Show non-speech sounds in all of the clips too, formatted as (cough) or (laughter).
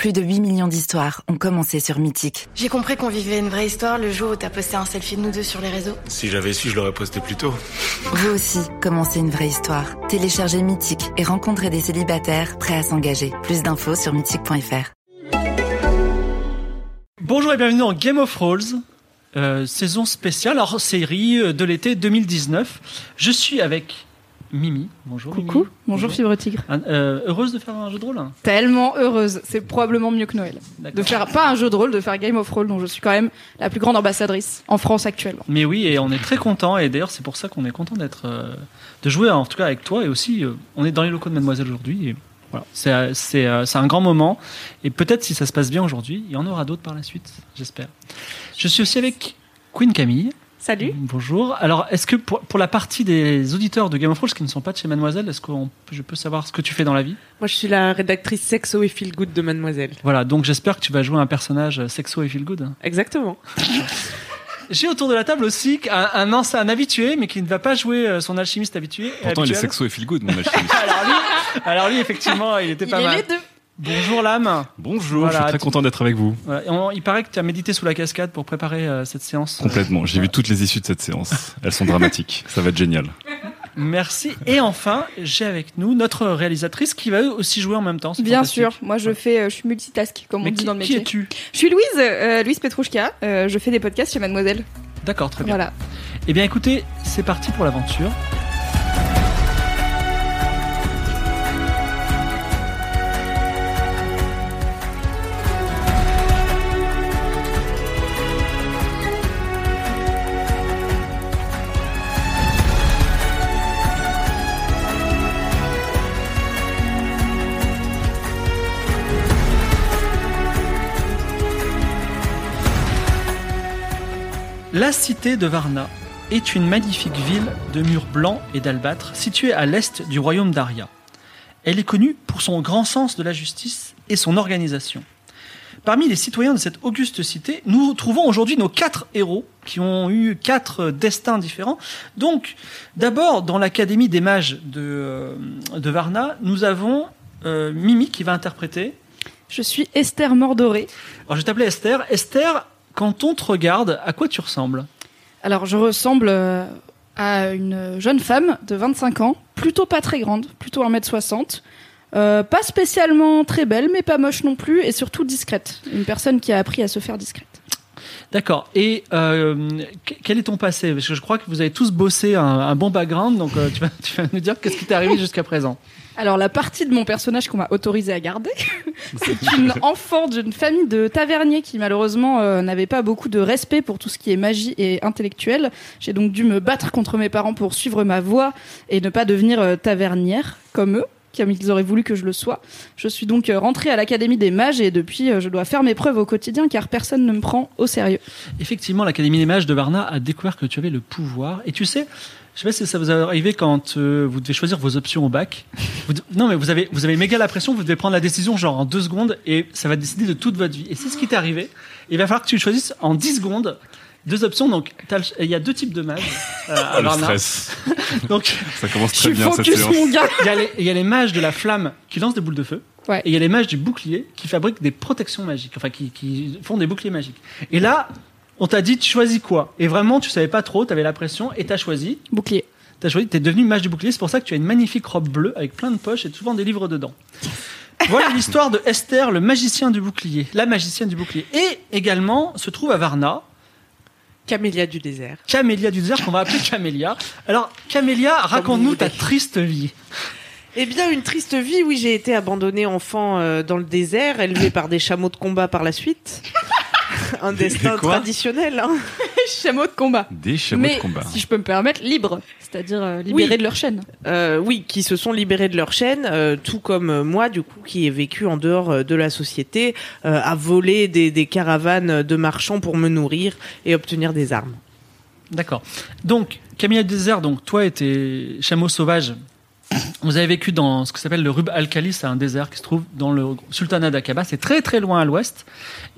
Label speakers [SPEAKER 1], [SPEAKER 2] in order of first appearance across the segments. [SPEAKER 1] Plus de 8 millions d'histoires ont commencé sur Mythique.
[SPEAKER 2] J'ai compris qu'on vivait une vraie histoire le jour où t'as posté un selfie de nous deux sur les réseaux.
[SPEAKER 3] Si j'avais su, je l'aurais posté plus tôt.
[SPEAKER 1] Vous aussi, commencez une vraie histoire. Téléchargez Mythique et rencontrez des célibataires prêts à s'engager. Plus d'infos sur mythique.fr.
[SPEAKER 4] Bonjour et bienvenue dans Game of Rolls, euh, saison spéciale, hors série euh, de l'été 2019. Je suis avec Mimi. Bonjour
[SPEAKER 5] Coucou,
[SPEAKER 4] Mimi.
[SPEAKER 5] bonjour Fibre Tigre.
[SPEAKER 4] Un- euh, heureuse de faire un jeu de rôle hein
[SPEAKER 5] Tellement heureuse, c'est probablement mieux que Noël.
[SPEAKER 4] D'accord.
[SPEAKER 5] De faire pas un jeu de rôle, de faire Game of Roll, dont je suis quand même la plus grande ambassadrice en France actuellement.
[SPEAKER 4] Mais oui, et on est très content. Et d'ailleurs, c'est pour ça qu'on est content d'être, euh, de jouer en tout cas avec toi. Et aussi, euh, on est dans les locaux de Mademoiselle aujourd'hui. Et voilà, c'est euh, c'est euh, c'est un grand moment. Et peut-être si ça se passe bien aujourd'hui, il y en aura d'autres par la suite, j'espère. Je suis aussi avec Queen Camille.
[SPEAKER 5] Salut.
[SPEAKER 4] Bonjour. Alors, est-ce que pour, pour la partie des auditeurs de Game of Thrones qui ne sont pas de chez Mademoiselle, est-ce que je peux savoir ce que tu fais dans la vie
[SPEAKER 6] Moi, je suis la rédactrice sexo et feel good de Mademoiselle.
[SPEAKER 4] Voilà, donc j'espère que tu vas jouer un personnage euh, sexo et feel good.
[SPEAKER 6] Exactement.
[SPEAKER 4] (laughs) J'ai autour de la table aussi un, un, anci- un habitué, mais qui ne va pas jouer euh, son alchimiste habitué.
[SPEAKER 3] Pourtant, il est
[SPEAKER 4] habituel.
[SPEAKER 3] sexo et feel good, mon
[SPEAKER 5] (laughs)
[SPEAKER 3] alchimiste.
[SPEAKER 4] Alors lui, alors lui, effectivement, il était
[SPEAKER 5] Il
[SPEAKER 4] pas
[SPEAKER 5] est
[SPEAKER 4] mal.
[SPEAKER 5] les deux.
[SPEAKER 4] Bonjour l'âme.
[SPEAKER 3] Bonjour,
[SPEAKER 4] Voilà,
[SPEAKER 3] je suis très
[SPEAKER 4] tu-
[SPEAKER 3] content d'être avec
[SPEAKER 5] (laughs)
[SPEAKER 3] vous.
[SPEAKER 4] Voilà, et on- il paraît que tu as médité sous la cascade pour préparer euh, cette séance.
[SPEAKER 3] Complètement. J'ai vu toutes les issues de cette séance. Elles sont dramatiques. Ça va être génial.
[SPEAKER 4] Merci. Et enfin, j'ai avec nous notre réalisatrice qui va aussi jouer en même temps. C'est
[SPEAKER 5] Bien
[SPEAKER 4] fantastique.
[SPEAKER 5] sûr, moi je fais, euh, je suis multitask comme
[SPEAKER 4] Mais
[SPEAKER 5] on dit
[SPEAKER 4] qui,
[SPEAKER 5] dans le
[SPEAKER 4] qui
[SPEAKER 5] métier.
[SPEAKER 4] es-tu
[SPEAKER 5] Je suis Louise, euh, Louise Petrouchka, euh, je fais des podcasts chez Mademoiselle.
[SPEAKER 4] D'accord, très bien.
[SPEAKER 5] Voilà.
[SPEAKER 4] Eh bien écoutez, c'est parti pour l'aventure. La cité de Varna est une magnifique ville de murs blancs et d'albâtre située à l'est du royaume d'Aria. Elle est connue pour son grand sens de la justice et son organisation. Parmi les citoyens de cette auguste cité, nous trouvons aujourd'hui nos quatre héros qui ont eu quatre euh, destins différents. Donc, d'abord, dans l'Académie des mages de, euh, de Varna, nous avons euh, Mimi qui va interpréter
[SPEAKER 5] Je suis Esther Mordoré.
[SPEAKER 4] alors, je vais t'appeler Esther. Esther, quand on te regarde, à quoi tu ressembles
[SPEAKER 5] Alors je ressemble euh, à une jeune femme de 25 ans, plutôt pas très grande, plutôt 1m60. euh, pas spécialement très belle, mais pas moche non plus, et surtout discrète. Une personne qui a appris à se faire discrète.
[SPEAKER 4] D'accord. Et euh, que- quel est ton passé Parce que je crois que vous avez tous bossé un, un bon background, donc euh, tu, vas, tu vas nous dire qu'est-ce qui t'est arrivé jusqu'à présent.
[SPEAKER 5] Alors la partie de mon personnage qu'on m'a autorisé à garder, c'est une
[SPEAKER 3] Ah,
[SPEAKER 5] enfant d'une famille de taverniers qui malheureusement euh, n'avait pas beaucoup de respect pour tout ce qui est magie et intellectuel. J'ai donc dû me battre contre mes parents pour suivre ma voie et ne pas devenir euh, tavernière comme eux, comme ils auraient voulu que je le sois. Je suis donc euh, rentrée à l'Académie des mages et depuis euh, je dois faire mes preuves au quotidien car personne ne me prend au sérieux.
[SPEAKER 4] Effectivement, l'Académie des mages de Varna a découvert que tu avais le pouvoir. Et tu sais, je sais pas si ça vous est arrivé quand euh, vous devez choisir vos options au bac. Vous de- non, mais vous avez, vous avez méga la pression, vous devez prendre la décision genre en deux secondes et ça va décider de toute votre vie. Et c'est ce qui t'est arrivé. Et il va falloir que tu choisisses en 10 secondes deux options. Donc, t'as le- il y a deux types de mages euh, à
[SPEAKER 3] Ah, le
[SPEAKER 4] Varna.
[SPEAKER 3] stress.
[SPEAKER 4] Donc,
[SPEAKER 3] Ça commence
[SPEAKER 5] Je
[SPEAKER 3] très
[SPEAKER 5] suis
[SPEAKER 3] bien cette
[SPEAKER 5] focus
[SPEAKER 3] séance.
[SPEAKER 5] mon gars
[SPEAKER 4] Il y, a les, il y a les mages de la flamme qui lancent des boules de feu.
[SPEAKER 5] Ouais.
[SPEAKER 4] Et il y a les mages du bouclier qui fabriquent des protections magiques. Enfin, qui, qui font des boucliers magiques. Et là, on t'a dit, tu choisis quoi Et vraiment, tu savais pas trop, t'avais la pression et t'as choisi.
[SPEAKER 5] (laughs) Bouclier.
[SPEAKER 4] T'as choisi, t'es devenu mage du bouclier. C'est pour ça que tu as une magnifique robe bleue avec plein de poches et souvent des livres dedans. Voilà l'histoire de Esther, le magicien du bouclier. La magicienne du bouclier. Et également, se trouve à Varna,
[SPEAKER 6] Camélia du désert.
[SPEAKER 4] Camélia du désert, qu'on va appeler Camélia. Alors, Camélia, raconte-nous ta triste vie.
[SPEAKER 6] Eh bien, une triste vie. Oui, j'ai été abandonnée enfant euh, dans le désert, élevée par des chameaux de combat par la suite. Un destin
[SPEAKER 3] quoi
[SPEAKER 6] traditionnel. hein.
[SPEAKER 5] chameaux de combat.
[SPEAKER 7] Des chameaux
[SPEAKER 5] Mais
[SPEAKER 7] de combat.
[SPEAKER 5] si je peux me permettre, libres, c'est-à-dire euh, libérés
[SPEAKER 8] Oui.
[SPEAKER 5] de leur chaîne.
[SPEAKER 8] Euh, oui, qui se sont libérés de leur chaîne, euh, tout comme euh, moi, du coup, qui ai vécu en dehors euh, de la société, euh, à voler des, des caravanes de marchands pour me nourrir et obtenir des armes.
[SPEAKER 4] D'accord. Donc, Camilla Désert, donc, toi et tes chameaux sauvages, vous avez vécu dans ce que s'appelle le Rub Al-Khali, c'est un désert qui se trouve dans le sultanat d'Aqaba, c'est très très loin à l'ouest.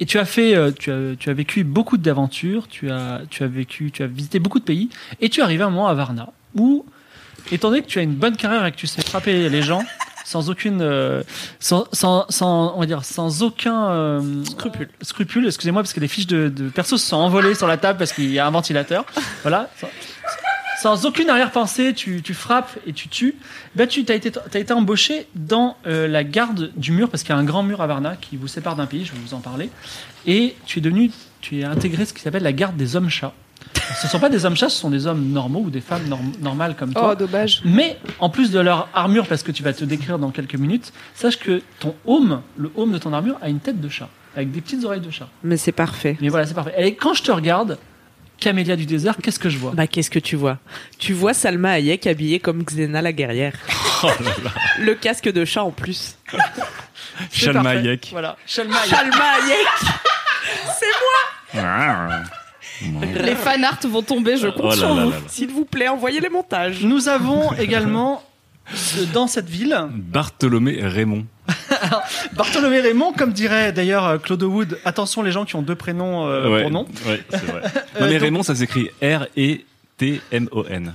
[SPEAKER 4] Et tu as fait, euh, tu as, tu as vécu beaucoup d'aventures, tu as, tu as vécu, tu as visité beaucoup de pays, et tu es arrivé un moment à Varna, où, étant donné que tu as une bonne carrière et que tu sais frapper les gens, sans aucune, euh, sans, sans, sans- on va dire, sans aucun euh,
[SPEAKER 8] Scrupule.
[SPEAKER 4] scrupule, excusez-moi, parce que les fiches de, de perso se sont envolées sur la table parce qu'il y a un ventilateur. Voilà. Sans, sans aucune arrière-pensée, tu, tu frappes et tu tues. Ben, tu as été, t'as été embauché dans euh, la garde du mur, parce qu'il y a un grand mur à Varna qui vous sépare d'un pays, je vais vous en parler. Et tu es devenu, tu es intégré ce qui s'appelle la garde des hommes-chats. Ce ne sont pas des hommes-chats, ce sont des hommes normaux ou des femmes norm- normales comme
[SPEAKER 5] Oh,
[SPEAKER 4] toi.
[SPEAKER 5] dommage.
[SPEAKER 4] Mais en plus de leur armure, parce que tu vas te décrire dans quelques minutes, sache que ton home, le home de ton armure, a une tête de chat, avec des petites oreilles de chat.
[SPEAKER 8] Mais c'est parfait.
[SPEAKER 4] Mais voilà, c'est parfait. Et quand je te regarde, Camélia du désert, qu'est-ce que je vois
[SPEAKER 8] Bah, qu'est-ce que tu vois Tu vois Salma Hayek habillée comme Xena la guerrière. Le casque de chat en plus.
[SPEAKER 4] C'est
[SPEAKER 7] Shalma
[SPEAKER 4] parfait.
[SPEAKER 7] Hayek.
[SPEAKER 4] Voilà, Shalma Hayek.
[SPEAKER 8] Salma Hayek
[SPEAKER 5] Les fanarts vont tomber, je
[SPEAKER 7] Oh
[SPEAKER 5] compte
[SPEAKER 7] là
[SPEAKER 5] sur
[SPEAKER 7] là
[SPEAKER 5] vous.
[SPEAKER 7] là là.
[SPEAKER 8] S'il vous plaît, envoyez les montages.
[SPEAKER 4] Nous avons également, euh, dans cette ville,
[SPEAKER 7] Bartholomé Raymond.
[SPEAKER 4] Bartholomé Raymond, comme dirait d'ailleurs euh, Claude Wood, attention les gens qui ont deux prénoms euh,
[SPEAKER 7] ouais,
[SPEAKER 4] pour nom.
[SPEAKER 7] ouais, c'est
[SPEAKER 5] (laughs)
[SPEAKER 7] vrai.
[SPEAKER 4] Euh,
[SPEAKER 7] non, mais
[SPEAKER 4] donc-
[SPEAKER 7] Raymond, ça s'écrit
[SPEAKER 3] E
[SPEAKER 7] R-E-T-M-O-N.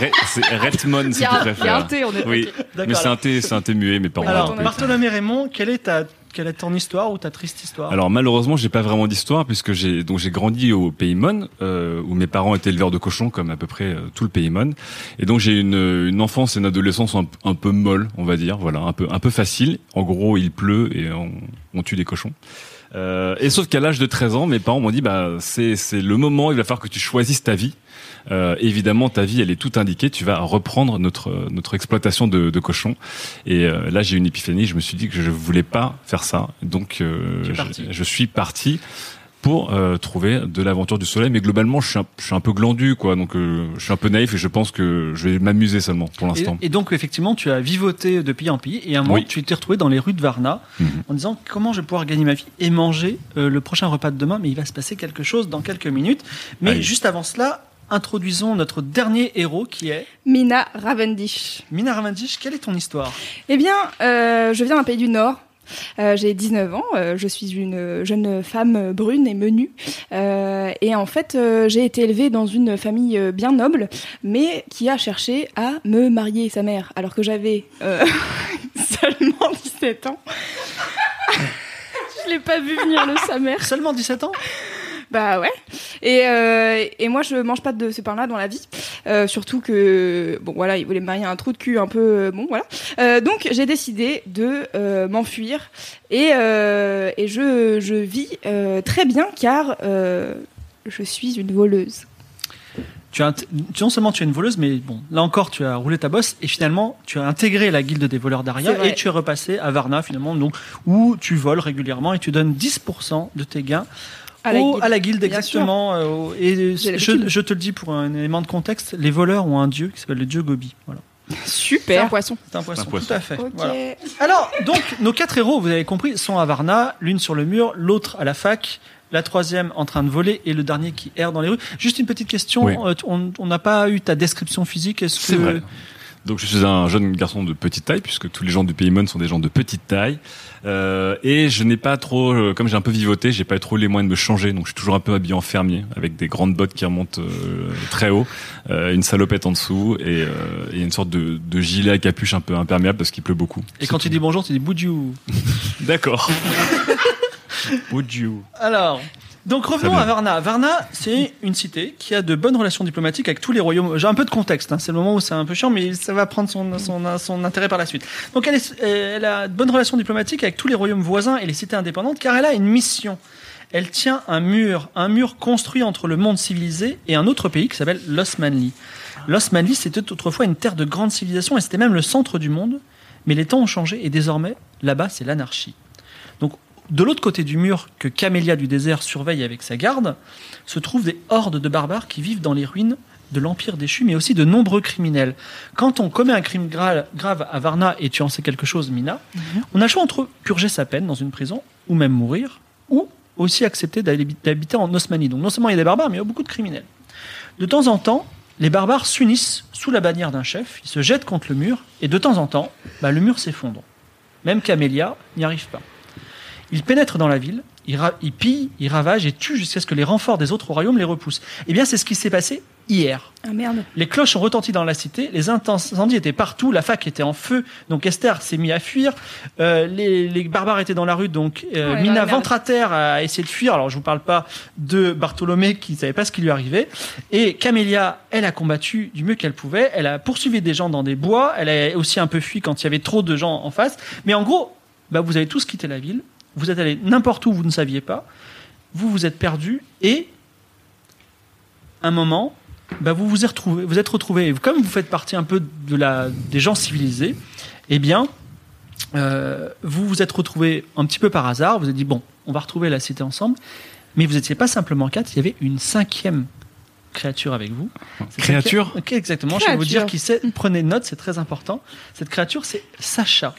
[SPEAKER 7] Ré- C'est Redmond,
[SPEAKER 5] Il y
[SPEAKER 7] si tu
[SPEAKER 5] a, il y a un
[SPEAKER 7] préfères.
[SPEAKER 5] thé, on est
[SPEAKER 7] Oui,
[SPEAKER 5] ok.
[SPEAKER 7] mais
[SPEAKER 4] D'accord.
[SPEAKER 7] c'est un, thé- c'est un thé muet, mes parents l'ont
[SPEAKER 5] Alors, on
[SPEAKER 4] Alors,
[SPEAKER 5] a-
[SPEAKER 7] appelé.
[SPEAKER 4] Bartholomé Raymond, quelle est, ta, quelle est ton histoire ou ta triste histoire
[SPEAKER 7] Alors malheureusement, j'ai pas vraiment d'histoire puisque j'ai donc j'ai grandi au Pays Mon euh, où mes parents étaient éleveurs de cochons comme à peu près euh, tout le Pays Mon et donc j'ai une, euh, une enfance et une adolescence un, un peu molle, on va dire, voilà, un peu un peu facile. En gros, il pleut et on, on tue des cochons. Euh, et sauf qu'à l'âge de 13 ans, mes parents m'ont dit bah c'est c'est le moment, il va falloir que tu choisisses ta vie. Euh, évidemment, ta vie, elle est tout indiquée. Tu vas reprendre notre euh, notre exploitation de, de cochons. Et euh, là, j'ai eu une épiphanie. Je me suis dit que je voulais pas faire ça. Donc, euh,
[SPEAKER 4] Tu es parti.
[SPEAKER 7] je, je suis parti pour euh, trouver de l'aventure du soleil. Mais globalement, je suis un, je suis un peu glandu, quoi. Donc, euh, je suis un peu naïf et je pense que je vais m'amuser seulement pour
[SPEAKER 4] Et,
[SPEAKER 7] l'instant.
[SPEAKER 4] et donc, effectivement, tu as vivoté de pays en pays et à un moment,
[SPEAKER 7] Oui.
[SPEAKER 4] tu t'es retrouvé dans les rues de Varna
[SPEAKER 7] Mhm.
[SPEAKER 4] en disant comment je vais pouvoir gagner ma vie et manger euh, le prochain repas de demain, mais il va se passer quelque chose dans quelques minutes. Mais
[SPEAKER 7] Aïe.
[SPEAKER 4] juste avant cela, introduisons notre dernier héros qui est
[SPEAKER 5] Mina Ravendish.
[SPEAKER 4] Mina Ravendish. Quelle est ton histoire
[SPEAKER 5] Eh bien, euh, je viens d'un pays du Nord. Euh, j'ai 19 ans, euh, je suis une jeune femme brune et menue. Euh, et en fait, euh, j'ai été élevée dans une famille euh, bien noble, mais qui a cherché à me marier sa mère, alors que j'avais euh, (laughs) seulement 17 ans. (laughs) je l'ai pas vu venir le sa mère.
[SPEAKER 4] Seulement 17 ans
[SPEAKER 5] Bah ouais. Et, euh, et moi, je mange pas de ce pain-là dans la vie. Euh, surtout que, bon voilà, il voulait me marier à un trou de cul un peu. euh, Bon voilà. Euh, donc j'ai décidé de euh, m'enfuir. Et, euh, et je, je vis euh, très bien car euh, je suis une voleuse.
[SPEAKER 4] tu as, int- non seulement tu es une voleuse, mais bon, là encore, tu as roulé ta bosse et finalement, tu as intégré la guilde des voleurs
[SPEAKER 5] C'est
[SPEAKER 4] d'Aria
[SPEAKER 5] vrai.
[SPEAKER 4] et tu es repassé à Varna finalement, donc où tu voles régulièrement et tu donnes 10% de tes gains
[SPEAKER 5] À la
[SPEAKER 4] au-
[SPEAKER 5] guilde.
[SPEAKER 4] à la guilde,
[SPEAKER 5] Bien
[SPEAKER 4] exactement. euh, au- et
[SPEAKER 5] J'ai
[SPEAKER 4] je,
[SPEAKER 5] l'habitude.
[SPEAKER 4] je te le dis pour un élément de contexte, les voleurs ont un dieu qui s'appelle le dieu Gobi. Voilà.
[SPEAKER 5] Super. C'est un poisson.
[SPEAKER 4] C'est un poisson,
[SPEAKER 7] Un poisson.
[SPEAKER 4] tout à fait.
[SPEAKER 5] Ok.
[SPEAKER 4] Voilà. Alors, donc, nos quatre héros, vous avez compris, sont à Varna, l'une sur le mur, l'autre à la fac, la troisième en train de voler et le dernier qui erre dans les rues. Juste une petite question,
[SPEAKER 7] Oui.
[SPEAKER 4] euh, on on n'a pas eu ta description physique, est-ce que...
[SPEAKER 7] C'est vrai. Donc je suis un jeune garçon de petite taille puisque tous les gens du Paymon sont des gens de petite taille Euh, et je n'ai pas trop euh, comme j'ai un peu vivoté j'ai pas trop les moyens de me changer donc je suis toujours un peu habillé en fermier avec des grandes bottes qui remontent euh, très haut euh, une salopette en dessous et, euh, et une sorte de, de gilet à capuche un peu imperméable parce qu'il pleut beaucoup
[SPEAKER 4] Et quand tu dis bonjour, tu dis Boudiou.
[SPEAKER 7] (laughs)
[SPEAKER 4] (laughs)
[SPEAKER 7] d'accord Bonjour.
[SPEAKER 4] Alors, donc revenons
[SPEAKER 7] Très bien.
[SPEAKER 4] à Varna. Varna, c'est une cité qui a de bonnes relations diplomatiques avec tous les royaumes. J'ai un peu de contexte, hein. c'est le moment où c'est un peu chiant, mais ça va prendre son, son, son intérêt par la suite. Donc elle, est- euh, elle a de bonnes relations diplomatiques avec tous les royaumes voisins et les cités indépendantes, car elle a une mission. Elle tient un mur, un mur construit entre le monde civilisé et un autre pays qui s'appelle l'Osmanli. L'Osmanli, c'était autrefois une terre de grande civilisation et c'était même le centre du monde, mais les temps ont changé et désormais, là-bas, c'est l'anarchie. Donc de l'autre côté du mur que Camélia du désert surveille avec sa garde, se trouvent des hordes de barbares qui vivent dans les ruines de l'Empire déchu, mais aussi de nombreux criminels. Quand on commet un crime gra- grave à Varna et tu en sais quelque chose, Mina, on a le choix entre purger sa peine dans une prison, ou même mourir, ou aussi accepter d'aller- d'habiter en Osmanie. Donc non seulement il y a des barbares, mais il y a beaucoup de criminels. De temps en temps, les barbares s'unissent sous la bannière d'un chef, ils se jettent contre le mur, et de temps en temps, bah, le mur s'effondre. Même Camélia n'y arrive pas. Ils pénètrent dans la ville, ils, ra- ils pillent, ils ravagent et tuent jusqu'à ce que les renforts des autres royaumes les repoussent. Eh bien, c'est ce qui s'est passé hier.
[SPEAKER 5] Ah merde.
[SPEAKER 4] Les cloches ont retenti dans la cité, les incendies étaient partout, la fac était en feu, donc Esther s'est mise à fuir, euh, les, les barbares étaient dans la rue, donc euh,
[SPEAKER 5] Oh là
[SPEAKER 4] Mina
[SPEAKER 5] là, merde.
[SPEAKER 4] ventre à terre a essayé de fuir. Alors je vous parle pas de Bartholomé qui savait pas ce qui lui arrivait. Et Camélia, elle a combattu du mieux qu'elle pouvait, elle a poursuivi des gens dans des bois, elle a aussi un peu fui quand il y avait trop de gens en face. Mais en gros, bah, vous avez tous quitté la ville, vous êtes allés n'importe où, vous ne saviez pas, vous vous êtes perdus et un moment, bah, vous vous êtes retrouvés, vous êtes retrouvés. Et comme vous faites partie un peu de la, des gens civilisés, eh bien, euh, vous vous êtes retrouvés un petit peu par hasard. Vous avez dit bon, on va retrouver la cité ensemble. Mais vous n'étiez pas simplement quatre. Il y avait une cinquième créature avec vous. Cette
[SPEAKER 3] Créature
[SPEAKER 4] cinquième- Ok, exactement. Je vais vous
[SPEAKER 5] Créature.
[SPEAKER 4] dire qui c'est. Prenez note, c'est très important. Cette créature, c'est Sacha.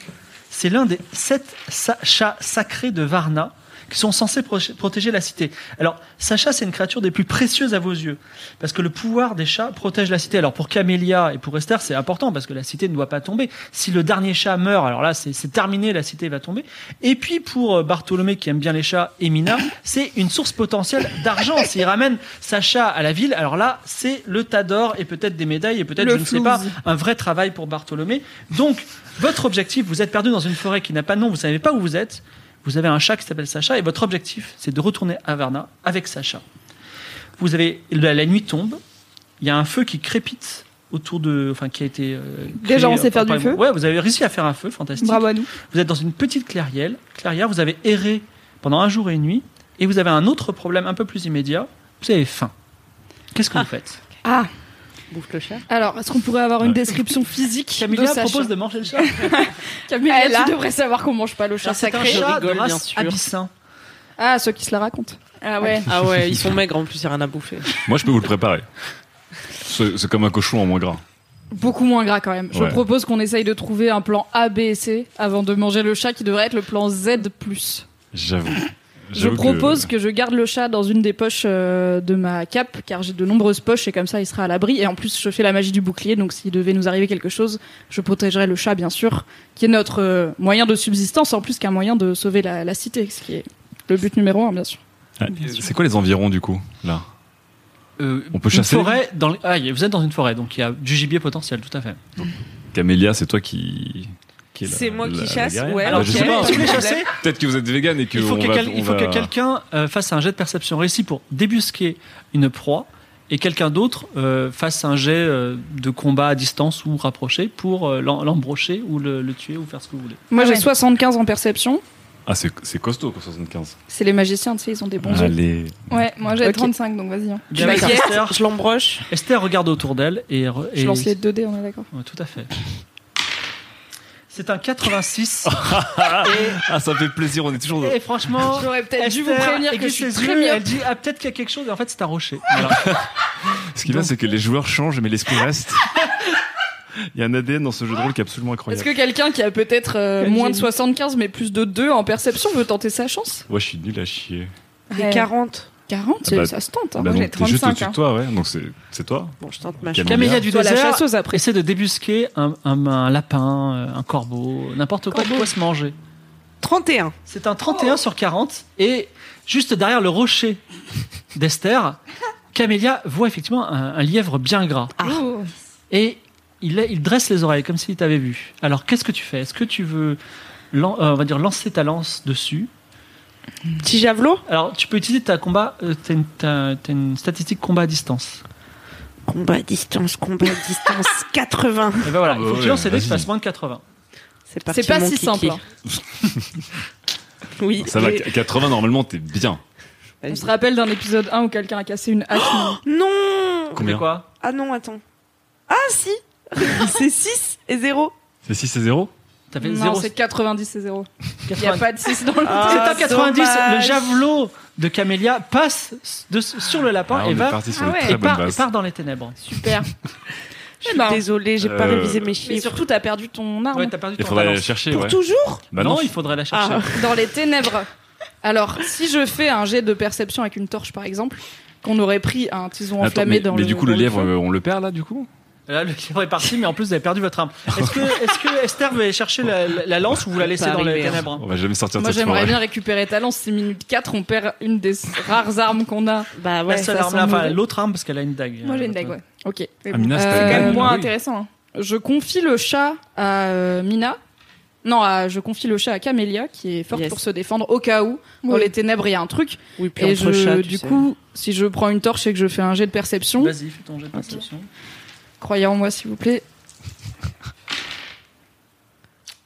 [SPEAKER 4] C'est l'un des sept sa- chats sacrés de Varna qui sont censés pro- protéger la cité. Alors, Sacha, c'est une créature des plus précieuses à vos yeux, parce que le pouvoir des chats protège la cité. Alors, pour Camélia et pour Esther, c'est important, parce que la cité ne doit pas tomber. Si le dernier chat meurt, alors là, c'est c'est terminé, la cité va tomber. Et puis, pour euh, Bartholomé, qui aime bien les chats, et Mina, c'est une source potentielle
[SPEAKER 5] (laughs)
[SPEAKER 4] d'argent. S'il ramène Sacha à la ville, alors là, c'est le tas d'or, et peut-être des médailles, et peut-être,
[SPEAKER 5] Le
[SPEAKER 4] je ne sais pas,
[SPEAKER 5] flouze.
[SPEAKER 4] un vrai travail pour Bartholomé. Donc, votre objectif, vous êtes perdu dans une forêt qui n'a pas de nom, vous savez pas où vous êtes. Vous avez un chat qui s'appelle Sacha et votre objectif, c'est de retourner à Varna avec Sacha. Vous avez la, la nuit tombe, il y a un feu qui crépite autour de, enfin qui a été. euh, créé,
[SPEAKER 5] Déjà, on sait
[SPEAKER 4] euh, par-
[SPEAKER 5] faire du
[SPEAKER 4] par-
[SPEAKER 5] feu.
[SPEAKER 4] Ouais, vous avez réussi à faire un feu, fantastique.
[SPEAKER 5] Bravo à nous.
[SPEAKER 4] Vous êtes dans une petite clairière, clairière, vous avez erré pendant un jour et une nuit et vous avez un autre problème un peu plus immédiat. Vous avez faim. Qu'est-ce que vous faites
[SPEAKER 5] Ah,
[SPEAKER 6] Bouffe le chat.
[SPEAKER 5] alors, est-ce qu'on pourrait avoir une
[SPEAKER 3] Ouais.
[SPEAKER 5] description physique de
[SPEAKER 4] Camilla
[SPEAKER 5] Sacha
[SPEAKER 4] propose de manger le
[SPEAKER 5] (laughs)
[SPEAKER 4] chat.
[SPEAKER 5] Camilla,
[SPEAKER 2] Elle a-
[SPEAKER 5] tu devrais savoir qu'on mange pas le chat
[SPEAKER 4] Alors, Ah, C'est un
[SPEAKER 5] sacré.
[SPEAKER 6] Je
[SPEAKER 4] chat de
[SPEAKER 6] rigole, bien
[SPEAKER 4] race
[SPEAKER 6] sûr.
[SPEAKER 4] abyssin.
[SPEAKER 5] Ah, ceux qui se la racontent. Ah ouais.
[SPEAKER 6] Ah ouais, ils sont maigres en plus, il n'y a rien à bouffer.
[SPEAKER 3] Moi, je peux vous le préparer. C'est c'est comme un cochon en moins gras.
[SPEAKER 5] Beaucoup moins gras quand même. Je
[SPEAKER 3] Ouais.
[SPEAKER 5] propose qu'on essaye de trouver un plan A, B et C avant de manger le chat qui devrait être le plan Z+.
[SPEAKER 3] J'avoue.
[SPEAKER 5] Je
[SPEAKER 3] J'avoue que-
[SPEAKER 5] propose que... je garde le chat dans une des poches euh, de ma cape car j'ai de nombreuses poches et comme ça il sera à l'abri. Et en plus je fais la magie du bouclier donc s'il devait nous arriver quelque chose, je protégerai le chat bien sûr qui est notre euh, moyen de subsistance en plus qu'un moyen de sauver la, la cité ce qui est le but numéro un bien sûr.
[SPEAKER 3] Ah, C'est quoi les environs du coup là
[SPEAKER 4] Euh,
[SPEAKER 3] On peut
[SPEAKER 4] une
[SPEAKER 3] chasser
[SPEAKER 4] forêt dans les- ah, vous êtes dans une forêt, donc il y a du gibier potentiel, tout à fait.
[SPEAKER 3] Camélia, c'est toi qui. qui est la-
[SPEAKER 6] C'est moi qui
[SPEAKER 3] la- la
[SPEAKER 6] chasse,
[SPEAKER 3] guerrière
[SPEAKER 6] ouais.
[SPEAKER 3] Bah,
[SPEAKER 4] Alors,
[SPEAKER 6] ok.
[SPEAKER 3] je sais pas.
[SPEAKER 4] si vous
[SPEAKER 6] (laughs)
[SPEAKER 4] voulez chasser,
[SPEAKER 3] Peut-être que vous êtes vegan et que.
[SPEAKER 4] il faut
[SPEAKER 3] on
[SPEAKER 4] que,
[SPEAKER 3] va-
[SPEAKER 4] quel-
[SPEAKER 3] on
[SPEAKER 4] il faut
[SPEAKER 3] va-
[SPEAKER 4] que quelqu'un euh, fasse un jet de perception réussi pour débusquer une proie et quelqu'un d'autre euh, fasse un jet euh, de combat à distance ou rapproché pour euh, l'em- l'embrocher ou le, le tuer ou faire ce que vous voulez.
[SPEAKER 5] Moi
[SPEAKER 2] Ah
[SPEAKER 5] j'ai
[SPEAKER 2] ouais.
[SPEAKER 5] 75 en perception.
[SPEAKER 3] Ah, c'est c'est costaud pour 75.
[SPEAKER 5] C'est les magiciens tu sais ils ont des bons yeux.
[SPEAKER 3] Allez.
[SPEAKER 2] Ouais, moi j'ai
[SPEAKER 5] Ok.
[SPEAKER 2] 35, donc vas-y. hein.
[SPEAKER 6] Je
[SPEAKER 4] Bien,
[SPEAKER 6] m'inquiète,
[SPEAKER 4] Esther,
[SPEAKER 6] je l'embroche.
[SPEAKER 4] Esther regarde autour d'elle et, re-
[SPEAKER 5] Je
[SPEAKER 4] et-
[SPEAKER 5] lance les 2 dés on est d'accord.
[SPEAKER 4] Ouais, tout à fait. C'est
[SPEAKER 3] (laughs)
[SPEAKER 4] un 86
[SPEAKER 3] Ah, ça fait plaisir, on est toujours.
[SPEAKER 4] et franchement,
[SPEAKER 2] J'aurais peut-être
[SPEAKER 4] Esther
[SPEAKER 2] dû vous prévenir que je
[SPEAKER 4] aiguise
[SPEAKER 2] suis
[SPEAKER 4] ses
[SPEAKER 2] très
[SPEAKER 4] yeux,
[SPEAKER 2] myope.
[SPEAKER 4] Elle dit ah peut-être qu'il y a quelque chose et en fait c'est
[SPEAKER 3] (laughs)
[SPEAKER 4] un rocher. Voilà.
[SPEAKER 3] Ce qu'il y a, c'est que les joueurs changent, mais l'esprit
[SPEAKER 6] (laughs)
[SPEAKER 3] reste. Il y a un ADN dans ce jeu de rôle qui est absolument
[SPEAKER 5] Est-ce
[SPEAKER 3] incroyable.
[SPEAKER 5] que quelqu'un qui a peut-être euh, moins de 75 mais plus de 2 en perception veut tenter sa chance
[SPEAKER 3] Ouais, je suis nul à chier.
[SPEAKER 6] Des 40.
[SPEAKER 5] 40,
[SPEAKER 3] Ah bah-
[SPEAKER 5] ça se tente. hein.
[SPEAKER 3] Bah
[SPEAKER 2] moi,
[SPEAKER 3] donc,
[SPEAKER 2] j'ai
[SPEAKER 3] t'es juste
[SPEAKER 2] 35,
[SPEAKER 3] au-dessus de
[SPEAKER 2] hein.
[SPEAKER 3] toi, ouais. Donc, c'est c'est toi
[SPEAKER 6] Bon, je tente ma
[SPEAKER 3] Quel
[SPEAKER 6] chance.
[SPEAKER 4] Camélia du
[SPEAKER 5] Toi, la
[SPEAKER 4] désert
[SPEAKER 5] chasseuse après.
[SPEAKER 4] essaie de débusquer un, un- un lapin, euh, un corbeau, n'importe quoi qui
[SPEAKER 6] Corbeau.
[SPEAKER 4] doit se manger.
[SPEAKER 6] 31.
[SPEAKER 4] C'est un 31 sur 40 et juste derrière le rocher d'Esther, Camélia voit effectivement un, un lièvre bien gras
[SPEAKER 5] Oh.
[SPEAKER 4] et il, a- il dresse les oreilles comme s'il t'avait vu. Alors qu'est-ce que tu fais Est-ce que tu veux lan- euh, on va dire lancer ta lance dessus
[SPEAKER 6] Petit javelot
[SPEAKER 4] Alors tu peux utiliser ta combat, euh, t'as une, t'as- t'as une statistique combat à distance.
[SPEAKER 6] Combat à distance,
[SPEAKER 5] (laughs)
[SPEAKER 6] combat à distance. 80.
[SPEAKER 4] Et ben voilà,
[SPEAKER 3] Ah
[SPEAKER 4] il
[SPEAKER 3] bah
[SPEAKER 4] faut que tu
[SPEAKER 3] ouais,
[SPEAKER 4] lances les dés, tu
[SPEAKER 3] vas-y.
[SPEAKER 4] fasses moins de 80.
[SPEAKER 6] C'est
[SPEAKER 5] C'est
[SPEAKER 6] parti,
[SPEAKER 5] pas
[SPEAKER 6] mon
[SPEAKER 5] si
[SPEAKER 6] kiki.
[SPEAKER 5] simple. hein.
[SPEAKER 6] Oui.
[SPEAKER 3] Ça va,
[SPEAKER 6] j'ai-
[SPEAKER 3] qu- 80, normalement, t'es bien.
[SPEAKER 5] On se rappelle d'un épisode 1 où quelqu'un a cassé une
[SPEAKER 6] Oh.
[SPEAKER 5] hache.
[SPEAKER 6] Non
[SPEAKER 4] C'est
[SPEAKER 3] Combien
[SPEAKER 4] quoi
[SPEAKER 6] Ah non, attends. Ah si C'est 6 et 0.
[SPEAKER 3] C'est 6 et 0
[SPEAKER 4] T'avais
[SPEAKER 5] non,
[SPEAKER 4] zéro
[SPEAKER 5] c'est 90 et 0. Il n'y a pas de 6 dans le
[SPEAKER 6] Ah,
[SPEAKER 5] titre.
[SPEAKER 4] C'est en 90, le
[SPEAKER 6] dommage.
[SPEAKER 4] javelot de Camélia passe de- sur le lapin
[SPEAKER 6] eh
[SPEAKER 3] Ah,
[SPEAKER 6] ben,
[SPEAKER 4] et
[SPEAKER 3] on est
[SPEAKER 4] va
[SPEAKER 3] parti sur
[SPEAKER 5] Ah
[SPEAKER 3] une
[SPEAKER 5] ouais.
[SPEAKER 3] très
[SPEAKER 4] et
[SPEAKER 3] bonne
[SPEAKER 4] part,
[SPEAKER 3] base.
[SPEAKER 4] part dans les ténèbres.
[SPEAKER 5] Super.
[SPEAKER 6] Je suis
[SPEAKER 5] Eh ben.
[SPEAKER 6] désolée, j'ai pas
[SPEAKER 3] Euh,
[SPEAKER 6] révisé mes
[SPEAKER 5] Mais
[SPEAKER 6] chiffres.
[SPEAKER 5] surtout, t'as perdu ton arme.
[SPEAKER 4] Ouais, t'as perdu
[SPEAKER 3] Il
[SPEAKER 4] ton Ah.
[SPEAKER 3] faudrait aller
[SPEAKER 4] balance.
[SPEAKER 3] la chercher,
[SPEAKER 6] Pour
[SPEAKER 3] ouais.
[SPEAKER 6] toujours
[SPEAKER 3] Bah
[SPEAKER 4] non,
[SPEAKER 3] non,
[SPEAKER 4] il faudrait la chercher.
[SPEAKER 5] Dans les ténèbres. Alors, si je fais un jet de perception avec une torche, par exemple, qu'on aurait pris un tison
[SPEAKER 3] Attends,
[SPEAKER 5] enflammé
[SPEAKER 3] mais,
[SPEAKER 5] dans
[SPEAKER 3] mais
[SPEAKER 5] le.
[SPEAKER 3] du coup,
[SPEAKER 5] dans
[SPEAKER 3] le lièvre,
[SPEAKER 5] feu.
[SPEAKER 3] euh, on le perd là, du coup
[SPEAKER 4] Là, le livre est parti, mais en plus, vous avez perdu votre arme. Est-ce que,
[SPEAKER 3] (laughs)
[SPEAKER 4] est-ce que Esther veut aller chercher la, la- la lance ou vous la laissez
[SPEAKER 6] Pas
[SPEAKER 4] dans les
[SPEAKER 6] arrivé, hein.
[SPEAKER 4] ténèbres
[SPEAKER 3] On va jamais sortir de
[SPEAKER 5] Moi,
[SPEAKER 3] cette
[SPEAKER 5] j'aimerais
[SPEAKER 3] forêt.
[SPEAKER 5] bien récupérer ta lance. C'est minute 4, on perd une des rares armes qu'on a.
[SPEAKER 6] Bah
[SPEAKER 4] La seule
[SPEAKER 6] ça
[SPEAKER 4] arme là,
[SPEAKER 6] sent
[SPEAKER 4] enfin,
[SPEAKER 6] mauvais.
[SPEAKER 4] l'autre arme, parce qu'elle a une dague.
[SPEAKER 9] Moi j'ai une
[SPEAKER 4] Euh,
[SPEAKER 9] dague, ouais. Ok.
[SPEAKER 3] Ah, Mina, c'était
[SPEAKER 5] Euh,
[SPEAKER 3] une
[SPEAKER 9] C'est quand
[SPEAKER 3] bonne
[SPEAKER 9] même moins
[SPEAKER 3] idée.
[SPEAKER 9] intéressant. hein.
[SPEAKER 5] Je confie le chat à euh, Mina. Non, à- je confie le chat à Camélia, qui est forte
[SPEAKER 6] Yes.
[SPEAKER 5] pour se défendre au cas où. Dans
[SPEAKER 9] Oui.
[SPEAKER 5] les ténèbres, il y a un truc.
[SPEAKER 6] Oui, puis
[SPEAKER 5] Et
[SPEAKER 6] entre
[SPEAKER 5] je-
[SPEAKER 6] chats, tu
[SPEAKER 5] du
[SPEAKER 6] sais.
[SPEAKER 5] coup, si je prends une torche et que je fais un jet de perception,
[SPEAKER 4] Vas-y, fais ton jet de perception.
[SPEAKER 5] croyez en moi, s'il vous plaît.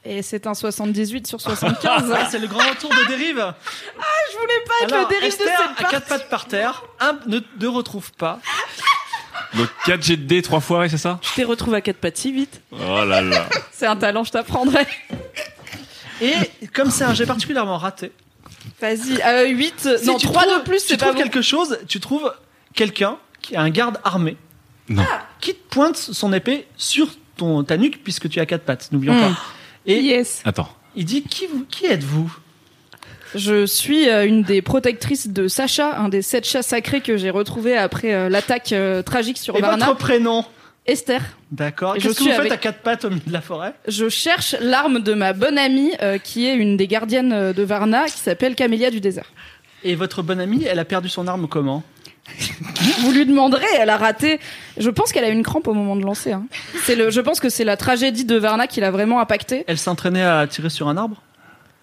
[SPEAKER 5] Et c'est un 78
[SPEAKER 4] (laughs)
[SPEAKER 5] sur 75.
[SPEAKER 4] Ah, c'est le grand retour de dérive. Ah, je voulais pas
[SPEAKER 5] être le dérive de
[SPEAKER 4] Esther,
[SPEAKER 5] cette
[SPEAKER 4] à quatre pattes par terre, un ne, ne retrouve pas.
[SPEAKER 3] Donc 4 G de D, 3 foirés, c'est ça
[SPEAKER 6] Je t'ai retrouvé à quatre pattes si vite.
[SPEAKER 3] Oh là là.
[SPEAKER 5] c'est un talent, je t'apprendrai.
[SPEAKER 4] Et comme c'est un jet particulièrement raté,
[SPEAKER 5] Vas-y, euh, 8,
[SPEAKER 4] si
[SPEAKER 5] non,
[SPEAKER 4] tu
[SPEAKER 5] 3
[SPEAKER 4] trouves-
[SPEAKER 5] de plus,
[SPEAKER 4] tu
[SPEAKER 5] c'est pas
[SPEAKER 4] trouves
[SPEAKER 5] bon.
[SPEAKER 4] quelque chose, tu trouves quelqu'un qui a un garde armé
[SPEAKER 3] Non.
[SPEAKER 4] qui te pointe son épée sur ton, ta nuque puisque tu as quatre pattes, n'oublions
[SPEAKER 5] Hmm.
[SPEAKER 4] pas. Et
[SPEAKER 9] Yes.
[SPEAKER 3] Attends.
[SPEAKER 4] il dit qui, vous- qui êtes-vous
[SPEAKER 5] Je suis euh, une des protectrices de Sacha, un des sept chats sacrés que j'ai retrouvé après euh, l'attaque euh, tragique sur
[SPEAKER 4] Et
[SPEAKER 5] Varna.
[SPEAKER 4] votre prénom
[SPEAKER 5] Esther.
[SPEAKER 4] D'accord.
[SPEAKER 5] Et
[SPEAKER 4] Qu'est-ce
[SPEAKER 5] je
[SPEAKER 4] que vous
[SPEAKER 5] suis
[SPEAKER 4] faites
[SPEAKER 5] avec-
[SPEAKER 4] à quatre pattes au milieu de la forêt
[SPEAKER 5] Je cherche l'arme de ma bonne amie, euh, qui est une des gardiennes euh, de Varna, qui s'appelle Camélia du désert.
[SPEAKER 4] Et votre bonne amie, elle a perdu son arme comment
[SPEAKER 5] Vous lui demanderez, elle a raté. Je pense qu'elle a eu une crampe au moment de lancer. hein. C'est le, je pense que c'est la tragédie de Varna qui l'a vraiment impactée
[SPEAKER 4] Elle s'entraînait à tirer sur un arbre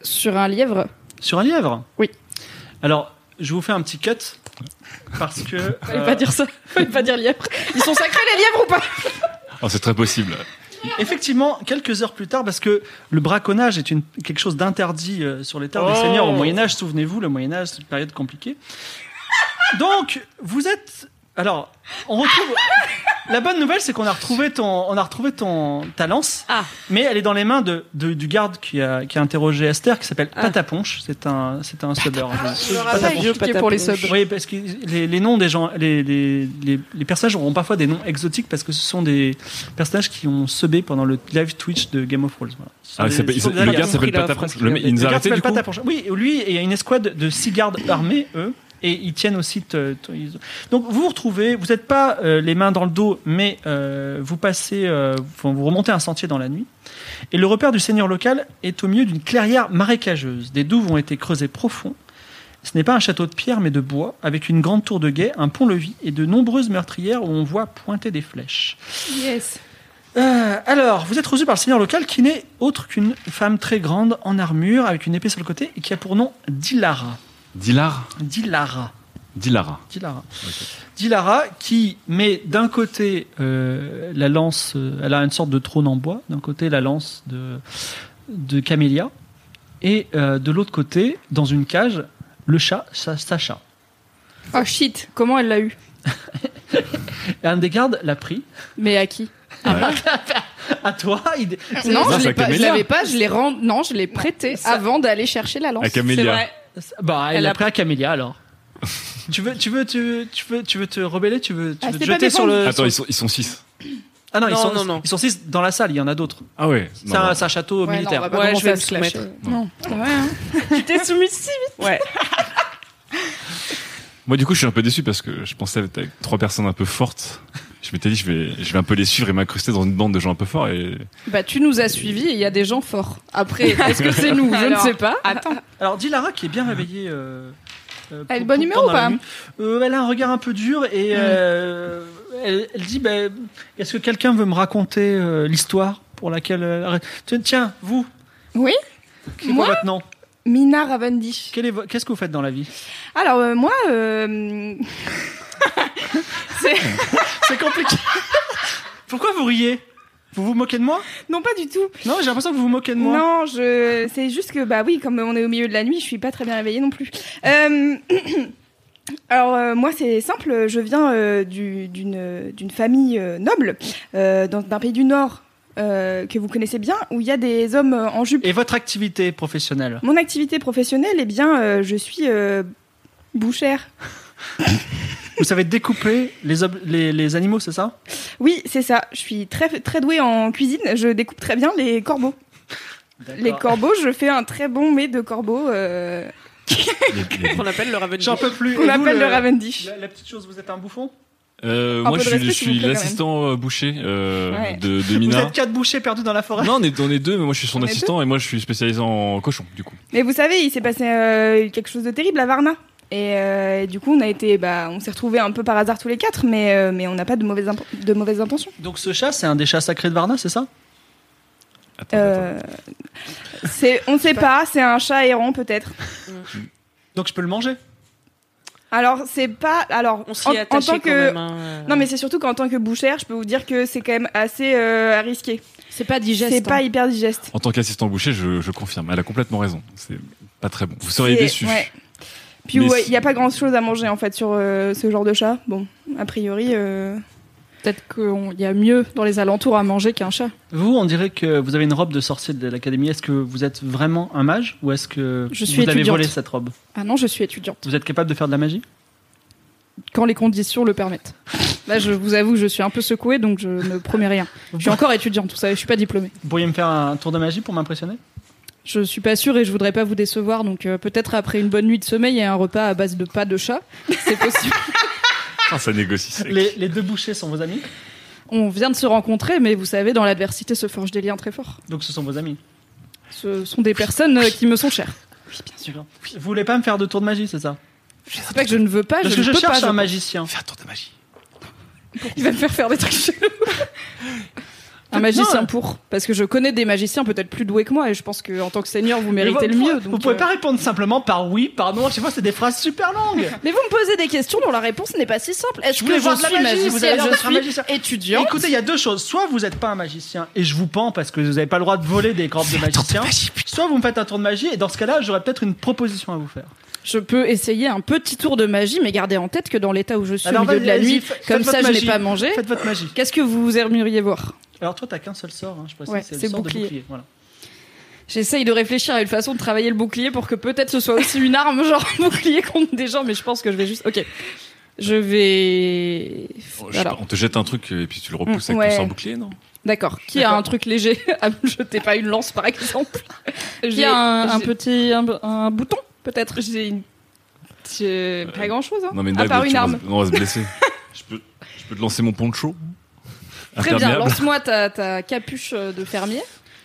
[SPEAKER 5] sur un lièvre.
[SPEAKER 4] Sur un lièvre
[SPEAKER 5] Oui.
[SPEAKER 4] Alors, je vous fais un petit cut parce que.
[SPEAKER 5] Fallait
[SPEAKER 4] euh,
[SPEAKER 5] pas dire ça. Fallait pas dire lièvre. Ils sont sacrés les lièvres ou pas
[SPEAKER 3] Oh, c'est très possible.
[SPEAKER 4] Effectivement, quelques heures plus tard, parce que le braconnage est une, quelque chose d'interdit euh, sur les terres des
[SPEAKER 6] Oh.
[SPEAKER 4] seigneurs au Moyen-Âge, souvenez-vous, le Moyen-Âge, c'est une période compliquée. Donc, vous êtes. Alors, on retrouve. La bonne nouvelle, c'est qu'on a retrouvé ton, on a retrouvé ton, ta lance,
[SPEAKER 6] Ah.
[SPEAKER 4] mais elle est dans les mains de, de- du garde qui a, qui a interrogé Esther, qui s'appelle Pataponche. C'est un, c'est un hein, subeur.
[SPEAKER 6] Je
[SPEAKER 4] Ah,
[SPEAKER 5] rappelle,
[SPEAKER 6] rappelle,
[SPEAKER 5] je cliquais pour les subs.
[SPEAKER 4] Oui, parce que les, les noms des gens, les, les, les, les personnages auront parfois des noms exotiques parce que ce sont des personnages qui ont sebé pendant le live Twitch de Game of Thrones. Voilà. Ce sont
[SPEAKER 3] Ah, il
[SPEAKER 4] des-
[SPEAKER 3] s'appelle-
[SPEAKER 4] ce sont
[SPEAKER 3] il-
[SPEAKER 4] des
[SPEAKER 3] le
[SPEAKER 4] aliens.
[SPEAKER 3] gars s'appelle
[SPEAKER 6] compris la
[SPEAKER 3] Patapon.
[SPEAKER 6] phrase
[SPEAKER 3] Le
[SPEAKER 6] qu'il
[SPEAKER 3] mec,
[SPEAKER 6] a
[SPEAKER 3] Il nous
[SPEAKER 4] Le
[SPEAKER 3] a
[SPEAKER 4] gars
[SPEAKER 3] arrêté du
[SPEAKER 4] s'appelle
[SPEAKER 3] coup.
[SPEAKER 4] Patapon. Oui, lui, et il y a une escouade de six gardes armés, eux, et ils tiennent aussi. te- te- ils- Donc vous vous retrouvez, vous n'êtes pas euh, les mains dans le dos, mais euh, vous passez, euh, vous vous remontez un sentier dans la nuit. Et le repère du seigneur local est au milieu d'une clairière marécageuse. Des douves ont été creusées profonds. Ce n'est pas un château de pierre, mais de bois, avec une grande tour de guet, un pont-levis et de nombreuses meurtrières où on voit pointer des flèches.
[SPEAKER 9] Yes.
[SPEAKER 4] Euh, alors, vous êtes reçu par le seigneur local qui n'est autre qu'une femme très grande en armure avec une épée sur le côté et qui a pour nom Dilara.
[SPEAKER 3] Dilar
[SPEAKER 4] Dilara.
[SPEAKER 3] Dilara.
[SPEAKER 4] Dilara. Dilara qui met d'un côté euh, la lance, euh, elle a une sorte de trône en bois, d'un côté la lance de, de Camélia, et euh, de l'autre côté, dans une cage, le chat, Sa- Sacha.
[SPEAKER 5] Oh shit. Comment elle l'a eu
[SPEAKER 4] Et un des gardes l'a pris.
[SPEAKER 5] Mais à qui
[SPEAKER 9] Ah.
[SPEAKER 4] À toi, il...
[SPEAKER 5] Non,
[SPEAKER 3] ça, c'est
[SPEAKER 5] je l'ai
[SPEAKER 3] à
[SPEAKER 5] pas. Je
[SPEAKER 3] Camélia.
[SPEAKER 5] l'avais pas. Je l'ai rendu. Non, je l'ai prêté
[SPEAKER 4] Ça-
[SPEAKER 5] avant d'aller chercher la lance.
[SPEAKER 3] À Camélia.
[SPEAKER 4] bah, elle
[SPEAKER 5] Elle
[SPEAKER 4] l'a
[SPEAKER 5] a-
[SPEAKER 4] pris à Camélia alors. tu veux, tu veux, tu veux, tu veux, tu veux te rebeller, tu veux, tu
[SPEAKER 5] Ah,
[SPEAKER 4] veux te
[SPEAKER 5] c'était pas
[SPEAKER 4] jeter sur le.
[SPEAKER 3] Attends,
[SPEAKER 4] sur-
[SPEAKER 3] ils sont, ils sont 6.
[SPEAKER 4] Ah non, ils
[SPEAKER 6] Non,
[SPEAKER 4] sont,
[SPEAKER 6] non, non.
[SPEAKER 4] ils sont six dans la salle. Il y en a d'autres.
[SPEAKER 3] Ah ouais.
[SPEAKER 4] C'est un, c'est un château
[SPEAKER 5] Ouais, non, on
[SPEAKER 4] militaire.
[SPEAKER 5] va pas
[SPEAKER 6] Ouais,
[SPEAKER 5] commencer
[SPEAKER 6] je vais
[SPEAKER 5] à
[SPEAKER 6] me
[SPEAKER 5] se clasher.
[SPEAKER 6] soumettre.
[SPEAKER 5] Non. Ouais, hein. (laughs)
[SPEAKER 9] Tu t'es soumise si vite.
[SPEAKER 6] Ouais.
[SPEAKER 3] Moi, du coup, je suis un peu déçu parce que je pensais être avec trois personnes un peu fortes. Je m'étais dit, je vais, je vais un peu les suivre et m'incruster dans une bande de gens un peu forts. Et...
[SPEAKER 5] Bah, tu nous as suivis et il y a des gens forts. (laughs) Après, est-ce que c'est nous Je ne
[SPEAKER 9] Alors,
[SPEAKER 5] sais pas.
[SPEAKER 9] Attends.
[SPEAKER 4] Alors, Dilara qui est bien réveillée. euh, euh,
[SPEAKER 9] Elle est
[SPEAKER 4] pour-
[SPEAKER 9] de bonne
[SPEAKER 4] pour-
[SPEAKER 9] humeur
[SPEAKER 4] pendant
[SPEAKER 9] ou
[SPEAKER 4] la
[SPEAKER 9] pas
[SPEAKER 4] nuit. Euh, Elle a un regard un peu dur et euh, elle, elle dit bah, Est-ce que quelqu'un veut me raconter euh, l'histoire pour laquelle. euh, tiens, Tiens, vous,
[SPEAKER 9] Oui.
[SPEAKER 4] qui est
[SPEAKER 9] Moi
[SPEAKER 4] votre nom
[SPEAKER 9] Mina Ravendish.
[SPEAKER 4] Quel est vo- Qu'est-ce que vous faites dans la vie
[SPEAKER 9] Alors euh, moi, (laughs) euh,
[SPEAKER 4] C'est compliqué. (laughs) Pourquoi vous riez Vous vous moquez de moi
[SPEAKER 9] non pas du tout.
[SPEAKER 4] Non, j'ai l'impression que vous vous moquez de moi.
[SPEAKER 9] Non, je, c'est juste que bah oui, comme on est au milieu de la nuit, je suis pas très bien réveillée non plus. Euh, (clears throat) Alors euh, moi c'est simple, je viens euh, du- d'une d'une famille euh, noble euh, dans- d'un pays du Nord euh, que vous connaissez bien, où il y a des hommes euh, en jupe.
[SPEAKER 4] Et votre activité professionnelle
[SPEAKER 9] Mon activité professionnelle, eh bien, euh, je suis euh, bouchère.
[SPEAKER 4] Vous savez découper les, ob- les, les animaux, c'est ça
[SPEAKER 9] Oui, c'est ça. Je suis très, très douée en cuisine. Je découpe très bien les corbeaux. Les corbeaux, je fais un très bon mets de corbeaux euh,
[SPEAKER 6] Qu'on appelle le Raven
[SPEAKER 4] J'en peux plus.
[SPEAKER 9] qu'on
[SPEAKER 4] Et vous,
[SPEAKER 9] appelle le raven dish.
[SPEAKER 4] La, la petite chose, vous êtes un bouffon
[SPEAKER 3] Euh,
[SPEAKER 9] Un
[SPEAKER 3] moi,
[SPEAKER 9] peu
[SPEAKER 3] je
[SPEAKER 9] de
[SPEAKER 3] suis, je
[SPEAKER 9] respect, s'il vous
[SPEAKER 3] suis
[SPEAKER 9] plaît, quand
[SPEAKER 3] l'assistant euh, boucher euh,
[SPEAKER 9] Ouais.
[SPEAKER 3] de, de
[SPEAKER 4] Vous
[SPEAKER 3] Mina.
[SPEAKER 4] êtes quatre bouchers perdus dans la forêt
[SPEAKER 3] Non, on est, on est deux, mais moi je suis son
[SPEAKER 9] On est
[SPEAKER 3] assistant et moi je suis spécialisé en cochon, du coup.
[SPEAKER 9] Mais vous savez, il s'est passé euh, quelque chose de terrible à Varna. Et, euh, et du coup, on a été, bah, on s'est retrouvés un peu par hasard tous les quatre, mais, euh, mais on n'a pas de mauvaises, impo- de mauvaises intentions.
[SPEAKER 4] Donc ce chat, c'est un des chats sacrés de Varna, c'est ça
[SPEAKER 3] Attends,
[SPEAKER 9] Euh, c'est, on ne sait pas. C'est un chat errant peut-être.
[SPEAKER 4] Donc je peux le manger
[SPEAKER 9] Alors c'est pas, alors
[SPEAKER 6] On
[SPEAKER 9] en,
[SPEAKER 6] s'y est
[SPEAKER 9] en
[SPEAKER 6] attaché
[SPEAKER 9] tant
[SPEAKER 6] quand
[SPEAKER 9] que,
[SPEAKER 6] même. hein.
[SPEAKER 9] non mais c'est surtout qu'en tant que bouchère, je peux vous dire que c'est quand même assez euh, risqué.
[SPEAKER 10] C'est pas digeste.
[SPEAKER 9] C'est pas
[SPEAKER 10] hein.
[SPEAKER 9] hyper digeste.
[SPEAKER 3] En tant qu'assistant boucher, je, je confirme. Elle a complètement raison. C'est pas très bon. Vous seriez
[SPEAKER 9] C'est-
[SPEAKER 3] déçus.
[SPEAKER 9] ouais. Puis
[SPEAKER 3] Mais
[SPEAKER 9] ouais, il
[SPEAKER 3] si-
[SPEAKER 9] n'y a pas grand chose à manger en fait sur euh, ce genre de chat. Bon, a priori. euh,
[SPEAKER 5] Peut-être qu'il y a mieux dans les alentours à manger qu'un chat.
[SPEAKER 4] Vous, on dirait que vous avez une robe de sorcier de l'académie. Est-ce que vous êtes vraiment un mage ou est-ce que vous
[SPEAKER 5] Je suis
[SPEAKER 4] avez
[SPEAKER 5] étudiante.
[SPEAKER 4] volé cette robe
[SPEAKER 5] Ah non, je suis étudiante,
[SPEAKER 4] Vous êtes capable de faire de la magie
[SPEAKER 5] quand les conditions le permettent. Là, je vous avoue, je suis un peu secouée, donc je ne promets rien. Je suis encore étudiante, vous savez, je suis pas diplômée.
[SPEAKER 4] Vous pourriez me faire un tour de magie pour m'impressionner
[SPEAKER 5] Je suis pas sûre et je voudrais pas vous décevoir, donc euh, peut-être après une bonne nuit de sommeil et un repas à base de pas de chat,
[SPEAKER 9] (laughs)
[SPEAKER 5] c'est possible.
[SPEAKER 3] (laughs) Ah, ça négocie. sec.
[SPEAKER 4] les, les deux bouchers sont vos amis
[SPEAKER 5] On vient de se rencontrer, mais vous savez, dans l'adversité se forgent des liens très forts.
[SPEAKER 4] Donc ce sont vos amis.
[SPEAKER 5] Ce sont des personnes euh, qui me sont chères.
[SPEAKER 4] Bien sûr. Vous voulez pas me faire de tour de magie, c'est ça
[SPEAKER 5] Je sais pas que je ne veux pas,
[SPEAKER 4] Parce
[SPEAKER 5] Ah, je
[SPEAKER 4] que
[SPEAKER 5] ne
[SPEAKER 4] je
[SPEAKER 5] peux
[SPEAKER 4] cherche
[SPEAKER 5] pas.
[SPEAKER 4] un magicien.
[SPEAKER 3] Fais un tour de magie.
[SPEAKER 5] Il va me faire faire des trucs chelous. Un magicien
[SPEAKER 4] Non.
[SPEAKER 5] pour, parce que je connais des magiciens peut-être plus doués que moi et je pense que en tant que seigneur vous
[SPEAKER 4] Mais
[SPEAKER 5] méritez
[SPEAKER 4] vous-
[SPEAKER 5] le mieux.
[SPEAKER 4] Vous
[SPEAKER 5] donc,
[SPEAKER 4] pouvez
[SPEAKER 5] euh,
[SPEAKER 4] pas répondre simplement par oui, par non. Je sais pas, c'est des phrases super
[SPEAKER 5] (laughs)
[SPEAKER 4] longues.
[SPEAKER 5] Mais vous me posez des questions dont la réponse n'est pas si simple. Est-ce
[SPEAKER 4] Je
[SPEAKER 5] que
[SPEAKER 4] voulais
[SPEAKER 5] je
[SPEAKER 4] voir de la
[SPEAKER 5] suis
[SPEAKER 4] magie, vous avez
[SPEAKER 5] magicienne
[SPEAKER 4] l'air
[SPEAKER 5] Je
[SPEAKER 4] d'être un
[SPEAKER 5] suis
[SPEAKER 4] magicien.
[SPEAKER 5] étudiante.
[SPEAKER 4] Écoutez, il y a deux choses. Soit vous n'êtes pas un magicien et je vous pends parce que vous n'avez pas le droit de voler des
[SPEAKER 5] (laughs)
[SPEAKER 4] corps de magicien. Soit vous me faites un tour de magie et dans ce cas-là, j'aurais peut-être une proposition à vous faire.
[SPEAKER 5] Je peux essayer un petit tour de magie, mais gardez en tête que dans l'état où je suis
[SPEAKER 4] Alors,
[SPEAKER 5] au milieu de la
[SPEAKER 4] vas-y,
[SPEAKER 5] nuit,
[SPEAKER 4] fa- faites
[SPEAKER 5] comme ça
[SPEAKER 4] votre
[SPEAKER 5] je n'ai
[SPEAKER 4] magie.
[SPEAKER 5] pas mangé.
[SPEAKER 4] Faites votre magie.
[SPEAKER 5] Qu'est-ce que vous aimeriez voir
[SPEAKER 4] Alors toi, t'as qu'un seul sort. hein, je précise,
[SPEAKER 5] Ouais,
[SPEAKER 4] c'est le
[SPEAKER 5] c'est
[SPEAKER 4] sort de
[SPEAKER 5] bouclier.
[SPEAKER 4] bouclier. Voilà.
[SPEAKER 5] J'essaye de réfléchir à une façon de travailler le bouclier pour que peut-être ce soit aussi une arme, (laughs) genre un bouclier contre des gens, mais je pense que je vais juste. Ok. Je vais.
[SPEAKER 3] Oh, je sais
[SPEAKER 5] Alors,
[SPEAKER 3] pas, on te jette un truc et puis tu le repousses
[SPEAKER 9] Mm,
[SPEAKER 3] avec
[SPEAKER 9] ouais.
[SPEAKER 3] ton sort bouclier, non
[SPEAKER 5] d'accord. Qui a
[SPEAKER 4] D'accord.
[SPEAKER 5] un truc léger à me jeter Pas une lance, par exemple. Qui
[SPEAKER 9] j'ai-
[SPEAKER 5] a un, un
[SPEAKER 9] j'ai-
[SPEAKER 5] petit. un, un bouton, peut-être
[SPEAKER 9] J'ai une- j'ai pas
[SPEAKER 3] Euh,
[SPEAKER 9] grand chose. Hein.
[SPEAKER 3] Non, mais
[SPEAKER 9] à
[SPEAKER 3] Nab,
[SPEAKER 9] part
[SPEAKER 3] tu
[SPEAKER 9] une
[SPEAKER 3] vas-
[SPEAKER 9] arme.
[SPEAKER 3] on va se
[SPEAKER 9] (laughs)
[SPEAKER 3] blesser. je, peux, je peux te lancer mon poncho
[SPEAKER 5] Très bien,
[SPEAKER 3] Imperméable.
[SPEAKER 5] lance-moi ta, ta capuche euh, de fermier.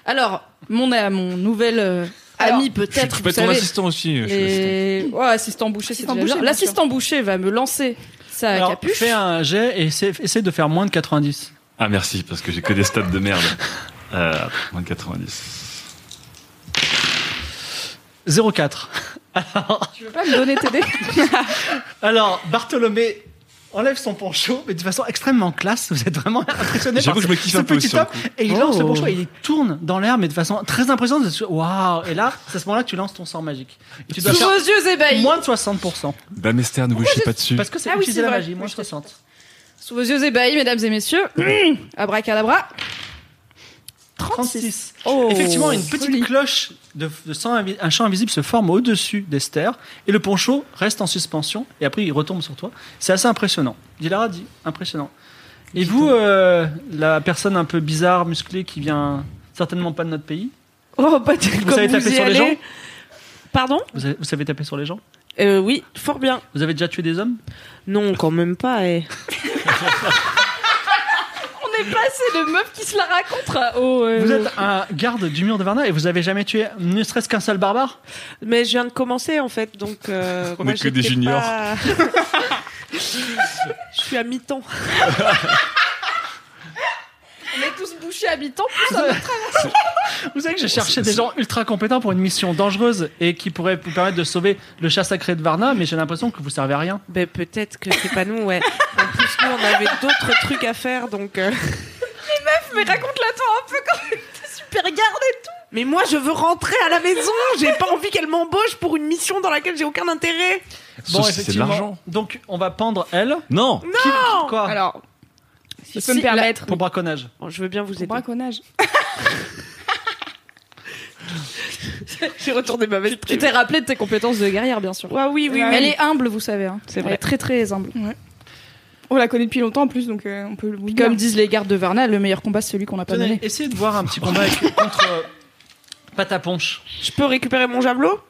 [SPEAKER 5] Alors, mon, euh, mon nouvel euh,
[SPEAKER 9] Alors,
[SPEAKER 5] ami
[SPEAKER 3] Je,
[SPEAKER 5] peut-être,
[SPEAKER 3] je peux
[SPEAKER 5] vous
[SPEAKER 3] être ton
[SPEAKER 5] savez,
[SPEAKER 3] assistant aussi. je suis l'assistant.
[SPEAKER 5] les... ouais, assistant
[SPEAKER 6] Ah,
[SPEAKER 5] boucher, c'est
[SPEAKER 9] Assistant boucher,
[SPEAKER 5] déjà bien.
[SPEAKER 9] bien sûr.
[SPEAKER 5] L'assistant boucher va me lancer sa
[SPEAKER 4] Alors,
[SPEAKER 5] Ah, capuche.
[SPEAKER 4] fais un jet et essaie, essaie de faire moins de 90.
[SPEAKER 3] Ah, merci, parce que j'ai que des stats de
[SPEAKER 9] (laughs)
[SPEAKER 3] merde. Euh, moins de 90.
[SPEAKER 4] 04.
[SPEAKER 5] Tu veux pas me donner
[SPEAKER 4] (laughs)
[SPEAKER 5] tes dés
[SPEAKER 4] Alors, Bartholomé enlève son poncho, mais de façon extrêmement classe. Vous êtes vraiment impressionné
[SPEAKER 3] J'avoue
[SPEAKER 4] par
[SPEAKER 3] que je me kiffe
[SPEAKER 4] ce
[SPEAKER 3] un peu
[SPEAKER 4] petit
[SPEAKER 3] sur le
[SPEAKER 4] homme.
[SPEAKER 3] coup.
[SPEAKER 4] Et il lance
[SPEAKER 10] Oh.
[SPEAKER 4] le poncho et il tourne dans l'air, mais de façon très impressionnante. Vous êtes- Waouh Et là, c'est à ce moment-là que tu lances ton sort magique. Et tu dois
[SPEAKER 5] Sous
[SPEAKER 4] faire
[SPEAKER 5] vos yeux ébahis.
[SPEAKER 4] moins de 60%.
[SPEAKER 3] Bamester, ne bouge pas dessus.
[SPEAKER 4] Parce que c'est
[SPEAKER 5] Ah oui,
[SPEAKER 4] utiliser
[SPEAKER 5] c'est
[SPEAKER 4] la
[SPEAKER 5] vrai.
[SPEAKER 4] magie, moins
[SPEAKER 5] Oui,
[SPEAKER 4] de
[SPEAKER 5] je te
[SPEAKER 4] 60.
[SPEAKER 5] Sous vos yeux ébahis, mesdames
[SPEAKER 4] (clears throat)
[SPEAKER 5] et messieurs. Mmh. Abracadabra.
[SPEAKER 4] 36.
[SPEAKER 5] Oh,
[SPEAKER 4] Effectivement, une petite
[SPEAKER 5] joli.
[SPEAKER 4] cloche de, de sang invi- un champ invisible se forme au-dessus d'Esther et le poncho reste en suspension et après il retombe sur toi. C'est assez impressionnant. Dilara dit impressionnant. Et vous, euh, la personne un peu bizarre, musclée qui vient certainement pas de notre pays,
[SPEAKER 6] Oh, pas terrible.
[SPEAKER 4] vous savez taper sur les gens
[SPEAKER 6] Pardon
[SPEAKER 4] vous, avez- vous savez taper sur les gens
[SPEAKER 6] Euh, Oui, fort bien.
[SPEAKER 4] Vous avez déjà tué des hommes
[SPEAKER 6] Non, quand même pas. eh.
[SPEAKER 5] (laughs) On est passé de meuf qui se la raconte à- oh, euh,
[SPEAKER 4] Vous êtes un garde du mur de Varna et vous avez jamais tué ne serait-ce qu'un seul barbare
[SPEAKER 6] Mais je viens de commencer en fait, donc. euh,
[SPEAKER 3] On
[SPEAKER 6] moi,
[SPEAKER 3] est que des
[SPEAKER 6] j'étais
[SPEAKER 3] juniors.
[SPEAKER 6] pas- Je suis à mi-temps.
[SPEAKER 5] On est tous bouchés habitants. plus un-
[SPEAKER 4] Vous savez que j'ai cherché des gens ultra compétents pour une mission dangereuse et qui pourraient vous permettre de sauver le chat sacré de Varna, mais j'ai l'impression que vous servez à rien.
[SPEAKER 6] Ben peut-être que c'est pas nous, ouais. En plus, nous, on avait d'autres trucs à faire, donc. euh.
[SPEAKER 5] Mais raconte-la toi un peu quand même. T'es super gardée.
[SPEAKER 6] Mais moi, je veux rentrer à la maison. J'ai pas envie qu'elle m'embauche pour une mission dans laquelle j'ai aucun intérêt.
[SPEAKER 3] Sauf si c'est de l'argent.
[SPEAKER 4] Donc, on va pendre elle.
[SPEAKER 3] Non
[SPEAKER 4] Qui- qui- quoi
[SPEAKER 9] Alors, si je peux me permettre.
[SPEAKER 4] Pour braconnage.
[SPEAKER 6] Bon, je veux bien vous
[SPEAKER 9] Pour
[SPEAKER 6] aider.
[SPEAKER 9] braconnage.
[SPEAKER 6] J'ai retourné ma veste.
[SPEAKER 5] Tu t'es rappelé de tes compétences de guerrière, bien sûr.
[SPEAKER 6] Ouais, oui, oui.
[SPEAKER 9] Ouais.
[SPEAKER 6] oui.
[SPEAKER 5] Elle est humble, vous savez. hein.
[SPEAKER 6] C'est
[SPEAKER 5] Elle
[SPEAKER 6] vrai.
[SPEAKER 5] est très très humble.
[SPEAKER 9] On la connaît depuis longtemps en plus, donc euh, on peut vous le dire.
[SPEAKER 5] Comme disent les gardes de Varna, le meilleur combat c'est celui qu'on n'a pas
[SPEAKER 4] Tenez,
[SPEAKER 5] mené.
[SPEAKER 4] essayez de voir un petit
[SPEAKER 6] (laughs)
[SPEAKER 4] combat avec- contre euh, Pataponche.
[SPEAKER 6] Je peux récupérer mon javelot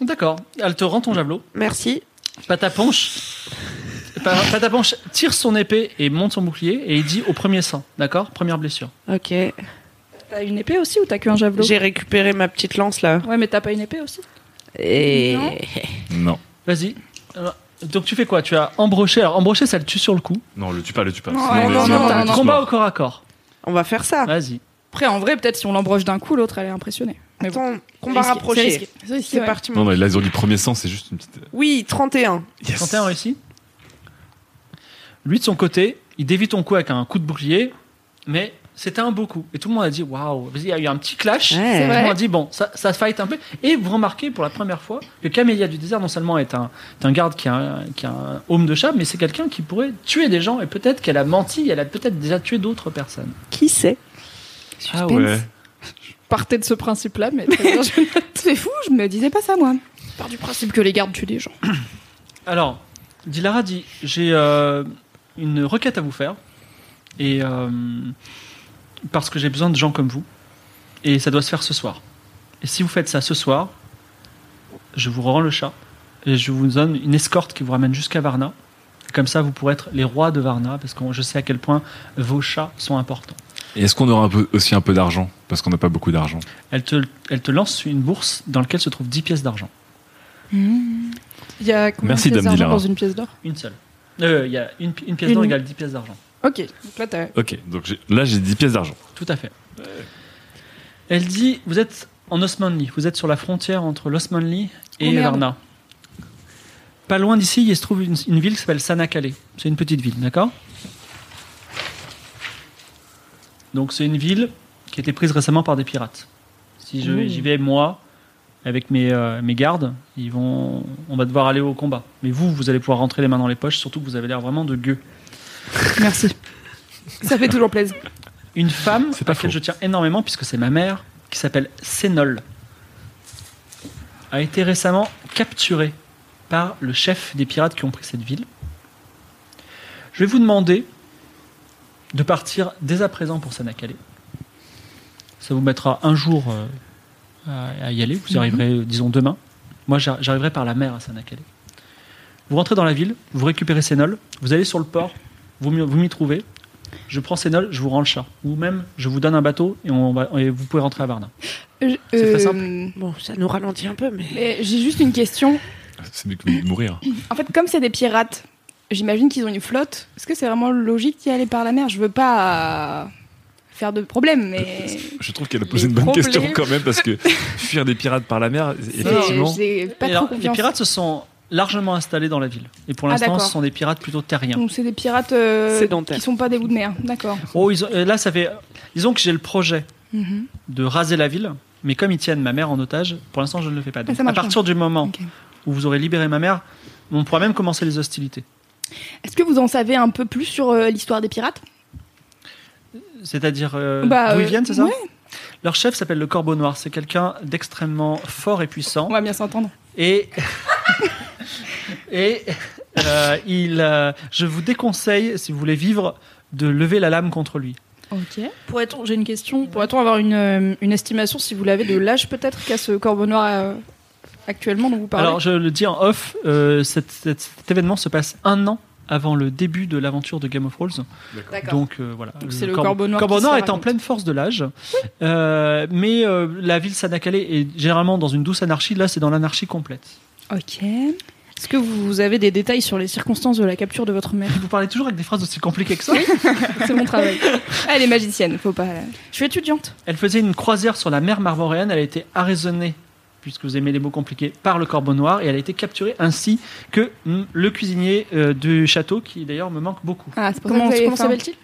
[SPEAKER 4] D'accord, elle te rend ton javelot.
[SPEAKER 6] Merci.
[SPEAKER 4] Pataponche. Pa- Pataponche tire son épée et monte son bouclier et il dit au premier sang, d'accord Première blessure.
[SPEAKER 6] Ok.
[SPEAKER 5] T'as une épée aussi ou t'as qu'un javelot
[SPEAKER 6] J'ai récupéré ma petite lance là.
[SPEAKER 5] Ouais, mais t'as pas une épée aussi
[SPEAKER 6] Et
[SPEAKER 9] Non.
[SPEAKER 3] Non.
[SPEAKER 4] Vas-y. Alors, Donc tu fais quoi Tu as embroché. Alors embroché, ça le tue sur le coup.
[SPEAKER 3] Non, le tue pas, le tue pas.
[SPEAKER 9] Non,
[SPEAKER 3] Sinon,
[SPEAKER 9] non,
[SPEAKER 3] il-
[SPEAKER 9] non,
[SPEAKER 3] il va
[SPEAKER 9] non,
[SPEAKER 3] pas
[SPEAKER 9] non,
[SPEAKER 3] le
[SPEAKER 9] non.
[SPEAKER 3] tuer.
[SPEAKER 4] Combat au corps à corps.
[SPEAKER 6] on va faire ça.
[SPEAKER 4] Vas-y.
[SPEAKER 5] Après, en vrai, peut-être si on l'embroche d'un coup, l'autre elle est impressionnée. Mais bon,
[SPEAKER 6] Attends, combat
[SPEAKER 5] risqué,
[SPEAKER 6] rapproché.
[SPEAKER 5] c'est risqué. C'est risqué,
[SPEAKER 6] C'est
[SPEAKER 5] ouais.
[SPEAKER 6] parti.
[SPEAKER 3] Non, non, là, ils ont du premier sang, c'est juste une petite. euh,
[SPEAKER 6] Oui, 31.
[SPEAKER 3] Yes.
[SPEAKER 4] 31 réussi. Lui de son côté, il dévie ton coup avec un coup de bouclier, mais c'était un beau coup. Et tout le monde a dit waouh. Vas-y, Il y a eu un petit clash.
[SPEAKER 6] Ouais.
[SPEAKER 4] Tout le
[SPEAKER 5] vrai.
[SPEAKER 4] monde a dit bon, ça, ça se fight un peu. Et vous remarquez pour la première fois que Camélia du désert non seulement est un, est un garde qui a un, qui a un homme de chat, mais c'est quelqu'un qui pourrait tuer des gens et peut-être qu'elle a menti, elle a peut-être déjà tué d'autres personnes.
[SPEAKER 6] Qui c'est
[SPEAKER 3] Ah ouais.
[SPEAKER 5] partez de ce principe-là, mais très
[SPEAKER 9] (laughs)
[SPEAKER 5] bien, je
[SPEAKER 9] C'est fou, je me disais pas ça moi.
[SPEAKER 5] pars du principe que les gardes tuent des gens.
[SPEAKER 4] Alors, Dilara dit j'ai euh, une requête à vous faire. Et euh, parce que j'ai besoin de gens comme vous. Et ça doit se faire ce soir. Et si vous faites ça ce soir, je vous rends le chat. Et je vous donne une escorte qui vous ramène jusqu'à Varna. Comme ça, vous pourrez être les rois de Varna, parce que je sais à quel point vos chats sont importants.
[SPEAKER 3] Et est-ce qu'on aura un peu, aussi un peu d'argent Parce qu'on n'a pas beaucoup d'argent.
[SPEAKER 4] Elle te, elle te lance une bourse dans laquelle se trouvent 10 pièces d'argent.
[SPEAKER 5] Il y a combien
[SPEAKER 3] Merci,
[SPEAKER 5] de
[SPEAKER 3] Dame
[SPEAKER 5] pièces d'argent
[SPEAKER 3] Dilara.
[SPEAKER 5] dans une pièce d'or
[SPEAKER 4] Une seule. Euh, Il y a une, pi- une pièce d'or
[SPEAKER 5] Une-
[SPEAKER 4] égale 10 pièces d'argent.
[SPEAKER 5] Ok, donc là t'as.
[SPEAKER 3] Ok, donc j'ai- là, j'ai 10 pièces d'argent.
[SPEAKER 4] Tout à fait. Elle dit Vous êtes en Osmanli, vous êtes sur la frontière entre l'Osmanli et
[SPEAKER 5] Oh, merde.
[SPEAKER 4] Varna. Pas loin d'ici, il se trouve une, une ville qui s'appelle Sanakale. C'est une petite ville, d'accord Donc c'est une ville qui a été prise récemment par des pirates. Si
[SPEAKER 5] Oh.
[SPEAKER 4] je-
[SPEAKER 6] Ouh.
[SPEAKER 4] j'y vais, moi, avec mes, euh, mes gardes, ils vont, on va devoir aller au combat. Mais vous, vous allez pouvoir rentrer les mains dans les poches, surtout que vous avez l'air vraiment de gueux.
[SPEAKER 5] Merci.
[SPEAKER 9] Ça fait toujours plaisir.
[SPEAKER 4] Une femme
[SPEAKER 3] C'est
[SPEAKER 4] à
[SPEAKER 3] pas
[SPEAKER 4] laquelle
[SPEAKER 3] faux.
[SPEAKER 4] je tiens énormément, puisque c'est ma mère, qui s'appelle Sénol, a été récemment capturée par le chef des pirates qui ont pris cette ville. Je vais vous demander de partir dès à présent pour Sanakale. Ça vous mettra un jour euh, à- à y aller. Vous y arriverez, euh, disons, demain. Moi, j'ar- j'arriverai par la mer à Sanakale. Vous rentrez dans la ville, vous récupérez Sénol, vous allez sur le port, vous m'y- vous m'y trouvez, je prends Sénol, je vous rends le chat. Ou même, je vous donne un bateau et, on va, et vous pouvez rentrer à Varna.
[SPEAKER 9] C'est
[SPEAKER 4] C'est très
[SPEAKER 6] Bon, ça nous ralentit un peu, mais.
[SPEAKER 9] Euh, Mais j'ai juste une question.
[SPEAKER 3] C'est mieux que de mourir.
[SPEAKER 9] En fait, comme c'est des pirates, j'imagine qu'ils ont une flotte. Est-ce que c'est vraiment logique d'y aller par la mer Je veux pas euh, faire de problème, mais
[SPEAKER 3] Je trouve qu'elle a
[SPEAKER 9] Les
[SPEAKER 3] posé une bonne
[SPEAKER 9] problèmes.
[SPEAKER 3] question quand même,
[SPEAKER 5] (laughs)
[SPEAKER 3] parce que fuir des pirates par la mer,
[SPEAKER 9] c'est-
[SPEAKER 3] effectivement.
[SPEAKER 9] j'ai pas
[SPEAKER 4] Et
[SPEAKER 9] trop
[SPEAKER 4] alors, les
[SPEAKER 9] confiance.
[SPEAKER 4] pirates se sont largement installés dans la ville. Et pour
[SPEAKER 9] Ah,
[SPEAKER 4] l'instant,
[SPEAKER 9] d'accord.
[SPEAKER 4] ce sont des pirates plutôt terriens.
[SPEAKER 9] Donc c'est des pirates euh,
[SPEAKER 6] Sédentaires.
[SPEAKER 9] qui sont pas des bouts de mer, d'accord.
[SPEAKER 4] Oh, ils ont- euh, là, ça fait. Disons que j'ai le projet
[SPEAKER 5] Mhm.
[SPEAKER 4] de raser la ville, mais comme ils tiennent ma mère en otage, pour l'instant, je ne le fais pas. Donc,
[SPEAKER 9] Ah, ça
[SPEAKER 4] à
[SPEAKER 9] marche
[SPEAKER 4] partir du moment
[SPEAKER 9] Ok.
[SPEAKER 4] où vous aurez libéré ma mère, on pourra même commencer les hostilités.
[SPEAKER 9] Est-ce que vous en savez un peu plus sur euh, l'histoire des pirates
[SPEAKER 4] C'est-à-dire euh,
[SPEAKER 9] Bah,
[SPEAKER 4] d'où ils
[SPEAKER 9] euh,
[SPEAKER 4] viennent, c'est ça
[SPEAKER 9] ouais.
[SPEAKER 4] Leur chef s'appelle le Corbeau Noir. C'est quelqu'un d'extrêmement fort et puissant.
[SPEAKER 9] On va bien s'entendre.
[SPEAKER 4] Et, et euh, il, euh, je vous déconseille, si vous voulez vivre, de lever la lame contre lui.
[SPEAKER 5] Ok. Pourrait-on, j'ai une question, pourrait-on avoir une, euh, une estimation, si vous l'avez, de l'âge peut-être qu'a ce corbeau noir euh, actuellement dont vous parlez
[SPEAKER 4] Alors, je le dis en off, euh, cet, cet- cet événement se passe un an avant le début de l'aventure de Game of Thrones. Donc euh, voilà.
[SPEAKER 5] Donc, c'est le Corbeau Noir qui se
[SPEAKER 4] est en
[SPEAKER 5] raconte.
[SPEAKER 4] pleine force de l'âge. Euh, mais euh, la ville Sanakale est généralement dans une douce anarchie. Là, c'est dans l'anarchie complète.
[SPEAKER 5] Ok. Est-ce que vous avez des détails sur les circonstances de la capture de votre mère
[SPEAKER 4] Vous parlez toujours avec des phrases aussi compliquées que ça.
[SPEAKER 5] C'est mon (laughs) travail.
[SPEAKER 9] Elle est magicienne, faut pas.
[SPEAKER 5] Je suis étudiante.
[SPEAKER 4] Elle faisait une croisière sur la mer marmoréenne, elle a été arraisonnée, puisque vous aimez les mots compliqués, par le corbeau noir, et elle a été capturée ainsi que mm, le cuisinier euh, du château, qui d'ailleurs me manque beaucoup.
[SPEAKER 9] Ah, c'est pour ça
[SPEAKER 5] Comment,
[SPEAKER 9] que vous avez
[SPEAKER 5] comment
[SPEAKER 9] faim.
[SPEAKER 5] s'appelle-t-il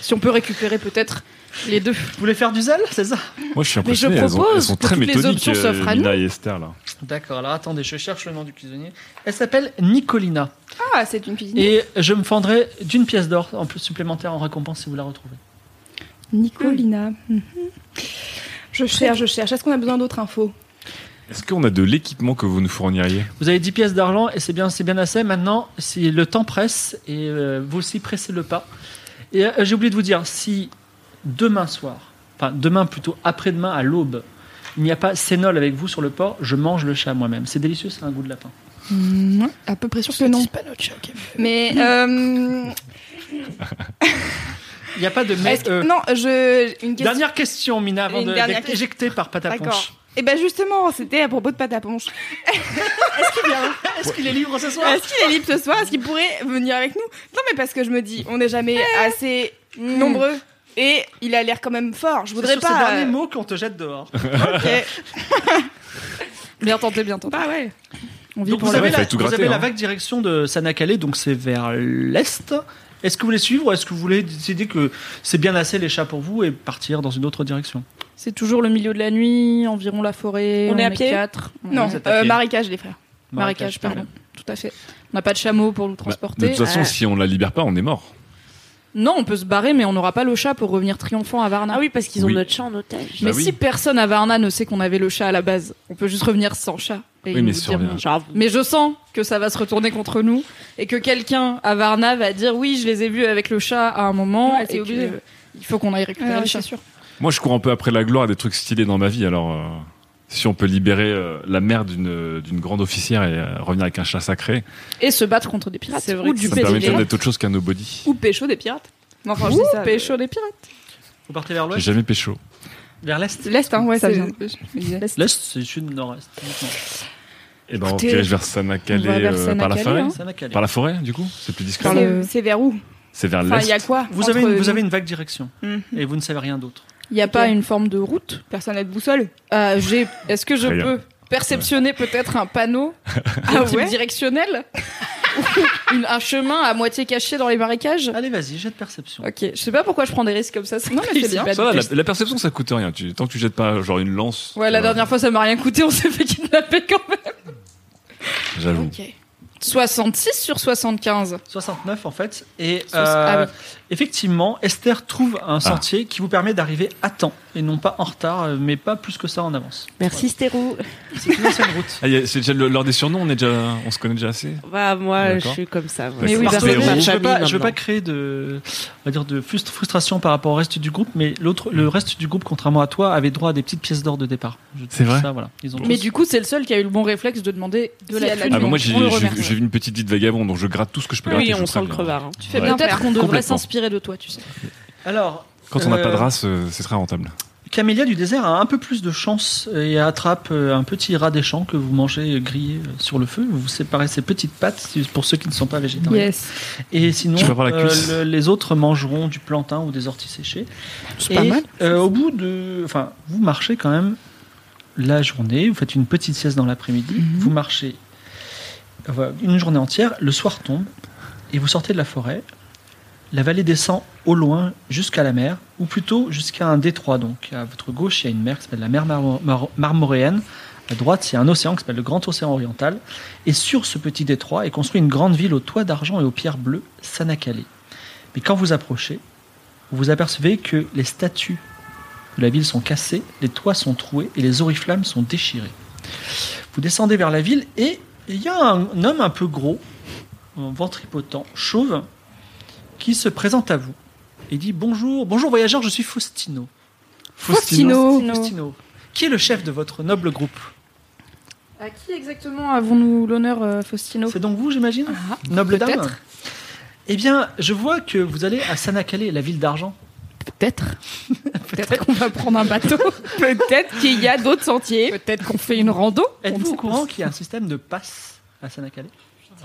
[SPEAKER 5] Si on peut récupérer peut-être Les deux.
[SPEAKER 4] Vous voulez faire du zèle, c'est ça
[SPEAKER 3] Moi, je suis
[SPEAKER 5] Mais je
[SPEAKER 3] impressionné. elles, ont-
[SPEAKER 5] propose
[SPEAKER 3] elles sont
[SPEAKER 5] que
[SPEAKER 3] très
[SPEAKER 5] toutes les
[SPEAKER 3] méthodiques,
[SPEAKER 5] options s'offrent à
[SPEAKER 3] euh, Mina et Esther, là.
[SPEAKER 4] D'accord, alors attendez, je cherche le nom du cuisinier. Elle s'appelle Nicolina.
[SPEAKER 9] Ah, c'est une cuisine.
[SPEAKER 4] Et je me fendrai d'une pièce d'or en plus supplémentaire en récompense si vous la retrouvez.
[SPEAKER 9] Nicolina. Mhm. Je cherche, je cherche. Est-ce qu'on a besoin d'autres infos
[SPEAKER 3] Est-ce qu'on a de l'équipement que vous nous fourniriez Bah,
[SPEAKER 4] Vous avez 10 pièces d'argent et c'est bien, c'est bien assez. Maintenant, si le temps presse et euh, vous aussi pressez le pas. Et euh, j'ai oublié de vous dire, si demain soir, enfin demain plutôt après-demain à l'aube, il n'y a pas Sénol avec vous sur le port, je mange le chat moi-même. C'est délicieux, c'est un goût de lapin.
[SPEAKER 5] À peu près sûr que non.
[SPEAKER 9] Mais
[SPEAKER 5] Mmh.
[SPEAKER 9] euh,
[SPEAKER 4] Il n'y a pas de mais.
[SPEAKER 9] est-ce que-
[SPEAKER 4] euh,
[SPEAKER 9] non, je une question.
[SPEAKER 4] dernière question, Mina, avant
[SPEAKER 9] Une
[SPEAKER 4] de-
[SPEAKER 9] dernière
[SPEAKER 4] d'être
[SPEAKER 9] question.
[SPEAKER 4] éjectée par Pataponche.
[SPEAKER 9] D'accord. Et ben justement, c'était à propos de pâte à ponche. Est-ce qu'il vient
[SPEAKER 4] Est-ce qu'il est libre ce
[SPEAKER 5] Oh.
[SPEAKER 4] soir
[SPEAKER 9] Est-ce qu'il est libre ce soir Est-ce qu'il pourrait venir avec nous Non, mais parce que je me dis, on n'est jamais
[SPEAKER 5] Eh.
[SPEAKER 9] assez
[SPEAKER 5] Hmm.
[SPEAKER 9] nombreux. Et il a l'air quand même fort. Je voudrais
[SPEAKER 4] C'est sur ces
[SPEAKER 9] pas. euh,
[SPEAKER 4] derniers mots qu'on te jette dehors.
[SPEAKER 9] Ok.
[SPEAKER 5] (laughs) Bien tenté, bien tenté.
[SPEAKER 9] Bah ouais.
[SPEAKER 5] On vit
[SPEAKER 4] Donc
[SPEAKER 5] pour
[SPEAKER 4] vous
[SPEAKER 5] la
[SPEAKER 3] vrai,
[SPEAKER 4] avez,
[SPEAKER 3] il
[SPEAKER 4] la,
[SPEAKER 3] fallait tout
[SPEAKER 4] vous
[SPEAKER 3] gratter,
[SPEAKER 4] avez la
[SPEAKER 3] hein.
[SPEAKER 4] vague direction de Sanakale, donc c'est vers l'est. Est-ce que vous voulez suivre ou est-ce que vous voulez décider que c'est bien assez les chats pour vous et partir dans une autre direction
[SPEAKER 5] C'est toujours le milieu de la nuit, environ la forêt.
[SPEAKER 10] On est à pied
[SPEAKER 5] quatre.
[SPEAKER 9] Non,
[SPEAKER 4] c'est pas
[SPEAKER 9] euh,
[SPEAKER 4] pire.
[SPEAKER 9] marécage, les frères.
[SPEAKER 5] Marécage, pardon. Tout à fait. On n'a pas de chameau pour le
[SPEAKER 7] Bah,
[SPEAKER 5] transporter.
[SPEAKER 3] De toute façon,
[SPEAKER 5] Ah.
[SPEAKER 3] si on la libère pas, on est mort.
[SPEAKER 5] Non, on peut se barrer, mais on n'aura pas le chat pour revenir triomphant à Varna.
[SPEAKER 10] Ah oui, parce qu'ils ont
[SPEAKER 3] Oui.
[SPEAKER 10] notre chat en otage.
[SPEAKER 5] mais
[SPEAKER 3] Bah oui.
[SPEAKER 5] si personne à Varna ne sait qu'on avait le chat à la base, on peut juste revenir sans chat. et
[SPEAKER 3] Oui, mais
[SPEAKER 5] nous
[SPEAKER 3] si
[SPEAKER 5] dire
[SPEAKER 3] on revient-
[SPEAKER 10] J'avoue.
[SPEAKER 5] Mais je sens que ça va se retourner contre nous et que quelqu'un à Varna va dire oui, je les ai vus avec le chat à un moment.
[SPEAKER 9] Ouais, c'est
[SPEAKER 5] et que
[SPEAKER 9] obligé.
[SPEAKER 5] il faut qu'on aille récupérer le chat.
[SPEAKER 9] sûr.
[SPEAKER 3] Moi, je cours un peu après la gloire et des trucs stylés dans ma vie, alors euh, si on peut libérer euh, la mère d'une euh, d'une grande officière et euh, revenir avec un chat sacré,
[SPEAKER 5] Et se battre contre des pirates.
[SPEAKER 10] C'est vrai
[SPEAKER 5] ou
[SPEAKER 10] que
[SPEAKER 5] du
[SPEAKER 3] ça me permettrait
[SPEAKER 5] pédilé.
[SPEAKER 3] d'être autre chose qu'un nobody.
[SPEAKER 9] Ou pécho des pirates. Mais enfin, je dis
[SPEAKER 5] Ouh,
[SPEAKER 9] ça.
[SPEAKER 5] pécho des pirates.
[SPEAKER 4] Vous partez vers
[SPEAKER 3] J'ai
[SPEAKER 4] l'ouest
[SPEAKER 3] jamais pécho.
[SPEAKER 4] Vers l'est
[SPEAKER 9] L'Est, hein, ouais,
[SPEAKER 5] Ça
[SPEAKER 9] c'est-
[SPEAKER 5] vient.
[SPEAKER 9] je me disais.
[SPEAKER 4] L'est, c'est sud-nord-est.
[SPEAKER 3] Et ben, on se
[SPEAKER 5] Écoutez,
[SPEAKER 3] dirige vers Sanakale
[SPEAKER 5] on va vers
[SPEAKER 3] euh, par la
[SPEAKER 5] Sanakale,
[SPEAKER 3] forêt.
[SPEAKER 5] hein.
[SPEAKER 4] Sanakale.
[SPEAKER 3] Par la forêt, du coup C'est plus discret.
[SPEAKER 5] Par
[SPEAKER 9] C'est-
[SPEAKER 5] le-
[SPEAKER 9] C'est vers où
[SPEAKER 3] C'est vers
[SPEAKER 9] Enfin, il y a
[SPEAKER 3] l'est.
[SPEAKER 9] quoi
[SPEAKER 4] Vous,
[SPEAKER 9] entre
[SPEAKER 4] avez une, vous
[SPEAKER 9] nous
[SPEAKER 4] avez une vague direction
[SPEAKER 9] Mhm.
[SPEAKER 4] et vous ne savez rien d'autre.
[SPEAKER 5] Il n'y a pas
[SPEAKER 9] Ok.
[SPEAKER 5] une forme de route
[SPEAKER 9] Personne n'a de boussole
[SPEAKER 5] Euh, j'ai- Est-ce que je
[SPEAKER 3] Très bien.
[SPEAKER 5] peux perceptionner peut-être un
[SPEAKER 3] (laughs)
[SPEAKER 5] panneau
[SPEAKER 9] Ah
[SPEAKER 5] de type
[SPEAKER 9] ouais
[SPEAKER 5] directionnel (laughs) Ou une- un chemin à moitié caché dans les marécages
[SPEAKER 4] Allez, vas-y, jet de perception.
[SPEAKER 5] Ok, je sais pas pourquoi je prends des risques comme ça. (laughs) Non
[SPEAKER 9] mais c'est bien.
[SPEAKER 3] Ça, va, la, la perception, ça coûte rien. Tu- tant que tu jettes pas genre une lance. euh,
[SPEAKER 5] Ouais, la dernière fois ça m'a rien coûté, (laughs) on s'est fait kidnapper quand même.
[SPEAKER 3] fois. J'avoue.
[SPEAKER 5] 66 sur 75.
[SPEAKER 4] 69 en fait. Et
[SPEAKER 5] Soix- ah
[SPEAKER 4] euh,
[SPEAKER 5] oui.
[SPEAKER 4] effectivement, Esther trouve un
[SPEAKER 3] Ah.
[SPEAKER 4] sentier qui vous permet d'arriver à temps et non pas en retard, euh, mais pas plus que ça en avance.
[SPEAKER 10] Merci Stérou.
[SPEAKER 4] C'est une ancienne route.
[SPEAKER 3] Ah, y a- c'est déjà le- l'heure des surnoms, on, est déjà, on se connaît déjà assez
[SPEAKER 10] Bah, moi, je
[SPEAKER 3] D'accord.
[SPEAKER 10] suis comme ça. moi.
[SPEAKER 3] Mais oui,
[SPEAKER 10] Parce
[SPEAKER 4] Pardon,
[SPEAKER 10] que
[SPEAKER 3] Stérou.
[SPEAKER 10] ma
[SPEAKER 4] bah, je veux
[SPEAKER 10] famille,
[SPEAKER 4] pas, je veux
[SPEAKER 10] maintenant.
[SPEAKER 4] pas créer de, on va dire de frust- frustration par rapport au reste du groupe, mais l'autre, le reste du groupe, contrairement à toi, avait droit à des petites pièces d'or de départ. Je-
[SPEAKER 3] C'est vrai
[SPEAKER 4] ça, voilà. Ils ont
[SPEAKER 5] Mais
[SPEAKER 4] tous-
[SPEAKER 5] du coup, c'est le seul qui a eu le bon réflexe de demander
[SPEAKER 9] S'il
[SPEAKER 5] de
[SPEAKER 9] y a
[SPEAKER 5] la
[SPEAKER 9] de
[SPEAKER 5] thune.
[SPEAKER 9] la
[SPEAKER 3] Ah, bah, moi,
[SPEAKER 5] On
[SPEAKER 3] j'ai
[SPEAKER 5] le
[SPEAKER 3] j'ai-
[SPEAKER 5] remercie.
[SPEAKER 3] j'ai une petite vie de vagabond, donc je gratte tout ce que je peux gratter.
[SPEAKER 10] Oui,
[SPEAKER 3] je
[SPEAKER 10] on
[SPEAKER 3] suis
[SPEAKER 10] sent
[SPEAKER 3] très
[SPEAKER 10] le
[SPEAKER 3] bien.
[SPEAKER 10] crevard. hein.
[SPEAKER 5] Tu fais
[SPEAKER 3] Ouais.
[SPEAKER 5] bien. Peut-être qu'on devrait
[SPEAKER 3] Complètement.
[SPEAKER 5] s'inspirer de toi, tu sais.
[SPEAKER 4] Alors,
[SPEAKER 3] Quand on n'a pas de
[SPEAKER 4] Euh,
[SPEAKER 3] race, euh, c'est très rentable.
[SPEAKER 4] Camélia du désert a un peu plus de chance et attrape euh, un petit rat des champs que vous mangez euh, grillé euh, sur le feu. Vous vous séparez ses petites pattes si- pour ceux qui ne sont pas végétariens.
[SPEAKER 5] Yes.
[SPEAKER 4] Et sinon,
[SPEAKER 3] Je peux avoir la
[SPEAKER 4] euh,
[SPEAKER 3] cuisse.
[SPEAKER 4] le- les autres mangeront du plantain ou des orties séchées. C'est pas mal. au bout de. Enfin, vous marchez quand même la journée, vous faites une petite sieste dans l'après-midi, vous marchez euh, voilà, une journée entière, le soir tombe, et vous sortez de la forêt. La vallée descend au loin jusqu'à la mer, ou plutôt jusqu'à un détroit. Donc, à votre gauche, il y a une mer qui s'appelle la mer Marmo- Mar- Marmoréenne. À droite, il y a un océan qui s'appelle le Grand Océan Oriental. Et sur ce petit détroit est construite une grande ville aux toits d'argent et aux pierres bleues, Sanakale. Mais quand vous approchez, vous vous apercevez que les statues de la ville sont cassées, les toits sont troués et les oriflammes sont déchirés. Vous descendez vers la ville et il y a un homme un peu gros, en ventripotent, chauve, qui se présente à vous et dit Bonjour, bonjour voyageur, je suis Faustino.
[SPEAKER 9] Faustino.
[SPEAKER 4] Faustino. Qui est le chef de votre noble groupe
[SPEAKER 5] À qui exactement avons-nous l'honneur, euh, Faustino Ah.
[SPEAKER 4] C'est donc vous, j'imagine Noble dame
[SPEAKER 5] peut-être.
[SPEAKER 4] Eh bien, je vois que vous allez à Sanakale, la ville d'argent.
[SPEAKER 5] Peut-être. (laughs) Peut-être qu'on va prendre un bateau.
[SPEAKER 9] Peut-être qu'il y a d'autres sentiers.
[SPEAKER 5] Peut-être qu'on fait une rando. On ne
[SPEAKER 4] Êtes-vous
[SPEAKER 5] sait
[SPEAKER 4] au courant qu'il y a un système de passe à Sanakale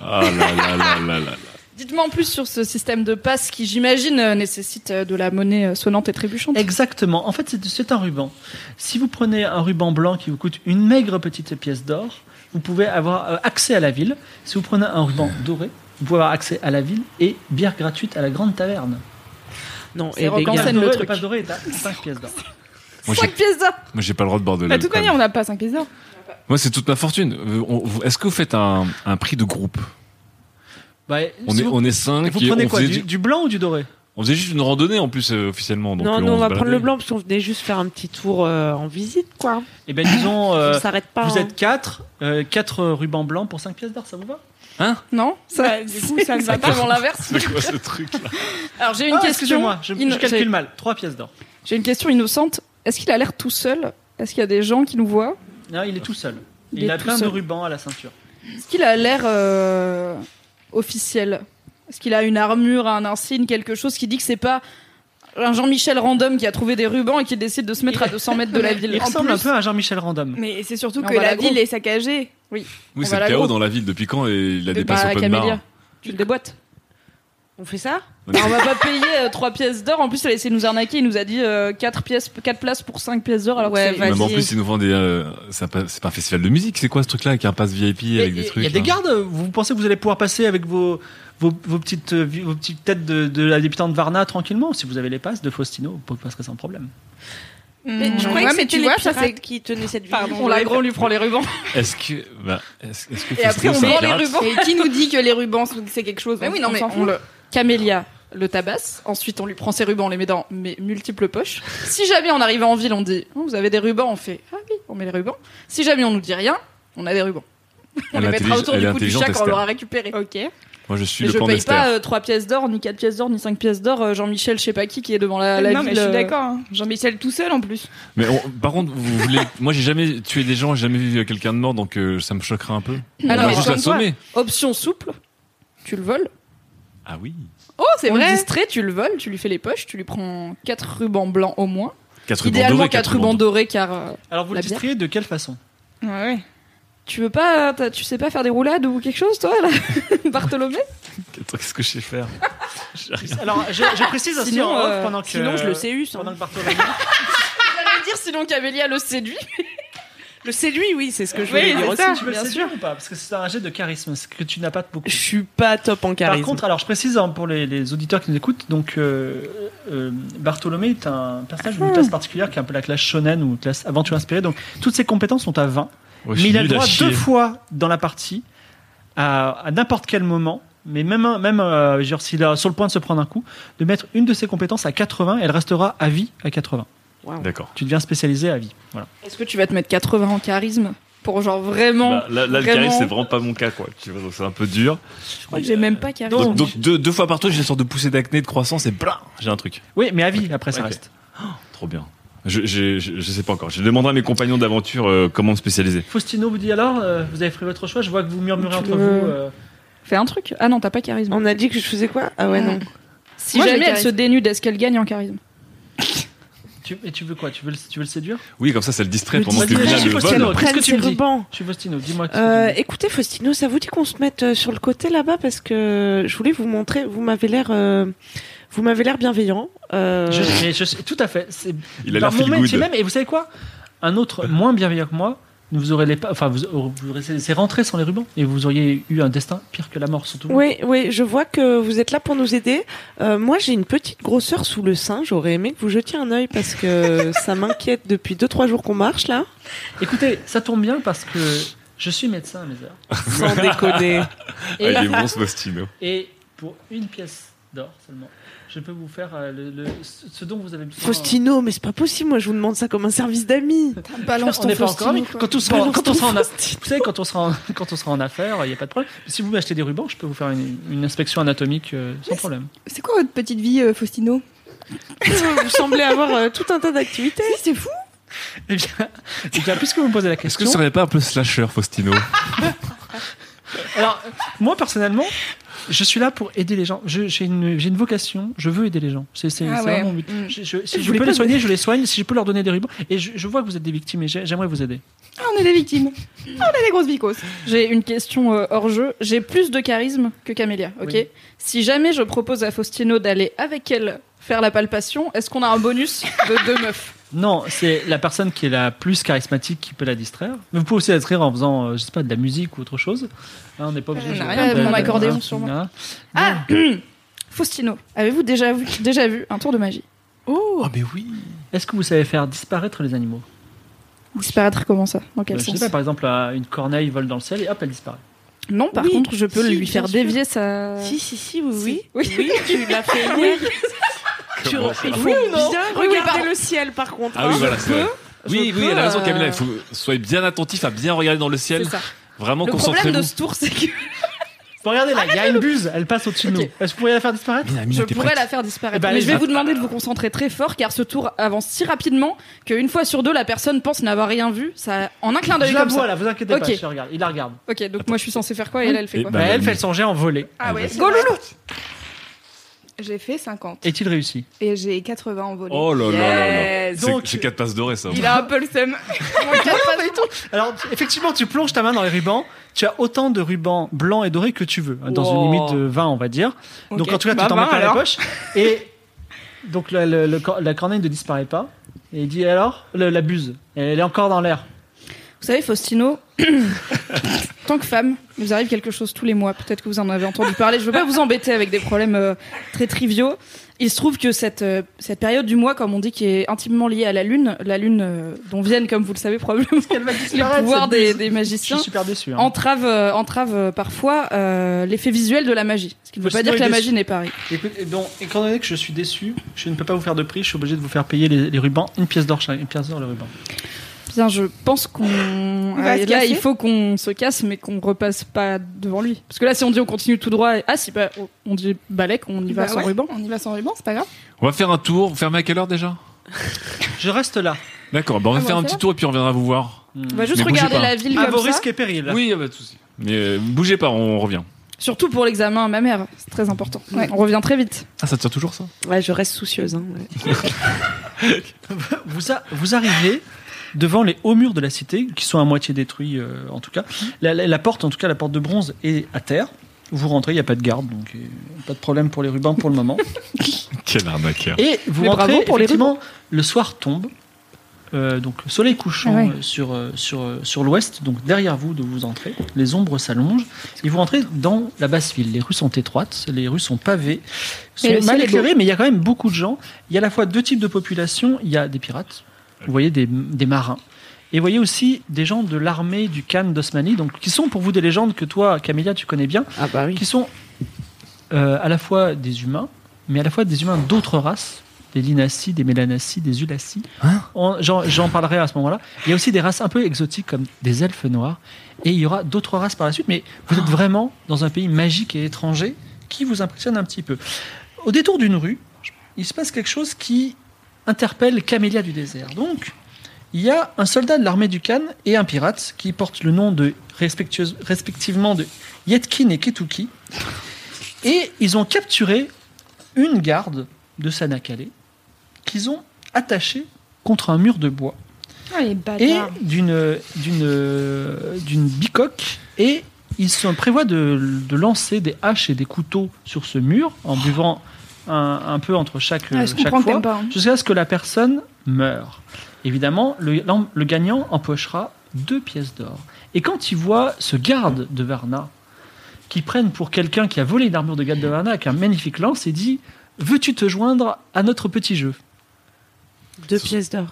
[SPEAKER 3] Ah là là là là là.
[SPEAKER 5] Dites-moi en plus sur ce système de passe qui, j'imagine, euh, nécessite euh, de la monnaie euh, sonnante et trébuchante.
[SPEAKER 4] Exactement. En fait, c'est- c'est un ruban. Si vous prenez un ruban blanc qui vous coûte une maigre petite pièce d'or, vous pouvez avoir euh, accès à la ville. Si vous prenez un ruban doré, vous pouvez avoir accès à la ville et bière gratuite à la grande taverne.
[SPEAKER 8] Non,
[SPEAKER 4] Et
[SPEAKER 8] et les gars-
[SPEAKER 4] le truc. passe doré est à 5 pièces d'or.
[SPEAKER 7] Moi,
[SPEAKER 9] 5 pièces d'or
[SPEAKER 7] Moi, j'ai pas le droit de boire de
[SPEAKER 9] Bah, tout
[SPEAKER 7] l'alcool.
[SPEAKER 9] connaît, on n'a pas 5 pièces d'or.
[SPEAKER 7] Moi, c'est toute ma fortune. Euh, on- vous- Est-ce que vous faites un, un prix de groupe
[SPEAKER 4] Bah,
[SPEAKER 7] On
[SPEAKER 4] si
[SPEAKER 7] est,
[SPEAKER 4] vous-
[SPEAKER 7] on est cinq.
[SPEAKER 4] Vous
[SPEAKER 7] et
[SPEAKER 4] prenez
[SPEAKER 7] on
[SPEAKER 4] quoi
[SPEAKER 7] faisait
[SPEAKER 4] du, du blanc ou du doré
[SPEAKER 7] On faisait juste une randonnée en plus euh, officiellement. Donc
[SPEAKER 8] non,
[SPEAKER 7] euh,
[SPEAKER 8] nous, on
[SPEAKER 7] se
[SPEAKER 8] va
[SPEAKER 7] baladait.
[SPEAKER 8] prendre le blanc parce qu'on venait juste faire un petit tour euh, en visite, quoi.
[SPEAKER 4] Eh ben (laughs) disons, euh,
[SPEAKER 8] On s'arrête pas,
[SPEAKER 4] vous
[SPEAKER 8] hein.
[SPEAKER 4] êtes 4, 4 rubans blancs pour 5 pièces d'or, ça vous va
[SPEAKER 7] Hein
[SPEAKER 5] Non ça, Du coup, ça ne va pas avant l'inverse.
[SPEAKER 4] C'est quoi
[SPEAKER 7] ce truc là
[SPEAKER 5] (laughs) Alors, j'ai une question.
[SPEAKER 4] Ah, Excusez-moi, je,
[SPEAKER 5] Ino-
[SPEAKER 4] je calcule
[SPEAKER 5] j'ai-
[SPEAKER 4] mal. 3 pièces d'or.
[SPEAKER 5] J'ai une question innocente. Est-ce qu'il a l'air tout seul Est-ce qu'il y a des gens qui nous voient
[SPEAKER 4] Non, Ah, il est tout seul.
[SPEAKER 5] Il
[SPEAKER 4] Il,
[SPEAKER 5] est
[SPEAKER 4] a
[SPEAKER 5] tout
[SPEAKER 4] plein
[SPEAKER 5] seul.
[SPEAKER 4] de rubans à la ceinture.
[SPEAKER 5] Est-ce qu'il a l'air euh, officiel Est-ce qu'il a une armure, un insigne, quelque chose qui dit que c'est pas un Jean-Michel random qui a trouvé des rubans et qui décide de se mettre à 200 mètres de (laughs) la ville
[SPEAKER 4] Il
[SPEAKER 5] En
[SPEAKER 4] ressemble
[SPEAKER 5] plus-
[SPEAKER 4] un peu à Jean-Michel Random.
[SPEAKER 9] Mais c'est surtout
[SPEAKER 5] Mais
[SPEAKER 9] que
[SPEAKER 5] on va
[SPEAKER 9] la
[SPEAKER 5] la
[SPEAKER 9] ville
[SPEAKER 5] gros.
[SPEAKER 9] est saccagée.
[SPEAKER 5] Oui.
[SPEAKER 7] Oui,
[SPEAKER 5] On
[SPEAKER 7] c'est
[SPEAKER 5] va
[SPEAKER 7] le
[SPEAKER 5] à la
[SPEAKER 7] chaos
[SPEAKER 5] groupe.
[SPEAKER 7] dans la ville depuis quand et il a dépassé
[SPEAKER 5] Bah,
[SPEAKER 7] open bar.
[SPEAKER 5] Camélia, (laughs) tu le déboîtes.
[SPEAKER 8] On fait ça
[SPEAKER 5] Bah, On va
[SPEAKER 7] (laughs)
[SPEAKER 5] pas payer 3 pièces d'or. En plus, il a essayé de nous arnaquer. Il nous a dit 4, pièces, 4 places pour 5 pièces d'or. Alors que
[SPEAKER 8] Ouais,
[SPEAKER 5] c'est-
[SPEAKER 7] Non, mais en plus, ils nous vendent des. euh, c'est pas c'est pas un festival de musique, c'est quoi ce truc là avec un pass VIP avec des trucs hein
[SPEAKER 4] Il y a des hein.
[SPEAKER 7] là
[SPEAKER 4] gardes, vous pensez que vous allez pouvoir passer avec vos, vos, vos petites, euh, vi- vos petites têtes de, de la députante Varna tranquillement Si vous avez les passes de Faustino, vous passerez sans problème.
[SPEAKER 8] Mais je croyais
[SPEAKER 5] Ouais,
[SPEAKER 8] que
[SPEAKER 5] mais
[SPEAKER 8] c'était
[SPEAKER 5] tu
[SPEAKER 8] les
[SPEAKER 5] vois, ça,
[SPEAKER 8] pirates
[SPEAKER 5] c'est-
[SPEAKER 8] qui tenaient cette ville.
[SPEAKER 5] Pardon, on la gros, on lui prend les rubans.
[SPEAKER 7] Est-ce que. Bah, est-ce est-ce que
[SPEAKER 9] Et après,
[SPEAKER 7] Faustino,
[SPEAKER 9] on
[SPEAKER 7] c'est un
[SPEAKER 9] vend les
[SPEAKER 7] pirate
[SPEAKER 9] rubans. Et qui nous dit que les rubans, sont- c'est quelque chose
[SPEAKER 5] Mais oui,
[SPEAKER 9] on-
[SPEAKER 5] non,
[SPEAKER 9] on
[SPEAKER 5] mais
[SPEAKER 9] s'en
[SPEAKER 5] on
[SPEAKER 9] fout.
[SPEAKER 5] le... Camélia le tabasse, ensuite on lui prend ses rubans, on les met dans mes multiples poches. Si jamais on arrive en ville, on dit Oh, Vous avez des rubans On fait Ah oui, on met les rubans. Si jamais on nous dit rien, on a des rubans. On
[SPEAKER 7] Elle
[SPEAKER 5] les
[SPEAKER 7] est
[SPEAKER 5] mettra
[SPEAKER 7] intelligente-
[SPEAKER 5] autour
[SPEAKER 7] elle
[SPEAKER 5] du
[SPEAKER 7] est
[SPEAKER 5] cou du chat
[SPEAKER 7] intelligente,
[SPEAKER 5] quand on l'aura
[SPEAKER 7] Esther.
[SPEAKER 5] récupéré. Ok.
[SPEAKER 7] Moi, je suis
[SPEAKER 5] Mais
[SPEAKER 7] le
[SPEAKER 5] je
[SPEAKER 7] plan
[SPEAKER 5] paye
[SPEAKER 7] d'Esther.
[SPEAKER 5] pas euh, 3 pièces d'or, ni 4 pièces d'or, ni 5 pièces d'or, euh, Jean-Michel, je sais pas qui, qui est devant la, la
[SPEAKER 9] non,
[SPEAKER 5] ville.
[SPEAKER 9] mais je suis
[SPEAKER 5] euh,
[SPEAKER 9] d'accord. hein. Jean-Michel tout seul en plus.
[SPEAKER 7] Mais on- par contre, vous voulez. Moi, j'ai jamais tué des gens, j'ai jamais vu quelqu'un de mort, donc euh, ça me choquerait un peu. on
[SPEAKER 5] Alors,
[SPEAKER 7] va juste
[SPEAKER 5] comme toi,
[SPEAKER 7] l'assommer.
[SPEAKER 5] option souple, tu le voles.
[SPEAKER 7] Ah oui.
[SPEAKER 5] Oh,
[SPEAKER 9] c'est
[SPEAKER 5] On
[SPEAKER 9] vrai.
[SPEAKER 5] le distrait, tu le voles, tu lui fais les poches, tu lui prends 4 rubans blancs au moins.
[SPEAKER 7] Quatre rubans
[SPEAKER 5] Idéalement
[SPEAKER 7] dorés,
[SPEAKER 5] 4
[SPEAKER 7] quatre
[SPEAKER 5] rubans
[SPEAKER 7] rubans
[SPEAKER 5] dorés car. euh,
[SPEAKER 4] Alors vous
[SPEAKER 5] la
[SPEAKER 4] le
[SPEAKER 5] bière.
[SPEAKER 4] distriez de quelle façon
[SPEAKER 9] Ouais, ouais.
[SPEAKER 5] Tu veux pas, euh, t'as- tu sais pas faire des roulades ou quelque chose, toi, là (laughs) Bartholomé
[SPEAKER 7] Qu'est-ce que je sais faire J'ai rien.
[SPEAKER 4] Alors je, je précise aussi
[SPEAKER 5] Sinon,
[SPEAKER 4] en off
[SPEAKER 5] euh,
[SPEAKER 4] pendant que.
[SPEAKER 8] sinon, je le sais, Hus, hein.
[SPEAKER 4] Pendant que Bartholomew-
[SPEAKER 5] J'allais dire, sinon Camélia le séduit.
[SPEAKER 8] Le séduit, oui, c'est ce que je
[SPEAKER 9] Oui,
[SPEAKER 8] voulais
[SPEAKER 9] c'est
[SPEAKER 8] dire aussi.
[SPEAKER 9] ça.
[SPEAKER 4] tu veux le
[SPEAKER 5] bien
[SPEAKER 4] séduire ou pas Parce que c'est un jet de charisme, ce que tu n'as pas beaucoup.
[SPEAKER 8] Je suis pas top en charisme.
[SPEAKER 4] Par contre, alors je précise hein, pour les, les auditeurs qui nous écoutent, donc euh, euh, Bartholomé est un personnage
[SPEAKER 8] Ah.
[SPEAKER 4] d'une classe particulière qui est un peu la classe shonen ou classe aventure inspirée. Donc toutes ses compétences sont à 20,
[SPEAKER 7] Ouais, je
[SPEAKER 4] mais
[SPEAKER 7] suis
[SPEAKER 4] il a le
[SPEAKER 7] nul à
[SPEAKER 4] droit
[SPEAKER 7] chier.
[SPEAKER 4] deux fois dans la partie à, à n'importe quel moment. Mais même, un- même euh, genre, s'il est sur le point de se prendre un coup, de mettre une de ses compétences à 80, elle restera à vie à 80.
[SPEAKER 7] D'accord.
[SPEAKER 4] Tu deviens spécialisé à vie. Voilà.
[SPEAKER 5] Est-ce que tu vas te mettre 80 en charisme Pour genre vraiment.
[SPEAKER 7] Bah, là, là, le
[SPEAKER 5] vraiment-
[SPEAKER 7] charisme, c'est vraiment pas mon cas, quoi. Tu vois, donc c'est un peu dur.
[SPEAKER 5] Je crois que j'ai même pas charisme.
[SPEAKER 7] Donc, donc, deux, deux fois par tour, j'ai une sorte de poussée d'acné, de croissance, et blah, j'ai un truc.
[SPEAKER 4] Oui, mais à vie, après, ça
[SPEAKER 7] Ok.
[SPEAKER 4] reste.
[SPEAKER 7] Trop bien. Je, j'ai- je, je sais pas encore. Je demanderai à mes compagnons d'aventure euh, comment me spécialiser.
[SPEAKER 4] Faustino vous dit alors, euh, vous avez pris votre choix, je vois que vous murmurez
[SPEAKER 5] Tu
[SPEAKER 4] entre
[SPEAKER 5] veux-
[SPEAKER 4] vous. euh,
[SPEAKER 5] Fais un truc. Ah non, t'as pas charisme.
[SPEAKER 8] On a dit que je faisais quoi Ah ouais, non.
[SPEAKER 5] Si
[SPEAKER 9] Moi, j'ai
[SPEAKER 5] jamais elle se
[SPEAKER 9] charisme.
[SPEAKER 5] dénude, est-ce qu'elle gagne en charisme
[SPEAKER 4] tu, et tu veux quoi tu veux, le- tu veux le séduire
[SPEAKER 7] Oui, comme ça, ça le distrait
[SPEAKER 4] Mais
[SPEAKER 7] pendant que
[SPEAKER 4] dis-
[SPEAKER 7] Mina
[SPEAKER 4] dis-
[SPEAKER 7] le
[SPEAKER 4] Faustino,
[SPEAKER 7] vole.
[SPEAKER 4] Qu'est-ce que
[SPEAKER 8] Prenne
[SPEAKER 4] tu
[SPEAKER 8] ses
[SPEAKER 4] me dis
[SPEAKER 8] rubans.
[SPEAKER 4] Je suis Faustino, dis-moi. qu'est-ce que
[SPEAKER 8] Euh,
[SPEAKER 4] tu dis.
[SPEAKER 8] écoutez, Faustino, ça vous dit qu'on se mette euh, sur le côté là-bas parce que je voulais vous montrer. Vous m'avez l'air, euh, vous m'avez l'air bienveillant. euh,
[SPEAKER 4] Je- mais je sais- tout à fait. c'est-
[SPEAKER 7] Il a
[SPEAKER 4] par
[SPEAKER 7] l'air feel
[SPEAKER 4] moment,
[SPEAKER 7] good.
[SPEAKER 4] c'est même, et vous savez quoi Un autre moins bienveillant que moi, vous aurez les, pa- enfin, vous, vous aurez- c'est c'est rentré sans les rubans et vous auriez eu un destin pire que la mort, surtout. vous.
[SPEAKER 8] Oui, oui, je vois que vous êtes là pour nous aider. Euh, moi, j'ai une petite grosseur sous le sein. J'aurais aimé que vous jetiez un œil parce
[SPEAKER 4] (laughs)
[SPEAKER 8] que ça m'inquiète depuis deux trois jours qu'on marche là.
[SPEAKER 4] Écoutez, ça tombe bien parce que je suis médecin à mes
[SPEAKER 8] Sans
[SPEAKER 4] heures.
[SPEAKER 7] (laughs)
[SPEAKER 8] déconner.
[SPEAKER 7] Ah, il est bon, ce Faustino.
[SPEAKER 4] Et pour une pièce d'or seulement, je peux vous faire euh, le, le- ce ce dont vous avez besoin.
[SPEAKER 8] Faustino, mais c'est pas possible. Moi, je vous demande ça comme un service d'amis.
[SPEAKER 5] Balance
[SPEAKER 4] On
[SPEAKER 5] ton
[SPEAKER 4] n'est pas encore.
[SPEAKER 5] Faustino,
[SPEAKER 4] mais
[SPEAKER 5] quoi.
[SPEAKER 4] Quand on sera,
[SPEAKER 8] Balance
[SPEAKER 4] quand on
[SPEAKER 8] ton
[SPEAKER 4] sera en, a- vous savez, quand on sera, en, quand on sera en affaires, il n'y a pas de problème. Si vous m'achetez des rubans, je peux vous faire une, une inspection anatomique euh, sans problème. (laughs)
[SPEAKER 9] C'est quoi votre petite vie, euh, Faustino
[SPEAKER 8] vous semblez avoir euh, tout un tas d'activités.
[SPEAKER 9] Si, c'est fou.
[SPEAKER 4] Eh bien, eh bien, puisque vous me posez la
[SPEAKER 7] Est-ce
[SPEAKER 4] question,
[SPEAKER 7] que ça serait pas un peu slasher,
[SPEAKER 3] (laughs)
[SPEAKER 7] Faustino
[SPEAKER 4] alors euh, moi personnellement, je suis là pour aider les gens. Je- J'ai une, j'ai une vocation. Je veux aider les gens. C'est c'est-
[SPEAKER 9] Ah
[SPEAKER 4] c'est
[SPEAKER 9] ouais.
[SPEAKER 4] vraiment mon but.
[SPEAKER 9] Mm.
[SPEAKER 4] Je- je- si
[SPEAKER 9] Je
[SPEAKER 4] je,
[SPEAKER 9] voulais
[SPEAKER 4] peux
[SPEAKER 9] pas-
[SPEAKER 4] les soigner, je les soigne. Si je peux leur donner des rubans, et je, je vois que vous êtes des victimes, et j'ai- j'aimerais vous aider.
[SPEAKER 9] Ah, on est des victimes. Ah, on a des grosses vicoses.
[SPEAKER 5] J'ai une question euh, hors jeu. J'ai plus de charisme que Camélia, ok
[SPEAKER 4] Oui.
[SPEAKER 5] Si jamais je propose à Faustino d'aller avec elle faire la palpation, est-ce qu'on a un bonus de deux meufs
[SPEAKER 9] (coughs)
[SPEAKER 4] Non, c'est la personne qui est la plus charismatique qui peut la distraire. Mais vous pouvez aussi la distraire en faisant, euh, je sais pas, de la musique ou autre chose. Hein, on n'est pas obligé.
[SPEAKER 9] Euh,
[SPEAKER 4] de-
[SPEAKER 9] j'ai
[SPEAKER 4] de-
[SPEAKER 9] rien,
[SPEAKER 4] de-
[SPEAKER 5] mon
[SPEAKER 4] de-
[SPEAKER 5] accordéon,
[SPEAKER 4] hein,
[SPEAKER 9] (coughs)
[SPEAKER 5] sûrement.
[SPEAKER 4] hein.
[SPEAKER 5] Ah Faustino, avez-vous déjà vu, déjà vu un tour de magie
[SPEAKER 4] Oh
[SPEAKER 7] Ah, mais oui
[SPEAKER 4] Est-ce que vous savez faire disparaître les animaux
[SPEAKER 5] Disparaître comment ça Dans quel
[SPEAKER 4] Bah, Je sais
[SPEAKER 5] sens
[SPEAKER 4] pas, par exemple, euh, une corneille vole dans le ciel et hop, elle disparaît.
[SPEAKER 5] Non, par
[SPEAKER 4] Oui,
[SPEAKER 5] contre, je peux
[SPEAKER 4] si,
[SPEAKER 5] lui
[SPEAKER 4] bien
[SPEAKER 5] faire
[SPEAKER 4] sûr.
[SPEAKER 5] dévier sa.
[SPEAKER 6] Si, si, si, oui,
[SPEAKER 5] oui.
[SPEAKER 6] Oui, tu l'as fait hier. Tu
[SPEAKER 7] Comment
[SPEAKER 6] re-
[SPEAKER 7] ça
[SPEAKER 6] il faut
[SPEAKER 7] Oui
[SPEAKER 5] ou non
[SPEAKER 6] bien
[SPEAKER 5] Oui, oui,
[SPEAKER 6] regarder
[SPEAKER 5] pardon.
[SPEAKER 6] le ciel, par contre.
[SPEAKER 7] Ah oui,
[SPEAKER 6] hein.
[SPEAKER 7] voilà, c'est vrai.
[SPEAKER 6] Je
[SPEAKER 7] Oui,
[SPEAKER 6] peux,
[SPEAKER 7] oui, elle a raison,
[SPEAKER 6] euh,
[SPEAKER 7] Camilla. Il faut soyez bien attentif à bien regarder dans le ciel.
[SPEAKER 5] C'est ça.
[SPEAKER 7] Vraiment
[SPEAKER 5] Le problème de
[SPEAKER 7] concentrez-vous.
[SPEAKER 5] ce tour, c'est que
[SPEAKER 4] Regardez là, il y a une buse, elle passe au-dessus de nous. Est-ce que vous pourriez la faire disparaître
[SPEAKER 5] je pourrais la faire disparaître.
[SPEAKER 4] Eh ben,
[SPEAKER 5] mais je vais
[SPEAKER 4] allez-y.
[SPEAKER 5] vous demander de vous concentrer très fort car ce tour avance si rapidement qu'une fois sur deux, la personne pense n'avoir rien vu. Ça, en un clin d'œil
[SPEAKER 4] Je la
[SPEAKER 5] comme ça.
[SPEAKER 4] vois là, vous inquiétez pas,
[SPEAKER 5] Ok.
[SPEAKER 4] je la regarde. Il la regarde.
[SPEAKER 5] Ok, donc moi je suis censée faire quoi et elle, elle fait
[SPEAKER 3] Eh
[SPEAKER 4] Et
[SPEAKER 5] quoi
[SPEAKER 4] bah,
[SPEAKER 3] ben,
[SPEAKER 4] elle fait son jet en volée.
[SPEAKER 9] Ah ouais, c'est
[SPEAKER 5] Go
[SPEAKER 9] vrai.
[SPEAKER 5] loulou
[SPEAKER 9] J'ai fait 50
[SPEAKER 4] Est-il réussi
[SPEAKER 9] et j'ai 80 en volée.
[SPEAKER 3] Oh là là là là.
[SPEAKER 9] Yes.
[SPEAKER 3] C'est- C'est 4 passes dorées, ça.
[SPEAKER 9] Il a un peu le (laughs) seum.
[SPEAKER 4] Alors, tu- effectivement, tu plonges ta main dans les rubans. Tu as autant de rubans blancs et dorés que tu veux, hein, dans
[SPEAKER 6] Wow.
[SPEAKER 4] une limite de 20, on va dire. Donc,
[SPEAKER 6] Ok.
[SPEAKER 4] en tout cas,
[SPEAKER 6] Bah,
[SPEAKER 4] tu t'en
[SPEAKER 6] vingt,
[SPEAKER 4] mets pas la
[SPEAKER 6] alors.
[SPEAKER 4] poche. Et donc, le- le- le cor- la corneille ne disparaît pas. Et il dit alors le- La buse, elle est encore dans l'air.
[SPEAKER 5] Vous savez, Faustino, (coughs) tant que femme, il vous arrive quelque chose tous les mois. Peut-être que vous en avez entendu parler. Je veux pas vous embêter avec des problèmes euh, très triviaux. Il se trouve que cette, euh, cette période du mois, comme on dit, qui est intimement liée à la Lune, la Lune euh, dont viennent, comme vous le savez probablement, les
[SPEAKER 4] (laughs) Arrête,
[SPEAKER 5] pouvoirs
[SPEAKER 4] cette
[SPEAKER 5] des,
[SPEAKER 4] buse.
[SPEAKER 5] des magiciens,
[SPEAKER 4] Je suis super déçu. hein.
[SPEAKER 5] entrave, euh, entrave euh, parfois euh, l'effet visuel de la magie. Ce qui ne veut pas dire que la magie n'est pas ré-
[SPEAKER 4] Écoute, et donc, étant donné que je suis déçu, je ne peux pas vous faire de prix, je suis obligé de vous faire payer les, les rubans, une pièce d'or chaque- une pièce d'or le ruban.
[SPEAKER 5] Bien, je pense qu'on.
[SPEAKER 9] va
[SPEAKER 5] Ah,
[SPEAKER 9] se
[SPEAKER 5] là,
[SPEAKER 9] casser.
[SPEAKER 5] il faut qu'on se casse, mais qu'on repasse pas devant lui. Parce que là, si on dit on continue tout droit, et- ah si, bah, on- on dit balèque, on y va
[SPEAKER 9] Bah
[SPEAKER 5] sans
[SPEAKER 9] ouais,
[SPEAKER 5] ruban.
[SPEAKER 9] On y va sans ruban, c'est pas grave.
[SPEAKER 3] On va faire un tour. Vous fermez à quelle heure déjà
[SPEAKER 4] Je reste là.
[SPEAKER 3] D'accord, bah on va
[SPEAKER 9] Ah, on
[SPEAKER 3] faire un
[SPEAKER 9] va faire
[SPEAKER 3] petit tour et puis on reviendra vous voir.
[SPEAKER 5] On va juste
[SPEAKER 3] Mais Hmm. bougez
[SPEAKER 5] regarder
[SPEAKER 3] pas.
[SPEAKER 5] la ville
[SPEAKER 4] À
[SPEAKER 5] comme
[SPEAKER 4] vos
[SPEAKER 5] ça.
[SPEAKER 4] risques et périls.
[SPEAKER 3] Oui, pas de souci. Mais euh, bougez pas, on revient.
[SPEAKER 5] Surtout pour l'examen à ma mère, c'est très important. On revient très vite.
[SPEAKER 3] Ah, ça tient toujours ça
[SPEAKER 6] Ouais, je reste soucieuse. hein, ouais.
[SPEAKER 4] Vous, a- vous arrivez devant les hauts murs de la cité, qui sont à moitié détruits euh, en tout cas. La, la- la porte, en tout cas la porte de bronze, est à terre. Vous rentrez, il n'y a pas de garde, donc euh, pas de problème pour les rubans pour le
[SPEAKER 5] (laughs)
[SPEAKER 4] moment.
[SPEAKER 3] Quel arnaqueur.
[SPEAKER 4] Et vous
[SPEAKER 5] Mais
[SPEAKER 4] rentrez,
[SPEAKER 5] bravo pour les
[SPEAKER 4] effectivement, le soir tombe. Euh, donc le soleil couchant
[SPEAKER 5] Ah ouais.
[SPEAKER 4] euh, sur, euh, sur, euh, sur l'ouest, donc derrière vous de vous entrez, les ombres s'allongent et vous rentrez dans la basse ville. Les rues sont étroites, les rues sont pavées, sont
[SPEAKER 5] Et le ciel
[SPEAKER 4] mal
[SPEAKER 5] est
[SPEAKER 4] éclairées,
[SPEAKER 5] beau.
[SPEAKER 4] mais il y a quand même beaucoup de gens. Il y a à la fois deux types de populations, il y a des pirates, vous voyez des, des marins, et vous voyez aussi des gens de l'armée du Khan d'Osmanie, donc qui sont pour vous des légendes que toi, Camélia, tu connais bien,
[SPEAKER 6] Ah bah oui.
[SPEAKER 4] qui sont euh, à la fois des humains, mais à la fois des humains d'autres races, des linacies, des mélanacies, des ulacies. On- J'en j'en parlerai à ce moment-là. Il y a aussi des races un peu exotiques comme des elfes noirs, et il y aura d'autres races par la suite, mais vous êtes vraiment dans un pays magique et étranger qui vous impressionne un petit peu. Au détour d'une rue, il se passe quelque chose qui interpelle Camélia du désert. Donc, il y a un soldat de l'armée du Khan et un pirate qui portent le nom de respectueuse- respectivement de Yetkin et Ketuki. Et ils ont capturé une garde de Sanakale qu'ils ont attachée contre un mur de bois
[SPEAKER 9] Ah, les
[SPEAKER 4] et
[SPEAKER 9] bâtards.
[SPEAKER 4] d'une d'une d'une bicoque et ils se prévoient de, de lancer des haches et des couteaux sur ce mur en buvant un, un peu entre chaque,
[SPEAKER 3] Euh,
[SPEAKER 9] Ah, je
[SPEAKER 4] chaque
[SPEAKER 9] comprends que
[SPEAKER 4] fois
[SPEAKER 9] t'aimes pas, hein.
[SPEAKER 4] jusqu'à ce que la personne meure. Évidemment, le, l'en- le gagnant empochera deux pièces d'or. Et quand il voit ce garde de Varna qui prennent pour quelqu'un qui a volé une armure de garde de Varna avec un magnifique lance et dit Veux-tu te joindre à notre petit jeu
[SPEAKER 6] Deux pièces d'or.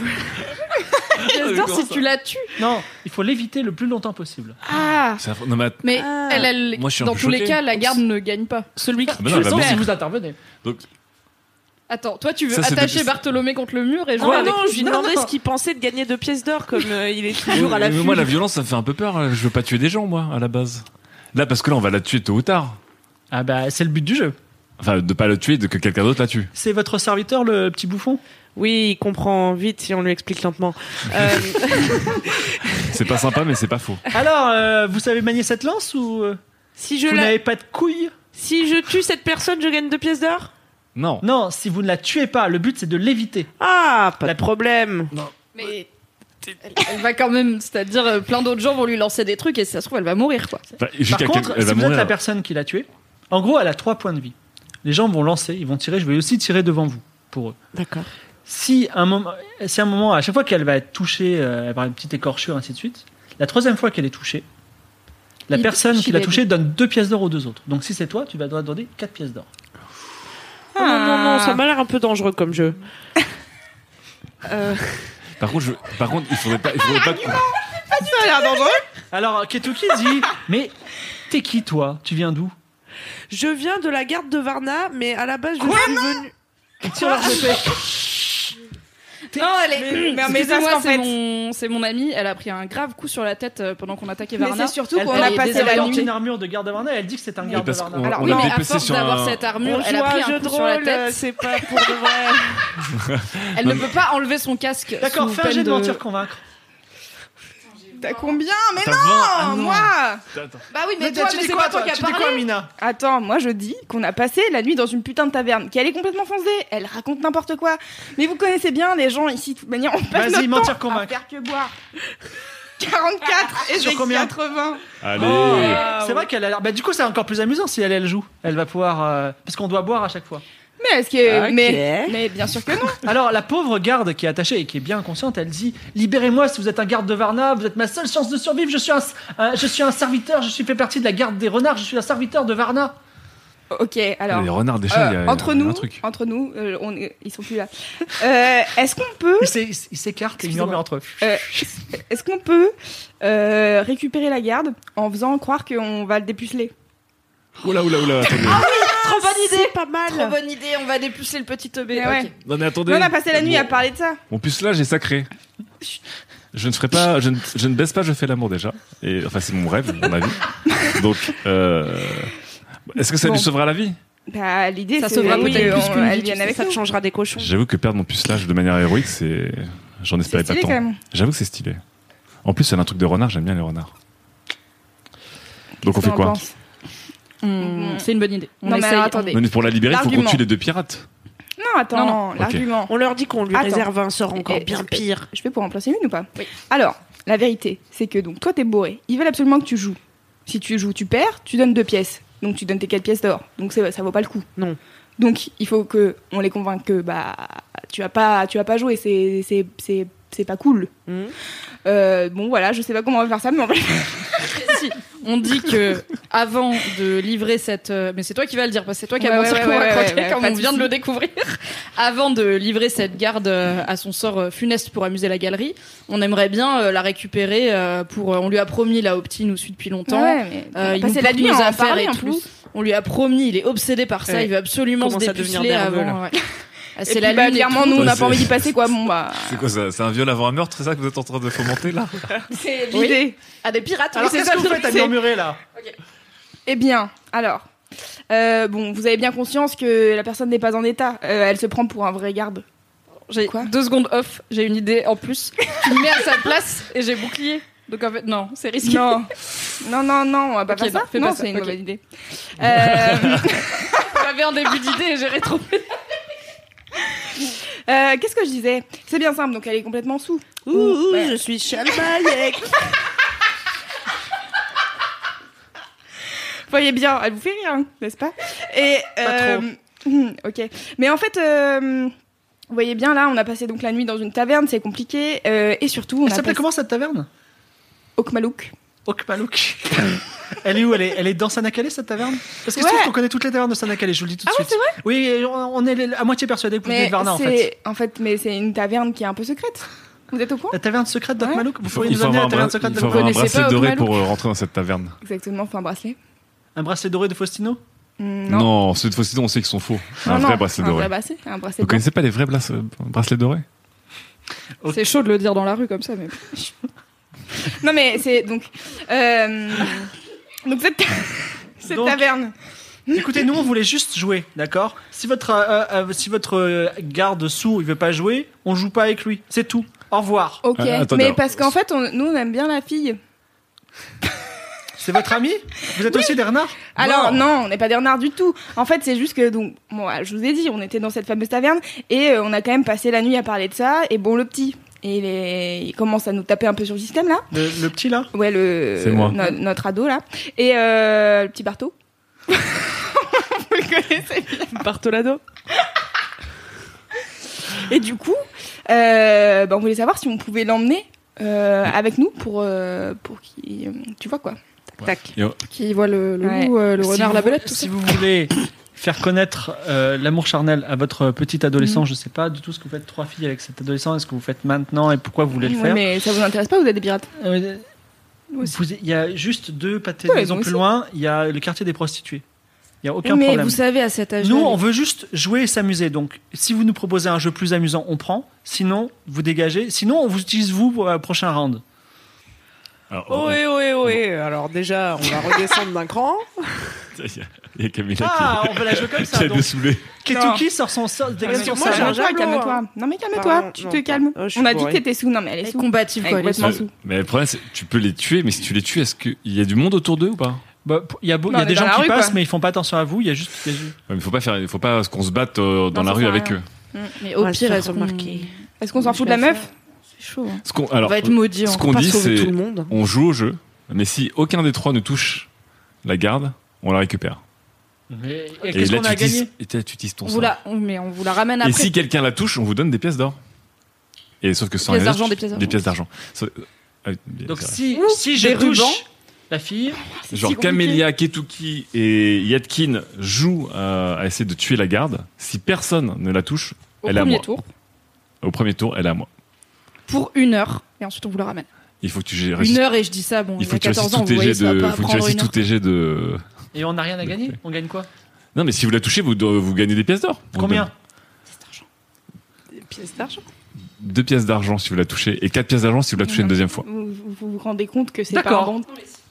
[SPEAKER 3] (laughs) mais
[SPEAKER 5] Ah, J'adore
[SPEAKER 3] Ah, comment
[SPEAKER 5] si
[SPEAKER 3] ça
[SPEAKER 5] tu la tues.
[SPEAKER 4] Non, il faut l'éviter le plus longtemps possible.
[SPEAKER 5] Ah
[SPEAKER 3] C'est un- Non, mais att-
[SPEAKER 5] Mais
[SPEAKER 6] Ah.
[SPEAKER 5] elle, elle-
[SPEAKER 3] Moi, je suis un
[SPEAKER 5] dans
[SPEAKER 3] peu
[SPEAKER 5] tous les
[SPEAKER 3] choqué.
[SPEAKER 5] cas, la garde ne gagne pas.
[SPEAKER 6] Celui qui
[SPEAKER 3] Ah bah non,
[SPEAKER 6] tue,
[SPEAKER 3] bah
[SPEAKER 4] Sauf
[SPEAKER 3] oui.
[SPEAKER 4] si vous intervenez.
[SPEAKER 3] donc,
[SPEAKER 5] Attends, toi tu veux
[SPEAKER 3] Ça, c'est
[SPEAKER 5] attacher
[SPEAKER 3] depuis-
[SPEAKER 5] Bartholomé contre le mur et jouer
[SPEAKER 6] Non,
[SPEAKER 5] avec-
[SPEAKER 6] non, je lui
[SPEAKER 4] Non,
[SPEAKER 6] demandais
[SPEAKER 4] non.
[SPEAKER 6] ce qu'il pensait de gagner deux pièces d'or, comme euh, il est
[SPEAKER 3] Oui,
[SPEAKER 6] toujours à la
[SPEAKER 3] mais moi, la violence, ça me fait un peu peur. Je veux pas tuer des gens, moi, à la base. Là, parce que là, on va la tuer tôt ou tard.
[SPEAKER 4] Ah bah c'est le but du jeu.
[SPEAKER 3] Enfin, de pas la tuer, de que quelqu'un d'autre la tue.
[SPEAKER 4] C'est votre serviteur le petit bouffon
[SPEAKER 6] Oui, il comprend vite si on lui explique lentement. Euh,
[SPEAKER 3] C'est pas sympa, mais c'est pas faux.
[SPEAKER 4] Alors, euh, vous savez manier cette lance ou euh,
[SPEAKER 6] si, je
[SPEAKER 4] vous
[SPEAKER 6] la...
[SPEAKER 4] n'avez pas de couilles
[SPEAKER 6] si je tue cette personne, je gagne deux pièces d'or
[SPEAKER 3] Non.
[SPEAKER 4] Non, si vous ne la tuez pas, le but c'est de l'éviter.
[SPEAKER 6] Ah, pas de problème.
[SPEAKER 5] Mais elle, elle va quand même, c'est-à-dire euh, plein d'autres gens vont lui lancer des trucs et si ça se trouve elle va mourir quoi.
[SPEAKER 3] Enfin, jusqu'à quel-
[SPEAKER 4] Par
[SPEAKER 7] euh,
[SPEAKER 4] contre,
[SPEAKER 7] bah,
[SPEAKER 3] elle
[SPEAKER 4] si
[SPEAKER 3] va
[SPEAKER 4] vous êtes
[SPEAKER 3] mourir.
[SPEAKER 4] la personne qui l'a tué, en gros, elle a trois points de vie. Les gens vont lancer, ils vont tirer. Je vais aussi tirer devant vous pour eux.
[SPEAKER 6] D'accord.
[SPEAKER 4] Si un moment, si un moment, à chaque fois qu'elle va être touchée euh, par une petite écorchure, ainsi de suite, la troisième fois qu'elle est touchée, La
[SPEAKER 11] Il-
[SPEAKER 4] personne qui l'a
[SPEAKER 11] Chibel.
[SPEAKER 4] touché donne deux pièces d'or aux deux autres. Donc si c'est toi, tu vas devoir donner quatre pièces d'or.
[SPEAKER 8] Oh non, non, non, ça m'a l'air un peu dangereux comme jeu.
[SPEAKER 7] Par contre, je- par contre, il faudrait pas, il
[SPEAKER 5] Ah,
[SPEAKER 7] faudrait pas que-
[SPEAKER 8] Ça a l'air dangereux.
[SPEAKER 4] Alors, Ketuki
[SPEAKER 8] (laughs)
[SPEAKER 4] dit Mais t'es qui toi Tu viens d'où
[SPEAKER 8] Je viens de la garde de Varna, mais à la base, je suis venue.
[SPEAKER 4] Sur leur épée.
[SPEAKER 11] Non, elle est.
[SPEAKER 8] Mais-
[SPEAKER 11] Mais,
[SPEAKER 8] mais
[SPEAKER 11] excusez-moi,
[SPEAKER 8] parce qu'en
[SPEAKER 11] c'est
[SPEAKER 8] fait-
[SPEAKER 11] mon, c'est mon amie. Elle a pris un grave coup sur la tête euh, pendant qu'on attaquait
[SPEAKER 8] Mais
[SPEAKER 11] Varna.
[SPEAKER 8] c'est surtout
[SPEAKER 11] Elle
[SPEAKER 8] qu'on a
[SPEAKER 11] est
[SPEAKER 8] passé la
[SPEAKER 11] désorientée.
[SPEAKER 4] une armure de garde Varna, elle dit que c'est un
[SPEAKER 7] Et
[SPEAKER 4] garde
[SPEAKER 7] parce
[SPEAKER 4] Varna.
[SPEAKER 7] qu'on-
[SPEAKER 11] Alors
[SPEAKER 7] on
[SPEAKER 11] oui,
[SPEAKER 7] a
[SPEAKER 11] mais à
[SPEAKER 7] dépecé
[SPEAKER 11] force
[SPEAKER 7] sur
[SPEAKER 11] d'avoir
[SPEAKER 7] un-
[SPEAKER 11] cette
[SPEAKER 8] On
[SPEAKER 11] armure, elle
[SPEAKER 8] joue
[SPEAKER 11] a
[SPEAKER 8] à
[SPEAKER 11] pris
[SPEAKER 8] un
[SPEAKER 11] un
[SPEAKER 8] jeu
[SPEAKER 11] coup
[SPEAKER 8] de
[SPEAKER 11] sur la
[SPEAKER 8] rôle, euh,
[SPEAKER 11] tête.
[SPEAKER 8] c'est pas pour de vrai.
[SPEAKER 11] (laughs) Elle
[SPEAKER 7] Non,
[SPEAKER 11] ne peut pas enlever son casque.
[SPEAKER 4] D'accord,
[SPEAKER 11] sous
[SPEAKER 4] fais un
[SPEAKER 11] peine
[SPEAKER 4] jet de
[SPEAKER 11] de-
[SPEAKER 4] mentir convaincre.
[SPEAKER 5] T'as combien Mais
[SPEAKER 7] T'as
[SPEAKER 5] non,
[SPEAKER 7] 20 ah non.
[SPEAKER 5] Moi
[SPEAKER 11] Bah oui, mais
[SPEAKER 4] Mais
[SPEAKER 11] toi,
[SPEAKER 4] tu
[SPEAKER 11] mais
[SPEAKER 4] dis
[SPEAKER 11] c'est
[SPEAKER 4] quoi,
[SPEAKER 11] pas toi
[SPEAKER 4] toi
[SPEAKER 11] qui as
[SPEAKER 4] Tu dis
[SPEAKER 11] parlé.
[SPEAKER 4] quoi, Mina
[SPEAKER 5] Attends, moi je dis qu'on a passé la nuit dans une putain de taverne, qu'elle est complètement foncée, elle raconte n'importe quoi. Mais vous connaissez bien les gens ici, de toute manière, on passe
[SPEAKER 4] Vas-y,
[SPEAKER 5] notre
[SPEAKER 4] mentir,
[SPEAKER 5] temps à
[SPEAKER 4] convaincre.
[SPEAKER 5] faire que (laughs) boire. 44
[SPEAKER 11] (laughs)
[SPEAKER 5] et
[SPEAKER 4] Sur
[SPEAKER 5] j'ai
[SPEAKER 4] combien
[SPEAKER 5] 80.
[SPEAKER 7] Allez. Oh.
[SPEAKER 11] Ah,
[SPEAKER 4] C'est vrai qu'elle a l'air. Bah, du coup, c'est encore plus amusant si elle, elle joue. Elle va pouvoir. euh, Parce qu'on doit boire à chaque fois.
[SPEAKER 5] Mais est-ce que
[SPEAKER 8] Ok.
[SPEAKER 5] mais, mais bien sûr que non. (laughs)
[SPEAKER 4] Alors, la pauvre garde qui est attachée et qui est bien inconsciente, elle dit Libérez-moi si vous êtes un garde de Varna, vous êtes ma seule chance de survivre. Je suis un, un- je suis un serviteur, je suis fait partie de la garde des renards, je suis un serviteur de Varna.
[SPEAKER 5] OK, alors
[SPEAKER 7] les renards déjà, il y
[SPEAKER 5] euh,
[SPEAKER 7] a- il y a
[SPEAKER 5] entre nous,
[SPEAKER 7] un truc.
[SPEAKER 5] entre nous, euh, on, ils sont plus là. Euh, est-ce qu'on peut
[SPEAKER 4] Il s'é- il s'écarte et il murmure entre eux.
[SPEAKER 5] Euh, Est-ce qu'on peut euh, récupérer la garde en faisant croire qu'on va le dépuceler
[SPEAKER 7] Oula, oula, oula. Attendez.
[SPEAKER 5] Ah.
[SPEAKER 8] Trop bonne idée, pas
[SPEAKER 11] Trop
[SPEAKER 8] mal.
[SPEAKER 11] bonne idée, on va dépuceler le petit teubé.
[SPEAKER 5] Mais ouais.
[SPEAKER 11] Ok.
[SPEAKER 7] Non mais attendez.
[SPEAKER 5] Mais On a passé la nuit
[SPEAKER 7] Bon.
[SPEAKER 5] à parler de ça.
[SPEAKER 7] Mon pucelage est sacré. Je ne ferai pas, je ne, je ne baisse pas, je fais l'amour déjà. Et enfin, c'est mon rêve, mon avis. Donc, euh, est-ce que ça
[SPEAKER 5] Bon.
[SPEAKER 7] lui sauvera la vie
[SPEAKER 5] Bah, l'idée,
[SPEAKER 11] Ça
[SPEAKER 5] c'est
[SPEAKER 11] sauvera
[SPEAKER 5] que
[SPEAKER 11] peut-être
[SPEAKER 5] on-
[SPEAKER 11] plus qu'une
[SPEAKER 5] elle
[SPEAKER 11] vie, tu
[SPEAKER 5] vienne
[SPEAKER 11] sais,
[SPEAKER 5] avec
[SPEAKER 8] Ça
[SPEAKER 5] nous.
[SPEAKER 8] te changera des cochons.
[SPEAKER 7] J'avoue que perdre mon pucelage de manière héroïque, c'est, j'en
[SPEAKER 5] C'est
[SPEAKER 7] espérais pas
[SPEAKER 5] stylé quand
[SPEAKER 7] tant.
[SPEAKER 5] même.
[SPEAKER 7] J'avoue que c'est stylé. En plus, elle a un truc de renard. J'aime bien les renards. Donc on fait
[SPEAKER 5] Qu'est-ce qu'on en
[SPEAKER 7] quoi
[SPEAKER 5] pense
[SPEAKER 11] Hmm, C'est une bonne idée. On
[SPEAKER 5] Non, mais
[SPEAKER 11] essaye-
[SPEAKER 5] alors, attendez.
[SPEAKER 7] Non, mais pour la libérer, il faut qu'on
[SPEAKER 5] L'argument.
[SPEAKER 7] tue les deux pirates.
[SPEAKER 5] Non, attends,
[SPEAKER 11] Non,
[SPEAKER 7] non.
[SPEAKER 5] l'argument.
[SPEAKER 8] On leur dit qu'on lui
[SPEAKER 5] Attends.
[SPEAKER 8] réserve un sort encore
[SPEAKER 5] Et-
[SPEAKER 8] bien
[SPEAKER 5] et-
[SPEAKER 8] pire.
[SPEAKER 5] Je peux pour remplacer une ou pas Oui. Alors, la vérité, c'est que donc toi, t'es bourré. Ils veulent absolument que tu joues. Si tu joues, tu perds, tu donnes deux pièces. Donc tu donnes tes quatre pièces d'or. Donc c'est- ça vaut pas le coup.
[SPEAKER 8] Non.
[SPEAKER 5] Donc il faut que on les convainque que bah tu vas pas tu vas pas jouer, c'est c'est c'est c'est pas cool.
[SPEAKER 11] Mmh.
[SPEAKER 8] Mhm.
[SPEAKER 5] Euh, bon voilà, je sais pas comment on va faire ça, mais on va le faire.
[SPEAKER 11] (laughs) Si, on dit que avant de livrer cette, euh, mais c'est toi qui vas le dire parce que c'est toi qui as
[SPEAKER 5] Ouais,
[SPEAKER 11] pensé
[SPEAKER 5] ouais,
[SPEAKER 11] qu'on
[SPEAKER 5] ouais,
[SPEAKER 11] va
[SPEAKER 5] ouais,
[SPEAKER 11] croquer,
[SPEAKER 5] ouais, ouais,
[SPEAKER 11] comme
[SPEAKER 5] pas
[SPEAKER 11] on
[SPEAKER 5] de
[SPEAKER 11] vient de
[SPEAKER 5] souci.
[SPEAKER 11] le découvrir. Avant de livrer cette garde euh, à son sort euh, funeste pour amuser la galerie, on aimerait bien euh, la récérer euh, pour. euh, on lui a promis la opti nous suit depuis longtemps.
[SPEAKER 5] mais
[SPEAKER 11] Euh, ils
[SPEAKER 5] passer
[SPEAKER 11] nous
[SPEAKER 5] la
[SPEAKER 11] portent
[SPEAKER 5] nuit
[SPEAKER 11] nos
[SPEAKER 5] à en
[SPEAKER 11] affaires
[SPEAKER 5] parler
[SPEAKER 11] et
[SPEAKER 5] en
[SPEAKER 11] tout.
[SPEAKER 5] plus.
[SPEAKER 11] On lui a promis, il est obsédé par ça.
[SPEAKER 8] Ouais.
[SPEAKER 11] Il veut absolument se
[SPEAKER 8] Eh, Commence à devenir
[SPEAKER 11] dépuceler
[SPEAKER 8] nerveux,
[SPEAKER 11] avant. ouais. Ah,
[SPEAKER 5] Et
[SPEAKER 11] C'est la
[SPEAKER 5] puis, bah,
[SPEAKER 11] lune et
[SPEAKER 5] clairement
[SPEAKER 11] tout.
[SPEAKER 5] nous on n'a
[SPEAKER 7] Ouais,
[SPEAKER 5] pas envie
[SPEAKER 7] c'est-
[SPEAKER 5] d'y passer quoi.
[SPEAKER 11] (laughs)
[SPEAKER 5] Bon bah
[SPEAKER 7] C'est quoi ça C'est un viol avant un meurtre, c'est ça que vous êtes en train de commenter là
[SPEAKER 5] c'est
[SPEAKER 11] Oui.
[SPEAKER 5] l'idée.
[SPEAKER 11] Ah des pirates. oui,
[SPEAKER 4] Alors
[SPEAKER 11] c'est
[SPEAKER 4] qu'est-ce
[SPEAKER 11] ça,
[SPEAKER 4] que vous faites à
[SPEAKER 11] c'est-
[SPEAKER 4] murmurer là
[SPEAKER 5] Eh bien, alors. euh, bon, vous avez bien conscience que la personne n'est pas en état. Euh, elle se prend pour un vrai garde.
[SPEAKER 11] J'ai
[SPEAKER 5] Quoi
[SPEAKER 11] deux secondes off, j'ai une idée en plus. tu me mets à sa place et j'ai bouclier. Donc en fait, non, c'est risqué.
[SPEAKER 5] Non, non, non, non, on va pas
[SPEAKER 11] Ok,
[SPEAKER 5] faire
[SPEAKER 11] non,
[SPEAKER 5] ça.
[SPEAKER 11] fais
[SPEAKER 5] non,
[SPEAKER 11] pas ça,
[SPEAKER 5] c'est une
[SPEAKER 11] ok. (laughs)
[SPEAKER 5] mauvaise idée. Euh,
[SPEAKER 11] J'avais un début d'idée et j'ai rétro.
[SPEAKER 5] (laughs) euh, Qu'est-ce que je disais C'est bien simple, donc elle est complètement sous.
[SPEAKER 8] Ouh, ouh,
[SPEAKER 5] Ouais.
[SPEAKER 8] je suis Chalmayek.
[SPEAKER 5] (laughs) voyez bien, elle vous fait rire, hein, n'est-ce pas Et euh, (laughs) hmm, ok. Mais en fait, euh, vous voyez bien là, on a passé donc la nuit dans une taverne, c'est compliqué, euh, et surtout on
[SPEAKER 4] Elle
[SPEAKER 5] a
[SPEAKER 4] s'appelait
[SPEAKER 5] passé
[SPEAKER 4] comment cette taverne
[SPEAKER 5] Okmalouk.
[SPEAKER 4] Okmalouk. (laughs) elle est où elle est, elle est dans Sanakale cette taverne Parce que je
[SPEAKER 5] Ouais.
[SPEAKER 4] trouve qu'on connaît toutes les tavernes de Sanakale, je vous le dis tout de
[SPEAKER 5] Ah ouais,
[SPEAKER 4] suite. oui, on on est les- à moitié persuadé que vous venez de Varna en fait.
[SPEAKER 5] c'est en fait, mais c'est une taverne qui est un peu secrète. (laughs) Vous êtes au courant
[SPEAKER 4] La taverne secrète d'Okmalouk Vous pourriez
[SPEAKER 7] Il
[SPEAKER 4] nous
[SPEAKER 7] faut
[SPEAKER 4] amener
[SPEAKER 7] avoir
[SPEAKER 4] la
[SPEAKER 7] un, bra-
[SPEAKER 4] taverne secrète
[SPEAKER 7] il faut avoir
[SPEAKER 4] d'Okmalouk
[SPEAKER 11] Vous connaissez
[SPEAKER 7] un bracelet
[SPEAKER 11] pas
[SPEAKER 7] doré
[SPEAKER 11] Otmalouk
[SPEAKER 7] pour euh, rentrer dans cette taverne.
[SPEAKER 5] Exactement, enfin un bracelet.
[SPEAKER 4] Un bracelet doré de Faustino
[SPEAKER 5] Mm,
[SPEAKER 7] Non, ceux de Faustidon, on sait qu'ils sont faux. un
[SPEAKER 5] Non,
[SPEAKER 7] vrai
[SPEAKER 5] non,
[SPEAKER 7] bracelet doré.
[SPEAKER 5] Un vrai bracelet, un bracelet
[SPEAKER 7] Vous
[SPEAKER 5] blanc.
[SPEAKER 7] connaissez pas les vrais brace- bracelets dorés
[SPEAKER 11] C'est chaud de le dire dans la rue comme ça, mais.
[SPEAKER 4] (laughs)
[SPEAKER 5] Non mais c'est donc euh, donc
[SPEAKER 4] (laughs)
[SPEAKER 5] cette, cette
[SPEAKER 4] Donc-
[SPEAKER 5] taverne.
[SPEAKER 4] Écoutez, nous on voulait juste jouer, d'accord Si votre euh, euh, si votre euh, garde sourd il veut pas jouer, on joue pas avec lui, c'est tout. Au revoir.
[SPEAKER 5] Ok,
[SPEAKER 7] Ah, attendez,
[SPEAKER 5] mais
[SPEAKER 7] alors.
[SPEAKER 5] parce qu'en fait, on- nous on aime bien la fille.
[SPEAKER 4] C'est votre ami Vous êtes aussi des renards
[SPEAKER 5] Alors non, on n'est pas des renards du tout. En fait, c'est juste que donc moi, je vous ai dit, on était dans cette fameuse taverne et euh, on a quand même passé la nuit à parler de ça. Et bon, le petit, il, est- il commence à nous taper un peu sur le système là.
[SPEAKER 4] Le, le petit là
[SPEAKER 5] Ouais, le
[SPEAKER 7] C'est moi.
[SPEAKER 5] no- notre ado là et euh, le petit (laughs) Barto. Vous le connaissez
[SPEAKER 8] Bartolado.
[SPEAKER 5] Et du coup, euh, bah, on voulait savoir si on pouvait l'emmener euh, avec nous pour, euh, pour qu'il. Tu vois quoi
[SPEAKER 8] Tac.
[SPEAKER 7] Et on-
[SPEAKER 5] Qui voit le, le
[SPEAKER 12] Ouais.
[SPEAKER 5] loup, euh, le
[SPEAKER 4] Si
[SPEAKER 5] renard,
[SPEAKER 4] vous-
[SPEAKER 5] la belette, tout
[SPEAKER 4] Si
[SPEAKER 5] ça.
[SPEAKER 4] vous voulez faire connaître euh, l'amour charnel à votre petit adolescent,
[SPEAKER 5] Mm.
[SPEAKER 4] je sais pas du tout ce que vous faites trois filles avec cet adolescent, est-ce que vous faites maintenant et pourquoi vous voulez le
[SPEAKER 5] Ouais,
[SPEAKER 4] faire. Euh,
[SPEAKER 5] mais ça vous intéresse pas, vous êtes des pirates
[SPEAKER 4] Vous- Il y a juste deux pâtés de
[SPEAKER 5] Ouais,
[SPEAKER 4] maison
[SPEAKER 5] moi
[SPEAKER 4] plus
[SPEAKER 5] aussi.
[SPEAKER 4] loin, il y a le quartier des prostituées. Il y a aucun
[SPEAKER 5] mais
[SPEAKER 4] problème.
[SPEAKER 5] vous savez, à cet âge
[SPEAKER 4] Nous, on veut juste jouer et s'amuser. Donc, si vous nous proposez un jeu plus amusant, on prend. Sinon, vous dégagez. Sinon, on vous utilise vous pour le prochain round.
[SPEAKER 8] Ohé, ohé, ohé. Alors déjà, on va redescendre d'un cran.
[SPEAKER 7] (laughs) Il y a- il y a Camilla
[SPEAKER 4] Ah,
[SPEAKER 7] qui-
[SPEAKER 4] on peut la jouer comme
[SPEAKER 7] (laughs)
[SPEAKER 4] ça, (laughs)
[SPEAKER 7] qui a
[SPEAKER 4] donc.
[SPEAKER 7] des
[SPEAKER 4] Ah,
[SPEAKER 7] sablés.
[SPEAKER 4] Ketuki sort son sort. dégage son
[SPEAKER 12] Moi,
[SPEAKER 4] sable.
[SPEAKER 12] j'ai un
[SPEAKER 8] tableau,
[SPEAKER 12] calme-toi.
[SPEAKER 8] hein.
[SPEAKER 12] Non, mais calme-toi,
[SPEAKER 8] Pardon,
[SPEAKER 12] tu
[SPEAKER 8] non,
[SPEAKER 12] te
[SPEAKER 8] pas-
[SPEAKER 12] calmes.
[SPEAKER 8] Oh, je suis
[SPEAKER 12] On a dit que
[SPEAKER 8] bourrée.
[SPEAKER 12] t'étais sous. Non, mais elle est sous.
[SPEAKER 5] combative,
[SPEAKER 12] Elle est complètement sous.
[SPEAKER 7] Euh, Mais le problème, c'est que tu peux les tuer, mais si tu les tues, est-ce qu'il y a du monde autour d'eux ou pas
[SPEAKER 4] Bah, p- Il y a, beau- il y
[SPEAKER 12] Non,
[SPEAKER 4] a
[SPEAKER 12] on
[SPEAKER 4] des
[SPEAKER 12] est dans
[SPEAKER 4] gens
[SPEAKER 12] la
[SPEAKER 4] qui
[SPEAKER 12] rue,
[SPEAKER 4] passent,
[SPEAKER 12] quoi.
[SPEAKER 4] mais ils font pas attention à vous. Il y a juste. il y a juste-
[SPEAKER 7] Ouais, mais faut pas faire, faut pas qu'on se batte euh, dans
[SPEAKER 12] Non,
[SPEAKER 7] la
[SPEAKER 12] ça
[SPEAKER 7] rue
[SPEAKER 12] sert à
[SPEAKER 7] avec
[SPEAKER 12] rien.
[SPEAKER 7] eux.
[SPEAKER 5] Mais au
[SPEAKER 8] va se
[SPEAKER 5] pire,
[SPEAKER 8] faire
[SPEAKER 5] elles sont
[SPEAKER 8] remarquer.
[SPEAKER 12] Est-ce qu'on s'en
[SPEAKER 5] Je
[SPEAKER 12] fout de la
[SPEAKER 5] vais
[SPEAKER 12] meuf
[SPEAKER 5] C'est chaud. hein.
[SPEAKER 7] Ce qu'on, alors, euh,
[SPEAKER 5] va être hein. maudit,
[SPEAKER 7] ce
[SPEAKER 5] on
[SPEAKER 7] qu'on
[SPEAKER 5] peut
[SPEAKER 7] dit,
[SPEAKER 5] pas sauver
[SPEAKER 7] c'est
[SPEAKER 5] tout le
[SPEAKER 8] monde.
[SPEAKER 7] on joue au jeu, mais si aucun des trois ne touche la garde, on la récupère.
[SPEAKER 4] Mais et qu'est-ce
[SPEAKER 7] là,
[SPEAKER 4] qu'on a
[SPEAKER 7] tu utilises-
[SPEAKER 4] gagné
[SPEAKER 7] et là, tu utilises ton
[SPEAKER 5] On vous
[SPEAKER 7] sort.
[SPEAKER 5] la, on, mais on vous la ramène
[SPEAKER 7] hein. Et
[SPEAKER 5] après.
[SPEAKER 7] si quelqu'un la touche, on vous donne des pièces d'or. Et sauf que sans
[SPEAKER 5] Pièces
[SPEAKER 7] les
[SPEAKER 5] d'argent,
[SPEAKER 7] autres,
[SPEAKER 5] des pièces d'argent.
[SPEAKER 7] Des pièces d'argent. Sauf- ah oui, bien,
[SPEAKER 4] Donc
[SPEAKER 7] c'est vrai.
[SPEAKER 4] si,
[SPEAKER 5] Ouh,
[SPEAKER 4] si je
[SPEAKER 5] des
[SPEAKER 4] touche
[SPEAKER 5] rubans.
[SPEAKER 4] la fille,
[SPEAKER 7] Genre
[SPEAKER 5] si compliqué.
[SPEAKER 7] Camélia, Ketuki et Yatkin jouent euh, à, à essayer de tuer la garde. Si personne ne la touche,
[SPEAKER 5] Au
[SPEAKER 7] elle est à
[SPEAKER 5] premier
[SPEAKER 7] moi.
[SPEAKER 5] tour,
[SPEAKER 7] Au premier tour, elle est à moi.
[SPEAKER 5] pour une heure, et ensuite on vous la ramène.
[SPEAKER 7] Il faut que tu gères.
[SPEAKER 5] Une heure, et je dis ça, bon,
[SPEAKER 7] Il
[SPEAKER 5] il,
[SPEAKER 7] Ah, faut
[SPEAKER 5] a
[SPEAKER 7] que tu réussisses
[SPEAKER 5] 14 ans,
[SPEAKER 7] tous
[SPEAKER 5] vous
[SPEAKER 7] tes
[SPEAKER 5] voyez,
[SPEAKER 7] jets
[SPEAKER 5] ça
[SPEAKER 7] de.
[SPEAKER 5] va pas
[SPEAKER 7] Faut que tu
[SPEAKER 5] prendre
[SPEAKER 7] réussisses
[SPEAKER 5] une
[SPEAKER 7] tous
[SPEAKER 5] heure.
[SPEAKER 7] tes jets de.
[SPEAKER 4] et on n'a rien à gagner. Bah, On gagne quoi
[SPEAKER 7] Non, mais si vous la touchez, vous, euh, vous gagnez des pièces d'or. On
[SPEAKER 4] Combien
[SPEAKER 7] donne
[SPEAKER 8] Des pièces d'argent.
[SPEAKER 7] Deux pièces d'argent si vous la touchez et quatre pièces d'argent si vous la touchez
[SPEAKER 5] Mmh.
[SPEAKER 7] une deuxième fois.
[SPEAKER 12] Vous vous vous rendez compte que c'est pas un
[SPEAKER 4] D'accord.
[SPEAKER 12] bon.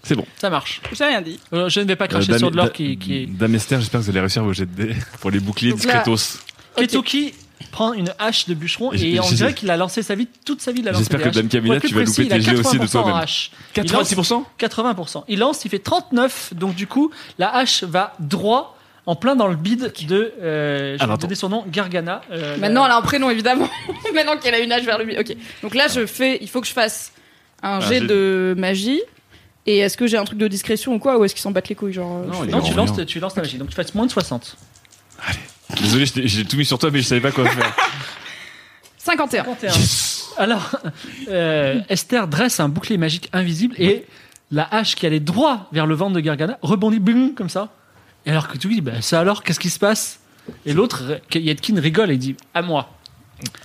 [SPEAKER 7] C'est bon.
[SPEAKER 4] Ça marche.
[SPEAKER 12] J'ai rien dit.
[SPEAKER 4] Euh, Je ne vais pas
[SPEAKER 7] Euh,
[SPEAKER 4] cracher
[SPEAKER 7] Dame-
[SPEAKER 4] sur de
[SPEAKER 7] Da-
[SPEAKER 4] l'or qui, qui est.
[SPEAKER 7] Dame Esther, j'espère que vous allez réussir vos jets de dés (laughs) pour les boucliers
[SPEAKER 5] Donc là-
[SPEAKER 7] discretos.
[SPEAKER 4] Ketuki prend une hache de bûcheron
[SPEAKER 7] Et
[SPEAKER 4] et
[SPEAKER 7] je-
[SPEAKER 4] on
[SPEAKER 7] je-
[SPEAKER 4] dirait qu'il a lancé sa vie, toute sa vie de la
[SPEAKER 7] J'espère que Dame Camilla, tu vas louper tes jets aussi de toi-même. 86%
[SPEAKER 4] 80%. Il lance, il fait 39. Donc du coup, la hache va droit en plein dans le bide de. Euh, je
[SPEAKER 7] Alors,
[SPEAKER 4] vais donner son nom, Gargana. euh,
[SPEAKER 5] Maintenant,
[SPEAKER 4] la-
[SPEAKER 5] elle a un prénom, évidemment. (laughs) Maintenant qu'elle a une âge vers le milieu. Ok. Donc là, je fais, il faut que je fasse un
[SPEAKER 7] jet
[SPEAKER 5] jet de magie. Et est-ce que j'ai un truc de discrétion ou quoi Ou est-ce qu'ils s'en battent les couilles genre, euh,
[SPEAKER 4] Non,
[SPEAKER 7] il
[SPEAKER 4] non,
[SPEAKER 7] est
[SPEAKER 4] tu
[SPEAKER 7] en
[SPEAKER 4] lances,
[SPEAKER 7] rien.
[SPEAKER 4] tu lances ta magie. Donc tu fasses moins de 60.
[SPEAKER 7] Désolé, je t'ai- j'ai tout mis sur toi, mais je savais pas quoi faire.
[SPEAKER 5] (laughs) 51.
[SPEAKER 4] 51. Alors, euh, Esther dresse un bouclier magique invisible et la hache qui allait droit vers le ventre de Gargana rebondit bing, comme ça. Et alors que tu dis, bah, ça alors, qu'est-ce qui se passe Et l'autre, Yadkin rigole et dit, à moi.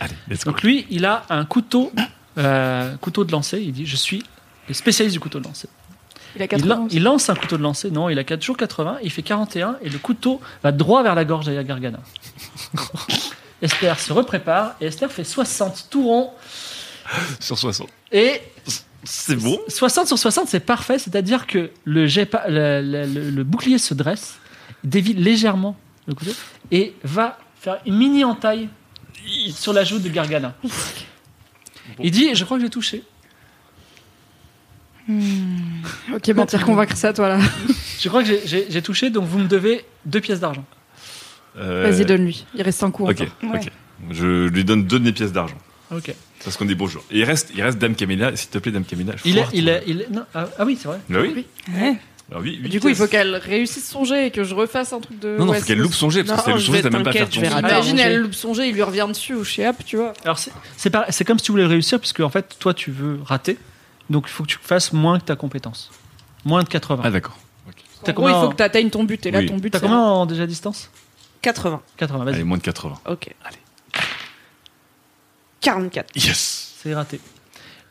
[SPEAKER 7] Allez, let's go.
[SPEAKER 4] Donc lui, il a un couteau, euh, couteau de lancer. Il dit, je suis le spécialiste du couteau de lancer.
[SPEAKER 5] Il a
[SPEAKER 4] Il,
[SPEAKER 5] 80.
[SPEAKER 4] lan- il lance un couteau de lancer. Non, il a 4 toujours 80. Il fait 41 et le couteau va droit vers la gorge de Gargana. Esther se reprépare et Esther fait 60 tout rond
[SPEAKER 7] Sur 60.
[SPEAKER 4] et
[SPEAKER 7] C'est bon.
[SPEAKER 4] 60 sur 60, c'est parfait, c'est-à-dire que le, jet pa- le, le- le- le bouclier se dresse, dévie légèrement le couteau et va faire une mini entaille sur la joue de Gargana. Il dit Je crois que j'ai touché.
[SPEAKER 5] Ok, mentir, convaincre ça, toi là.
[SPEAKER 4] Je crois que j'ai- j'ai j'ai touché, donc vous me devez deux pièces d'argent.
[SPEAKER 7] Euh,
[SPEAKER 5] Vas-y, donne-lui. Il reste un coup.
[SPEAKER 7] Ok,
[SPEAKER 5] encore.
[SPEAKER 12] Ouais.
[SPEAKER 7] ok. Je lui donne deux de mes pièces d'argent.
[SPEAKER 4] Ok.
[SPEAKER 7] Parce qu'on est beaux jours. Et il reste, il reste Dame Camélia, s'il te plaît, Dame Camélia. je
[SPEAKER 4] Il est.
[SPEAKER 7] crois
[SPEAKER 4] Il
[SPEAKER 7] que-
[SPEAKER 4] est, il est- non, ah, ah oui, c'est vrai.
[SPEAKER 7] Bah oui.
[SPEAKER 12] Ouais.
[SPEAKER 7] Alors, oui, oui,
[SPEAKER 5] Du coup, il faut
[SPEAKER 7] pièces.
[SPEAKER 5] qu'elle réussisse son jet et que je refasse un truc de.
[SPEAKER 7] Non, non,
[SPEAKER 5] ouais,
[SPEAKER 7] faut qu'elle
[SPEAKER 5] c'est-
[SPEAKER 7] loupe son jet, parce que si
[SPEAKER 8] Non,
[SPEAKER 7] elle loupe
[SPEAKER 8] je
[SPEAKER 7] son jet,
[SPEAKER 8] vais
[SPEAKER 7] t'as même pas à faire
[SPEAKER 8] t'inquiète,
[SPEAKER 7] ton
[SPEAKER 8] je vais
[SPEAKER 7] jet.
[SPEAKER 8] rater.
[SPEAKER 5] Imagine,
[SPEAKER 8] Attends,
[SPEAKER 5] elle
[SPEAKER 8] j'ai-
[SPEAKER 5] loupe son jet, il lui revient dessus ou je sais pas, tu vois.
[SPEAKER 4] Alors c'est- c'est par- c'est comme si tu voulais réussir, puisque en fait, toi, tu veux rater, donc il faut que tu fasses moins que ta compétence. Moins de 80.
[SPEAKER 7] Ah, d'accord.
[SPEAKER 4] T'as
[SPEAKER 5] En gros, il
[SPEAKER 4] combien
[SPEAKER 5] faut
[SPEAKER 4] en-
[SPEAKER 5] que t'atteignes ton but. Et là,
[SPEAKER 7] Oui.
[SPEAKER 5] ton but,
[SPEAKER 4] T'as
[SPEAKER 5] c'est.
[SPEAKER 4] combien en déjà distance
[SPEAKER 8] 80.
[SPEAKER 4] 80, vas-y.
[SPEAKER 7] Allez, moins de 80.
[SPEAKER 8] Ok. Allez. 44.
[SPEAKER 7] Yes
[SPEAKER 4] C'est raté.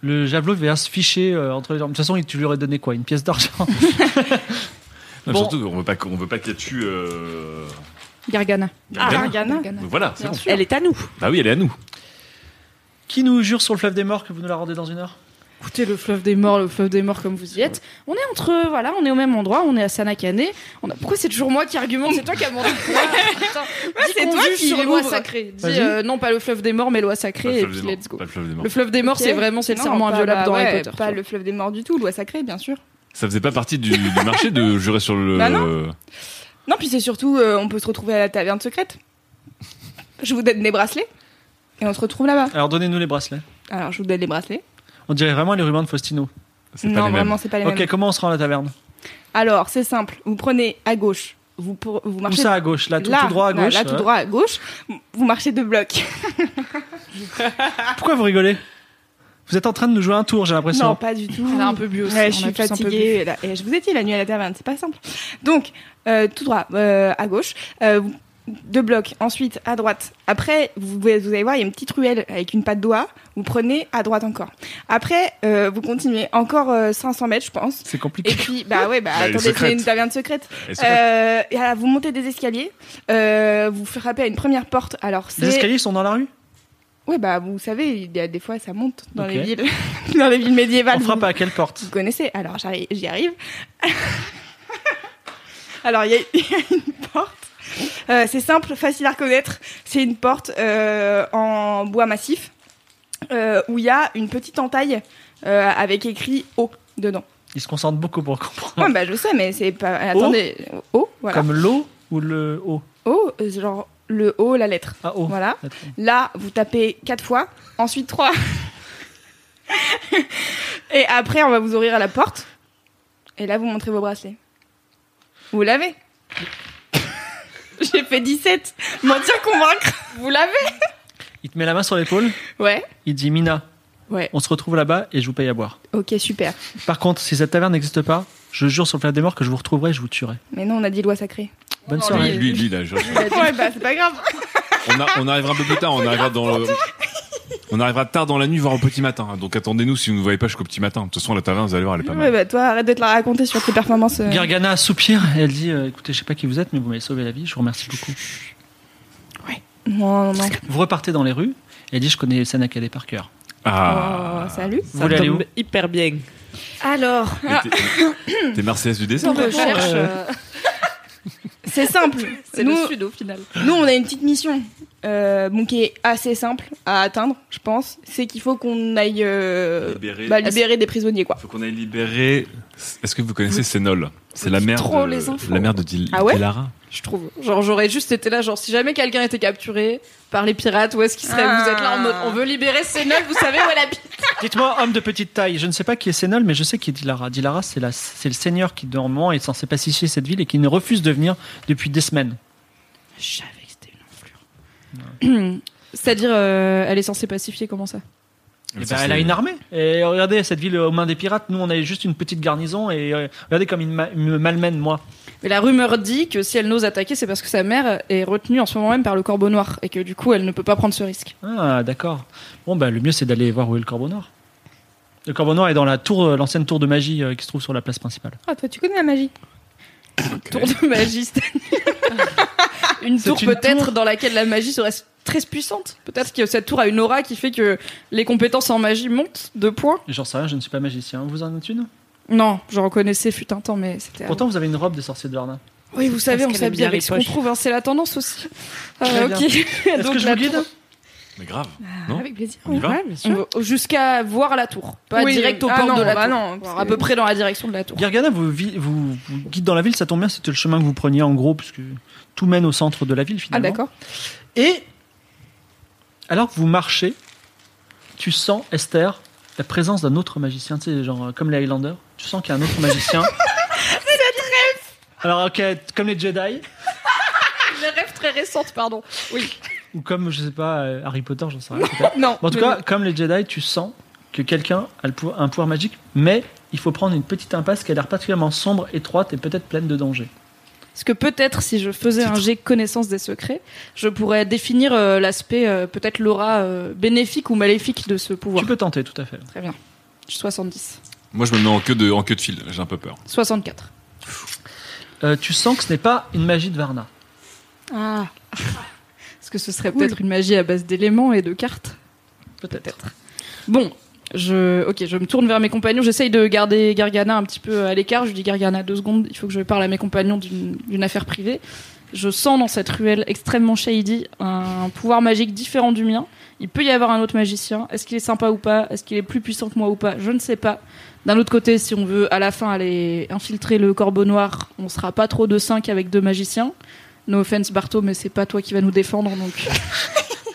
[SPEAKER 4] Le javelot va se ficher euh, entre les jambes. De toute façon, il- tu lui aurais donné quoi Une pièce d'argent
[SPEAKER 7] Non,
[SPEAKER 4] Bon.
[SPEAKER 7] Surtout, on veut pas, qu'on- on veut pas qu'elle tue. Euh...
[SPEAKER 5] Gargana.
[SPEAKER 7] Gargana.
[SPEAKER 12] Gargana.
[SPEAKER 7] Donc voilà, c'est
[SPEAKER 5] Bien
[SPEAKER 7] bon.
[SPEAKER 5] sûr.
[SPEAKER 8] Elle est à nous.
[SPEAKER 7] Bah oui, elle est à nous.
[SPEAKER 4] (laughs) Qui nous jure sur le fleuve des morts que vous nous la rendez dans une heure
[SPEAKER 5] Écoutez, le fleuve des morts, le fleuve des morts, comme vous y êtes. On est entre, voilà, on est au même endroit, on est à Sanakane. On a... Pourquoi c'est toujours moi qui argumente C'est toi qui as (laughs) demandé pourquoi Putain. Dis
[SPEAKER 12] c'est
[SPEAKER 5] qu'on
[SPEAKER 12] toi
[SPEAKER 5] juge
[SPEAKER 12] qui
[SPEAKER 5] sur loi
[SPEAKER 12] l'ouvre.
[SPEAKER 5] sacrée. Dis,
[SPEAKER 4] Vas-y.
[SPEAKER 5] euh, non, pas le fleuve des morts, mais loi
[SPEAKER 7] Pas
[SPEAKER 5] sacrée,
[SPEAKER 7] le
[SPEAKER 5] et
[SPEAKER 7] fleuve
[SPEAKER 5] puis
[SPEAKER 7] des morts.
[SPEAKER 5] let's go.
[SPEAKER 7] Pas le fleuve des morts.
[SPEAKER 5] Le fleuve des morts, c'est
[SPEAKER 12] Ok.
[SPEAKER 5] vraiment, c'est le
[SPEAKER 12] Non,
[SPEAKER 5] serment
[SPEAKER 12] pas
[SPEAKER 5] inviolable
[SPEAKER 12] la-
[SPEAKER 5] dans
[SPEAKER 12] ouais,
[SPEAKER 5] Harry Potter. tu
[SPEAKER 12] Pas
[SPEAKER 5] vois.
[SPEAKER 12] le fleuve des morts du tout, loi sacrée, bien sûr.
[SPEAKER 7] Ça faisait pas partie du, du marché de jurer sur le.
[SPEAKER 12] Bah Non, puis c'est surtout, euh, on peut se retrouver à la taverne secrète. Je vous donne des bracelets et on se retrouve là-bas.
[SPEAKER 4] Alors donnez-nous les bracelets.
[SPEAKER 12] Alors, je vous donne les bracelets.
[SPEAKER 4] On dirait vraiment les rubans de Faustino.
[SPEAKER 7] C'est pas
[SPEAKER 12] Non,
[SPEAKER 7] les mêmes.
[SPEAKER 12] vraiment, c'est pas les
[SPEAKER 9] Euh,
[SPEAKER 4] Ok,
[SPEAKER 12] mêmes.
[SPEAKER 4] comment on se rend à la taverne
[SPEAKER 12] Alors, c'est simple. Vous prenez à gauche. Vous, pour- vous
[SPEAKER 4] Où
[SPEAKER 12] marchez
[SPEAKER 4] ça à gauche Là, tout, tout droit à
[SPEAKER 12] là,
[SPEAKER 4] gauche
[SPEAKER 12] Là, tout
[SPEAKER 4] ouais.
[SPEAKER 12] droit à gauche. Vous marchez deux blocs.
[SPEAKER 4] Pourquoi vous rigolez Vous êtes en train de nous jouer un tour, j'ai l'impression.
[SPEAKER 9] Non, pas du tout.
[SPEAKER 5] Elle a un peu bu aussi,
[SPEAKER 9] Ouais, je
[SPEAKER 5] on a
[SPEAKER 9] suis
[SPEAKER 5] tous un peu
[SPEAKER 9] fatiguée.
[SPEAKER 5] bu.
[SPEAKER 9] Et là- et je vous ai dit, la nuit à la taverne, c'est pas simple. Donc, euh, tout droit, euh, à gauche. euh, deux blocs, ensuite à droite. Après, vous, vous allez voir, il y a une petite ruelle avec une patte d'oie. Vous prenez à droite encore. Après, euh, vous continuez encore euh, 500 mètres, je pense.
[SPEAKER 4] C'est compliqué.
[SPEAKER 9] Et puis, bah ouais,
[SPEAKER 4] (laughs)
[SPEAKER 9] bah
[SPEAKER 4] Bah, elle est
[SPEAKER 9] attendez, c'est
[SPEAKER 4] secrète.
[SPEAKER 9] une taverne secrète.
[SPEAKER 4] Elle est secrète.
[SPEAKER 9] Euh, et alors, vous montez des escaliers, euh, vous frappez à une première porte. Alors, c'est.
[SPEAKER 4] Les escaliers sont dans la rue
[SPEAKER 9] Ouais, bah vous savez, il y a des fois ça monte dans
[SPEAKER 4] Ok.
[SPEAKER 9] les villes, (laughs) dans les villes médiévales.
[SPEAKER 4] On frappe
[SPEAKER 9] Vous-
[SPEAKER 4] à quelle porte
[SPEAKER 9] Vous connaissez Alors j'arrive- j'y arrive. (laughs) Alors il y, a- il y a une porte. Euh, c'est simple, facile à reconnaître. C'est une porte euh, en bois massif euh, où il y a une petite entaille euh, avec écrit eau dedans.
[SPEAKER 4] Ils se concentrent beaucoup pour comprendre.
[SPEAKER 9] Ouais, bah je sais, mais c'est pas. Attendez, eau, voilà.
[SPEAKER 4] Comme l'eau ou le haut Ah,
[SPEAKER 9] O, euh, genre le O, la lettre.
[SPEAKER 4] Oh,
[SPEAKER 9] Voilà. Là, vous tapez quatre fois, ensuite trois. (laughs) et après, on va vous ouvrir à la porte. Et là, vous montrez vos bracelets. Vous l'avez J'ai fait 17. Mentir, convaincre. Vous l'avez
[SPEAKER 4] Il te met la main sur l'épaule,
[SPEAKER 9] Ouais.
[SPEAKER 4] il te dit Mina,
[SPEAKER 9] Ouais.
[SPEAKER 4] on se retrouve là-bas et je vous paye à boire.
[SPEAKER 9] Ok, super.
[SPEAKER 4] Par contre, si cette taverne n'existe pas, je jure sur le flamme des morts que je vous retrouverai et je vous tuerai.
[SPEAKER 9] Mais non, on a dit loi sacrée.
[SPEAKER 4] Bonne
[SPEAKER 9] Oh,
[SPEAKER 4] soirée.
[SPEAKER 3] lui, lui, lui, là, je-
[SPEAKER 9] ouais, bah, c'est pas grave.
[SPEAKER 3] on, a- on arrivera un peu plus tard, on arrivera dans le- On arrivera tard dans la nuit, voire au petit matin. hein. Donc attendez-nous si vous ne voyez pas jusqu'au petit matin. De toute façon, la taverne, vous allez voir, elle est pas mal.
[SPEAKER 9] Ouais, bah, toi, arrête de te la raconter sur tes performances. euh.
[SPEAKER 4] Gargana soupire et elle dit euh, Écoutez, je sais pas qui vous êtes, mais vous m'avez sauvé la vie, je vous remercie beaucoup.
[SPEAKER 9] Non, non, non.
[SPEAKER 4] Vous repartez dans les rues et elle dit Je connais Sanakade par cœur.
[SPEAKER 3] Ah.
[SPEAKER 9] Oh, salut.
[SPEAKER 4] Vous voulez aller où
[SPEAKER 6] Hyper bien.
[SPEAKER 9] Alors.
[SPEAKER 3] T'es Marseillaise du désert
[SPEAKER 9] Nos
[SPEAKER 5] bah,
[SPEAKER 9] recherches, euh, (laughs) C'est simple.
[SPEAKER 5] (laughs) C'est
[SPEAKER 9] nous,
[SPEAKER 5] le sud au final.
[SPEAKER 9] nous, on a une petite mission, euh, bon, qui est assez simple à atteindre, je pense. C'est qu'il faut qu'on aille euh, bah, libérer.
[SPEAKER 3] Libérer-
[SPEAKER 9] des prisonniers, quoi.
[SPEAKER 3] Faut qu'on aille libérer. Est-ce que vous connaissez Sénol C'est la mère
[SPEAKER 5] trop
[SPEAKER 3] de
[SPEAKER 5] les enfants.
[SPEAKER 3] la mère de Dil-
[SPEAKER 5] Ah ouais
[SPEAKER 3] Dilara.
[SPEAKER 5] Je trouve. Genre, j'aurais juste été là, genre, si jamais quelqu'un était capturé par les pirates, où est-ce qu'il serait Vous êtes là en mode, on veut libérer Sénol, vous savez où
[SPEAKER 9] (laughs)
[SPEAKER 5] elle habite
[SPEAKER 4] (laughs) Dites-moi, homme de petite taille, je ne sais pas qui est Sénol, mais je sais qui est Dilara. Dilara, c'est la- c'est le seigneur qui, dans un moment, est censé pacifier cette ville et qui ne refuse de venir depuis des semaines.
[SPEAKER 5] Je savais que c'était une enflure. (clears throat) C'est-à-dire, euh, elle est censée pacifier, comment ça
[SPEAKER 4] Eh
[SPEAKER 5] ça,
[SPEAKER 4] ben,
[SPEAKER 5] c'est-
[SPEAKER 4] elle a une armée. Et regardez, cette ville aux mains des pirates, nous on avait juste une petite garnison et euh, regardez comme ils ma- me malmènent, moi.
[SPEAKER 5] Mais la rumeur dit que si elle n'ose attaquer, c'est parce que sa mère est retenue en ce moment même par le corbeau noir et que du coup, elle ne peut pas prendre ce risque.
[SPEAKER 4] Ah, d'accord. Bon, bah le mieux c'est d'aller voir où est le corbeau noir. Le corbeau noir est dans la tour, euh, l'ancienne tour de magie euh, qui se trouve sur la place principale.
[SPEAKER 9] Ah, toi, tu connais la magie.
[SPEAKER 5] Tour de magie, c'est-
[SPEAKER 4] (laughs)
[SPEAKER 5] une
[SPEAKER 4] C'est
[SPEAKER 5] tour
[SPEAKER 4] une
[SPEAKER 5] peut-être dans laquelle la magie serait très puissante. Peut-être que cette tour a une aura qui fait que les compétences en magie montent de points.
[SPEAKER 4] J'en sais rien, je ne suis pas magicien. Vous en êtes une
[SPEAKER 5] Non, je reconnaissais fut un temps, mais c'était.
[SPEAKER 4] Pourtant, vous avez une robe de sorcier de Varna.
[SPEAKER 5] Oui, vous savez, on
[SPEAKER 6] qu'elle aime
[SPEAKER 5] s'habille
[SPEAKER 6] bien
[SPEAKER 5] avec
[SPEAKER 6] les
[SPEAKER 5] ce qu'on
[SPEAKER 6] poches.
[SPEAKER 5] trouve, hein, c'est la tendance aussi. Ah,
[SPEAKER 4] Très bien.
[SPEAKER 5] (laughs) ok.
[SPEAKER 4] Est-ce
[SPEAKER 5] Donc,
[SPEAKER 4] que je
[SPEAKER 5] la
[SPEAKER 4] vous guide
[SPEAKER 5] tour-
[SPEAKER 3] Mais grave. non
[SPEAKER 9] Avec plaisir.
[SPEAKER 3] On y va
[SPEAKER 5] On va Jusqu'à voir la tour. Pas
[SPEAKER 9] Oui,
[SPEAKER 5] direct au
[SPEAKER 9] ah
[SPEAKER 5] port
[SPEAKER 9] non,
[SPEAKER 5] de la
[SPEAKER 9] bah
[SPEAKER 5] tour.
[SPEAKER 9] non, parce
[SPEAKER 5] Alors, à
[SPEAKER 9] que-
[SPEAKER 5] peu près dans la direction de la tour.
[SPEAKER 4] Gargana vous, vi- vous, vous guide dans la ville, ça tombe bien, c'était le chemin que vous preniez en gros, puisque tout mène au centre de la ville finalement.
[SPEAKER 5] Ah, d'accord. (laughs)
[SPEAKER 4] Et alors que vous marchez, tu sens, Esther, la présence d'un autre magicien, tu sais, genre euh, comme les Highlanders, tu sens qu'il y a un autre magicien. alors, ok, comme les Jedi,
[SPEAKER 5] Les rêves très récentes, pardon. Oui.
[SPEAKER 4] ou comme, je sais pas, euh, Harry Potter, j'en sais rien. peut-être.
[SPEAKER 5] Non,
[SPEAKER 4] Mais en tout
[SPEAKER 5] mais
[SPEAKER 4] cas,
[SPEAKER 5] non.
[SPEAKER 4] comme les Jedi, tu sens que quelqu'un a le pouvoir- un pouvoir magique, mais il faut prendre une petite impasse qui a l'air particulièrement sombre, étroite et peut-être pleine de danger.
[SPEAKER 5] Parce que peut-être si je faisais un jet connaissance des secrets, je pourrais définir euh, l'aspect, euh, peut-être l'aura euh, bénéfique ou maléfique de ce pouvoir.
[SPEAKER 4] Tu peux tenter, tout à fait.
[SPEAKER 5] Très bien. 70.
[SPEAKER 3] Moi, je me mets en queue de, en queue de fil. J'ai un peu peur.
[SPEAKER 5] 64.
[SPEAKER 4] Euh, tu sens que ce n'est pas une magie de Varna.
[SPEAKER 5] Ah. Parce que ce serait peut-être une magie à base d'éléments et de cartes. Peut-être. Bon, je, ok, je me tourne vers mes compagnons. J'essaye de garder Gargana un petit peu à l'écart. Je dis Gargana, deux secondes, il faut que je parle à mes compagnons d'une d'une affaire privée. Je sens dans cette ruelle extrêmement shady un pouvoir magique différent du mien. Il peut y avoir un autre magicien. Est-ce qu'il est sympa ou pas Est-ce qu'il est plus puissant que moi ou pas Je ne sais pas. D'un autre côté, si on veut à la fin aller infiltrer le corbeau noir, on sera pas trop de 5 avec deux magiciens. No offense Barto, mais c'est pas toi qui va nous défendre donc.
[SPEAKER 3] (laughs)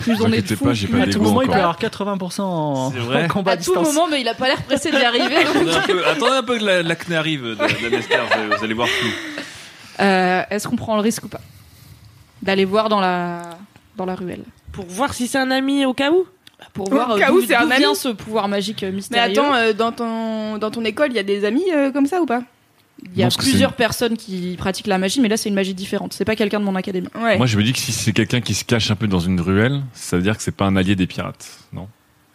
[SPEAKER 5] Plus on est de
[SPEAKER 3] T'inquiétez
[SPEAKER 5] fous,
[SPEAKER 3] pas, j'ai
[SPEAKER 5] plus
[SPEAKER 3] pas
[SPEAKER 5] à tout
[SPEAKER 3] d'ego
[SPEAKER 4] Au moment,
[SPEAKER 3] encore.
[SPEAKER 4] il peut avoir 80% en,
[SPEAKER 3] C'est vrai.
[SPEAKER 4] (laughs) en combat à
[SPEAKER 5] à tout
[SPEAKER 4] distance.
[SPEAKER 5] moment, mais il a pas l'air pressé d'y arriver.
[SPEAKER 3] Attendez un peu, attendez un peu que la- l'acné arrive de, de la Lester, vous allez- vous allez voir tout.
[SPEAKER 5] (laughs) Euh, Est-ce qu'on prend le risque ou pas d'aller voir dans la dans la ruelle
[SPEAKER 6] Pour voir si c'est un ami au cas où
[SPEAKER 5] pour
[SPEAKER 9] Au
[SPEAKER 5] voir euh,
[SPEAKER 9] cas
[SPEAKER 5] d'où
[SPEAKER 9] où c'est un
[SPEAKER 5] d'où vient
[SPEAKER 9] ami.
[SPEAKER 5] ce pouvoir magique euh,
[SPEAKER 9] Mais
[SPEAKER 5] mystérieux.
[SPEAKER 9] attends, euh, dans, ton, dans ton école, il y a des amis euh, comme ça ou pas
[SPEAKER 5] il y a
[SPEAKER 7] Non, parce que
[SPEAKER 5] plusieurs
[SPEAKER 7] c'est-
[SPEAKER 5] personnes qui pratiquent la magie, mais là c'est une magie différente. C'est pas quelqu'un de mon académie.
[SPEAKER 7] Moi, je me dis que si c'est quelqu'un qui se cache un peu dans une ruelle, ça veut dire que c'est pas un allié des pirates, non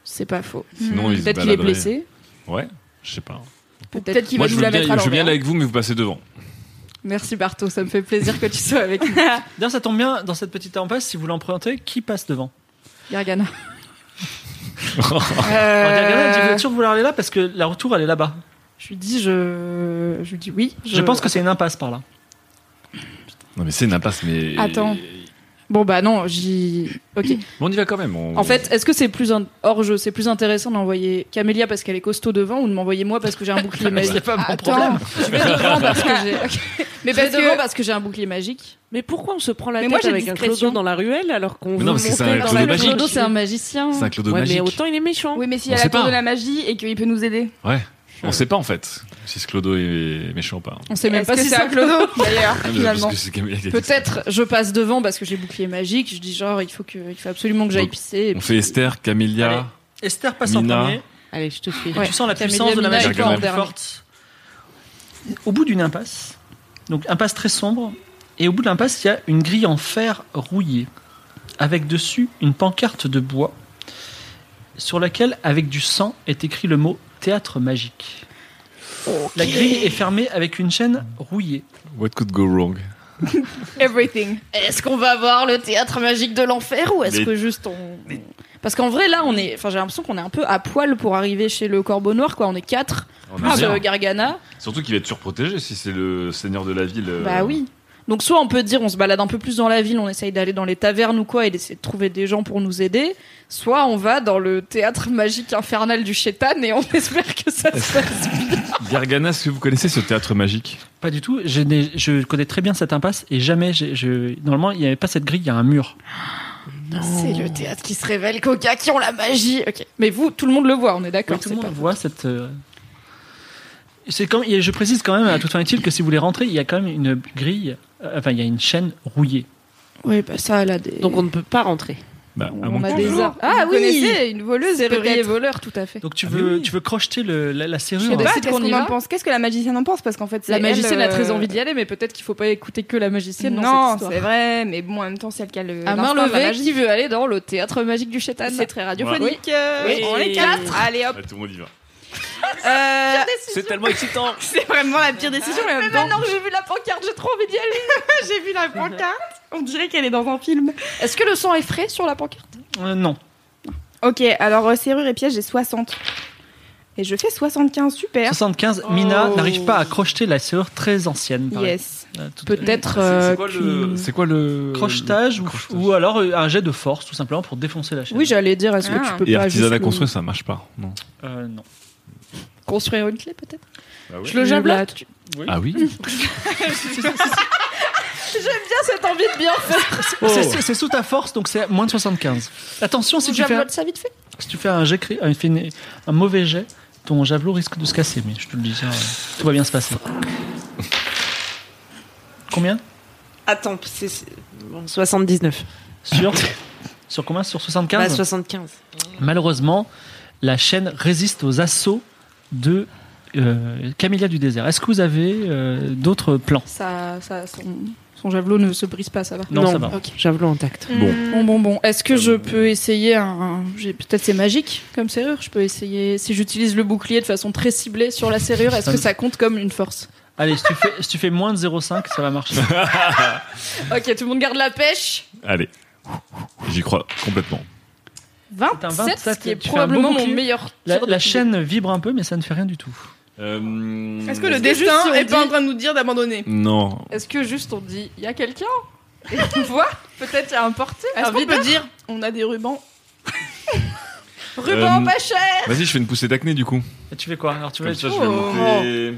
[SPEAKER 5] C'est pas faux.
[SPEAKER 7] Sinon,
[SPEAKER 5] Hmm.
[SPEAKER 7] il se
[SPEAKER 5] Peut-être qu'il est
[SPEAKER 7] baladerait.
[SPEAKER 5] blessé.
[SPEAKER 7] Ouais, je sais pas.
[SPEAKER 5] Peut-être peut-être qu'il
[SPEAKER 7] Moi,
[SPEAKER 5] va
[SPEAKER 7] je
[SPEAKER 5] nous
[SPEAKER 7] veux
[SPEAKER 5] la
[SPEAKER 7] bien-
[SPEAKER 5] mettre à
[SPEAKER 7] Je veux bien
[SPEAKER 5] l'envers.
[SPEAKER 7] aller avec vous, mais vous passez devant.
[SPEAKER 5] Merci Barto, ça me fait plaisir que tu sois avec nous.
[SPEAKER 4] D'ailleurs, ça tombe bien, dans cette petite impasse, si vous l'empruntez, qui passe devant
[SPEAKER 7] (laughs)
[SPEAKER 5] Gargana. Euh,
[SPEAKER 4] Alors, Gargano, elle dit, Vous êtes sûr de vouloir aller là Parce que la retour, elle est là-bas.
[SPEAKER 5] Je lui dis, je, je lui dis oui.
[SPEAKER 4] Je pense que c'est une impasse par là.
[SPEAKER 7] Non, mais c'est une impasse, mais.
[SPEAKER 5] Attends. Bon bah non, j'y. Ok.
[SPEAKER 7] Bon, on y va quand même. on-
[SPEAKER 5] En fait, est-ce que c'est plus un hors jeu, c'est plus intéressant d'envoyer Camélia parce qu'elle est costaud devant ou de m'envoyer moi parce que j'ai
[SPEAKER 7] (laughs)
[SPEAKER 5] un bouclier
[SPEAKER 7] Bah,
[SPEAKER 5] magique
[SPEAKER 4] C'est pas mon
[SPEAKER 5] Attends,
[SPEAKER 4] problème.
[SPEAKER 5] Je vais devant parce que j'ai. (laughs) ok.
[SPEAKER 9] Mais
[SPEAKER 5] Je vais
[SPEAKER 9] parce que-
[SPEAKER 5] devant parce que j'ai un bouclier magique.
[SPEAKER 13] Mais pourquoi on se prend la
[SPEAKER 5] Mais
[SPEAKER 13] tête
[SPEAKER 5] moi, j'ai
[SPEAKER 13] avec un
[SPEAKER 5] discrétion.
[SPEAKER 13] clodo dans la ruelle alors qu'on
[SPEAKER 7] Mais
[SPEAKER 13] veut
[SPEAKER 7] non, parce que c'est
[SPEAKER 13] monter
[SPEAKER 7] un
[SPEAKER 13] dans
[SPEAKER 7] clodo
[SPEAKER 13] la
[SPEAKER 7] magique.
[SPEAKER 13] ruelle
[SPEAKER 5] Clodo, c'est un magicien.
[SPEAKER 7] C'est un clodo
[SPEAKER 13] Ouais, mais
[SPEAKER 7] magique.
[SPEAKER 13] autant il est méchant.
[SPEAKER 9] Oui, mais s'il y
[SPEAKER 7] On
[SPEAKER 9] a
[SPEAKER 7] sait
[SPEAKER 9] la tour
[SPEAKER 7] pas.
[SPEAKER 9] de la magie et qu'il peut nous aider.
[SPEAKER 7] Ouais. On sait pas en fait si ce Clodo est méchant ou pas.
[SPEAKER 5] On sait même
[SPEAKER 9] Est-ce
[SPEAKER 5] pas
[SPEAKER 9] que
[SPEAKER 5] si
[SPEAKER 9] c'est
[SPEAKER 5] c'est
[SPEAKER 9] un clodo d'ailleurs
[SPEAKER 7] Ah, mais
[SPEAKER 5] Ah, finalement.
[SPEAKER 7] parce que c'est Camille qui a dit ça.
[SPEAKER 5] Peut-être je passe devant parce que j'ai bouclier magique. Je dis genre il faut que il faut absolument que j'aille
[SPEAKER 7] Donc,
[SPEAKER 5] pisser. et
[SPEAKER 7] On
[SPEAKER 5] puis-
[SPEAKER 7] fait Esther,
[SPEAKER 4] Allez.
[SPEAKER 7] Camélia.
[SPEAKER 4] Esther passe en
[SPEAKER 7] Mina.
[SPEAKER 4] premier.
[SPEAKER 13] Allez, je te suis.
[SPEAKER 5] Ouais.
[SPEAKER 4] Tu sens la
[SPEAKER 5] Camélia,
[SPEAKER 4] puissance de la
[SPEAKER 5] Mina
[SPEAKER 4] magie
[SPEAKER 5] et toi en
[SPEAKER 4] plus
[SPEAKER 5] dernier.
[SPEAKER 4] forte. Au bout d'une impasse, donc impasse très sombre, et au bout de l'impasse, il y a une grille en fer rouillé, avec dessus une pancarte de bois, sur laquelle, avec du sang, est écrit le mot théâtre magique. La grille est fermée avec une chaîne rouillée.
[SPEAKER 7] What could go wrong
[SPEAKER 9] Everything.
[SPEAKER 5] Est-ce qu'on va voir le théâtre magique de l'enfer ou est-ce
[SPEAKER 7] Mais-
[SPEAKER 5] que juste on parce qu'en vrai là on est enfin j'ai l'impression qu'on est un peu à poil pour arriver chez le Corbeau Noir quoi on est quatre
[SPEAKER 7] On a
[SPEAKER 5] plus
[SPEAKER 7] Ah, bien.
[SPEAKER 5] euh, Gargana
[SPEAKER 7] Surtout qu'il va être surprotégé si c'est le seigneur de la ville. euh,
[SPEAKER 5] bah oui donc soit on peut dire on se balade un peu plus dans la ville on essaye d'aller dans les tavernes ou quoi et d'essayer de trouver des gens pour nous aider soit on va dans le théâtre magique infernal du Chétan et on (laughs) espère que ça se passe (laughs) bien
[SPEAKER 7] Gargana, est-ce que vous connaissez ce théâtre magique
[SPEAKER 4] Pas du tout, je, n'ai- je connais très bien cette impasse, et jamais, j'ai- je, normalement, il n'y avait pas cette grille, il y a un mur.
[SPEAKER 5] c'est le théâtre qui se révèle qu'aux gars qui ont la magie ok mais vous tout le monde le voit on est d'accord
[SPEAKER 4] Oui, tout
[SPEAKER 5] c'est
[SPEAKER 4] le monde
[SPEAKER 5] pas-
[SPEAKER 4] voit cette. euh, C'est quand et je précise quand même à toute fin utile que si vous voulez rentrer, il y a quand même une grille, euh, enfin il y a une chaîne rouillée.
[SPEAKER 5] oui bah ça là des
[SPEAKER 13] Donc on ne peut pas rentrer.
[SPEAKER 7] bah, à
[SPEAKER 5] on
[SPEAKER 7] mon-
[SPEAKER 5] a des arts
[SPEAKER 9] Ah
[SPEAKER 5] ah
[SPEAKER 9] vous
[SPEAKER 5] oui
[SPEAKER 9] connaissez une voleuse
[SPEAKER 5] Serrurier
[SPEAKER 9] peut-être
[SPEAKER 5] voleur, tout à fait.
[SPEAKER 4] Donc tu
[SPEAKER 7] Ah,
[SPEAKER 4] veux
[SPEAKER 7] mais oui.
[SPEAKER 4] tu veux crocheter le- la, la
[SPEAKER 9] Je
[SPEAKER 4] serrure.
[SPEAKER 9] sais
[SPEAKER 5] On
[SPEAKER 9] pas,
[SPEAKER 5] décide
[SPEAKER 9] qu'est-ce
[SPEAKER 5] qu'on y
[SPEAKER 9] qu'on en
[SPEAKER 5] va
[SPEAKER 9] pense Qu'est-ce que la magicienne en pense Parce qu'en fait, c'est
[SPEAKER 5] La magicienne
[SPEAKER 9] elle,
[SPEAKER 5] a très
[SPEAKER 9] euh,
[SPEAKER 5] envie d'y aller, mais peut-être qu'il faut pas écouter que la magicienne dans
[SPEAKER 9] Non,
[SPEAKER 5] cette
[SPEAKER 9] c'est
[SPEAKER 5] histoire.
[SPEAKER 9] vrai, mais bon, en même temps, c'est elle qui a le.
[SPEAKER 5] À main
[SPEAKER 9] l'instinct de la
[SPEAKER 5] levée,
[SPEAKER 9] magie.
[SPEAKER 5] qui veut aller dans le théâtre magique du Chétan
[SPEAKER 9] C'est très radiophonique. euh,
[SPEAKER 13] Oui.
[SPEAKER 9] On est
[SPEAKER 13] Oui.
[SPEAKER 9] quatre. Allez hop.
[SPEAKER 7] Ah, tout le monde y va.
[SPEAKER 9] Euh,
[SPEAKER 5] (laughs)
[SPEAKER 7] C'est tellement excitant
[SPEAKER 9] c'est vraiment la pire décision. Mais en même temps,
[SPEAKER 5] que j'ai vu la pancarte, j'ai trop envie d'y aller. (laughs)
[SPEAKER 9] j'ai vu la pancarte. On dirait qu'elle est dans un film.
[SPEAKER 5] Est-ce que le sang est frais sur la pancarte
[SPEAKER 4] Euh, non.
[SPEAKER 9] Ok, alors euh, serrure et piège, j'ai 60. Et je fais 75, super.
[SPEAKER 4] 75 Mina
[SPEAKER 9] Oh.
[SPEAKER 4] n'arrive pas à crocheter la serrure très ancienne. pareil.
[SPEAKER 9] Yes.
[SPEAKER 4] Euh, tout-
[SPEAKER 5] Peut-être.
[SPEAKER 7] C'est
[SPEAKER 5] euh,
[SPEAKER 7] quoi le.
[SPEAKER 5] qu'une-
[SPEAKER 7] C'est quoi le.
[SPEAKER 4] euh, crochetage, ou,
[SPEAKER 7] crochetage.
[SPEAKER 4] ou alors euh, un jet de force tout simplement pour défoncer la chaîne.
[SPEAKER 5] Oui, j'allais dire, est-ce que
[SPEAKER 9] Ah.
[SPEAKER 5] tu peux
[SPEAKER 7] Et
[SPEAKER 5] pas juste
[SPEAKER 7] artisanat
[SPEAKER 5] le-
[SPEAKER 7] construit, ça marche pas. Non.
[SPEAKER 4] Euh, non.
[SPEAKER 5] construire une clé peut-être
[SPEAKER 7] Ah oui.
[SPEAKER 5] Je le jablate.
[SPEAKER 7] Ah oui
[SPEAKER 5] Tiens, cette envie de bien faire.
[SPEAKER 4] C'est- C'est c'est sous ta force donc c'est à moins de 75. Attention si tu
[SPEAKER 5] Tu
[SPEAKER 4] fais un-
[SPEAKER 5] jablotes ça vite fait.
[SPEAKER 4] si tu fais un jet cré- un, fait une- un mauvais jet, ton javelot risque de se casser mais je te le dis ça, euh, tout va bien se passer. Combien
[SPEAKER 13] Attends, c'est. c'est- Bon, 79.
[SPEAKER 4] Sur, sur combien Sur 75
[SPEAKER 13] Bah, 75.
[SPEAKER 4] Malheureusement, la chaîne résiste aux assauts de euh, Camélia du désert. Est-ce que vous avez euh, d'autres plans
[SPEAKER 5] Ça, ça, son, son javelot ne se brise pas, ça va.
[SPEAKER 4] Non, ça va.
[SPEAKER 5] Ok.
[SPEAKER 13] Javelot intact.
[SPEAKER 7] Bon.
[SPEAKER 5] Mm. Bon, bon, bon. Est-ce que je peux essayer un. j'ai- Peut-être c'est magique comme serrure. Je peux essayer. Si j'utilise le bouclier de façon très ciblée sur la serrure, est-ce que ça compte comme une force
[SPEAKER 4] Allez, si tu fais, si tu fais moins de 0,5, ça va (laughs) marcher.
[SPEAKER 5] Ok, tout le monde garde la pêche.
[SPEAKER 7] Allez. J'y crois complètement.
[SPEAKER 5] 27,
[SPEAKER 4] T'as un 27,
[SPEAKER 5] ce qui est
[SPEAKER 4] tu fais un
[SPEAKER 5] probablement
[SPEAKER 4] bon
[SPEAKER 5] mon
[SPEAKER 4] bouclier.
[SPEAKER 5] meilleur.
[SPEAKER 4] La,
[SPEAKER 5] tir de
[SPEAKER 4] la
[SPEAKER 5] bouclier.
[SPEAKER 4] chaîne vibre un peu, mais ça ne fait rien du tout.
[SPEAKER 7] Euh,
[SPEAKER 9] Est-ce que le
[SPEAKER 5] que juste
[SPEAKER 9] destin
[SPEAKER 5] si on
[SPEAKER 9] est pas
[SPEAKER 5] dit-
[SPEAKER 9] en train de nous dire d'abandonner
[SPEAKER 7] Non.
[SPEAKER 5] Est-ce que juste on dit, il y a quelqu'un Et (laughs) on voit
[SPEAKER 9] Peut-être qu'il y a un porté.
[SPEAKER 5] Un
[SPEAKER 9] Est-ce qu'on
[SPEAKER 5] videur
[SPEAKER 9] peut dire on a des
[SPEAKER 5] (laughs)
[SPEAKER 9] rubans
[SPEAKER 5] Ruban
[SPEAKER 7] Euh,
[SPEAKER 5] pas cher
[SPEAKER 7] Vas-y, je fais une poussée d'acné du coup.
[SPEAKER 4] Et tu fais quoi Alors tu,
[SPEAKER 7] Comme
[SPEAKER 4] veux-
[SPEAKER 7] ça,
[SPEAKER 4] tu,
[SPEAKER 7] je vais
[SPEAKER 9] Oh.
[SPEAKER 7] monter.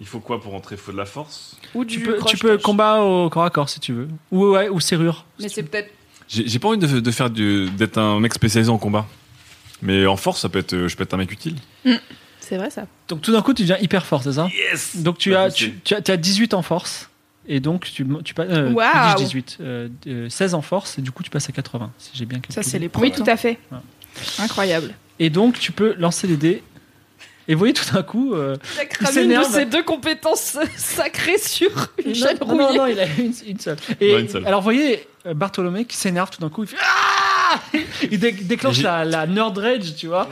[SPEAKER 7] Il faut quoi pour entrer Faut de la force
[SPEAKER 5] Ou du
[SPEAKER 4] peux, tu
[SPEAKER 5] crochetage.
[SPEAKER 4] peux combat au corps à corps si tu veux. Ou, ouais, ou serrure.
[SPEAKER 5] Mais c'est peut-être.
[SPEAKER 7] J'ai j'ai pas envie de, de faire du- d'être un mec spécialisé en combat. Mais en force, ça peut être, euh, je peux être un mec utile.
[SPEAKER 9] C'est vrai ça.
[SPEAKER 4] Donc tout d'un coup, tu deviens hyper fort, c'est ça
[SPEAKER 7] Yes
[SPEAKER 4] Donc tu
[SPEAKER 7] Bah,
[SPEAKER 4] as,
[SPEAKER 7] ok.
[SPEAKER 4] tu, tu as, tu as 18 en force. Et donc tu, tu passes. euh,
[SPEAKER 9] Waouh.
[SPEAKER 4] 10, 18. euh, euh, 16 en force, et du coup tu passes à 80, si j'ai bien calculé.
[SPEAKER 5] Ça, c'est les
[SPEAKER 9] Oui,
[SPEAKER 5] points.
[SPEAKER 9] tout à fait.
[SPEAKER 5] Incroyable.
[SPEAKER 4] Et donc, tu peux lancer les dés. Et vous voyez, tout d'un coup, euh,
[SPEAKER 5] Il a
[SPEAKER 4] il
[SPEAKER 5] cramé une de
[SPEAKER 4] s'énerve.
[SPEAKER 5] ses deux compétences (laughs) sacrées sur une
[SPEAKER 4] Non,
[SPEAKER 5] chaîne
[SPEAKER 4] non,
[SPEAKER 5] rouillée.
[SPEAKER 4] non, non, il a une, une seule. Et
[SPEAKER 7] Ouais, une seule.
[SPEAKER 4] alors, vous voyez, euh, Bartholomé qui s'énerve tout d'un coup, il fait Ah Il dé- déclenche
[SPEAKER 7] J'ai-
[SPEAKER 4] la, la nerd rage, tu vois.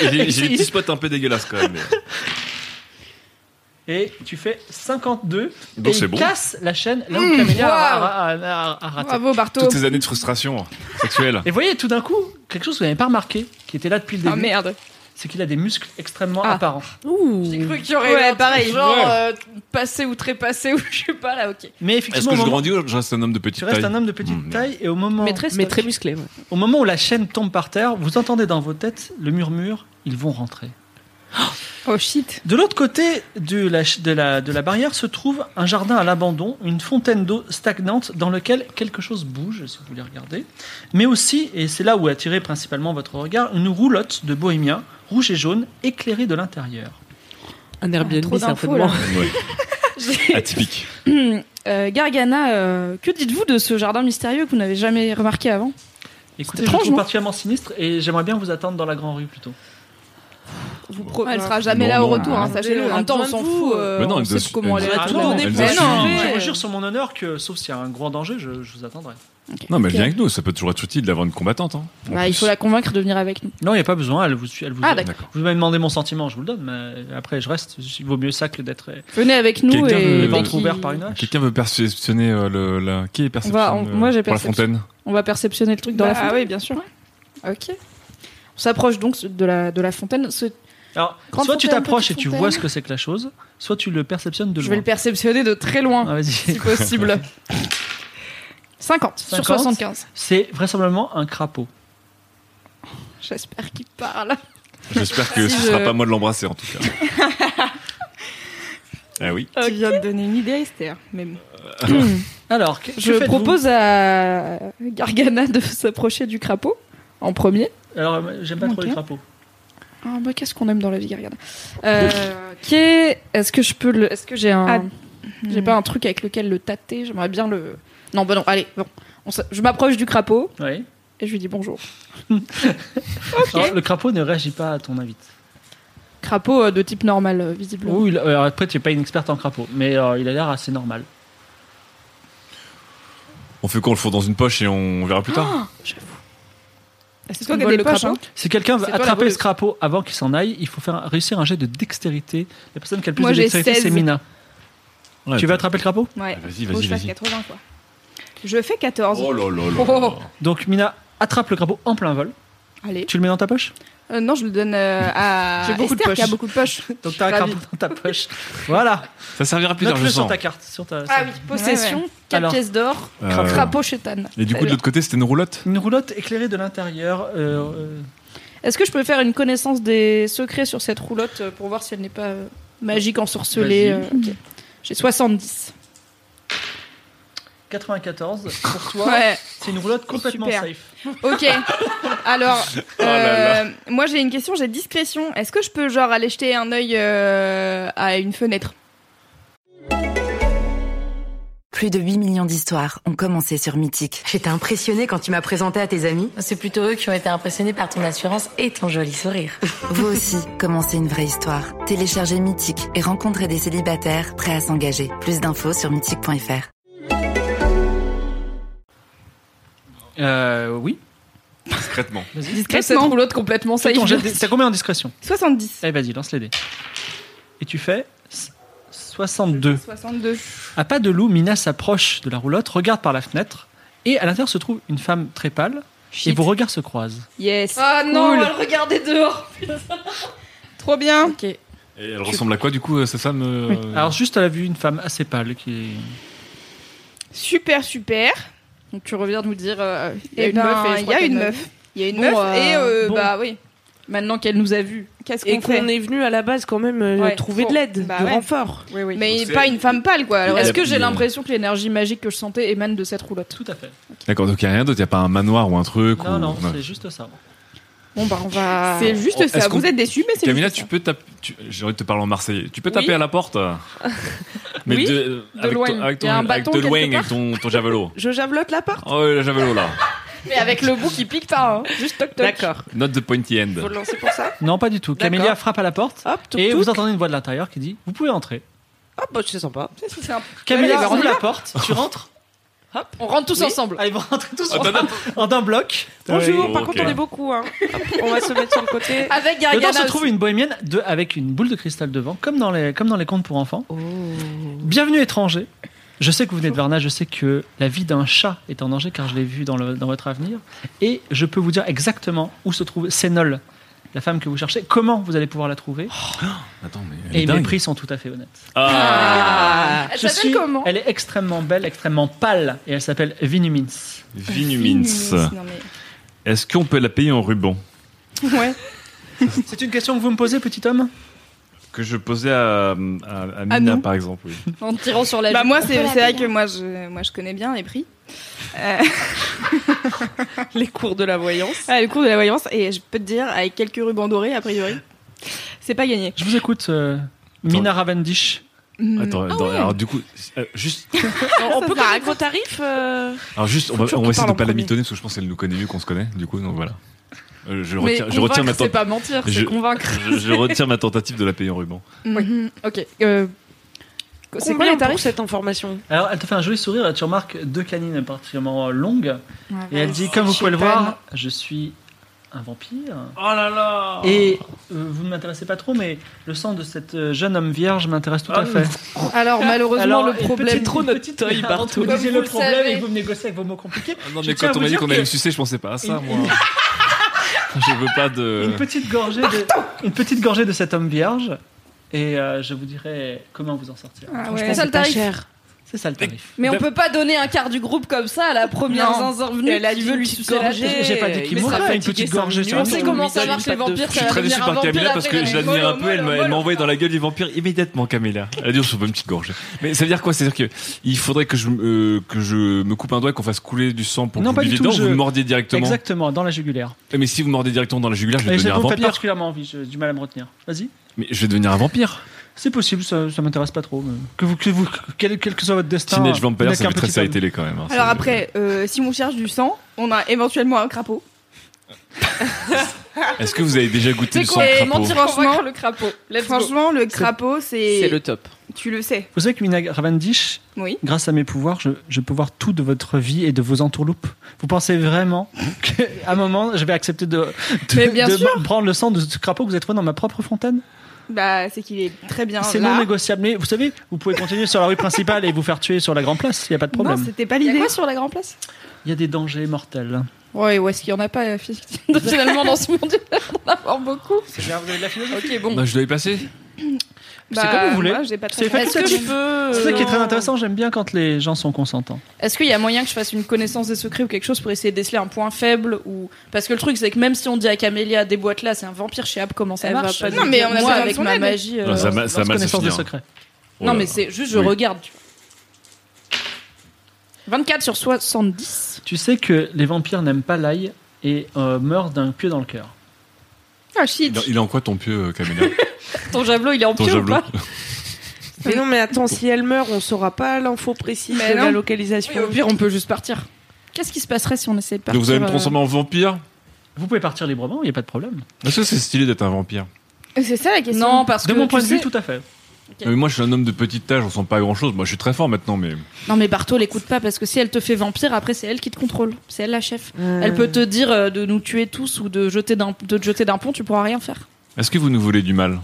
[SPEAKER 7] J'ai-
[SPEAKER 5] (laughs)
[SPEAKER 7] J'ai j'ai des petits spots un peu dégueulasses quand même. mais-
[SPEAKER 4] Et tu fais 52.
[SPEAKER 7] Bon,
[SPEAKER 4] et
[SPEAKER 7] c'est
[SPEAKER 4] il
[SPEAKER 7] bon.
[SPEAKER 4] casse la chaîne là où
[SPEAKER 5] Mmh,
[SPEAKER 4] Camélia a-
[SPEAKER 5] waouh.
[SPEAKER 4] a, a- a- a raté.
[SPEAKER 5] Bravo Barto.
[SPEAKER 7] Toutes ces années de frustration sexuelle.
[SPEAKER 4] Et vous voyez, tout d'un coup, quelque chose que vous n'avez pas remarqué, qui était là depuis le
[SPEAKER 5] Ah
[SPEAKER 4] début,
[SPEAKER 5] merde.
[SPEAKER 4] c'est qu'il a des muscles extrêmement
[SPEAKER 5] Ah.
[SPEAKER 4] apparents.
[SPEAKER 5] J'ai cru qu'il y aurait
[SPEAKER 9] Ouais,
[SPEAKER 5] un truc
[SPEAKER 9] pareil.
[SPEAKER 5] genre
[SPEAKER 7] Ouais.
[SPEAKER 5] euh, passé ou trépassé ou (laughs) je sais pas là, ok.
[SPEAKER 4] Mais
[SPEAKER 7] Est-ce
[SPEAKER 4] effectivement,
[SPEAKER 7] que
[SPEAKER 4] au
[SPEAKER 7] je
[SPEAKER 4] moment-
[SPEAKER 7] grandis ou je reste un homme de petite
[SPEAKER 4] tu
[SPEAKER 7] taille
[SPEAKER 4] restes un homme de petite
[SPEAKER 7] Mmh, merde.
[SPEAKER 4] taille, et au moment,
[SPEAKER 5] Mais très
[SPEAKER 6] Mais
[SPEAKER 5] stock.
[SPEAKER 6] très musclé. ouais.
[SPEAKER 4] au moment où la chaîne tombe par terre, vous entendez dans vos têtes le murmure ils vont rentrer.
[SPEAKER 5] Oh shit.
[SPEAKER 4] De l'autre côté de la, ch- de, la, de la barrière se trouve un jardin à l'abandon, une fontaine d'eau stagnante dans lequel quelque chose bouge, si vous voulez regarder. Mais aussi, et c'est là où est attiré principalement votre regard, une roulotte de bohémien, rouge et jaune, éclairée de l'intérieur.
[SPEAKER 6] Un Airbnb,
[SPEAKER 5] trop d'infos, là.
[SPEAKER 6] certainement.
[SPEAKER 5] (laughs)
[SPEAKER 7] Ah,
[SPEAKER 5] J'ai-
[SPEAKER 7] Atypique.
[SPEAKER 5] (clears throat) Euh, Gargana, euh, que dites-vous de ce jardin mystérieux que vous n'avez jamais remarqué avant
[SPEAKER 4] Écoutez,
[SPEAKER 5] C'est
[SPEAKER 4] je
[SPEAKER 5] étrange,
[SPEAKER 4] le trouve
[SPEAKER 5] non
[SPEAKER 4] particulièrement sinistre et j'aimerais bien vous attendre dans la grande rue plutôt.
[SPEAKER 9] Vous pro-
[SPEAKER 5] Elle sera jamais
[SPEAKER 7] Non,
[SPEAKER 5] là au
[SPEAKER 7] non,
[SPEAKER 5] retour,
[SPEAKER 7] non.
[SPEAKER 5] hein, sachez-le.
[SPEAKER 6] euh, Elle
[SPEAKER 5] En
[SPEAKER 6] a
[SPEAKER 5] même temps, on
[SPEAKER 6] besoin
[SPEAKER 5] s'en
[SPEAKER 6] de vous,
[SPEAKER 5] fout.
[SPEAKER 7] Mais
[SPEAKER 5] euh,
[SPEAKER 7] non,
[SPEAKER 5] on
[SPEAKER 7] elle
[SPEAKER 5] sait
[SPEAKER 7] nous a su-
[SPEAKER 5] comment
[SPEAKER 7] elle
[SPEAKER 5] elle
[SPEAKER 7] nous a
[SPEAKER 5] est là
[SPEAKER 7] su-
[SPEAKER 5] toute l'année.
[SPEAKER 7] elle nous a
[SPEAKER 5] Mais
[SPEAKER 7] su-
[SPEAKER 5] non,
[SPEAKER 7] Ouais.
[SPEAKER 4] Je
[SPEAKER 5] mais-
[SPEAKER 4] vous jure sur mon honneur que, sauf s'il y a un grand danger, je, je vous attendrai.
[SPEAKER 7] Non, mais elle vient
[SPEAKER 5] Ok.
[SPEAKER 7] avec nous, ça peut toujours être utile d'avoir une combattante. Hein. En
[SPEAKER 5] Bah, il
[SPEAKER 7] plus.
[SPEAKER 5] faut la convaincre de venir avec nous.
[SPEAKER 4] Non, il n'y a pas besoin, elle vous, elle vous
[SPEAKER 5] Ah,
[SPEAKER 7] D'accord.
[SPEAKER 4] Vous m'avez demandé mon sentiment, je vous le donne, mais après je reste. Il vaut mieux ça que d'être euh,
[SPEAKER 5] Venez avec nous
[SPEAKER 7] Quelqu'un
[SPEAKER 5] et
[SPEAKER 7] veut-
[SPEAKER 4] le
[SPEAKER 5] dès
[SPEAKER 4] ventre
[SPEAKER 5] qu'il-
[SPEAKER 4] ouvert par une hache.
[SPEAKER 7] Quelqu'un veut perceptionner euh, le, la... Qui est perception
[SPEAKER 5] va- on-
[SPEAKER 7] euh,
[SPEAKER 5] moi, j'ai
[SPEAKER 7] pour la
[SPEAKER 5] perception.
[SPEAKER 7] fontaine
[SPEAKER 5] on va perceptionner le truc dans la
[SPEAKER 9] Bah,
[SPEAKER 5] fontaine.
[SPEAKER 9] Ah oui, bien sûr.
[SPEAKER 5] Ok. On s'approche donc de la, de la fontaine. Ce-
[SPEAKER 4] Alors,
[SPEAKER 5] Grande
[SPEAKER 4] soit tu
[SPEAKER 5] fontaine,
[SPEAKER 4] t'approches et
[SPEAKER 5] petite
[SPEAKER 4] tu
[SPEAKER 5] fontaine.
[SPEAKER 4] vois ce que c'est que la chose, soit tu le perceptionnes de
[SPEAKER 5] je
[SPEAKER 4] loin.
[SPEAKER 5] vais le perceptionner de très loin,
[SPEAKER 4] Ah,
[SPEAKER 7] (laughs)
[SPEAKER 5] si
[SPEAKER 4] vas-y.
[SPEAKER 5] possible. 50, sur
[SPEAKER 4] 50.
[SPEAKER 5] 75.
[SPEAKER 4] (laughs) C'est vraisemblablement un crapaud.
[SPEAKER 5] J'espère qu'il parle.
[SPEAKER 7] J'espère que
[SPEAKER 5] (laughs) Si
[SPEAKER 7] ce
[SPEAKER 5] je-
[SPEAKER 7] sera pas moi de l'embrasser en tout cas.
[SPEAKER 5] (laughs)
[SPEAKER 7] ah oui.
[SPEAKER 9] Tu viens de donner une idée à Esther, même.
[SPEAKER 4] Alors, que- que
[SPEAKER 5] Je
[SPEAKER 4] faites-vous
[SPEAKER 5] propose à Gargana de s'approcher du crapaud en premier.
[SPEAKER 4] Alors, euh, j'aime pas trop
[SPEAKER 5] Ok.
[SPEAKER 4] les crapauds.
[SPEAKER 5] Ah, bah, qu'est-ce qu'on aime dans la vie, Gargana euh, qu'est- Est-ce que je peux le. Est-ce que j'ai un.
[SPEAKER 9] Ah,
[SPEAKER 5] J'ai pas un truc avec lequel le tâter J'aimerais bien le. Non, bah non, allez, bon. On s- je m'approche du crapaud
[SPEAKER 4] Oui.
[SPEAKER 5] et je lui dis bonjour.
[SPEAKER 4] Alors, le crapaud ne réagit pas à ton invite.
[SPEAKER 5] Crapaud euh, de type normal, euh, visiblement.
[SPEAKER 4] Oui, il- alors, après, tu n'es pas une experte en crapaud, mais euh, il a l'air assez normal.
[SPEAKER 7] On fait quoi On le fout dans une poche et on verra plus
[SPEAKER 5] Ah,
[SPEAKER 7] tard.
[SPEAKER 9] C'est
[SPEAKER 5] qu'on
[SPEAKER 9] toi qui as
[SPEAKER 5] vole
[SPEAKER 9] des
[SPEAKER 5] le
[SPEAKER 9] poches,
[SPEAKER 5] crapaud
[SPEAKER 9] hein.
[SPEAKER 4] Si quelqu'un veut
[SPEAKER 5] C'est toi la
[SPEAKER 4] attraper
[SPEAKER 5] voleuse.
[SPEAKER 4] ce crapaud avant qu'il s'en aille, il faut faire, réussir un jet de dextérité. La personne qui a le plus
[SPEAKER 9] Moi,
[SPEAKER 4] de
[SPEAKER 9] j'ai
[SPEAKER 4] dextérité,
[SPEAKER 9] 16.
[SPEAKER 4] c'est Mina.
[SPEAKER 7] Ouais,
[SPEAKER 4] tu veux attraper le crapaud
[SPEAKER 9] Ouais.
[SPEAKER 7] Ah, Vas-y,
[SPEAKER 9] Faut que
[SPEAKER 7] vas-y,
[SPEAKER 9] je fasse
[SPEAKER 7] vas-y.
[SPEAKER 9] 80, quoi. Je fais 14.
[SPEAKER 7] Oh là là là.
[SPEAKER 9] Oh.
[SPEAKER 4] Donc Mina attrape le crapaud en plein vol.
[SPEAKER 9] Allez.
[SPEAKER 4] Tu le mets dans ta poche
[SPEAKER 9] Euh, non, je le donne euh, à
[SPEAKER 5] J'ai beaucoup de
[SPEAKER 9] Esther, qui a
[SPEAKER 5] poches.
[SPEAKER 9] beaucoup de poches.
[SPEAKER 4] Donc t'as un
[SPEAKER 9] Ravi.
[SPEAKER 4] crapaud dans ta poche. voilà.
[SPEAKER 7] Ça servira plus tard, je
[SPEAKER 4] Note-le sur
[SPEAKER 7] sens.
[SPEAKER 4] ta carte. Sur ta,
[SPEAKER 5] Ah
[SPEAKER 4] sur-
[SPEAKER 5] oui, possession,
[SPEAKER 9] Ouais,
[SPEAKER 5] 4
[SPEAKER 4] Alors.
[SPEAKER 5] pièces d'or,
[SPEAKER 7] Euh.
[SPEAKER 5] crapaud chétan.
[SPEAKER 7] Et du coup, de l'autre côté, c'était une roulotte
[SPEAKER 4] Une roulotte éclairée de l'intérieur. euh, euh,
[SPEAKER 5] Est-ce que je peux faire une connaissance des secrets sur cette roulotte euh, pour voir si elle n'est pas euh, magique, ensorcelée
[SPEAKER 4] Vas-y.
[SPEAKER 5] euh, ok. J'ai 70.
[SPEAKER 4] 94. Pour
[SPEAKER 5] (laughs)
[SPEAKER 4] toi,
[SPEAKER 9] Ouais.
[SPEAKER 4] c'est une roulotte complètement
[SPEAKER 9] Super.
[SPEAKER 4] safe.
[SPEAKER 9] Ok. Alors,
[SPEAKER 7] là
[SPEAKER 9] euh, moi j'ai une question, j'ai discrétion. Est-ce que je peux genre aller jeter un œil euh, à une fenêtre
[SPEAKER 1] Plus de 8 millions d'histoires ont commencé sur Mythique.
[SPEAKER 14] J'étais impressionnée quand tu m'as présenté à tes amis. C'est plutôt eux qui ont été impressionnés par ton assurance et ton joli sourire.
[SPEAKER 1] Vous (laughs) aussi, commencez une vraie histoire. Téléchargez Mythique et rencontrez des célibataires prêts à s'engager. Plus d'infos sur mythique.fr.
[SPEAKER 4] Euh, oui.
[SPEAKER 7] Discrètement.
[SPEAKER 5] Discrètement. Cette roulotte complètement
[SPEAKER 4] Fais
[SPEAKER 5] safe.
[SPEAKER 4] ton jet de- T'as combien en discrétion
[SPEAKER 9] 70.
[SPEAKER 4] Allez, vas-y, lance les dés. Et tu fais s- 62.
[SPEAKER 9] 62.
[SPEAKER 4] À pas de loup, Mina s'approche de la roulotte, regarde par la fenêtre, et à l'intérieur se trouve une femme très pâle, et
[SPEAKER 9] Shit.
[SPEAKER 4] vos regards se croisent.
[SPEAKER 9] Yes.
[SPEAKER 5] Ah non, on
[SPEAKER 9] Cool.
[SPEAKER 5] va le regarder dehors. (laughs)
[SPEAKER 9] Trop bien.
[SPEAKER 5] Ok.
[SPEAKER 7] Et elle ressemble à quoi, du coup, euh, cette femme euh,
[SPEAKER 4] Alors, juste à la vue, une femme assez pâle qui
[SPEAKER 9] Super, super.
[SPEAKER 5] Donc tu reviens nous dire euh, il y a
[SPEAKER 9] Et
[SPEAKER 5] une meuf.
[SPEAKER 9] ben,
[SPEAKER 5] et je
[SPEAKER 9] il y
[SPEAKER 5] crois
[SPEAKER 9] a
[SPEAKER 5] qu'elle
[SPEAKER 9] une
[SPEAKER 5] m'a
[SPEAKER 9] meuf.
[SPEAKER 5] vu.
[SPEAKER 9] Il y a une
[SPEAKER 5] Bon,
[SPEAKER 9] meuf.
[SPEAKER 5] euh,
[SPEAKER 9] et euh,
[SPEAKER 5] bon.
[SPEAKER 9] bah oui.
[SPEAKER 5] Maintenant qu'elle nous a vus.
[SPEAKER 9] Qu'est-ce
[SPEAKER 6] Et
[SPEAKER 9] qu'on fait
[SPEAKER 6] qu'on est venu à la base quand même euh,
[SPEAKER 5] Ouais,
[SPEAKER 6] trouver
[SPEAKER 5] faut-
[SPEAKER 6] de l'aide,
[SPEAKER 9] bah
[SPEAKER 6] du
[SPEAKER 9] ouais.
[SPEAKER 6] renfort.
[SPEAKER 5] Oui, oui.
[SPEAKER 9] Mais
[SPEAKER 7] Donc,
[SPEAKER 9] pas
[SPEAKER 7] c'est-
[SPEAKER 9] une femme pâle quoi. Alors,
[SPEAKER 7] Elle
[SPEAKER 5] Est-ce
[SPEAKER 7] a
[SPEAKER 5] que j'ai
[SPEAKER 7] pu-
[SPEAKER 5] l'impression que l'énergie magique que je sentais émane de cette roulotte
[SPEAKER 4] Tout à fait.
[SPEAKER 7] D'accord, donc il n'y a rien d'autre, il n'y a pas un manoir ou un truc
[SPEAKER 4] Non,
[SPEAKER 7] ou...
[SPEAKER 4] non, c'est juste ça.
[SPEAKER 5] Bon bah on va.
[SPEAKER 9] C'est juste
[SPEAKER 7] Oh, Est-ce
[SPEAKER 9] ça.
[SPEAKER 7] qu'on-
[SPEAKER 9] Vous êtes déçus, mais c'est
[SPEAKER 7] Camilla,
[SPEAKER 9] juste
[SPEAKER 7] tu
[SPEAKER 9] ça.
[SPEAKER 7] peux taper. tu- J'ai envie de te parler en marseillais. Tu peux
[SPEAKER 5] Oui.
[SPEAKER 7] taper à la porte euh, Mais
[SPEAKER 5] Oui,
[SPEAKER 7] de, avec,
[SPEAKER 5] loin.
[SPEAKER 7] ton, avec,
[SPEAKER 5] Il y a un
[SPEAKER 7] ton, avec
[SPEAKER 5] bâton
[SPEAKER 7] ton
[SPEAKER 5] quelque
[SPEAKER 7] loing,
[SPEAKER 5] part.
[SPEAKER 7] avec ton, ton javelot.
[SPEAKER 6] Je javelote la porte.
[SPEAKER 7] Oh, le javelot là.
[SPEAKER 5] Mais avec le bout qui pique pas, hein. juste toc toc.
[SPEAKER 13] D'accord.
[SPEAKER 7] Not the pointy end.
[SPEAKER 13] Faut le lancer pour ça
[SPEAKER 4] Non, pas du tout.
[SPEAKER 13] D'accord.
[SPEAKER 4] Camélia frappe à la porte
[SPEAKER 13] touk,
[SPEAKER 4] et
[SPEAKER 13] touk.
[SPEAKER 4] vous entendez une voix de l'intérieur qui dit Vous pouvez entrer.
[SPEAKER 13] Ah bah, c'est sympa.
[SPEAKER 5] C'est un-
[SPEAKER 4] Camélia
[SPEAKER 5] Allez, on y
[SPEAKER 4] ouvre la
[SPEAKER 5] va.
[SPEAKER 4] porte, tu rentres
[SPEAKER 5] On rentre tous
[SPEAKER 4] Oui.
[SPEAKER 5] ensemble.
[SPEAKER 4] Allez, vous rentrez tous
[SPEAKER 5] ensemble.
[SPEAKER 4] en un bloc.
[SPEAKER 13] Bonjour,
[SPEAKER 4] Oui.
[SPEAKER 13] par contre, on est beaucoup. Hein. On va se mettre sur le côté.
[SPEAKER 5] Avec
[SPEAKER 4] Dedans
[SPEAKER 5] Gargana
[SPEAKER 4] se
[SPEAKER 5] aussi.
[SPEAKER 4] trouve une bohémienne de, avec une boule de cristal devant, comme dans les, comme dans les contes pour enfants. Bienvenue étranger. Je sais que vous venez de Varna, je sais que la vie d'un chat est en danger car je l'ai vu dans, le- dans votre avenir. Et je peux vous dire exactement où se trouve Sénol, la femme que vous cherchez, comment vous allez pouvoir la trouver.
[SPEAKER 7] Attends, mais.
[SPEAKER 4] Et mes prix sont tout à fait honnêtes.
[SPEAKER 7] Ah.
[SPEAKER 5] Elle
[SPEAKER 4] Je suis-
[SPEAKER 5] s'appelle comment
[SPEAKER 4] Elle est extrêmement belle, extrêmement pâle et elle s'appelle Vinumins.
[SPEAKER 7] Vinumins.
[SPEAKER 5] Non, mais-
[SPEAKER 7] Est-ce qu'on peut la payer en ruban
[SPEAKER 9] (laughs)
[SPEAKER 5] Ouais.
[SPEAKER 4] C'est une question que vous me posez, petit homme
[SPEAKER 7] Que je posais à, à, à Mina,
[SPEAKER 5] nous
[SPEAKER 7] par exemple. Oui.
[SPEAKER 5] En tirant sur la
[SPEAKER 9] Bah
[SPEAKER 5] vie.
[SPEAKER 9] moi
[SPEAKER 5] On
[SPEAKER 9] c'est
[SPEAKER 5] peut la
[SPEAKER 9] c'est vrai
[SPEAKER 5] payer.
[SPEAKER 9] que moi je moi je connais bien les prix. Euh,
[SPEAKER 13] Les cours de la voyance.
[SPEAKER 9] ah, le cours de la voyance et je peux te dire avec quelques rubans dorés a priori, c'est pas gagné.
[SPEAKER 4] Je vous écoute, euh, Mina Ravendish.
[SPEAKER 9] Mm.
[SPEAKER 7] Attends,
[SPEAKER 9] Ah
[SPEAKER 7] attends,
[SPEAKER 9] ouais.
[SPEAKER 7] alors du coup, euh,
[SPEAKER 4] (laughs)
[SPEAKER 7] juste,
[SPEAKER 13] on
[SPEAKER 9] Ça
[SPEAKER 13] peut
[SPEAKER 9] sera
[SPEAKER 13] connaître vos tarifs euh,
[SPEAKER 7] alors juste, on va,
[SPEAKER 13] Faut toujours
[SPEAKER 7] on va
[SPEAKER 13] qu'il
[SPEAKER 7] essayer de
[SPEAKER 13] parle en
[SPEAKER 7] pas la
[SPEAKER 13] premier.
[SPEAKER 7] mitonner parce que je pense qu'elle nous connaît mieux qu'on se connaît. Du coup, donc voilà. Euh, je
[SPEAKER 5] Mais
[SPEAKER 7] retire, je retire ma
[SPEAKER 5] convaincre, c'est
[SPEAKER 7] tentative.
[SPEAKER 5] pas mentir, c'est
[SPEAKER 7] Je-
[SPEAKER 5] convaincre.
[SPEAKER 9] (laughs)
[SPEAKER 7] (laughs) Je, je retire ma tentative de la payer en ruban.
[SPEAKER 5] Oui. Ok. euh, C'est quoi
[SPEAKER 13] Combien
[SPEAKER 5] les
[SPEAKER 13] pour
[SPEAKER 5] tarifs
[SPEAKER 13] cette information
[SPEAKER 4] Alors, elle te fait un joli sourire et tu remarques deux canines particulièrement longues. Et elle dit,
[SPEAKER 13] c'est
[SPEAKER 4] comme vous pouvez le
[SPEAKER 13] chétan.
[SPEAKER 4] voir, je suis un vampire.
[SPEAKER 13] Oh là là
[SPEAKER 4] Et euh, vous ne m'intéressez pas trop, mais le sang de cette euh, jeune homme vierge m'intéresse tout
[SPEAKER 13] Ah,
[SPEAKER 4] à fait.
[SPEAKER 5] Alors Oh, malheureusement
[SPEAKER 4] Alors,
[SPEAKER 5] le
[SPEAKER 4] une
[SPEAKER 5] problème.
[SPEAKER 4] petite- une petite-
[SPEAKER 13] œil,
[SPEAKER 4] Avant que vous
[SPEAKER 5] Barthes.
[SPEAKER 4] disiez le
[SPEAKER 5] Comme vous le
[SPEAKER 4] problème
[SPEAKER 5] savez.
[SPEAKER 4] et que vous me négociez avec vos mots compliqués.
[SPEAKER 7] Ah Non,
[SPEAKER 4] je
[SPEAKER 7] mais
[SPEAKER 4] tiens à
[SPEAKER 7] quand on
[SPEAKER 4] vous
[SPEAKER 7] m'a dit
[SPEAKER 4] dire
[SPEAKER 7] qu'on allait
[SPEAKER 4] que
[SPEAKER 7] me sucer, je pensais pas à ça,
[SPEAKER 4] une- (laughs)
[SPEAKER 7] moi. je veux pas de.
[SPEAKER 4] Une petite gorgée de, une petite gorgée de cet homme vierge et euh, je vous dirai comment vous en sortir.
[SPEAKER 9] Ah
[SPEAKER 5] C'est
[SPEAKER 9] ouais.
[SPEAKER 5] ça le tarif.
[SPEAKER 4] C'est ça le tarif.
[SPEAKER 7] Ben-
[SPEAKER 5] Mais on peut pas donner un quart du groupe comme ça à la première
[SPEAKER 9] Non.
[SPEAKER 5] zinzin venue
[SPEAKER 13] Elle a
[SPEAKER 5] qui
[SPEAKER 13] dit
[SPEAKER 5] veut
[SPEAKER 13] une
[SPEAKER 5] lui
[SPEAKER 13] petite
[SPEAKER 5] sucer la
[SPEAKER 13] gorgée.
[SPEAKER 5] tête.
[SPEAKER 4] J'ai pas dit
[SPEAKER 13] mais
[SPEAKER 4] qu'il
[SPEAKER 13] ça
[SPEAKER 4] mourrait,
[SPEAKER 13] fait
[SPEAKER 4] une
[SPEAKER 13] piquer
[SPEAKER 4] petite
[SPEAKER 13] cinq
[SPEAKER 4] gorgée.
[SPEAKER 13] millions,
[SPEAKER 4] sur
[SPEAKER 5] On sait
[SPEAKER 4] un-
[SPEAKER 5] comment
[SPEAKER 13] Une
[SPEAKER 5] ça marche
[SPEAKER 13] patte
[SPEAKER 5] les
[SPEAKER 13] de
[SPEAKER 5] vampires,
[SPEAKER 13] fou.
[SPEAKER 7] Je
[SPEAKER 5] ça
[SPEAKER 7] suis
[SPEAKER 5] va
[SPEAKER 7] très déçu
[SPEAKER 5] devenir un
[SPEAKER 7] par Camilla
[SPEAKER 5] vampire
[SPEAKER 7] parce
[SPEAKER 5] après
[SPEAKER 7] que
[SPEAKER 5] la
[SPEAKER 7] je
[SPEAKER 5] nuit.
[SPEAKER 7] l'admire un peu,
[SPEAKER 5] Mollo,
[SPEAKER 7] elle m'a
[SPEAKER 5] mollo,
[SPEAKER 7] elle m'a
[SPEAKER 5] mollo.
[SPEAKER 7] envoyé dans la gueule du vampire immédiatement, Camilla. Elle a dit on se veut une petite gorgée. Mais ça veut dire quoi C'est-à-dire qu'il faudrait que je, euh, que je me coupe un doigt et qu'on fasse couler du sang pour
[SPEAKER 4] Non,
[SPEAKER 7] que
[SPEAKER 4] pas
[SPEAKER 7] vous
[SPEAKER 4] du
[SPEAKER 7] viviez
[SPEAKER 4] tout,
[SPEAKER 7] dedans ou
[SPEAKER 4] je-
[SPEAKER 7] vous me mordiez directement
[SPEAKER 4] Exactement, dans la jugulaire.
[SPEAKER 7] Eh, Mais si vous me mordez directement dans la jugulaire, je vais
[SPEAKER 4] Et je
[SPEAKER 7] devenir un
[SPEAKER 4] vous faites
[SPEAKER 7] vampire.
[SPEAKER 4] particulièrement envie, j'ai du mal à me retenir. Vas-y.
[SPEAKER 7] Mais je vais devenir un vampire.
[SPEAKER 4] C'est possible, ça, ça m'intéresse pas trop. mais Que vous, que vous, quel, quel que soit votre destin.
[SPEAKER 7] Teenage Vampire,
[SPEAKER 4] n'est
[SPEAKER 7] ça
[SPEAKER 4] qu'un
[SPEAKER 7] fait très
[SPEAKER 4] petit
[SPEAKER 7] série
[SPEAKER 4] homme.
[SPEAKER 7] télé quand même. hein.
[SPEAKER 9] Alors
[SPEAKER 7] Ça-
[SPEAKER 9] après euh, si on cherche du sang, on a éventuellement un crapaud.
[SPEAKER 7] Est-ce que vous avez déjà goûté
[SPEAKER 5] C'est
[SPEAKER 7] du sang
[SPEAKER 5] quoi
[SPEAKER 7] de
[SPEAKER 5] Et
[SPEAKER 7] crapaud
[SPEAKER 5] mentir
[SPEAKER 9] Franchement-
[SPEAKER 5] convaincre le crapaud. Let's go.
[SPEAKER 9] Franchement le crapaud
[SPEAKER 13] C'est
[SPEAKER 9] c'est
[SPEAKER 13] le top.
[SPEAKER 9] tu le sais.
[SPEAKER 4] Vous savez que Mina Ravendish,
[SPEAKER 9] Oui.
[SPEAKER 4] grâce à mes pouvoirs, je, je peux voir tout de votre vie et de vos entourloupes. Vous pensez vraiment qu'à un moment, je vais accepter de, de-
[SPEAKER 9] Mais bien
[SPEAKER 4] de
[SPEAKER 9] sûr.
[SPEAKER 4] prendre le sang de ce crapaud que vous avez trouvé dans ma propre fontaine
[SPEAKER 9] Bah c'est qu'il est très bien
[SPEAKER 4] C'est non
[SPEAKER 9] là.
[SPEAKER 4] négociable. Mais vous savez, vous pouvez continuer sur la rue principale et vous faire tuer sur la grande place. Il n'y a pas de
[SPEAKER 9] non,
[SPEAKER 4] problème.
[SPEAKER 9] c'était pas
[SPEAKER 5] Il y a
[SPEAKER 9] l'idée.
[SPEAKER 5] quoi sur la Grand Place
[SPEAKER 4] Il y a des dangers mortels.
[SPEAKER 5] Ouais, où est-ce qu'il y en a pas euh,
[SPEAKER 9] (laughs)
[SPEAKER 5] finalement dans ce monde Il a l'air d'en avoir beaucoup.
[SPEAKER 4] C'est bien, vous avez de la philosophie.
[SPEAKER 5] Ok, bon.
[SPEAKER 7] Bah, Je dois y passer
[SPEAKER 4] C'est comme vous voulez.
[SPEAKER 9] moi, j'ai pas très
[SPEAKER 4] C'est
[SPEAKER 9] peur.
[SPEAKER 4] facultatif.
[SPEAKER 5] Est-ce que je peux
[SPEAKER 4] C'est ça qui est très
[SPEAKER 5] Non.
[SPEAKER 4] intéressant. J'aime bien quand les gens sont consentants.
[SPEAKER 5] (laughs) Est-ce qu'il y a moyen que je fasse une connaissance des secrets ou quelque chose pour essayer de déceler un point faible ou parce que le truc c'est que même si on dit à Camélia des boîtes là c'est un vampire je sais pas comment ça
[SPEAKER 13] Elle va
[SPEAKER 5] marche
[SPEAKER 13] pas
[SPEAKER 9] nous Non, mais dire. on a
[SPEAKER 5] moi
[SPEAKER 9] besoin de
[SPEAKER 5] avec
[SPEAKER 9] son
[SPEAKER 5] ma
[SPEAKER 9] aide.
[SPEAKER 5] magie euh,
[SPEAKER 7] Non, Ah, ça m'a-
[SPEAKER 4] Lorsque
[SPEAKER 7] ça m'a
[SPEAKER 4] connaissance
[SPEAKER 7] suffi,
[SPEAKER 4] des
[SPEAKER 7] hein.
[SPEAKER 4] secrets.
[SPEAKER 7] Oh
[SPEAKER 5] non
[SPEAKER 7] là
[SPEAKER 5] mais
[SPEAKER 7] là.
[SPEAKER 5] c'est juste je
[SPEAKER 7] Oui.
[SPEAKER 5] regarde tu vois. 24 sur 70
[SPEAKER 4] Tu sais que les vampires n'aiment pas l'ail et euh, meurent d'un pieu dans le cœur.
[SPEAKER 9] Ah shit.
[SPEAKER 7] Il est en quoi ton pieu, euh,
[SPEAKER 5] (laughs)
[SPEAKER 7] Camilla
[SPEAKER 5] ton javelot il est en
[SPEAKER 7] Ton
[SPEAKER 5] pied ou
[SPEAKER 7] javelot
[SPEAKER 5] pas
[SPEAKER 13] Mais non, mais attends, si elle meurt, on saura pas l'info précise
[SPEAKER 9] Mais
[SPEAKER 13] de
[SPEAKER 9] non.
[SPEAKER 13] la
[SPEAKER 5] Oui,
[SPEAKER 13] localisation.
[SPEAKER 5] au pire on peut juste partir qu'est-ce qui se passerait si on essayait de partir
[SPEAKER 7] (laughs) Donc vous allez me
[SPEAKER 5] euh,
[SPEAKER 7] transformer en vampire
[SPEAKER 4] Vous pouvez partir librement, il n'y a pas de problème.
[SPEAKER 7] Est-ce que c'est stylé d'être un vampire
[SPEAKER 9] C'est ça la question.
[SPEAKER 5] non parce
[SPEAKER 4] de
[SPEAKER 5] que
[SPEAKER 4] mon
[SPEAKER 5] tu
[SPEAKER 4] point de vue,
[SPEAKER 5] sais-
[SPEAKER 4] tout à fait.
[SPEAKER 5] Ok.
[SPEAKER 7] Non, mais moi, je suis un homme de petite taille, on sent pas grand chose. Moi, je suis très fort maintenant, mais.
[SPEAKER 5] non mais Bartol l'écoute pas parce que si elle te fait vampire après c'est elle qui te contrôle c'est elle la chef elle peut te dire euh, de nous tuer tous ou de jeter d'un de te jeter d'un pont tu pourras rien faire
[SPEAKER 7] Est-ce que vous nous voulez du mal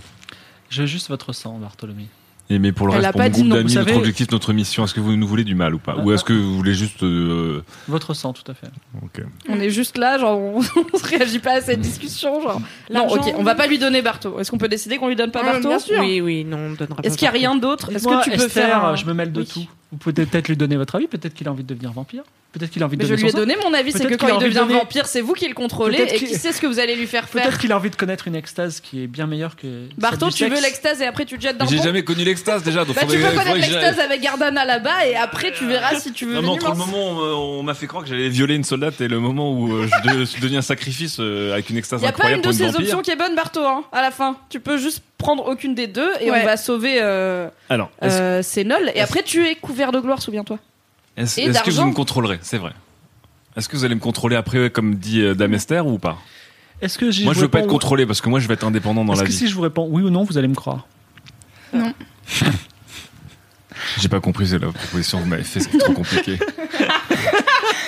[SPEAKER 4] J'ai juste votre sang, Bartholomew.
[SPEAKER 7] Et mais pour le
[SPEAKER 5] Elle a
[SPEAKER 7] reste, pour
[SPEAKER 5] pas
[SPEAKER 7] mon
[SPEAKER 5] dit
[SPEAKER 7] groupe
[SPEAKER 5] non,
[SPEAKER 7] d'amis,
[SPEAKER 4] vous
[SPEAKER 7] notre
[SPEAKER 4] savez.
[SPEAKER 7] objectif, notre mission, est-ce que vous nous voulez du mal ou pas
[SPEAKER 4] Ah,
[SPEAKER 7] Ou est-ce que vous voulez juste. euh,
[SPEAKER 4] Votre sang, tout à fait.
[SPEAKER 7] ok.
[SPEAKER 5] On est juste là, genre on, (laughs) on se réagit pas à cette discussion, genre. Non, ok, on va pas lui donner Barto. Est-ce qu'on peut décider qu'on lui donne pas
[SPEAKER 9] Ah,
[SPEAKER 5] Barto
[SPEAKER 9] bien sûr.
[SPEAKER 13] Oui, oui, non, on donnera pas.
[SPEAKER 5] Est-ce qu'il y a rien d'autre Est-ce
[SPEAKER 4] Dites-moi,
[SPEAKER 5] que tu peux
[SPEAKER 4] Esther,
[SPEAKER 5] faire un-
[SPEAKER 4] euh, Je me mêle de
[SPEAKER 5] Oui.
[SPEAKER 4] tout. Vous pouvez peut-être lui donner votre avis, peut-être qu'il a envie de devenir vampire. Peut-être qu'il a envie de
[SPEAKER 5] Mais je
[SPEAKER 4] donner
[SPEAKER 5] lui ai
[SPEAKER 4] son sang.
[SPEAKER 5] donné mon avis, c'est
[SPEAKER 4] Peut-être
[SPEAKER 5] que quand
[SPEAKER 4] qu'il a
[SPEAKER 5] il
[SPEAKER 4] envie de
[SPEAKER 5] devient
[SPEAKER 4] donner-
[SPEAKER 5] vampire, c'est vous qui le contrôlez
[SPEAKER 4] Peut-être
[SPEAKER 5] et qui
[SPEAKER 4] qu'il-
[SPEAKER 5] sait ce que vous allez lui faire
[SPEAKER 4] Peut-être
[SPEAKER 5] faire.
[SPEAKER 4] qu'il a envie de connaître une extase qui est bien meilleure que. celle
[SPEAKER 5] Barto,
[SPEAKER 4] du
[SPEAKER 5] tu veux
[SPEAKER 4] sexe.
[SPEAKER 5] l'extase et après tu te jettes
[SPEAKER 7] Mais
[SPEAKER 5] dans le
[SPEAKER 7] J'ai
[SPEAKER 5] pont
[SPEAKER 7] jamais connu l'extase déjà, donc
[SPEAKER 5] Bah tu
[SPEAKER 7] faudrait-
[SPEAKER 5] peux
[SPEAKER 7] faudrait
[SPEAKER 5] connaître
[SPEAKER 7] que j'aille-
[SPEAKER 5] l'extase avec Gardana là-bas et après tu
[SPEAKER 4] Euh,
[SPEAKER 5] verras si tu veux
[SPEAKER 7] Non, mais
[SPEAKER 5] venir.
[SPEAKER 7] entre le moment où euh, on m'a fait croire que j'allais violer une soldate et le moment où euh, je, de- (laughs) je deviens sacrifice euh, avec une extase
[SPEAKER 5] Il y a pas une
[SPEAKER 7] incroyable
[SPEAKER 5] de
[SPEAKER 7] pour une
[SPEAKER 5] ces
[SPEAKER 7] vampire.
[SPEAKER 5] options qui est bonne, Barto, hein, à la fin. Tu peux juste prendre aucune des deux et
[SPEAKER 9] Ouais.
[SPEAKER 5] on va sauver euh,
[SPEAKER 7] Alors, est-ce
[SPEAKER 5] euh, Sénol. Et après tu es couvert de gloire, souviens-toi.
[SPEAKER 7] est-ce-
[SPEAKER 5] et
[SPEAKER 7] est-ce que vous
[SPEAKER 5] d'argent.
[SPEAKER 7] me contrôlerez C'est vrai. Est-ce que vous allez me contrôler après, comme dit euh, Damester, ou pas
[SPEAKER 4] Est-ce que j'y
[SPEAKER 7] Moi, je veux pas
[SPEAKER 4] réponds
[SPEAKER 7] être
[SPEAKER 4] ou-
[SPEAKER 7] contrôlé parce que moi, je vais être indépendant dans
[SPEAKER 4] Est-ce
[SPEAKER 7] la
[SPEAKER 4] que
[SPEAKER 7] vie.
[SPEAKER 4] si je vous réponds oui ou non, vous allez me croire
[SPEAKER 9] Non.
[SPEAKER 7] J'ai pas compris c'est la proposition que vous m'avez fait, c'est trop compliqué.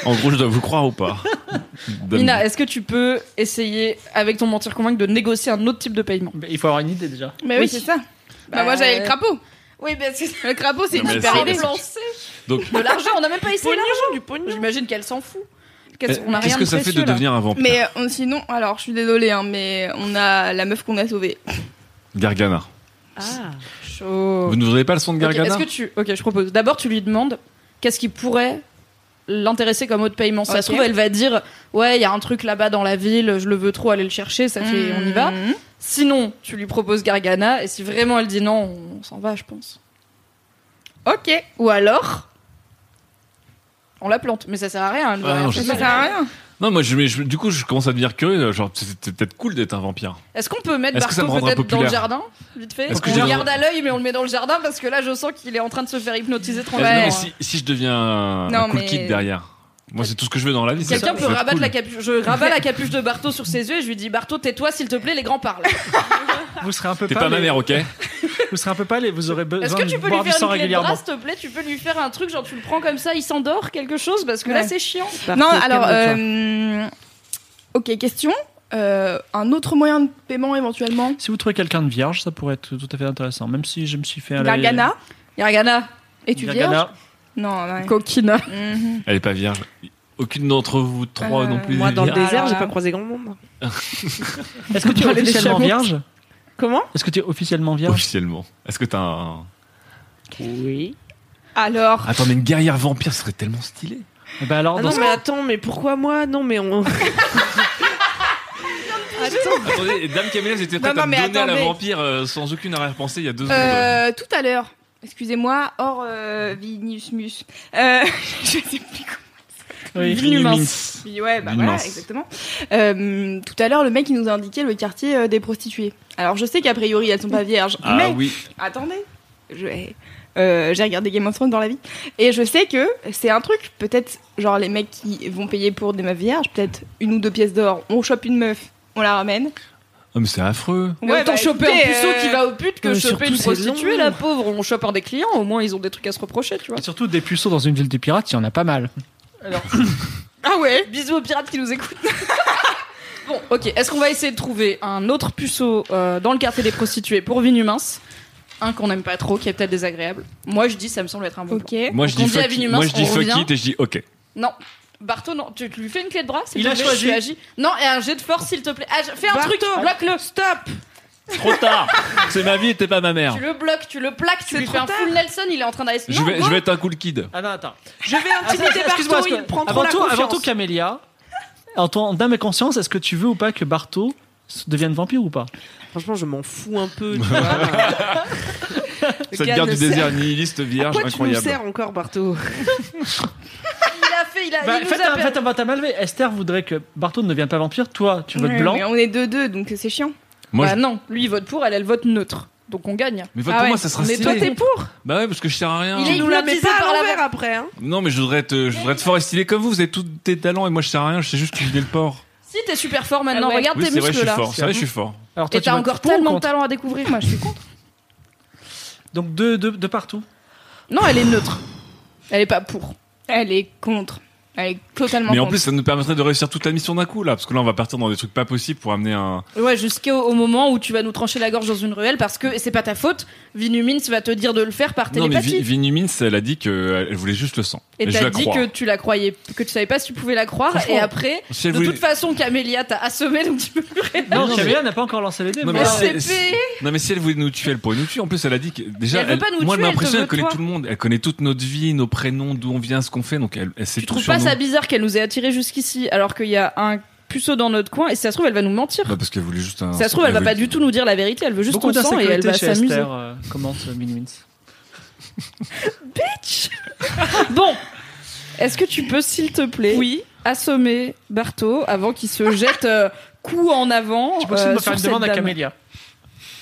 [SPEAKER 7] en gros, je dois vous croire ou pas Dame-
[SPEAKER 5] Mina, est-ce que tu peux essayer, avec ton mentir convaincre, de négocier un autre type de paiement
[SPEAKER 4] Il faut avoir une idée déjà.
[SPEAKER 5] Mais oui, c'est ça.
[SPEAKER 9] Bah, moi, j'avais le
[SPEAKER 5] crapaud. hein,
[SPEAKER 9] Oui, parce que le crapaud,
[SPEAKER 5] c'est
[SPEAKER 7] Non, Ah, mais c'est- c'est- Donc,
[SPEAKER 5] De l'argent, on n'a même pas essayé
[SPEAKER 9] Pognon,
[SPEAKER 5] l'argent. du pognon. J'imagine qu'elle s'en fout.
[SPEAKER 7] Euh, qu'est-ce que ça fait de
[SPEAKER 9] précieux, là.
[SPEAKER 7] devenir un vampire
[SPEAKER 9] Mais euh, on- sinon, alors, je suis désolée, hein, mais on a la meuf qu'on a sauvée.
[SPEAKER 7] Gargana.
[SPEAKER 5] Ah, chaud.
[SPEAKER 7] Vous ne voudriez pas le son de
[SPEAKER 5] Ok,
[SPEAKER 7] Gargana
[SPEAKER 5] Est-ce que tu. Ok, je propose. D'abord, tu lui demandes qu'est-ce qui pourrait l'intéresser comme autre paiement. Si ça
[SPEAKER 9] Ok.
[SPEAKER 5] se trouve, elle va dire Ouais, il y a un truc là-bas dans la ville, je le veux trop, aller le chercher, ça fait, on y va.
[SPEAKER 9] Mhm.
[SPEAKER 5] Sinon, tu lui proposes Gargana, et si vraiment elle dit non, on s'en va, je pense.
[SPEAKER 9] Ok.
[SPEAKER 5] Ou alors. On la plante, mais ça sert à rien. elle va
[SPEAKER 7] Ah,
[SPEAKER 5] rien
[SPEAKER 7] non,
[SPEAKER 5] faire.
[SPEAKER 7] je sais pas. Non, moi, je, mais je- du coup, je commence à devenir curieux. Genre, c'est c'est peut-être cool d'être un vampire.
[SPEAKER 5] Est-ce qu'on peut mettre
[SPEAKER 7] Est-ce que ça me
[SPEAKER 5] Barto
[SPEAKER 7] rendra
[SPEAKER 5] peut-être dans le
[SPEAKER 7] populaire
[SPEAKER 5] jardin Vite fait.
[SPEAKER 7] Est-ce que
[SPEAKER 5] on
[SPEAKER 7] j'ai-
[SPEAKER 5] le garde à l'œil, mais on le met dans le jardin parce que là, je sens qu'il est en train de se faire hypnotiser
[SPEAKER 7] Eh, non,
[SPEAKER 5] tranquillement.
[SPEAKER 7] mais si, si je deviens un
[SPEAKER 5] Non,
[SPEAKER 7] un cool
[SPEAKER 5] mais-
[SPEAKER 7] kid derrière, moi, c'est tout ce que je veux dans la vie. c'est
[SPEAKER 5] Quelqu'un
[SPEAKER 7] ça,
[SPEAKER 5] peut
[SPEAKER 7] faut être
[SPEAKER 5] rabattre
[SPEAKER 7] cool.
[SPEAKER 5] la capuche. Je rabats la capuche de Barto sur ses yeux et je lui dis Barto, tais-toi s'il te plaît, les grands parlent.
[SPEAKER 4] Vous serez un peu
[SPEAKER 7] T'es pas ma
[SPEAKER 4] les-
[SPEAKER 7] mère, ok
[SPEAKER 4] Vous serez un peu pas les- Vous aurez besoin
[SPEAKER 5] Est-ce que
[SPEAKER 4] de
[SPEAKER 5] tu peux
[SPEAKER 4] boire
[SPEAKER 5] lui
[SPEAKER 4] du
[SPEAKER 5] faire
[SPEAKER 4] sang
[SPEAKER 5] une clé de bras,
[SPEAKER 4] régulièrement.
[SPEAKER 5] s'il te plaît Tu peux lui faire un truc, genre tu le prends comme ça, il s'endort, quelque chose Parce que là,
[SPEAKER 9] Ouais.
[SPEAKER 5] c'est chiant.
[SPEAKER 9] non, alors, euh, ok, question. Euh, un autre moyen de paiement éventuellement
[SPEAKER 4] Si vous trouvez quelqu'un de vierge, ça pourrait être tout à fait intéressant. Même si je me suis fait. aller-
[SPEAKER 9] Gargana
[SPEAKER 5] Gargana.
[SPEAKER 9] Et tu
[SPEAKER 4] Gargana.
[SPEAKER 9] vierge Non, ouais.
[SPEAKER 5] (laughs) Coquina.
[SPEAKER 9] Mhm.
[SPEAKER 7] Elle est pas vierge. Aucune d'entre vous trois
[SPEAKER 9] Euh,
[SPEAKER 7] non plus.
[SPEAKER 13] Moi,
[SPEAKER 7] est
[SPEAKER 13] dans le
[SPEAKER 7] vierge.
[SPEAKER 13] désert, j'ai
[SPEAKER 9] là.
[SPEAKER 13] pas croisé grand monde.
[SPEAKER 4] Est-ce que tu es
[SPEAKER 13] Parler des
[SPEAKER 4] officiellement
[SPEAKER 13] chameaux.
[SPEAKER 4] vierge
[SPEAKER 13] Comment
[SPEAKER 4] Est-ce que tu es officiellement vierge
[SPEAKER 7] Officiellement. Est-ce que t'as un.
[SPEAKER 13] Oui.
[SPEAKER 5] (laughs)
[SPEAKER 9] Alors.
[SPEAKER 7] Attends, mais une guerrière vampire serait tellement stylé.
[SPEAKER 4] Bah alors,
[SPEAKER 13] Ah
[SPEAKER 4] dans
[SPEAKER 13] non,
[SPEAKER 4] ce
[SPEAKER 13] mais
[SPEAKER 4] cas-
[SPEAKER 13] attends, mais pourquoi moi Non, mais on.
[SPEAKER 7] Attendez, et Dame Camélia était prête
[SPEAKER 9] Non, non,
[SPEAKER 7] à me
[SPEAKER 9] mais
[SPEAKER 7] donner à la
[SPEAKER 9] attendez.
[SPEAKER 7] vampire euh, sans aucune arrière-pensée il y a deux secondes.
[SPEAKER 9] Euh, tout à l'heure, excusez-moi, hors euh, Vinusmus. Euh, (laughs) je sais plus comment.
[SPEAKER 4] Oui, Vinumins.
[SPEAKER 9] Oui, Ouais, bah
[SPEAKER 4] Vinumins.
[SPEAKER 9] voilà, exactement. Euh, tout à l'heure, le mec il nous a indiqué le quartier euh, des prostituées. Alors je sais qu'a priori elles sont pas vierges,
[SPEAKER 7] Ah
[SPEAKER 9] mais
[SPEAKER 7] oui.
[SPEAKER 9] attendez, je- euh, j'ai regardé Game of Thrones dans la vie et je sais que c'est un truc. Peut-être genre les mecs qui vont payer pour des meufs vierges, peut-être une ou deux pièces d'or, on chope une meuf, on la ramène.
[SPEAKER 7] Ah, mais c'est affreux.
[SPEAKER 5] Ouais, autant
[SPEAKER 9] bah,
[SPEAKER 5] choper
[SPEAKER 9] écoutez,
[SPEAKER 5] un puceau
[SPEAKER 9] euh,
[SPEAKER 5] qui va au pute que
[SPEAKER 4] euh,
[SPEAKER 5] choper
[SPEAKER 4] surtout,
[SPEAKER 5] une
[SPEAKER 4] c'est
[SPEAKER 5] prostituée,
[SPEAKER 4] long.
[SPEAKER 5] la pauvre. On chope un des clients, au moins ils ont des trucs à se reprocher, tu vois.
[SPEAKER 4] Et surtout, des puceaux dans une ville des pirates, il y en a pas mal.
[SPEAKER 5] Ah ouais Bisous aux pirates qui nous écoutent. (laughs) bon, ok. Est-ce qu'on va essayer de trouver un autre puceau euh, dans le quartier des prostituées pour Vinumins Un qu'on n'aime pas trop, qui est peut-être désagréable. Moi, je dis, ça me semble être un bon plan.
[SPEAKER 7] Moi, je
[SPEAKER 5] Donc, on
[SPEAKER 7] dis
[SPEAKER 5] dit à
[SPEAKER 7] fuck it.
[SPEAKER 5] Vinumins,
[SPEAKER 7] Moi, je dis
[SPEAKER 5] on
[SPEAKER 7] fuck
[SPEAKER 5] revient.
[SPEAKER 7] it et je dis ok.
[SPEAKER 5] Non. Barto, non, tu tu lui fais une clé de bras s'il
[SPEAKER 4] Il
[SPEAKER 5] te
[SPEAKER 4] a
[SPEAKER 5] plaît,
[SPEAKER 4] choisi.
[SPEAKER 5] tu agis. Non, et un jet de force, s'il te plaît. Ah, je- fais un
[SPEAKER 13] Barto,
[SPEAKER 5] truc, bloque-le. Stop
[SPEAKER 7] Trop tard C'est ma vie et t'es pas ma mère.
[SPEAKER 5] Tu le bloques, tu le plaques, tu lui fais un full Nelson, il est en train d'aller se
[SPEAKER 7] Je
[SPEAKER 5] Non,
[SPEAKER 7] vais,
[SPEAKER 5] go.
[SPEAKER 7] je vais être un cool kid.
[SPEAKER 4] Ah non, attends.
[SPEAKER 13] Je vais intimider Barto, il prend trop
[SPEAKER 4] avant
[SPEAKER 13] la
[SPEAKER 4] tout,
[SPEAKER 13] confiance.
[SPEAKER 4] avant tout, Camélia, en ton d'âme et conscience, est-ce que tu veux ou pas que Barto s- devienne vampire ou pas
[SPEAKER 13] Franchement, je m'en fous un peu. Tu vois.
[SPEAKER 7] Cette
[SPEAKER 13] Gars
[SPEAKER 7] guerre du
[SPEAKER 13] ne sert-
[SPEAKER 7] désert nihiliste vierge
[SPEAKER 13] Pourquoi tu nous
[SPEAKER 7] incroyable.
[SPEAKER 13] sers encore, Barto
[SPEAKER 5] Il a fait, il a.
[SPEAKER 4] Bah,
[SPEAKER 5] il nous
[SPEAKER 4] faites,
[SPEAKER 5] a
[SPEAKER 4] un,
[SPEAKER 5] per-
[SPEAKER 4] faites un vote à main levée. Esther voudrait que Barto ne devienne pas vampire. Toi, tu votes
[SPEAKER 9] Ouais,
[SPEAKER 4] blanc.
[SPEAKER 9] mais on est deux deux, donc c'est chiant.
[SPEAKER 7] Moi,
[SPEAKER 5] bah
[SPEAKER 7] je-
[SPEAKER 5] non, lui il vote pour, elle elle vote neutre. Donc on gagne.
[SPEAKER 7] Mais
[SPEAKER 9] Ah
[SPEAKER 7] vote pour moi, ça sera
[SPEAKER 5] Mais toi
[SPEAKER 7] stylé.
[SPEAKER 5] t'es pour
[SPEAKER 7] Bah ouais, parce que je sers à rien.
[SPEAKER 5] Il est
[SPEAKER 13] Nous la mets
[SPEAKER 5] hypnotisé
[SPEAKER 13] pas
[SPEAKER 5] par
[SPEAKER 13] à
[SPEAKER 5] la
[SPEAKER 13] l'envers après. Hein.
[SPEAKER 7] Non, mais je voudrais être, euh, je voudrais être fort et stylé comme vous. Vous avez tous des talents et moi, je sers à rien. Je sais juste cuisiner le porc.
[SPEAKER 5] Si t'es super fort maintenant,
[SPEAKER 9] Ah ouais.
[SPEAKER 5] regarde
[SPEAKER 7] Oui,
[SPEAKER 5] tes
[SPEAKER 7] c'est
[SPEAKER 5] muscles
[SPEAKER 7] vrai, je suis
[SPEAKER 5] là.
[SPEAKER 7] fort. C'est vrai, je suis fort.
[SPEAKER 4] Alors, toi,
[SPEAKER 5] Et
[SPEAKER 4] tu
[SPEAKER 5] t'as
[SPEAKER 4] votes
[SPEAKER 5] encore
[SPEAKER 4] pour ou
[SPEAKER 5] tellement de
[SPEAKER 4] contre
[SPEAKER 5] talent à découvrir, moi je suis contre.
[SPEAKER 4] Donc, deux deux- deux partout.
[SPEAKER 5] Non, elle est neutre. Elle est pas pour.
[SPEAKER 9] Elle est contre. Elle est totalement
[SPEAKER 7] Mais en
[SPEAKER 9] contre.
[SPEAKER 7] plus, ça nous permettrait de réussir toute la mission d'un coup là, parce que là, on va partir dans des trucs pas possibles pour amener un.
[SPEAKER 5] Ouais, jusqu'au au moment où tu vas nous trancher la gorge dans une ruelle parce que et c'est pas ta faute. Vinumins va te dire de le faire par
[SPEAKER 7] Non, mais
[SPEAKER 5] télépathie.
[SPEAKER 7] Vi- Vinumins, elle a dit qu'elle voulait juste le sang.
[SPEAKER 5] et
[SPEAKER 7] je la
[SPEAKER 5] t'as dit
[SPEAKER 7] crois.
[SPEAKER 5] que tu la croyais, que tu savais pas si tu pouvais la croire.
[SPEAKER 7] Franchement,
[SPEAKER 5] Et après,
[SPEAKER 7] si
[SPEAKER 5] de
[SPEAKER 7] elle voulait-
[SPEAKER 5] toute façon, Camélia t'a assommé, donc tu peux plus rien.
[SPEAKER 4] Non,
[SPEAKER 7] non,
[SPEAKER 4] Camélia n'a pas encore lancé les dés.
[SPEAKER 7] Non
[SPEAKER 4] mais-
[SPEAKER 7] mais,
[SPEAKER 5] Ah,
[SPEAKER 7] si-
[SPEAKER 5] c'est
[SPEAKER 7] si-
[SPEAKER 5] fait.
[SPEAKER 7] non, mais si elle voulait nous tuer, elle pourrait nous tuer. En plus, elle a dit que déjà,
[SPEAKER 5] Elle veut pas nous
[SPEAKER 7] moi,
[SPEAKER 5] tuer, elle
[SPEAKER 7] m'impressionne,
[SPEAKER 5] te
[SPEAKER 7] elle,
[SPEAKER 5] veut
[SPEAKER 7] connaît
[SPEAKER 5] toi.
[SPEAKER 7] tout le monde. Elle connaît toute notre vie, nos prénoms, d'où on vient, ce qu'on fait. Donc, elle, elle sait
[SPEAKER 5] Tu
[SPEAKER 7] tout
[SPEAKER 5] trouves
[SPEAKER 7] sur
[SPEAKER 5] pas
[SPEAKER 7] nous.
[SPEAKER 5] ça bizarre qu'elle nous ait attirés jusqu'ici alors qu'il y a un puceau dans notre coin et si ça se trouve elle va nous mentir
[SPEAKER 7] Bah, parce qu'elle voulait juste un.
[SPEAKER 5] Si ça se trouve elle va
[SPEAKER 7] voulait-
[SPEAKER 5] pas du tout nous dire la vérité elle veut juste
[SPEAKER 4] Beaucoup
[SPEAKER 5] ton sang et
[SPEAKER 4] d'insécurité
[SPEAKER 5] elle va
[SPEAKER 4] chez
[SPEAKER 5] s'amuser
[SPEAKER 4] Esther, euh, commente Minimins.
[SPEAKER 5] (laughs) bon est-ce que tu peux s'il te plaît
[SPEAKER 13] Oui.
[SPEAKER 5] assommer Barto avant qu'il se jette euh, coup en avant
[SPEAKER 4] Tu peux aussi me
[SPEAKER 5] euh,
[SPEAKER 4] faire
[SPEAKER 5] sur
[SPEAKER 4] une
[SPEAKER 5] cette
[SPEAKER 4] demande à
[SPEAKER 5] dame
[SPEAKER 4] Camélia.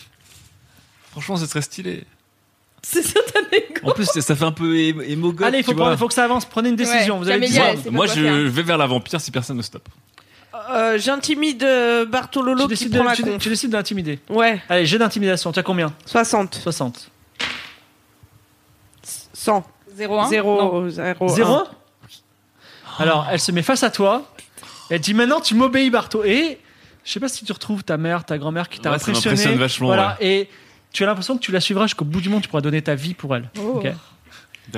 [SPEAKER 5] (laughs)
[SPEAKER 7] Franchement, c'est très stylé.
[SPEAKER 5] C'est ça ta
[SPEAKER 7] En plus, ça fait un peu é- émogote.
[SPEAKER 4] Allez, il faut,
[SPEAKER 7] tu vois.
[SPEAKER 4] prendre- faut que ça avance. Prenez une décision.
[SPEAKER 6] Ouais,
[SPEAKER 4] vous avez
[SPEAKER 6] Camélia,
[SPEAKER 4] dit-
[SPEAKER 6] elle sait pas
[SPEAKER 7] Moi,
[SPEAKER 6] quoi
[SPEAKER 7] je
[SPEAKER 6] faire.
[SPEAKER 7] vais vers la vampire si personne ne stoppe.
[SPEAKER 6] Euh, J'intimide euh, Bartololo qui
[SPEAKER 4] Tu décides,
[SPEAKER 6] prend
[SPEAKER 4] de,
[SPEAKER 6] la
[SPEAKER 4] tu,
[SPEAKER 6] con.
[SPEAKER 4] tu décides d'intimider.
[SPEAKER 6] Ouais.
[SPEAKER 4] Allez, j'ai d'intimidation. Tu as combien
[SPEAKER 6] 60.
[SPEAKER 4] 60.
[SPEAKER 6] 100.
[SPEAKER 5] 0-1
[SPEAKER 6] Zéro,
[SPEAKER 5] Non.
[SPEAKER 6] zéro,
[SPEAKER 4] Zéro
[SPEAKER 6] un.
[SPEAKER 4] Alors, elle se met face à toi. Elle dit maintenant, tu m'obéis, Barto. Et je sais pas si tu retrouves ta mère, ta grand-mère qui t'a
[SPEAKER 7] Ouais, ça
[SPEAKER 4] impressionné.
[SPEAKER 7] m'impressionne vachement,
[SPEAKER 4] Voilà. Et tu as l'impression que tu la suivras jusqu'au bout du monde. Tu pourras donner ta vie pour elle.
[SPEAKER 6] Oh.
[SPEAKER 4] Ok.
[SPEAKER 7] D'accord,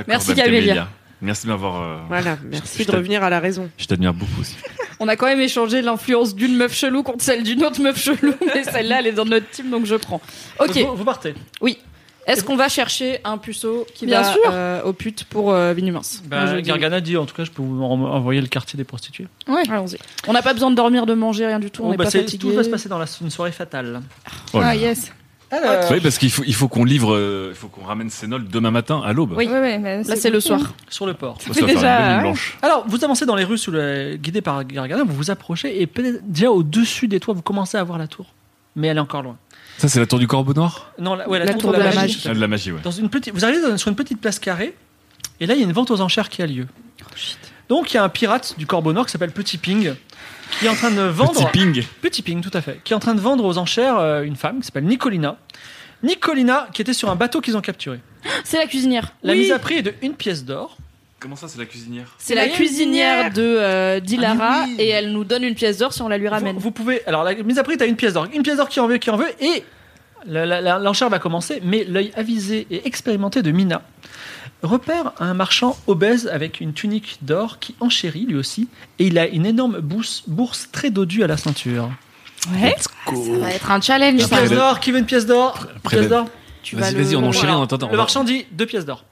[SPEAKER 5] Merci,
[SPEAKER 7] Madame
[SPEAKER 5] Camélia.
[SPEAKER 7] Merci de m'avoir. euh,
[SPEAKER 6] Voilà,
[SPEAKER 7] je-
[SPEAKER 6] merci
[SPEAKER 7] je
[SPEAKER 6] de
[SPEAKER 7] t'ad-
[SPEAKER 6] revenir à la raison.
[SPEAKER 7] Je t'admire beaucoup aussi.
[SPEAKER 5] On a quand même échangé l'influence d'une meuf chelou contre celle d'une autre meuf chelou, (laughs) mais celle-là, elle est dans notre team, donc je prends. Ok.
[SPEAKER 4] Donc, Vous, vous partez.
[SPEAKER 5] Oui. Est-ce qu'on va chercher un puceau qui
[SPEAKER 4] Bien
[SPEAKER 5] va
[SPEAKER 4] sûr.
[SPEAKER 5] euh, au pute pour euh, Vinumens
[SPEAKER 4] Bah,
[SPEAKER 5] Moi, je dis-
[SPEAKER 4] Gargana dit en tout cas, je peux vous en- envoyer le quartier des prostituées.
[SPEAKER 5] Ouais, allons-y. On n'a pas besoin de dormir, de manger, rien du tout. on
[SPEAKER 4] Bon,
[SPEAKER 5] n'est
[SPEAKER 4] bah,
[SPEAKER 5] pas
[SPEAKER 4] c'est-
[SPEAKER 5] fatigué.
[SPEAKER 4] tout va se passer dans la, une soirée fatale.
[SPEAKER 7] Oh là
[SPEAKER 5] ah
[SPEAKER 7] là.
[SPEAKER 5] yes.
[SPEAKER 7] Oui, parce qu'il faut, il faut qu'on livre, euh, il faut qu'on ramène Sénol demain matin à l'aube.
[SPEAKER 5] Oui. Là, c'est le soir.
[SPEAKER 4] Sur le port.
[SPEAKER 7] Ça, ça va faire une bonne nuit blanche.
[SPEAKER 4] Alors, vous avancez dans les rues sous le- guidé par Gargana, vous vous approchez et peut-être déjà au-dessus des toits, vous commencez à voir la tour. Mais elle est encore loin.
[SPEAKER 7] Ça, c'est la tour du Corbeau Noir
[SPEAKER 4] Non, la, ouais,
[SPEAKER 5] La tour de la magie.
[SPEAKER 7] Ah, De la magie, ouais.
[SPEAKER 4] Dans une petite, vous arrivez dans- sur une petite place carrée, et là, il y a une vente aux enchères qui a lieu.
[SPEAKER 5] Oh,
[SPEAKER 4] Donc, il y a un pirate du Corbeau Nord qui s'appelle Petit Ping, qui est en train de vendre.
[SPEAKER 7] Petit Ping.
[SPEAKER 4] Petit Ping, tout à fait. Qui est en train de vendre aux enchères euh, une femme qui s'appelle Nicolina. Nicolina, qui était sur un bateau qu'ils ont capturé.
[SPEAKER 5] C'est la cuisinière.
[SPEAKER 4] La
[SPEAKER 5] Oui.
[SPEAKER 4] mise à prix est de une pièce d'or.
[SPEAKER 7] Comment ça, c'est la cuisinière
[SPEAKER 5] C'est la cuisinière de euh, Dilara
[SPEAKER 4] Ah, mais oui.
[SPEAKER 5] et elle nous donne une pièce d'or si on la lui ramène.
[SPEAKER 4] Vous, vous pouvez. Alors, la mise à prix, t'as une pièce d'or. Une pièce d'or qui en veut, qui en veut, et la- la- la- l'enchère va commencer. Mais l'œil avisé et expérimenté de Mina repère un marchand obèse avec une tunique d'or qui enchérit lui aussi, et il a une énorme bourse, bourse très dodue à la ceinture.
[SPEAKER 5] Ouais. Ça va être un challenge.
[SPEAKER 4] Une
[SPEAKER 5] ça.
[SPEAKER 4] pièce d'or, qui veut une pièce d'or Une
[SPEAKER 7] prélève.
[SPEAKER 4] pièce d'or
[SPEAKER 5] Tu
[SPEAKER 7] Vas-y,
[SPEAKER 5] vas
[SPEAKER 7] vas-y,
[SPEAKER 5] le-
[SPEAKER 7] on enchaîne,
[SPEAKER 4] Voilà.
[SPEAKER 7] on t'entend.
[SPEAKER 4] Le marchand dit deux pièces d'or.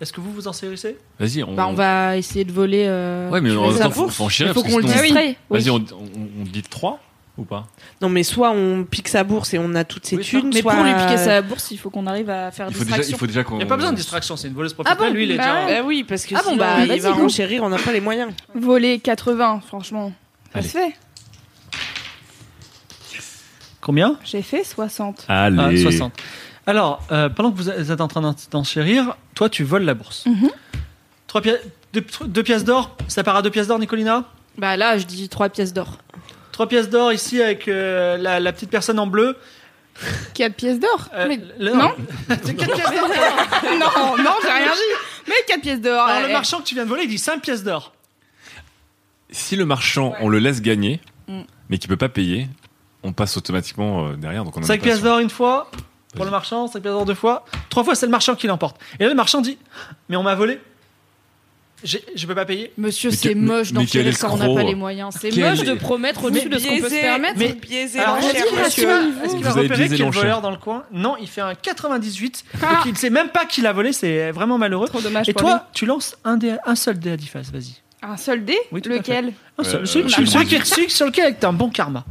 [SPEAKER 4] Est-ce que vous vous en saisissez
[SPEAKER 7] Vas-y, on.
[SPEAKER 5] Bah, on va essayer de voler. euh,
[SPEAKER 7] Ouais, mais en
[SPEAKER 5] voler
[SPEAKER 7] même
[SPEAKER 5] sa
[SPEAKER 7] temps, faut,
[SPEAKER 5] bourse.
[SPEAKER 7] faut en chier.
[SPEAKER 5] Il faut
[SPEAKER 7] parce
[SPEAKER 5] qu'on
[SPEAKER 7] que
[SPEAKER 5] le
[SPEAKER 7] sinon-
[SPEAKER 5] distraye.
[SPEAKER 7] Vas-y,
[SPEAKER 5] Oui.
[SPEAKER 7] on, on- on dit 3 ou pas
[SPEAKER 6] Non, mais soit on pique sa bourse et on a toutes ses
[SPEAKER 4] Oui,
[SPEAKER 6] thunes,
[SPEAKER 5] Mais
[SPEAKER 6] soit.
[SPEAKER 5] pour lui piquer sa bourse, il faut qu'on arrive à faire
[SPEAKER 7] Il faut déjà,
[SPEAKER 5] distraction.
[SPEAKER 7] il faut déjà
[SPEAKER 4] Il
[SPEAKER 7] qu'on.
[SPEAKER 4] n'y a pas besoin de distraction, c'est une voleuse professionnelle.
[SPEAKER 5] bon
[SPEAKER 4] lui, il est
[SPEAKER 5] Bah,
[SPEAKER 4] déjà.
[SPEAKER 6] Bah oui, parce que
[SPEAKER 5] Ah bon,
[SPEAKER 6] sinon,
[SPEAKER 5] bah, vas-y,
[SPEAKER 6] il va
[SPEAKER 5] go.
[SPEAKER 6] renchérir, on n'a pas les moyens.
[SPEAKER 9] Voler 80, franchement. Ça
[SPEAKER 7] Allez.
[SPEAKER 9] se fait.
[SPEAKER 4] Combien
[SPEAKER 9] J'ai fait 60.
[SPEAKER 4] Ah,
[SPEAKER 7] Allez.
[SPEAKER 4] 60. Alors, euh, pendant que vous êtes en train d'en- d'enchérir, toi, tu voles la bourse. Trois pièces, deux, deux pièces d'or, ça part à deux pièces d'or, Nicolina
[SPEAKER 5] Bah là, je dis trois pièces d'or.
[SPEAKER 4] Trois pièces d'or ici avec euh, la, la petite personne en bleu.
[SPEAKER 9] 4 pièces d'or.
[SPEAKER 4] Euh,
[SPEAKER 9] Mais-
[SPEAKER 4] le-
[SPEAKER 9] Non
[SPEAKER 4] C'est quatre pièces d'or.
[SPEAKER 9] non, non, j'ai rien dit. Mais 4 pièces d'or.
[SPEAKER 4] Alors, le
[SPEAKER 9] eh.
[SPEAKER 4] marchand que tu viens de voler, il dit 5 pièces d'or.
[SPEAKER 7] Si le marchand, on le laisse gagner,
[SPEAKER 5] Mm.
[SPEAKER 7] mais qu'il peut pas payer, on passe automatiquement euh, derrière. Donc on en a
[SPEAKER 4] 5
[SPEAKER 7] pas
[SPEAKER 4] pièces
[SPEAKER 7] sur-
[SPEAKER 4] d'or une fois pour le marchand, 5 pièces d'or deux fois. Trois fois, c'est le marchand qui l'emporte. Et là, le marchand dit Mais on m'a volé. J'ai- Je peux pas payer.
[SPEAKER 5] Monsieur,
[SPEAKER 7] Mais
[SPEAKER 5] c'est
[SPEAKER 7] que-
[SPEAKER 5] moche
[SPEAKER 7] mais- mais quel
[SPEAKER 5] d'enfiler quand on n'a pas
[SPEAKER 7] escroc.
[SPEAKER 5] les moyens. C'est
[SPEAKER 7] Quel-
[SPEAKER 5] moche de promettre au-dessus de ce qu'on peut se permettre.
[SPEAKER 6] mais biaisé
[SPEAKER 4] Alors,
[SPEAKER 5] Vas-y,
[SPEAKER 6] l'enchère,
[SPEAKER 5] rassure-le.
[SPEAKER 6] monsieur.
[SPEAKER 4] Est-ce qu'il
[SPEAKER 7] Vous
[SPEAKER 4] va
[SPEAKER 7] avez
[SPEAKER 4] repérer
[SPEAKER 7] biaisé
[SPEAKER 4] qu'il y a le
[SPEAKER 7] l'enchère.
[SPEAKER 4] voleur dans le coin Non, il fait un 98.
[SPEAKER 5] Ah.
[SPEAKER 4] donc il ne sait même pas qu'il a volé, c'est vraiment malheureux.
[SPEAKER 9] Trop dommage
[SPEAKER 4] Et
[SPEAKER 9] pour
[SPEAKER 4] toi,
[SPEAKER 9] lui.
[SPEAKER 4] tu lances un, dé, à- un seul dé à 10 faces, vas-y.
[SPEAKER 9] Un seul dé
[SPEAKER 4] Oui, tout à
[SPEAKER 9] Lequel
[SPEAKER 4] Un seul.
[SPEAKER 7] Euh, je
[SPEAKER 4] celui,
[SPEAKER 7] suis
[SPEAKER 4] celui
[SPEAKER 7] obligé.
[SPEAKER 4] qui est- celui sur lequel tu as un bon karma.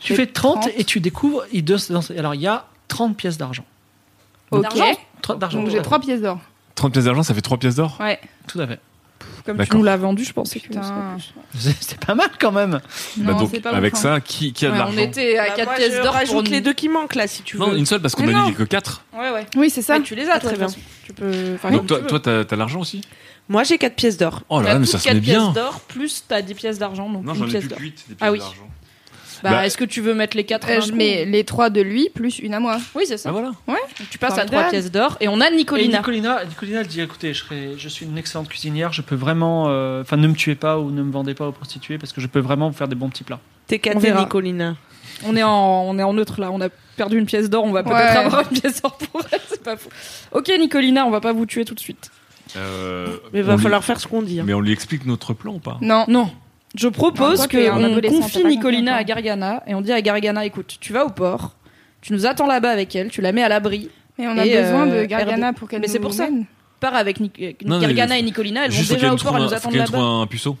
[SPEAKER 4] Tu
[SPEAKER 9] J'ai
[SPEAKER 4] fais 30,
[SPEAKER 9] 30.
[SPEAKER 4] et tu découvres. il doit se lancer. alors, il y a 30 pièces d'argent.
[SPEAKER 9] Ok.
[SPEAKER 5] D'argent
[SPEAKER 4] Tro- D'argent.
[SPEAKER 9] Donc j'ai 3 pièces d'or.
[SPEAKER 7] 30 pièces d'argent, ça fait 3 pièces d'or
[SPEAKER 9] Ouais.
[SPEAKER 4] Tout à fait. (laughs)
[SPEAKER 9] Comme tu
[SPEAKER 7] D'accord.
[SPEAKER 9] nous l'as vendu, je pensais que
[SPEAKER 5] Putain.
[SPEAKER 4] C'est pas mal quand même.
[SPEAKER 7] Bah
[SPEAKER 9] Non,
[SPEAKER 7] donc,
[SPEAKER 9] c'est pas
[SPEAKER 7] avec
[SPEAKER 9] bon,
[SPEAKER 7] ça, qui, qui a de
[SPEAKER 5] hein. Ouais,
[SPEAKER 7] l'argent
[SPEAKER 5] on était à
[SPEAKER 6] Bah,
[SPEAKER 5] quatre
[SPEAKER 6] moi, je
[SPEAKER 5] pièces d'or pour
[SPEAKER 6] rajoute
[SPEAKER 5] nous.
[SPEAKER 6] les deux qui manquent là, si tu veux.
[SPEAKER 7] Non, une seule, parce qu'on
[SPEAKER 9] Mais
[SPEAKER 7] a
[SPEAKER 9] non.
[SPEAKER 7] dit que 4.
[SPEAKER 5] Ouais, ouais.
[SPEAKER 9] Oui, c'est ça.
[SPEAKER 5] Mais tu les as,
[SPEAKER 6] Très
[SPEAKER 5] très
[SPEAKER 6] bien.
[SPEAKER 5] bien. Tu peux. Enfin,
[SPEAKER 7] Donc
[SPEAKER 5] comme
[SPEAKER 7] toi,
[SPEAKER 5] Ah tu
[SPEAKER 7] toi,
[SPEAKER 5] veux.
[SPEAKER 7] t'as t'as l'argent aussi
[SPEAKER 6] Moi, j'ai 4 pièces d'or.
[SPEAKER 7] Oh là
[SPEAKER 5] T'as
[SPEAKER 7] là, mais
[SPEAKER 5] toutes
[SPEAKER 7] ça se
[SPEAKER 5] quatre
[SPEAKER 7] met bien
[SPEAKER 5] pièces d'or, plus t'as 10 pièces d'argent, donc
[SPEAKER 7] Non,
[SPEAKER 5] une
[SPEAKER 7] j'en ai
[SPEAKER 5] pièce
[SPEAKER 7] plus
[SPEAKER 5] d'or.
[SPEAKER 7] que 8 des pièces
[SPEAKER 5] Ah oui.
[SPEAKER 7] d'argent.
[SPEAKER 5] Bah,
[SPEAKER 7] Bah-
[SPEAKER 5] est-ce que tu veux mettre les 4
[SPEAKER 9] Euh, je mets les 3 de lui plus une à moi.
[SPEAKER 5] Oui, c'est ça.
[SPEAKER 7] Ah voilà
[SPEAKER 5] Tu passes à
[SPEAKER 9] Formidable.
[SPEAKER 5] 3 pièces d'or et on a
[SPEAKER 4] Et
[SPEAKER 5] Nicolina.
[SPEAKER 4] Nicolina, Nicolina, elle dit écoutez, je, serai- je suis une excellente cuisinière, je peux vraiment. euh, Enfin, ne me tuez pas ou ne me vendez pas aux prostituées parce que je peux vraiment vous faire des bons petits plats.
[SPEAKER 6] T'es 4
[SPEAKER 9] On verra.
[SPEAKER 6] Nicolina.
[SPEAKER 5] On est, en, on est en neutre là, on a perdu une pièce d'or, on va peut-être
[SPEAKER 9] Ouais.
[SPEAKER 5] avoir une pièce d'or pour elle, c'est pas fou. Ok Nicolina, on va pas vous tuer tout de suite.
[SPEAKER 7] Euh,
[SPEAKER 6] Mais
[SPEAKER 7] on
[SPEAKER 6] va
[SPEAKER 7] lui-
[SPEAKER 6] falloir faire ce qu'on dit. hein.
[SPEAKER 7] Mais on lui explique notre plan ou pas
[SPEAKER 9] Non.
[SPEAKER 5] Non, je propose
[SPEAKER 9] Non, toi, t'es un
[SPEAKER 5] qu'on
[SPEAKER 9] adolescent, t'as
[SPEAKER 5] confie
[SPEAKER 9] pas
[SPEAKER 5] Nicolina
[SPEAKER 9] compris
[SPEAKER 5] à Gargana et on dit à Gargana écoute, tu vas au port, tu nous attends là-bas avec elle, tu la mets à l'abri,
[SPEAKER 9] Mais on a
[SPEAKER 5] Et,
[SPEAKER 9] besoin
[SPEAKER 5] euh,
[SPEAKER 9] de Gargana
[SPEAKER 5] Erdo.
[SPEAKER 9] pour qu'elle
[SPEAKER 5] Mais
[SPEAKER 9] nous
[SPEAKER 5] c'est pour ça.
[SPEAKER 9] mène.
[SPEAKER 5] pars avec Nic- euh,
[SPEAKER 7] Non, non,
[SPEAKER 5] Gargana
[SPEAKER 7] mais-
[SPEAKER 5] et Nicolina, elles vont
[SPEAKER 7] Juste faut
[SPEAKER 5] déjà
[SPEAKER 7] qu'elle
[SPEAKER 5] au
[SPEAKER 7] nous
[SPEAKER 5] port,
[SPEAKER 7] trouve
[SPEAKER 5] elles
[SPEAKER 7] un-
[SPEAKER 5] nous
[SPEAKER 7] faut
[SPEAKER 5] attendent
[SPEAKER 7] qu'elle trouve
[SPEAKER 5] là-bas.
[SPEAKER 7] un puceau.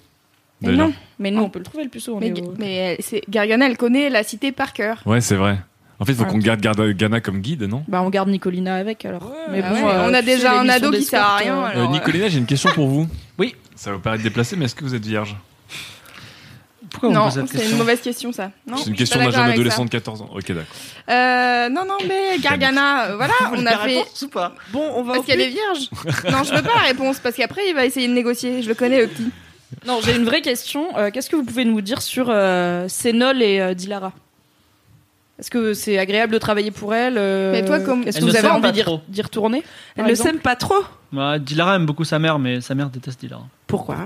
[SPEAKER 9] Mais
[SPEAKER 7] D'ailleurs.
[SPEAKER 9] non.
[SPEAKER 5] Mais nous on peut le trouver le puceau, on
[SPEAKER 9] Mais,
[SPEAKER 5] est au-
[SPEAKER 9] mais elle- c'est Gargana, elle connaît la cité par cœur.
[SPEAKER 7] Ouais, c'est vrai. En fait, il faut
[SPEAKER 5] Ouais.
[SPEAKER 7] qu'on garde Garda- Ghana comme guide, non
[SPEAKER 5] Bah on garde Nicolina avec alors. mais euh,
[SPEAKER 9] Ah ouais, on a
[SPEAKER 5] tu sais,
[SPEAKER 9] déjà
[SPEAKER 5] les
[SPEAKER 9] un
[SPEAKER 5] missions
[SPEAKER 9] ado qui sert à
[SPEAKER 5] d'escorte,
[SPEAKER 9] rien,
[SPEAKER 5] euh,
[SPEAKER 9] alors.
[SPEAKER 7] Euh, Nicolina, j'ai une question pour vous.
[SPEAKER 4] Oui.
[SPEAKER 7] Ça va vous paraître déplacé, mais est-ce que vous êtes vierge
[SPEAKER 4] Pourquoi on
[SPEAKER 9] non,
[SPEAKER 4] pose cette
[SPEAKER 9] c'est
[SPEAKER 4] question
[SPEAKER 9] une mauvaise question ça. Non,
[SPEAKER 7] C'est
[SPEAKER 9] je
[SPEAKER 7] une
[SPEAKER 9] suis
[SPEAKER 7] question
[SPEAKER 9] pas
[SPEAKER 7] d'un
[SPEAKER 9] d'accord
[SPEAKER 7] jeune
[SPEAKER 9] avec
[SPEAKER 7] adolescent
[SPEAKER 9] ça.
[SPEAKER 7] de 14 ans. Ok, d'accord.
[SPEAKER 9] Euh, non, non,
[SPEAKER 5] Eh,
[SPEAKER 9] mais Gargana, euh, voilà,
[SPEAKER 4] Vous voulez
[SPEAKER 9] on
[SPEAKER 4] la
[SPEAKER 9] a fait.
[SPEAKER 4] réponse ou pas
[SPEAKER 1] Ah Bon, on va.
[SPEAKER 9] Parce qu'elle est vierge. non, je veux pas la réponse, parce qu'après, il va essayer de négocier. Je le connais, le petit.
[SPEAKER 5] Non, j'ai une vraie question. Euh, Qu'est-ce que vous pouvez nous dire sur euh, Sénol et euh, Dilara Est-ce que c'est agréable de travailler pour elle euh,
[SPEAKER 9] Mais toi, comme-
[SPEAKER 5] Est-ce
[SPEAKER 4] Elle
[SPEAKER 5] que vous
[SPEAKER 4] ne
[SPEAKER 5] avez
[SPEAKER 4] s'aime pas
[SPEAKER 5] envie d'y
[SPEAKER 4] trop.
[SPEAKER 5] d'y retourner
[SPEAKER 9] Elle ne s'aime
[SPEAKER 1] pas trop
[SPEAKER 4] Bah, Dilara aime beaucoup sa mère, mais sa mère déteste Dilara.
[SPEAKER 1] Pourquoi,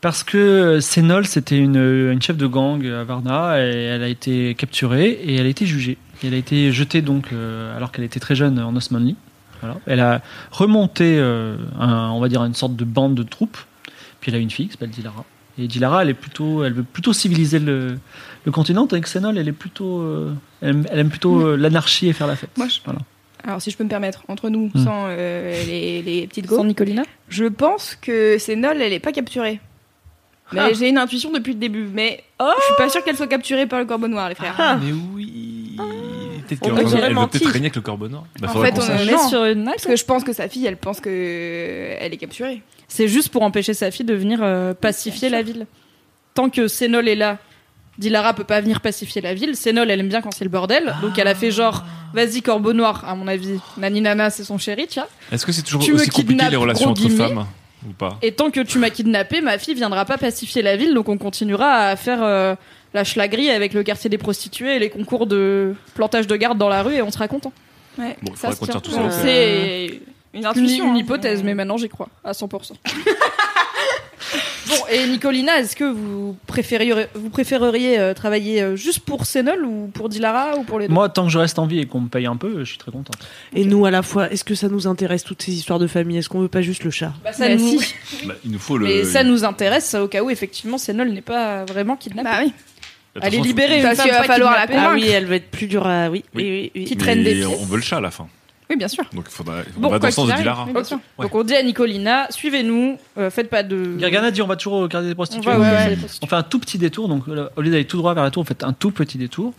[SPEAKER 4] Parce que euh, Sénol, c'était une, euh, une chef de gang à Varna, et elle a été capturée et elle a été jugée. Et elle a été jetée, donc, euh, alors qu'elle était très jeune, en Osmanli. Voilà. Elle a remonté, euh, un- on va dire, une sorte de bande de troupes. Puis elle a une fille qui s'appelle Dilara. Et Dilara, elle, est plutôt, elle veut plutôt civiliser le, le continent, tandis que Sénol, elle, est plutôt, euh, elle, aime, elle aime plutôt euh, l'anarchie et faire la fête.
[SPEAKER 9] Moi, je-
[SPEAKER 4] Voilà.
[SPEAKER 9] Alors, si je peux me permettre, entre nous,
[SPEAKER 4] Hmm.
[SPEAKER 9] sans euh, les, les petites go,
[SPEAKER 5] Sans Nicolina
[SPEAKER 9] je pense que c'est Nol, elle est pas capturée. Mais
[SPEAKER 5] Ah.
[SPEAKER 9] j'ai une intuition depuis le début. Mais oh, je suis pas sûre qu'elle soit capturée par le corbeau noir, les frères.
[SPEAKER 5] Ah.
[SPEAKER 4] Ah.
[SPEAKER 7] Mais oui. Peut-être
[SPEAKER 9] On
[SPEAKER 7] qu'elle
[SPEAKER 9] nous
[SPEAKER 7] veut-
[SPEAKER 9] aurait
[SPEAKER 7] elle veut
[SPEAKER 9] menti.
[SPEAKER 7] peut-être régner avec le corbeau noir. Bah,
[SPEAKER 9] en
[SPEAKER 7] faudrait
[SPEAKER 9] fait,
[SPEAKER 7] qu'on
[SPEAKER 9] on
[SPEAKER 7] sache.
[SPEAKER 9] est
[SPEAKER 5] Non. sur une
[SPEAKER 9] Parce que je pense que sa fille, elle pense que euh, elle est capturée.
[SPEAKER 5] C'est juste pour empêcher sa fille de venir euh, pacifier la ville. Tant que Sénol est là, Dilara peut pas venir pacifier la ville. Sénol, elle aime bien quand c'est le bordel. Donc elle a fait genre, vas-y, corbeau noir, à mon avis. Nani Nana, c'est son chéri, tiens.
[SPEAKER 7] Est-ce que c'est toujours
[SPEAKER 5] Tu me
[SPEAKER 7] aussi compliqué
[SPEAKER 5] kidnappes,
[SPEAKER 7] les relations
[SPEAKER 5] gros
[SPEAKER 7] entre
[SPEAKER 5] guillemets.
[SPEAKER 7] femmes ou pas
[SPEAKER 5] Et tant que tu m'as kidnappé, ma fille viendra pas pacifier la ville, donc on continuera à faire euh, la schlagerie avec le quartier des prostituées et les concours de plantage de garde dans la rue et on sera content.
[SPEAKER 9] Ouais.
[SPEAKER 7] Bon, faudrait qu'on tire tout ça
[SPEAKER 9] tient.
[SPEAKER 7] au clair.
[SPEAKER 5] C'est
[SPEAKER 9] Une
[SPEAKER 5] une,
[SPEAKER 9] intuition.
[SPEAKER 5] une
[SPEAKER 9] hein.
[SPEAKER 5] hypothèse, mais maintenant j'y crois, à 100%. (laughs) bon, et Nicolina, est-ce que vous préféreriez, vous préféreriez euh, travailler euh, juste pour Sénol ou pour Dilara ou pour les deux
[SPEAKER 4] Moi, tant que je reste en vie et qu'on me paye un peu, je suis très content.
[SPEAKER 1] Et nous, à la fois, est-ce que ça nous intéresse toutes ces histoires de famille Est-ce qu'on veut pas juste le chat
[SPEAKER 5] Bah, ça
[SPEAKER 9] Bah,
[SPEAKER 5] nous...
[SPEAKER 9] si.
[SPEAKER 7] Bah, Il nous faut le.
[SPEAKER 5] Mais ça nous intéresse au cas où effectivement Sénol n'est pas vraiment
[SPEAKER 9] Bah
[SPEAKER 5] kidnappée. Elle est libérée,
[SPEAKER 9] Parce
[SPEAKER 5] une femme
[SPEAKER 9] qu'il va
[SPEAKER 5] pas
[SPEAKER 9] falloir la
[SPEAKER 5] kidnappée.
[SPEAKER 1] Ah oui, elle va être plus dure à. Oui, oui, oui. oui.
[SPEAKER 5] Qui traîne des
[SPEAKER 7] Mais
[SPEAKER 5] pièces.
[SPEAKER 7] On veut le chat à la fin.
[SPEAKER 9] Oui, bien sûr.
[SPEAKER 7] Donc il faudra. On
[SPEAKER 5] Bon,
[SPEAKER 7] va Bah, dans
[SPEAKER 5] quoi
[SPEAKER 7] le sens
[SPEAKER 5] qu'il
[SPEAKER 7] de
[SPEAKER 5] arrive,
[SPEAKER 7] Dilara.
[SPEAKER 5] oui, bien sûr. Donc on dit à Nicolina, suivez-nous, euh, faites pas de.
[SPEAKER 4] Gargana dit on va toujours au quartier des
[SPEAKER 5] On
[SPEAKER 4] prostituées.
[SPEAKER 5] va- ouais, ouais, ouais.
[SPEAKER 4] On fait un tout petit détour, donc euh, au lieu d'aller tout droit vers la tour, vous faites un tout petit détour.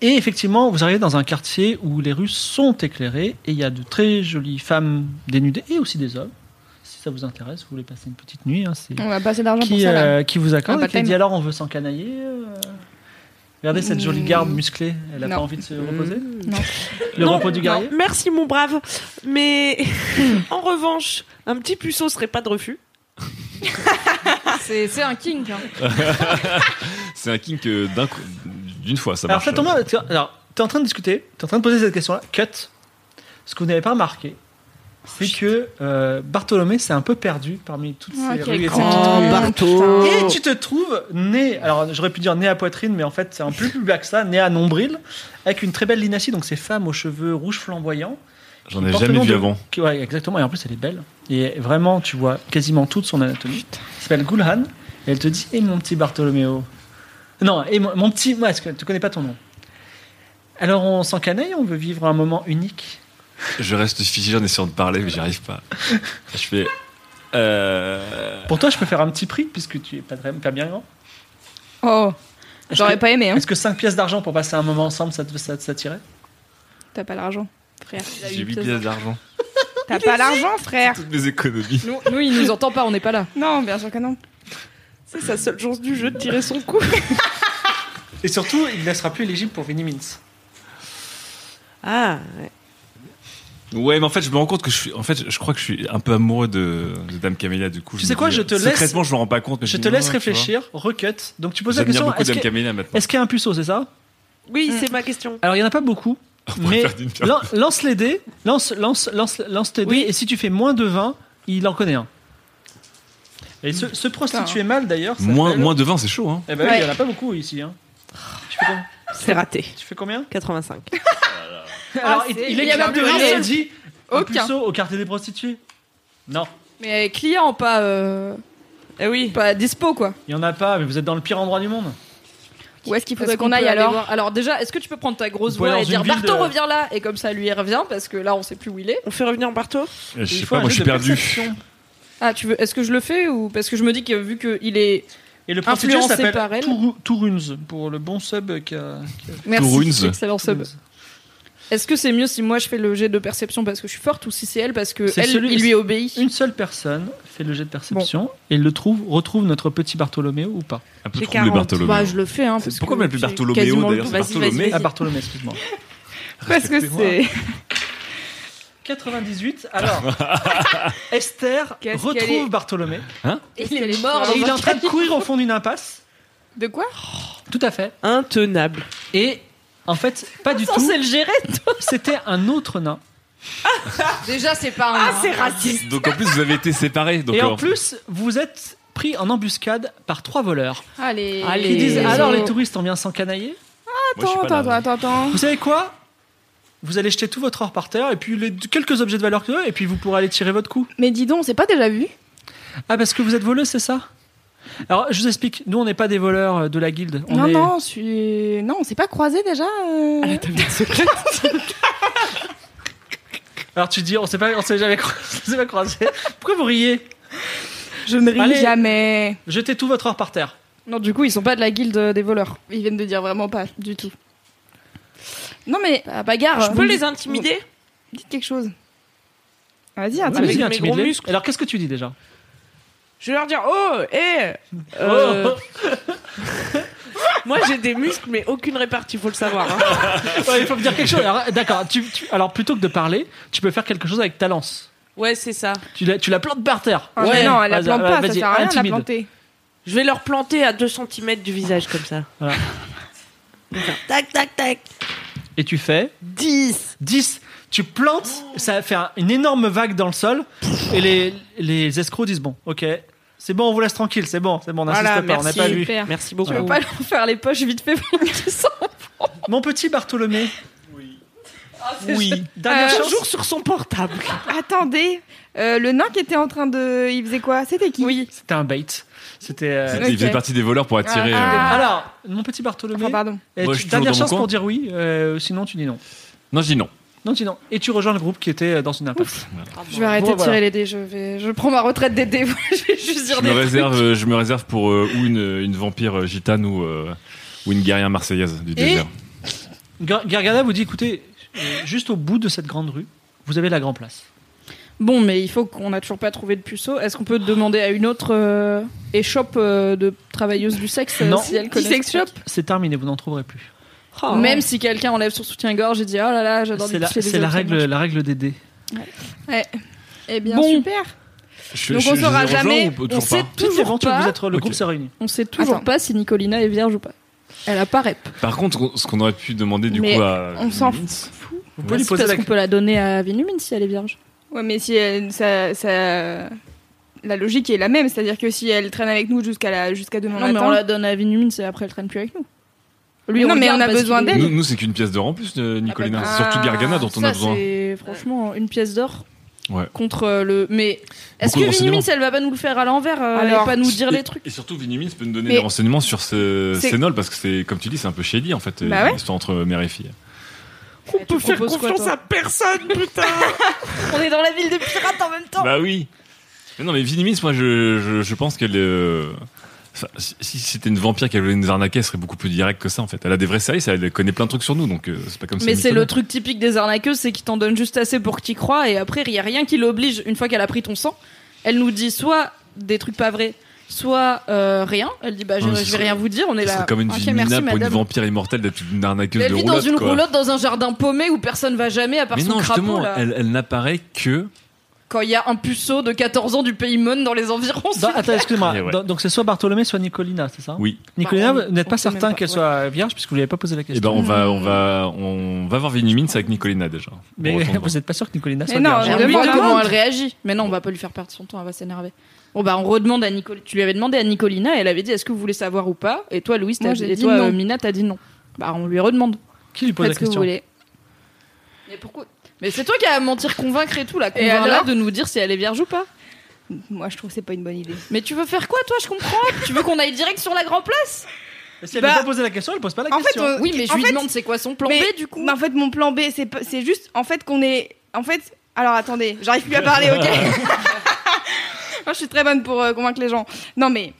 [SPEAKER 4] Et effectivement, vous arrivez dans un quartier où les rues sont éclairées et il y a de très jolies femmes dénudées et aussi des hommes. Si ça vous intéresse, vous voulez passer une petite nuit, hein, c'est
[SPEAKER 9] On va passer d'argent Mm, pour
[SPEAKER 4] qui,
[SPEAKER 9] ça. là.
[SPEAKER 4] euh, qui vous accorde
[SPEAKER 9] Un
[SPEAKER 4] et qui dit
[SPEAKER 9] baptême.
[SPEAKER 4] alors on veut s'encanailler. euh, Regardez cette jolie garde musclée, elle a
[SPEAKER 9] Mm. Non. Mm.
[SPEAKER 4] pas envie de se reposer.
[SPEAKER 9] Non.
[SPEAKER 4] Le
[SPEAKER 1] Non,
[SPEAKER 4] repos du guerrier.
[SPEAKER 1] non, Merci, mon brave. Mais en revanche, un petit puceau serait pas de refus.
[SPEAKER 9] Ah,
[SPEAKER 5] C'est c'est un kink. hein.
[SPEAKER 7] C'est un kink euh, d'un coup- d'une fois, ça
[SPEAKER 4] alors
[SPEAKER 7] marche.
[SPEAKER 4] ça tombe bien, tiens, alors t'es en train de discuter, t'es en train de poser cette question-là. Cut. Ce que vous n'avez pas remarqué, c'est que euh, Bartholomé s'est un peu perdu parmi toutes
[SPEAKER 9] Ah,
[SPEAKER 4] ces
[SPEAKER 9] quel
[SPEAKER 4] rues et
[SPEAKER 9] grand
[SPEAKER 4] ces petites rues.
[SPEAKER 1] Bartho.
[SPEAKER 4] Et tu te trouves né, alors j'aurais pu dire né à poitrine, mais en fait c'est un peu plus bas que ça, né à nombril, avec une très belle linassie, donc ces femmes aux cheveux rouges flamboyants.
[SPEAKER 7] J'en
[SPEAKER 4] qui
[SPEAKER 7] ai
[SPEAKER 4] portent
[SPEAKER 7] jamais
[SPEAKER 4] le nom
[SPEAKER 7] vu
[SPEAKER 4] de-
[SPEAKER 7] avant.
[SPEAKER 4] qui- ouais, exactement, et en plus elle est belle. Et vraiment, tu vois quasiment toute son anatomie. Elle s'appelle Gulhan, et elle te dit Et mon petit Bartholoméo Non, et mon, mon petit. Moi, est-ce que tu connais pas ton nom Alors on s'encanaille, on veut vivre un moment unique.
[SPEAKER 7] Je reste figé en essayant de parler, mais j'y arrive pas. Je fais. Euh...
[SPEAKER 4] Pour toi, je peux faire un petit prix, puisque tu es pas, très- pas bien grand.
[SPEAKER 9] Oh,
[SPEAKER 4] Est-ce
[SPEAKER 9] j'aurais
[SPEAKER 4] que-
[SPEAKER 9] pas aimé, hein.
[SPEAKER 4] Est-ce que 5 pièces d'argent pour passer un moment ensemble, ça, te- ça, ça t'irait
[SPEAKER 9] T'as pas l'argent, frère.
[SPEAKER 7] J'ai 8 pièces d'argent.
[SPEAKER 9] T'as pas l'argent, frère.
[SPEAKER 7] Toutes mes économies.
[SPEAKER 5] Nous, nous, il nous entend pas, on n'est pas là.
[SPEAKER 9] Non, bien sûr que non.
[SPEAKER 1] C'est sa seule chance du jeu de tirer son
[SPEAKER 5] (laughs)
[SPEAKER 1] coup.
[SPEAKER 4] Et surtout, il ne sera plus éligible pour Vinnie Mintz.
[SPEAKER 1] Ah, ouais.
[SPEAKER 7] Ouais, mais en fait, je me rends compte que je suis. En fait, je crois que je suis un peu amoureux de, de Dame Camélia, du coup.
[SPEAKER 4] Tu
[SPEAKER 7] me
[SPEAKER 4] sais quoi,
[SPEAKER 7] dis,
[SPEAKER 4] je te laisse-
[SPEAKER 7] Secrètement, je me rends pas compte. Mais
[SPEAKER 4] Je
[SPEAKER 7] me
[SPEAKER 4] te
[SPEAKER 7] dis,
[SPEAKER 4] laisse
[SPEAKER 7] ouais, tu
[SPEAKER 4] réfléchir, recut. Donc tu poses la
[SPEAKER 7] J'aime bien
[SPEAKER 4] question
[SPEAKER 7] beaucoup
[SPEAKER 4] est-ce
[SPEAKER 7] Dame
[SPEAKER 4] que-
[SPEAKER 7] Camélia maintenant.
[SPEAKER 4] est-ce qu'il y a un puceau, c'est ça
[SPEAKER 1] oui, c'est ma question.
[SPEAKER 4] Alors, il n'y en a pas beaucoup.
[SPEAKER 7] (laughs)
[SPEAKER 4] Mais
[SPEAKER 7] Mm. faire d'une pierre.
[SPEAKER 4] lan- lance les dés, lance, lance, lance, lance tes dés, et si tu fais moins de 20, il en connaît un. Et se, se prostituer mal d'ailleurs. ça
[SPEAKER 7] Moins,
[SPEAKER 4] s'appelle-
[SPEAKER 7] moins de 20, c'est chaud, hein.
[SPEAKER 4] Eh ben, oui,
[SPEAKER 9] Ouais.
[SPEAKER 4] Il n'y en a pas beaucoup ici. hein. Tu, fais com-
[SPEAKER 1] C'est raté.
[SPEAKER 4] tu fais combien
[SPEAKER 1] 85.
[SPEAKER 5] Ah,
[SPEAKER 4] Alors, il,
[SPEAKER 9] c'est-
[SPEAKER 4] il
[SPEAKER 9] il
[SPEAKER 4] est
[SPEAKER 9] y en a
[SPEAKER 4] capable de
[SPEAKER 9] plus
[SPEAKER 4] rien,
[SPEAKER 9] rien.
[SPEAKER 4] il dit un
[SPEAKER 9] Aucun.
[SPEAKER 4] puceau au quartier des prostituées. Non,
[SPEAKER 5] Mais euh, client, pas, euh,
[SPEAKER 1] Eh oui.
[SPEAKER 5] pas dispo quoi.
[SPEAKER 4] il n'y en a pas, mais vous êtes dans le pire endroit du monde.
[SPEAKER 9] Où est-ce qu'il
[SPEAKER 5] Parce
[SPEAKER 9] faudrait qu'on
[SPEAKER 5] peut
[SPEAKER 9] aille
[SPEAKER 5] aller
[SPEAKER 9] alors
[SPEAKER 5] voir- Alors déjà, est-ce que tu peux prendre ta grosse
[SPEAKER 4] Vous pouvez
[SPEAKER 5] voix
[SPEAKER 4] aller
[SPEAKER 5] et
[SPEAKER 4] dans
[SPEAKER 5] dire
[SPEAKER 4] une ville
[SPEAKER 5] Barton
[SPEAKER 4] de-
[SPEAKER 5] reviens là et comme ça lui il revient parce que là on sait plus où il est.
[SPEAKER 1] On fait revenir Barto
[SPEAKER 7] Je
[SPEAKER 4] Il
[SPEAKER 7] sais
[SPEAKER 4] faut
[SPEAKER 7] pas,
[SPEAKER 4] un
[SPEAKER 7] moi, je
[SPEAKER 4] jeu
[SPEAKER 7] suis
[SPEAKER 4] de
[SPEAKER 7] perdu.
[SPEAKER 4] perception.
[SPEAKER 5] Ah tu veux Est-ce que je le fais ou parce que je me dis que vu qu'il est
[SPEAKER 4] Et le prostitué
[SPEAKER 5] Influencé
[SPEAKER 4] s'appelle
[SPEAKER 5] par elle.
[SPEAKER 4] Tourunz, pour le bon sub qui a... qui a-
[SPEAKER 5] merci
[SPEAKER 7] Tourunes.
[SPEAKER 5] excellent sub. Est-ce que c'est mieux si moi je fais le jet de perception parce que je suis forte ou si c'est elle parce que elle il lui obéit
[SPEAKER 4] Une seule personne fait le jet de perception et le trouve, retrouve notre petit Bartholoméo ou pas
[SPEAKER 7] Un peu J'ai troublé 40. Bartholoméo.
[SPEAKER 5] Bah, je le fais. Hein,
[SPEAKER 7] C'est-
[SPEAKER 5] parce
[SPEAKER 7] pourquoi
[SPEAKER 5] que
[SPEAKER 7] on l'appelle
[SPEAKER 5] j'ai
[SPEAKER 7] Bartholoméo,
[SPEAKER 5] quasiment le
[SPEAKER 7] d'ailleurs,
[SPEAKER 5] tout.
[SPEAKER 7] c'est Bartholomé
[SPEAKER 5] Vas-y, vas-y, vas-y.
[SPEAKER 4] Ah, Bartholoméo, excuse-moi.
[SPEAKER 9] Parce que c'est.
[SPEAKER 4] 98. Alors, (laughs) Esther
[SPEAKER 9] Qu'est-ce qu'elle est- Oh,
[SPEAKER 4] retrouve Bartholomé.
[SPEAKER 7] Hein
[SPEAKER 9] Est-ce
[SPEAKER 5] (laughs)
[SPEAKER 9] qu'elle est morte
[SPEAKER 4] Et il est en
[SPEAKER 9] (laughs)
[SPEAKER 4] train de courir au fond d'une impasse.
[SPEAKER 9] De quoi
[SPEAKER 4] Tout à fait.
[SPEAKER 15] Intenable.
[SPEAKER 4] Et en fait, pas du tout.
[SPEAKER 5] censé le gérer,
[SPEAKER 4] C'était un autre nain.
[SPEAKER 5] Déjà, c'est pas un.
[SPEAKER 9] Ah, c'est raciste.
[SPEAKER 7] Donc en plus, vous avez été séparés. Donc
[SPEAKER 4] Et en
[SPEAKER 7] euh,
[SPEAKER 4] plus, vous êtes pris en embuscade par trois voleurs.
[SPEAKER 9] Allez.
[SPEAKER 4] Qui disent alors les touristes, on vient s'encanailler
[SPEAKER 9] Attends, attends, attends, attends, attends.
[SPEAKER 4] Vous savez quoi Vous allez jeter tout votre or par terre et puis les quelques objets de valeur que et puis vous pourrez aller tirer votre coup.
[SPEAKER 9] Mais dis donc, on s'est pas déjà vu
[SPEAKER 4] Ah, parce que vous êtes voleuse, c'est ça Alors, je vous explique. Nous, on n'est pas des voleurs euh, de la guilde. On
[SPEAKER 9] Non,
[SPEAKER 4] est- (laughs)
[SPEAKER 9] non, je suis. Non, on s'est pas croisés déjà. euh.
[SPEAKER 4] Alors, tu dis, on s'est pas, (laughs) on s'est jamais croisé. s'est pas croisé. Pourquoi vous riez
[SPEAKER 9] Je ne ris
[SPEAKER 4] Allez.
[SPEAKER 9] jamais.
[SPEAKER 4] Jetez tout votre or par terre.
[SPEAKER 5] Non, du coup, ils sont pas de la guilde euh, des voleurs.
[SPEAKER 9] Ils viennent de dire vraiment pas du tout. Non, mais.
[SPEAKER 5] Bah, bagarre.
[SPEAKER 15] Je peux les intimider
[SPEAKER 9] Dites quelque chose. Vas-y,
[SPEAKER 4] Allez-y,
[SPEAKER 9] intimide.
[SPEAKER 15] mes
[SPEAKER 4] intimidez-les.
[SPEAKER 15] gros muscles.
[SPEAKER 4] Alors, qu'est-ce que tu dis déjà
[SPEAKER 15] Je vais leur dire Oh, hé euh, (laughs) Moi, j'ai des muscles, mais aucune répartie, faut le savoir. hein.
[SPEAKER 4] Ouais, Il faut me dire quelque chose. Alors, D'accord. tu- tu- alors, plutôt que de parler, tu peux faire quelque chose avec ta lance.
[SPEAKER 15] Ouais, c'est ça.
[SPEAKER 4] Tu la, tu la plantes par terre.
[SPEAKER 9] Ah, mais non, elle la
[SPEAKER 4] Vas-y,
[SPEAKER 9] plante pas, ça
[SPEAKER 4] vas-y,
[SPEAKER 9] sert à rien de la
[SPEAKER 4] intimide.
[SPEAKER 9] planter.
[SPEAKER 15] Je vais leur planter à 2 cm du visage, comme ça.
[SPEAKER 4] Voilà.
[SPEAKER 15] Tac, tac, tac.
[SPEAKER 4] Et tu fais
[SPEAKER 15] 10
[SPEAKER 4] 10. Tu plantes, ça fait un- une énorme vague dans le sol. Et les, les escrocs disent Bon, ok, c'est bon, on vous laisse tranquille, c'est bon, c'est bon, on n'insiste
[SPEAKER 15] Voilà,
[SPEAKER 4] pas, on n'a
[SPEAKER 15] merci.
[SPEAKER 4] pas vu.
[SPEAKER 15] Super. Merci
[SPEAKER 5] Tu veux
[SPEAKER 15] beaucoup.
[SPEAKER 5] pas leur faire les poches vite fait pendant qu'ils sont.
[SPEAKER 4] Mon petit Bartholomé. Oui. Oui. Dernière chance.
[SPEAKER 15] Toujours sur son portable.
[SPEAKER 9] Attendez, euh, le nain qui était en train de. Il faisait quoi C'était qui Oui.
[SPEAKER 4] C'était un bait. C'était. euh,
[SPEAKER 7] c'était- il faisait
[SPEAKER 9] ok.
[SPEAKER 7] partie des voleurs pour attirer.
[SPEAKER 9] Ah,
[SPEAKER 7] euh,
[SPEAKER 4] Alors, mon petit Bartholomé.
[SPEAKER 5] Ah,
[SPEAKER 9] Enfin, pardon.
[SPEAKER 4] euh,
[SPEAKER 7] Moi,
[SPEAKER 4] tu-
[SPEAKER 7] je suis toujours
[SPEAKER 4] dernière
[SPEAKER 7] dans mon
[SPEAKER 4] chance
[SPEAKER 7] coin.
[SPEAKER 4] pour dire oui, euh, sinon tu dis non.
[SPEAKER 7] Non, je dis non.
[SPEAKER 4] Non, tu dis non. Et tu rejoins le groupe qui était euh, dans une impasse.
[SPEAKER 5] Je vais arrêter
[SPEAKER 4] Bon,
[SPEAKER 5] de tirer
[SPEAKER 4] voilà.
[SPEAKER 5] les dés. Je vais, je prends ma retraite des dés. (laughs) je vais juste dire
[SPEAKER 7] Je
[SPEAKER 5] des
[SPEAKER 7] me
[SPEAKER 5] trucs.
[SPEAKER 7] réserve, euh, je me réserve pour euh, ou une, une vampire euh, gitane ou, euh, ou une guerrière marseillaise du désert.
[SPEAKER 4] Gar- Gargada vous dit écoutez, euh, juste au bout de cette grande rue, vous avez la grande place.
[SPEAKER 5] Bon, mais il faut qu'on n'a toujours pas trouvé de puceau. Est-ce qu'on peut demander à une autre euh, échoppe euh, de travailleuse du sexe euh,
[SPEAKER 4] Non.
[SPEAKER 5] si elle
[SPEAKER 4] Qui
[SPEAKER 5] connaît ce
[SPEAKER 4] s'échoppe
[SPEAKER 5] truc
[SPEAKER 4] C'est terminé, vous n'en trouverez plus.
[SPEAKER 5] Même si quelqu'un enlève son soutien-gorge et dit oh là là, j'adore
[SPEAKER 4] Oh. C'est
[SPEAKER 5] des
[SPEAKER 4] la,
[SPEAKER 5] pieds, des
[SPEAKER 4] c'est la
[SPEAKER 5] autres, ça
[SPEAKER 4] règle,
[SPEAKER 5] marche.
[SPEAKER 4] la règle des dés.
[SPEAKER 9] Ouais. Eh bien,
[SPEAKER 5] Bon.
[SPEAKER 9] super.
[SPEAKER 7] Je-
[SPEAKER 5] Donc
[SPEAKER 7] je-
[SPEAKER 5] on
[SPEAKER 7] je
[SPEAKER 5] saura
[SPEAKER 7] les rejoins
[SPEAKER 5] jamais.
[SPEAKER 7] ou p-
[SPEAKER 5] On
[SPEAKER 7] toujours
[SPEAKER 5] sait
[SPEAKER 7] pas
[SPEAKER 4] Tout
[SPEAKER 5] toujours
[SPEAKER 4] éventuel,
[SPEAKER 5] pas.
[SPEAKER 4] vous êtes, le
[SPEAKER 7] Ok.
[SPEAKER 4] groupe s'est réuni.
[SPEAKER 5] On sait toujours
[SPEAKER 9] Attends.
[SPEAKER 5] pas si Nicolina est vierge ou pas. Elle a pas rep.
[SPEAKER 7] Par contre, on- ce qu'on aurait pu demander du
[SPEAKER 9] Mais
[SPEAKER 7] coup à.
[SPEAKER 9] on s'en
[SPEAKER 7] Vince,
[SPEAKER 4] Vous
[SPEAKER 5] Bah,
[SPEAKER 4] pouvez lui
[SPEAKER 5] si,
[SPEAKER 4] poser
[SPEAKER 5] parce
[SPEAKER 4] la
[SPEAKER 5] qu'on peut la donner à Vinumine si elle est vierge.
[SPEAKER 9] Ouais, mais si elle, ça, ça- la logique est la même, c'est-à-dire que si elle traîne avec nous jusqu'à la, jusqu'à demain
[SPEAKER 5] Non, mais
[SPEAKER 9] matin,
[SPEAKER 5] on la donne à Vinumine si après elle traîne plus avec nous. Lui,
[SPEAKER 9] Non, mais on
[SPEAKER 5] regarde
[SPEAKER 9] a
[SPEAKER 5] parce
[SPEAKER 9] besoin
[SPEAKER 5] qu'il est-
[SPEAKER 9] d'elle.
[SPEAKER 7] Nous, nous, c'est qu'une pièce d'or en plus, euh, Nicolina.
[SPEAKER 9] bah,
[SPEAKER 7] C'est surtout
[SPEAKER 9] ah,
[SPEAKER 7] Gargana dont on a
[SPEAKER 5] Ça,
[SPEAKER 7] besoin.
[SPEAKER 5] c'est franchement une pièce d'or
[SPEAKER 7] Ouais.
[SPEAKER 5] contre euh, le. Mais est-ce
[SPEAKER 7] Beaucoup de
[SPEAKER 5] que Vinimins,
[SPEAKER 7] renseignements.
[SPEAKER 5] elle va pas nous le faire à l'envers euh, Elle
[SPEAKER 9] Alors,
[SPEAKER 5] va pas nous dire
[SPEAKER 7] Et-
[SPEAKER 5] les trucs
[SPEAKER 7] Et surtout, Vinimins peut nous donner
[SPEAKER 9] Mais-
[SPEAKER 7] des renseignements sur ce
[SPEAKER 9] C'est-
[SPEAKER 7] Sénol parce que c'est, comme tu dis, c'est un peu shady en fait,
[SPEAKER 9] Bah
[SPEAKER 7] euh,
[SPEAKER 9] ouais.
[SPEAKER 7] l'histoire entre mère et fille.
[SPEAKER 15] On peut faire
[SPEAKER 5] proposes quoi,
[SPEAKER 15] confiance
[SPEAKER 5] toi
[SPEAKER 15] à personne,
[SPEAKER 5] (laughs)
[SPEAKER 15] putain.
[SPEAKER 5] On est dans la ville des pirates en même temps
[SPEAKER 7] Bah oui. Mais non, mais Vinimis, moi, je, je, je pense qu'elle. euh, enfin, si si c'était une vampire qui voulait nous arnaquer, elle serait beaucoup plus directe que ça, en fait. Elle a des vrais services, elle connaît plein de trucs sur nous, donc euh, c'est pas comme ça.
[SPEAKER 5] Mais c'est le truc typique des arnaqueuses, c'est qu'ils t'en donnent juste assez pour que t'y crois et après il y a rien qui l'oblige. Une fois qu'elle a pris ton sang, elle nous dit soit des trucs pas vrais, soit euh, rien. Elle dit bah je,
[SPEAKER 7] Non, mais ce
[SPEAKER 5] je vais
[SPEAKER 7] serait-
[SPEAKER 5] rien vous dire, on est
[SPEAKER 7] C'est
[SPEAKER 5] là.
[SPEAKER 7] comme une
[SPEAKER 5] Ok,
[SPEAKER 7] vie
[SPEAKER 5] merci,
[SPEAKER 7] minable pour une
[SPEAKER 5] madame.
[SPEAKER 7] vampire immortelle d'être une arnaqueuse
[SPEAKER 5] Elle
[SPEAKER 7] de
[SPEAKER 5] vit
[SPEAKER 7] roulotte.
[SPEAKER 5] dans une
[SPEAKER 7] quoi.
[SPEAKER 5] roulotte dans un jardin paumé où personne va jamais à part
[SPEAKER 7] mais
[SPEAKER 5] son
[SPEAKER 7] non,
[SPEAKER 5] crapaud
[SPEAKER 7] justement,
[SPEAKER 5] là.
[SPEAKER 7] elle, elle n'apparaît que.
[SPEAKER 5] Quand il y a un puceau de 14 ans du pays Mon dans les environs.
[SPEAKER 7] Bah,
[SPEAKER 4] Dans- Bah, attends, excuse-moi.
[SPEAKER 7] Et Eh ouais.
[SPEAKER 4] Dans- Donc c'est soit Bartholomé, soit Nicolina, c'est ça
[SPEAKER 7] Oui.
[SPEAKER 4] Nicolina,
[SPEAKER 5] Bah, on-
[SPEAKER 4] vous n'êtes
[SPEAKER 5] on
[SPEAKER 4] pas
[SPEAKER 5] sait même
[SPEAKER 4] certain
[SPEAKER 5] pas,
[SPEAKER 4] qu'elle
[SPEAKER 5] ouais.
[SPEAKER 4] soit vierge puisque vous ne l'avez pas posé la
[SPEAKER 7] Eh
[SPEAKER 4] question.
[SPEAKER 7] ben, on va, on va, on va voir Vinimins avec Nicolina déjà. pour
[SPEAKER 4] Mais
[SPEAKER 5] (laughs)
[SPEAKER 7] répondre.
[SPEAKER 4] (laughs) vous n'êtes pas sûr que Nicolina soit
[SPEAKER 9] Mais non,
[SPEAKER 4] vierge
[SPEAKER 9] on
[SPEAKER 5] On
[SPEAKER 9] lui
[SPEAKER 5] va voir
[SPEAKER 9] demande.
[SPEAKER 5] comment elle réagit. Mais non, on va pas lui faire perdre son temps, elle va s'énerver. Bon bah on redemande à Nicolina. Tu lui avais demandé à Nicolina et elle avait dit est-ce que vous voulez savoir ou pas Et toi Louise, t'as
[SPEAKER 9] Moi,
[SPEAKER 5] dit,
[SPEAKER 9] j'ai
[SPEAKER 5] et
[SPEAKER 9] dit
[SPEAKER 5] toi
[SPEAKER 9] non.
[SPEAKER 5] euh, Mina, t'as dit non. Bah on lui redemande.
[SPEAKER 4] Qui lui pose la
[SPEAKER 9] faites ce que vous
[SPEAKER 4] question
[SPEAKER 9] voulez.
[SPEAKER 5] Mais pourquoi Mais c'est toi qui as à mentir, convaincre et tout là.
[SPEAKER 9] Et
[SPEAKER 5] Convainc là
[SPEAKER 9] alors
[SPEAKER 5] de nous dire si elle est vierge ou pas.
[SPEAKER 9] Moi, je trouve que c'est pas une bonne idée.
[SPEAKER 5] Mais tu veux faire quoi toi Je comprends. tu veux qu'on aille direct sur la grand place
[SPEAKER 4] Si elle n'a
[SPEAKER 9] Bah,
[SPEAKER 4] pas posé la question, elle pose pas la
[SPEAKER 9] en fait,
[SPEAKER 4] question.
[SPEAKER 9] on-
[SPEAKER 5] Oui, mais je
[SPEAKER 9] En
[SPEAKER 5] lui
[SPEAKER 9] fait-
[SPEAKER 5] demande c'est quoi son plan
[SPEAKER 9] mais,
[SPEAKER 5] B du coup.
[SPEAKER 9] mais en fait, mon plan B, c'est pas- c'est juste, en fait, qu'on est, en fait, alors attendez, j'arrive plus à parler,
[SPEAKER 5] (laughs)
[SPEAKER 9] ok. (laughs) Moi, je suis très bonne pour euh, convaincre les gens. Non, mais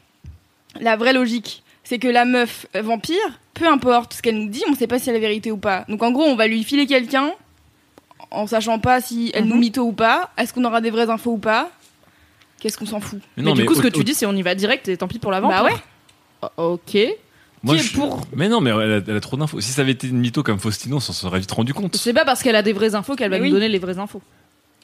[SPEAKER 9] la vraie logique, c'est que la meuf euh, vampire peu importe ce qu'elle nous dit, on sait pas si c'est la vérité ou pas. Donc en gros, on va lui filer quelqu'un en sachant pas si elle
[SPEAKER 5] Mhm.
[SPEAKER 9] nous mytho ou pas. Est-ce qu'on aura des vraies infos ou pas Qu'est-ce qu'on s'en fout
[SPEAKER 5] Mais, du coup, ce que tu dis, c'est on y va direct et tant pis pour la vente.
[SPEAKER 9] Bah ouais.
[SPEAKER 5] O- Ok.
[SPEAKER 7] Moi,
[SPEAKER 5] qui est
[SPEAKER 7] je-
[SPEAKER 5] pour
[SPEAKER 7] Mais non, mais elle a, elle a trop d'infos. Si ça avait été une mytho comme Faustino, on s'en serait vite rendu compte.
[SPEAKER 5] C'est pas parce qu'elle a des vraies infos qu'elle va
[SPEAKER 9] Mais
[SPEAKER 5] nous
[SPEAKER 9] oui.
[SPEAKER 5] donner les vraies infos.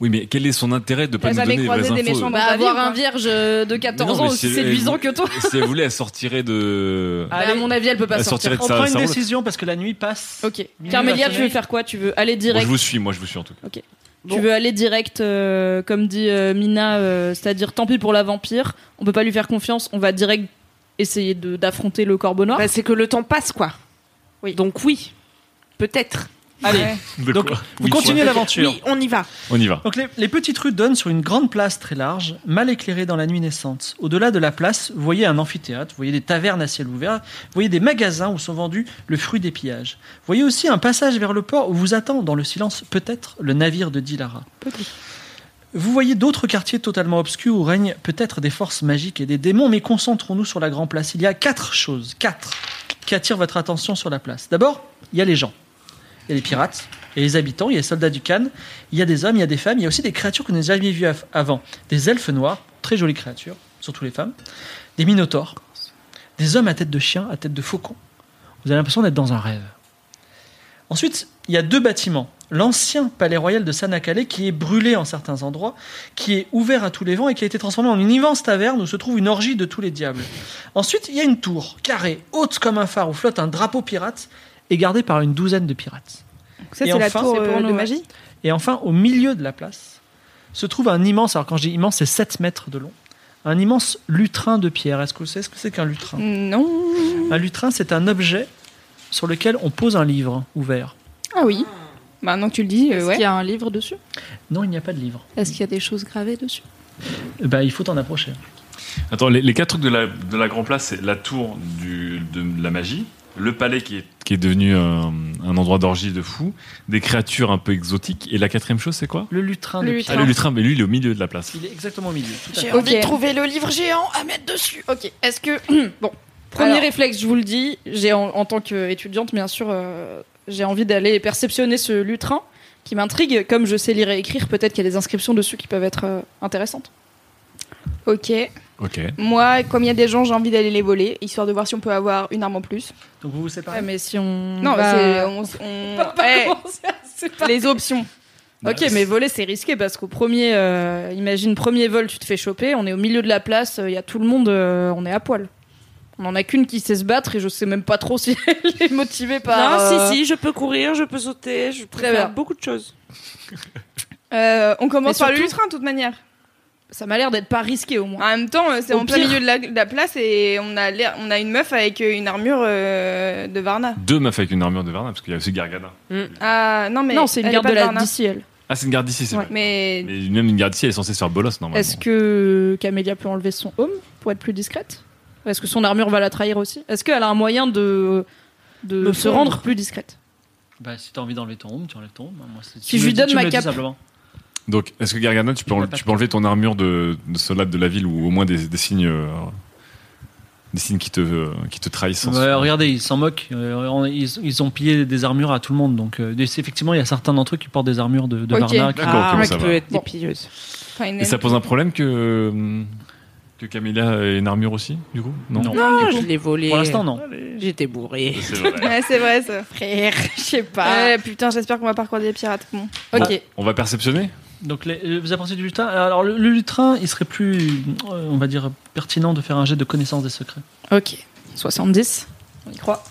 [SPEAKER 7] Oui, mais quel est son intérêt de pas nous donner les vraies infos
[SPEAKER 5] Bah, avoir un vierge euh, de 14
[SPEAKER 7] Non, mais
[SPEAKER 5] ans aussi
[SPEAKER 7] si-
[SPEAKER 5] séduisant
[SPEAKER 7] elle-
[SPEAKER 5] que toi.
[SPEAKER 7] Si elle voulait, elle sortirait de.
[SPEAKER 5] Bah, à mon avis, elle peut pas
[SPEAKER 7] Elle
[SPEAKER 5] sortir.
[SPEAKER 7] sortirait de
[SPEAKER 4] On
[SPEAKER 7] sa-
[SPEAKER 4] prend une
[SPEAKER 7] sa roule.
[SPEAKER 4] décision parce que la nuit passe.
[SPEAKER 5] Ok. Carmélia, tu veux
[SPEAKER 4] Soleil.
[SPEAKER 5] faire quoi Tu veux aller
[SPEAKER 7] Bon,
[SPEAKER 5] direct
[SPEAKER 7] je vous suis, moi je vous suis en tout cas.
[SPEAKER 5] Ok. Tu veux aller direct, euh, comme dit euh, Mina, euh, c'est-à-dire tant pis pour la vampire, on peut pas lui faire confiance, on va direct essayer de- d'affronter le corbeau noir.
[SPEAKER 1] Bah, c'est que le temps passe, quoi. Donc oui, peut-être.
[SPEAKER 4] Allez. Donc, vous continuez l'aventure.
[SPEAKER 1] Oui, on y va.
[SPEAKER 7] On y va.
[SPEAKER 4] Donc les, les petites rues donnent sur une grande place très large, mal éclairée dans la nuit naissante. Au-delà de la place, vous voyez un amphithéâtre, vous voyez des tavernes à ciel ouvert, vous voyez des magasins où sont vendus le fruit des pillages. Vous voyez aussi un passage vers le port où vous attend, dans le silence peut-être, le navire de Dilara. Vous voyez d'autres quartiers totalement obscurs où règnent peut-être des forces magiques et des démons, mais concentrons-nous sur la grande place. Il y a quatre choses, quatre, qui attirent votre attention sur la place. D'abord, il y a les gens. Il y a les pirates, il y a les habitants, il y a les soldats du Khan, il y a des hommes, il y a des femmes, il y a aussi des créatures que vous n'avez jamais vues av- avant. Des elfes noirs, très jolies créatures, surtout les femmes, des minotaures, des hommes à tête de chien, à tête de faucon. Vous avez l'impression d'être dans un rêve. Ensuite, il y a deux bâtiments. L'ancien palais royal de Sanakale qui est brûlé en certains endroits, qui est ouvert à tous les vents et qui a été transformé en une immense taverne où se trouve une orgie de tous les diables. Ensuite, il y a une tour carrée, haute comme un phare où flotte un drapeau pirate et gardée par une douzaine de pirates.
[SPEAKER 9] Ça,
[SPEAKER 4] Et
[SPEAKER 9] c'est la
[SPEAKER 4] enfin-
[SPEAKER 9] tour euh, de magie
[SPEAKER 4] et enfin, au milieu de la place, se trouve un immense, alors quand je dis immense, c'est 7 mètres de long, un immense lutrin de pierre. Est-ce que vous savez ce que c'est qu'un lutrin
[SPEAKER 9] Non.
[SPEAKER 4] Un lutrin, c'est un objet sur lequel on pose un livre ouvert.
[SPEAKER 9] Ah oui. Maintenant que tu le dis, euh,
[SPEAKER 5] Est-ce
[SPEAKER 9] ouais.
[SPEAKER 5] qu'il y a un livre dessus
[SPEAKER 4] Non, il n'y a pas de livre.
[SPEAKER 5] Est-ce qu'il y a des choses gravées dessus
[SPEAKER 4] Eh ben, il faut t'en approcher.
[SPEAKER 7] Attends, les, les quatre trucs de la, de la Grand Place, c'est la tour du, de la magie, le palais qui est, qui est devenu un, un endroit d'orgie de fou, des créatures un peu exotiques, et la quatrième chose, c'est quoi
[SPEAKER 4] Le lutrin
[SPEAKER 9] Le
[SPEAKER 4] de
[SPEAKER 9] lutrin.
[SPEAKER 7] Ah, le lutrin, mais lui, il est au milieu de la place.
[SPEAKER 4] Il est exactement au milieu. tout à
[SPEAKER 9] J'ai
[SPEAKER 4] fait.
[SPEAKER 9] Ok.
[SPEAKER 5] J'ai trouvé le livre géant à mettre dessus. Ok. Est-ce que bon, premier
[SPEAKER 9] Alors-
[SPEAKER 5] réflexe, je vous le dis, j'ai en, en tant qu'étudiante, bien sûr, euh, j'ai envie d'aller perceptionner ce lutrin qui m'intrigue. Comme je sais lire et écrire, peut-être qu'il y a des inscriptions dessus qui peuvent être euh, intéressantes.
[SPEAKER 9] Ok.
[SPEAKER 7] Ok.
[SPEAKER 9] Moi, comme il y a des gens, j'ai envie d'aller les voler, histoire de voir si on peut avoir une arme en plus.
[SPEAKER 4] Donc vous vous séparez.
[SPEAKER 5] mais si on
[SPEAKER 9] Non,
[SPEAKER 5] va-
[SPEAKER 9] c'est. On, s- on-
[SPEAKER 5] (laughs) Pas- pas
[SPEAKER 9] Eh,
[SPEAKER 5] commencer à se séparer.
[SPEAKER 9] les options. Bah,
[SPEAKER 4] Bah,
[SPEAKER 5] Ok, mais voler, c'est risqué parce qu'au premier, euh, imagine, premier vol, tu te fais choper, on est au milieu de la place, il y a tout le monde, euh, on est à poil. On en a qu'une qui sait se battre et je sais même pas trop (laughs) si elle est motivée par.
[SPEAKER 1] non,
[SPEAKER 5] euh,
[SPEAKER 1] si, si, je peux courir, je peux sauter, je peux
[SPEAKER 5] Très
[SPEAKER 1] faire
[SPEAKER 5] bien.
[SPEAKER 1] beaucoup de
[SPEAKER 5] (laughs)
[SPEAKER 1] choses.
[SPEAKER 9] Euh, on commence
[SPEAKER 5] Mais
[SPEAKER 9] par le
[SPEAKER 5] surtout-
[SPEAKER 9] lutrin, de toute manière.
[SPEAKER 5] Ça m'a l'air d'être pas risqué au moins.
[SPEAKER 9] En même temps, euh, c'est
[SPEAKER 5] Au
[SPEAKER 9] en plein
[SPEAKER 5] pire.
[SPEAKER 9] milieu de la, de la place et on a, l'air- on a une meuf avec euh, une armure euh, de Varna.
[SPEAKER 7] Deux meufs avec une armure de Varna, parce qu'il y a aussi Gargana.
[SPEAKER 9] Ah, non, mais.
[SPEAKER 5] non, c'est une
[SPEAKER 9] elle est
[SPEAKER 5] garde
[SPEAKER 9] pas
[SPEAKER 5] de la
[SPEAKER 9] Varna.
[SPEAKER 5] DCL.
[SPEAKER 7] Ah, c'est une garde ici, c'est
[SPEAKER 5] Ouais.
[SPEAKER 7] vrai.
[SPEAKER 9] Mais.
[SPEAKER 7] Mais même une garde ici, elle est censée se faire bolos normalement.
[SPEAKER 5] Est-ce que Camélia peut enlever son home pour être plus discrète Est-ce que son armure va la trahir aussi Est-ce qu'elle a un moyen de, de
[SPEAKER 1] Me
[SPEAKER 5] se
[SPEAKER 1] fondre.
[SPEAKER 5] rendre plus discrète
[SPEAKER 4] Bah, si t'as envie d'enlever ton home, tu enlèves ton home. Moi, c'est-
[SPEAKER 5] Si
[SPEAKER 4] tu
[SPEAKER 5] je
[SPEAKER 4] me
[SPEAKER 5] lui
[SPEAKER 4] le dis-
[SPEAKER 5] donne
[SPEAKER 4] tu
[SPEAKER 5] ma
[SPEAKER 4] me le dis
[SPEAKER 5] cape.
[SPEAKER 4] simplement.
[SPEAKER 7] Donc, est-ce que Gargana, tu peux, enle- tu peux enlever ton armure de, de soldat de la ville ou au moins des, des signes, euh, des signes qui te, euh, qui te trahissent sans-
[SPEAKER 4] Ouais, Bah, regardez, ils s'en moquent. Euh, on- ils, ils ont pillé des armures à tout le monde. Donc, euh, c'est- effectivement, il y a certains d'entre eux qui portent des armures de, de
[SPEAKER 9] Ok.
[SPEAKER 4] Varna. qui-
[SPEAKER 7] D'accord, ok,
[SPEAKER 1] ah,
[SPEAKER 7] bon,
[SPEAKER 1] qui
[SPEAKER 7] ça
[SPEAKER 1] peut
[SPEAKER 7] va.
[SPEAKER 1] être des
[SPEAKER 9] Bon.
[SPEAKER 1] pilleuses.
[SPEAKER 9] Enfin, une-
[SPEAKER 7] Et ça pose un problème que, euh, que Camélia ait une armure aussi, du coup
[SPEAKER 4] Non.
[SPEAKER 1] Non, je l'ai volé. euh,
[SPEAKER 4] Pour l'instant, non.
[SPEAKER 1] J'étais bourré.
[SPEAKER 7] C'est vrai.
[SPEAKER 9] Ouais, c'est vrai ça.
[SPEAKER 5] Frère, (laughs) je sais pas.
[SPEAKER 9] Ouais, putain, j'espère qu'on va pas croiser les pirates. Bon.
[SPEAKER 5] ok.
[SPEAKER 7] On va perceptionner
[SPEAKER 4] Donc, les- euh, vous apportez du lutin. Alors, le, le lutin, il serait plus, euh, on va dire, pertinent de faire un jet de connaissance des secrets.
[SPEAKER 5] Ah. Ok. 70. On y croit.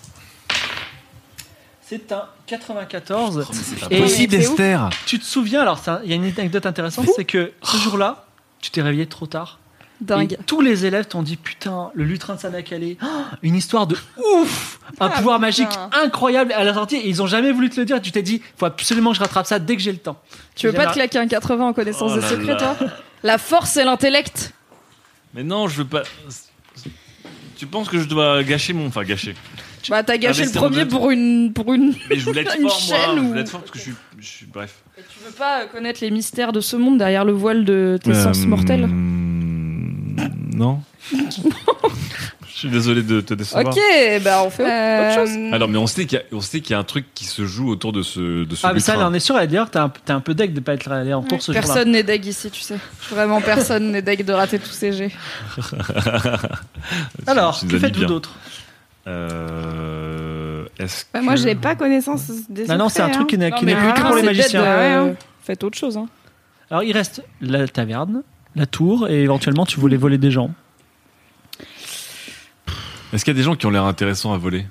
[SPEAKER 4] C'est un
[SPEAKER 7] Oh,
[SPEAKER 4] 94.
[SPEAKER 7] Et
[SPEAKER 4] Et
[SPEAKER 7] Possible, Esther
[SPEAKER 4] tu te souviens, alors, ça- il y a une anecdote intéressante, c'est que ce jour-là, tu t'es réveillé trop tard.
[SPEAKER 5] Dingue.
[SPEAKER 4] Et tous les élèves t'ont dit putain, le lutrin de Sanakale, oh, (gasps) une histoire de ouf, un pouvoir magique incroyable à la sortie. Et ils ont jamais voulu te le dire. Tu t'es dit, faut absolument que je rattrape ça dès que j'ai le temps.
[SPEAKER 5] Tu veux pas
[SPEAKER 4] Général-
[SPEAKER 5] te claquer un 80 en connaissance
[SPEAKER 7] Oh
[SPEAKER 5] des
[SPEAKER 7] là
[SPEAKER 5] secrets,
[SPEAKER 7] là.
[SPEAKER 5] toi La force et l'intellect
[SPEAKER 7] Mais non, je veux pas. Tu penses que je dois gâcher Euh, mon. Enfin, gâcher.
[SPEAKER 5] Bah, t'as gâché le
[SPEAKER 7] Investir dans
[SPEAKER 5] premier
[SPEAKER 7] deux.
[SPEAKER 5] pour une. Pour une...
[SPEAKER 7] Mais je voulais être
[SPEAKER 5] Une
[SPEAKER 7] fort, moi.
[SPEAKER 5] chaîne
[SPEAKER 7] Je
[SPEAKER 5] ou-
[SPEAKER 7] voulais être fort parce que je suis. je suis- Bref.
[SPEAKER 5] Tu veux pas euh, connaître les mystères de ce monde derrière le voile de tes sens
[SPEAKER 7] Euh,
[SPEAKER 5] mortels
[SPEAKER 7] Non. (laughs) Je suis désolé de te décevoir.
[SPEAKER 16] Ok, bah on fait autre
[SPEAKER 9] Euh,
[SPEAKER 16] chose.
[SPEAKER 9] Mm.
[SPEAKER 7] Alors, mais on sait qu'il y, a- on sait qu'il y a un truc qui se joue autour de ce, de ce
[SPEAKER 4] Ah, mais ça,
[SPEAKER 7] bulletin.
[SPEAKER 4] là, on est sûr. Et D'ailleurs, t'es un, t'es un peu deg de pas être allé en course ce jour-là.
[SPEAKER 16] Personne n'est deg ici, tu sais. Vraiment personne n'est deg de rater tous ces jets.
[SPEAKER 4] Alors,
[SPEAKER 7] Tu- tu nous
[SPEAKER 4] que
[SPEAKER 7] as mis
[SPEAKER 4] faites-vous
[SPEAKER 7] bien.
[SPEAKER 4] d'autre
[SPEAKER 7] Euh, Est-ce
[SPEAKER 9] Bah, moi,
[SPEAKER 7] que-
[SPEAKER 9] j'ai pas connaissance des
[SPEAKER 4] Non, non, c'est un
[SPEAKER 9] secrets,
[SPEAKER 4] truc qui n'est-
[SPEAKER 9] hein.
[SPEAKER 4] qui n'est plus que pour les magiciens.
[SPEAKER 9] Ouais, hein.
[SPEAKER 16] Faites autre chose. Hein.
[SPEAKER 4] Alors, il reste la taverne, la tour, et éventuellement, tu voulais voler des gens.
[SPEAKER 7] Est-ce qu'il y a des gens qui ont l'air intéressants à voler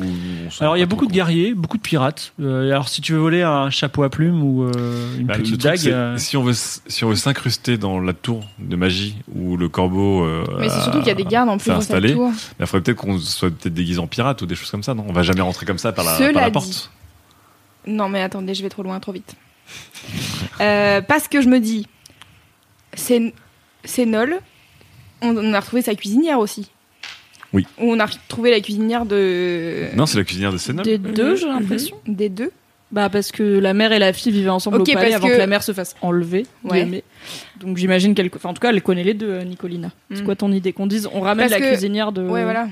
[SPEAKER 7] Ou on s'en
[SPEAKER 4] Alors, il y a
[SPEAKER 7] bat
[SPEAKER 4] beaucoup de guerriers, beaucoup de pirates. Euh, alors, si tu veux voler un chapeau à plumes ou euh, une
[SPEAKER 7] Bah, le
[SPEAKER 4] petite
[SPEAKER 7] truc,
[SPEAKER 4] dague.
[SPEAKER 7] c'est,
[SPEAKER 4] euh,
[SPEAKER 7] Si on veut s- si on veut s'incruster dans la tour de magie où le corbeau. euh,
[SPEAKER 9] Mais c'est
[SPEAKER 7] a-
[SPEAKER 9] surtout qu'il y a des gardes en plus
[SPEAKER 7] s'est
[SPEAKER 9] dans cette
[SPEAKER 7] installé,
[SPEAKER 9] tour.
[SPEAKER 7] bah, Il faudrait peut-être qu'on soit peut-être déguisé en pirate ou des choses comme ça. Non, on va jamais rentrer comme ça par la,
[SPEAKER 9] Cela
[SPEAKER 7] par la
[SPEAKER 9] dit.
[SPEAKER 7] porte.
[SPEAKER 9] Non, mais attendez, je vais trop loin, trop vite. Euh, parce que je me dis, c'est c'est Nol. On, on a retrouvé sa cuisinière aussi.
[SPEAKER 7] Oui.
[SPEAKER 9] Ou on a retrouvé la cuisinière de.
[SPEAKER 7] Non, c'est la cuisinière de Sénat.
[SPEAKER 16] Des deux, j'ai l'impression.
[SPEAKER 9] Mhm. Des deux
[SPEAKER 16] Bah parce que la mère et la fille vivaient ensemble
[SPEAKER 9] Ok,
[SPEAKER 16] au palais
[SPEAKER 9] parce
[SPEAKER 16] avant que...
[SPEAKER 9] que-
[SPEAKER 16] la mère se fasse enlever. de
[SPEAKER 9] Ouais.
[SPEAKER 16] Aimée. Donc j'imagine qu'elle... Enfin en tout cas elle connaît les deux, euh, Nicolina. C'est quoi ton idée qu'on dise On ramène
[SPEAKER 9] Mhm. Parce
[SPEAKER 16] la
[SPEAKER 9] que-
[SPEAKER 16] cuisinière de...
[SPEAKER 9] Ouais, voilà.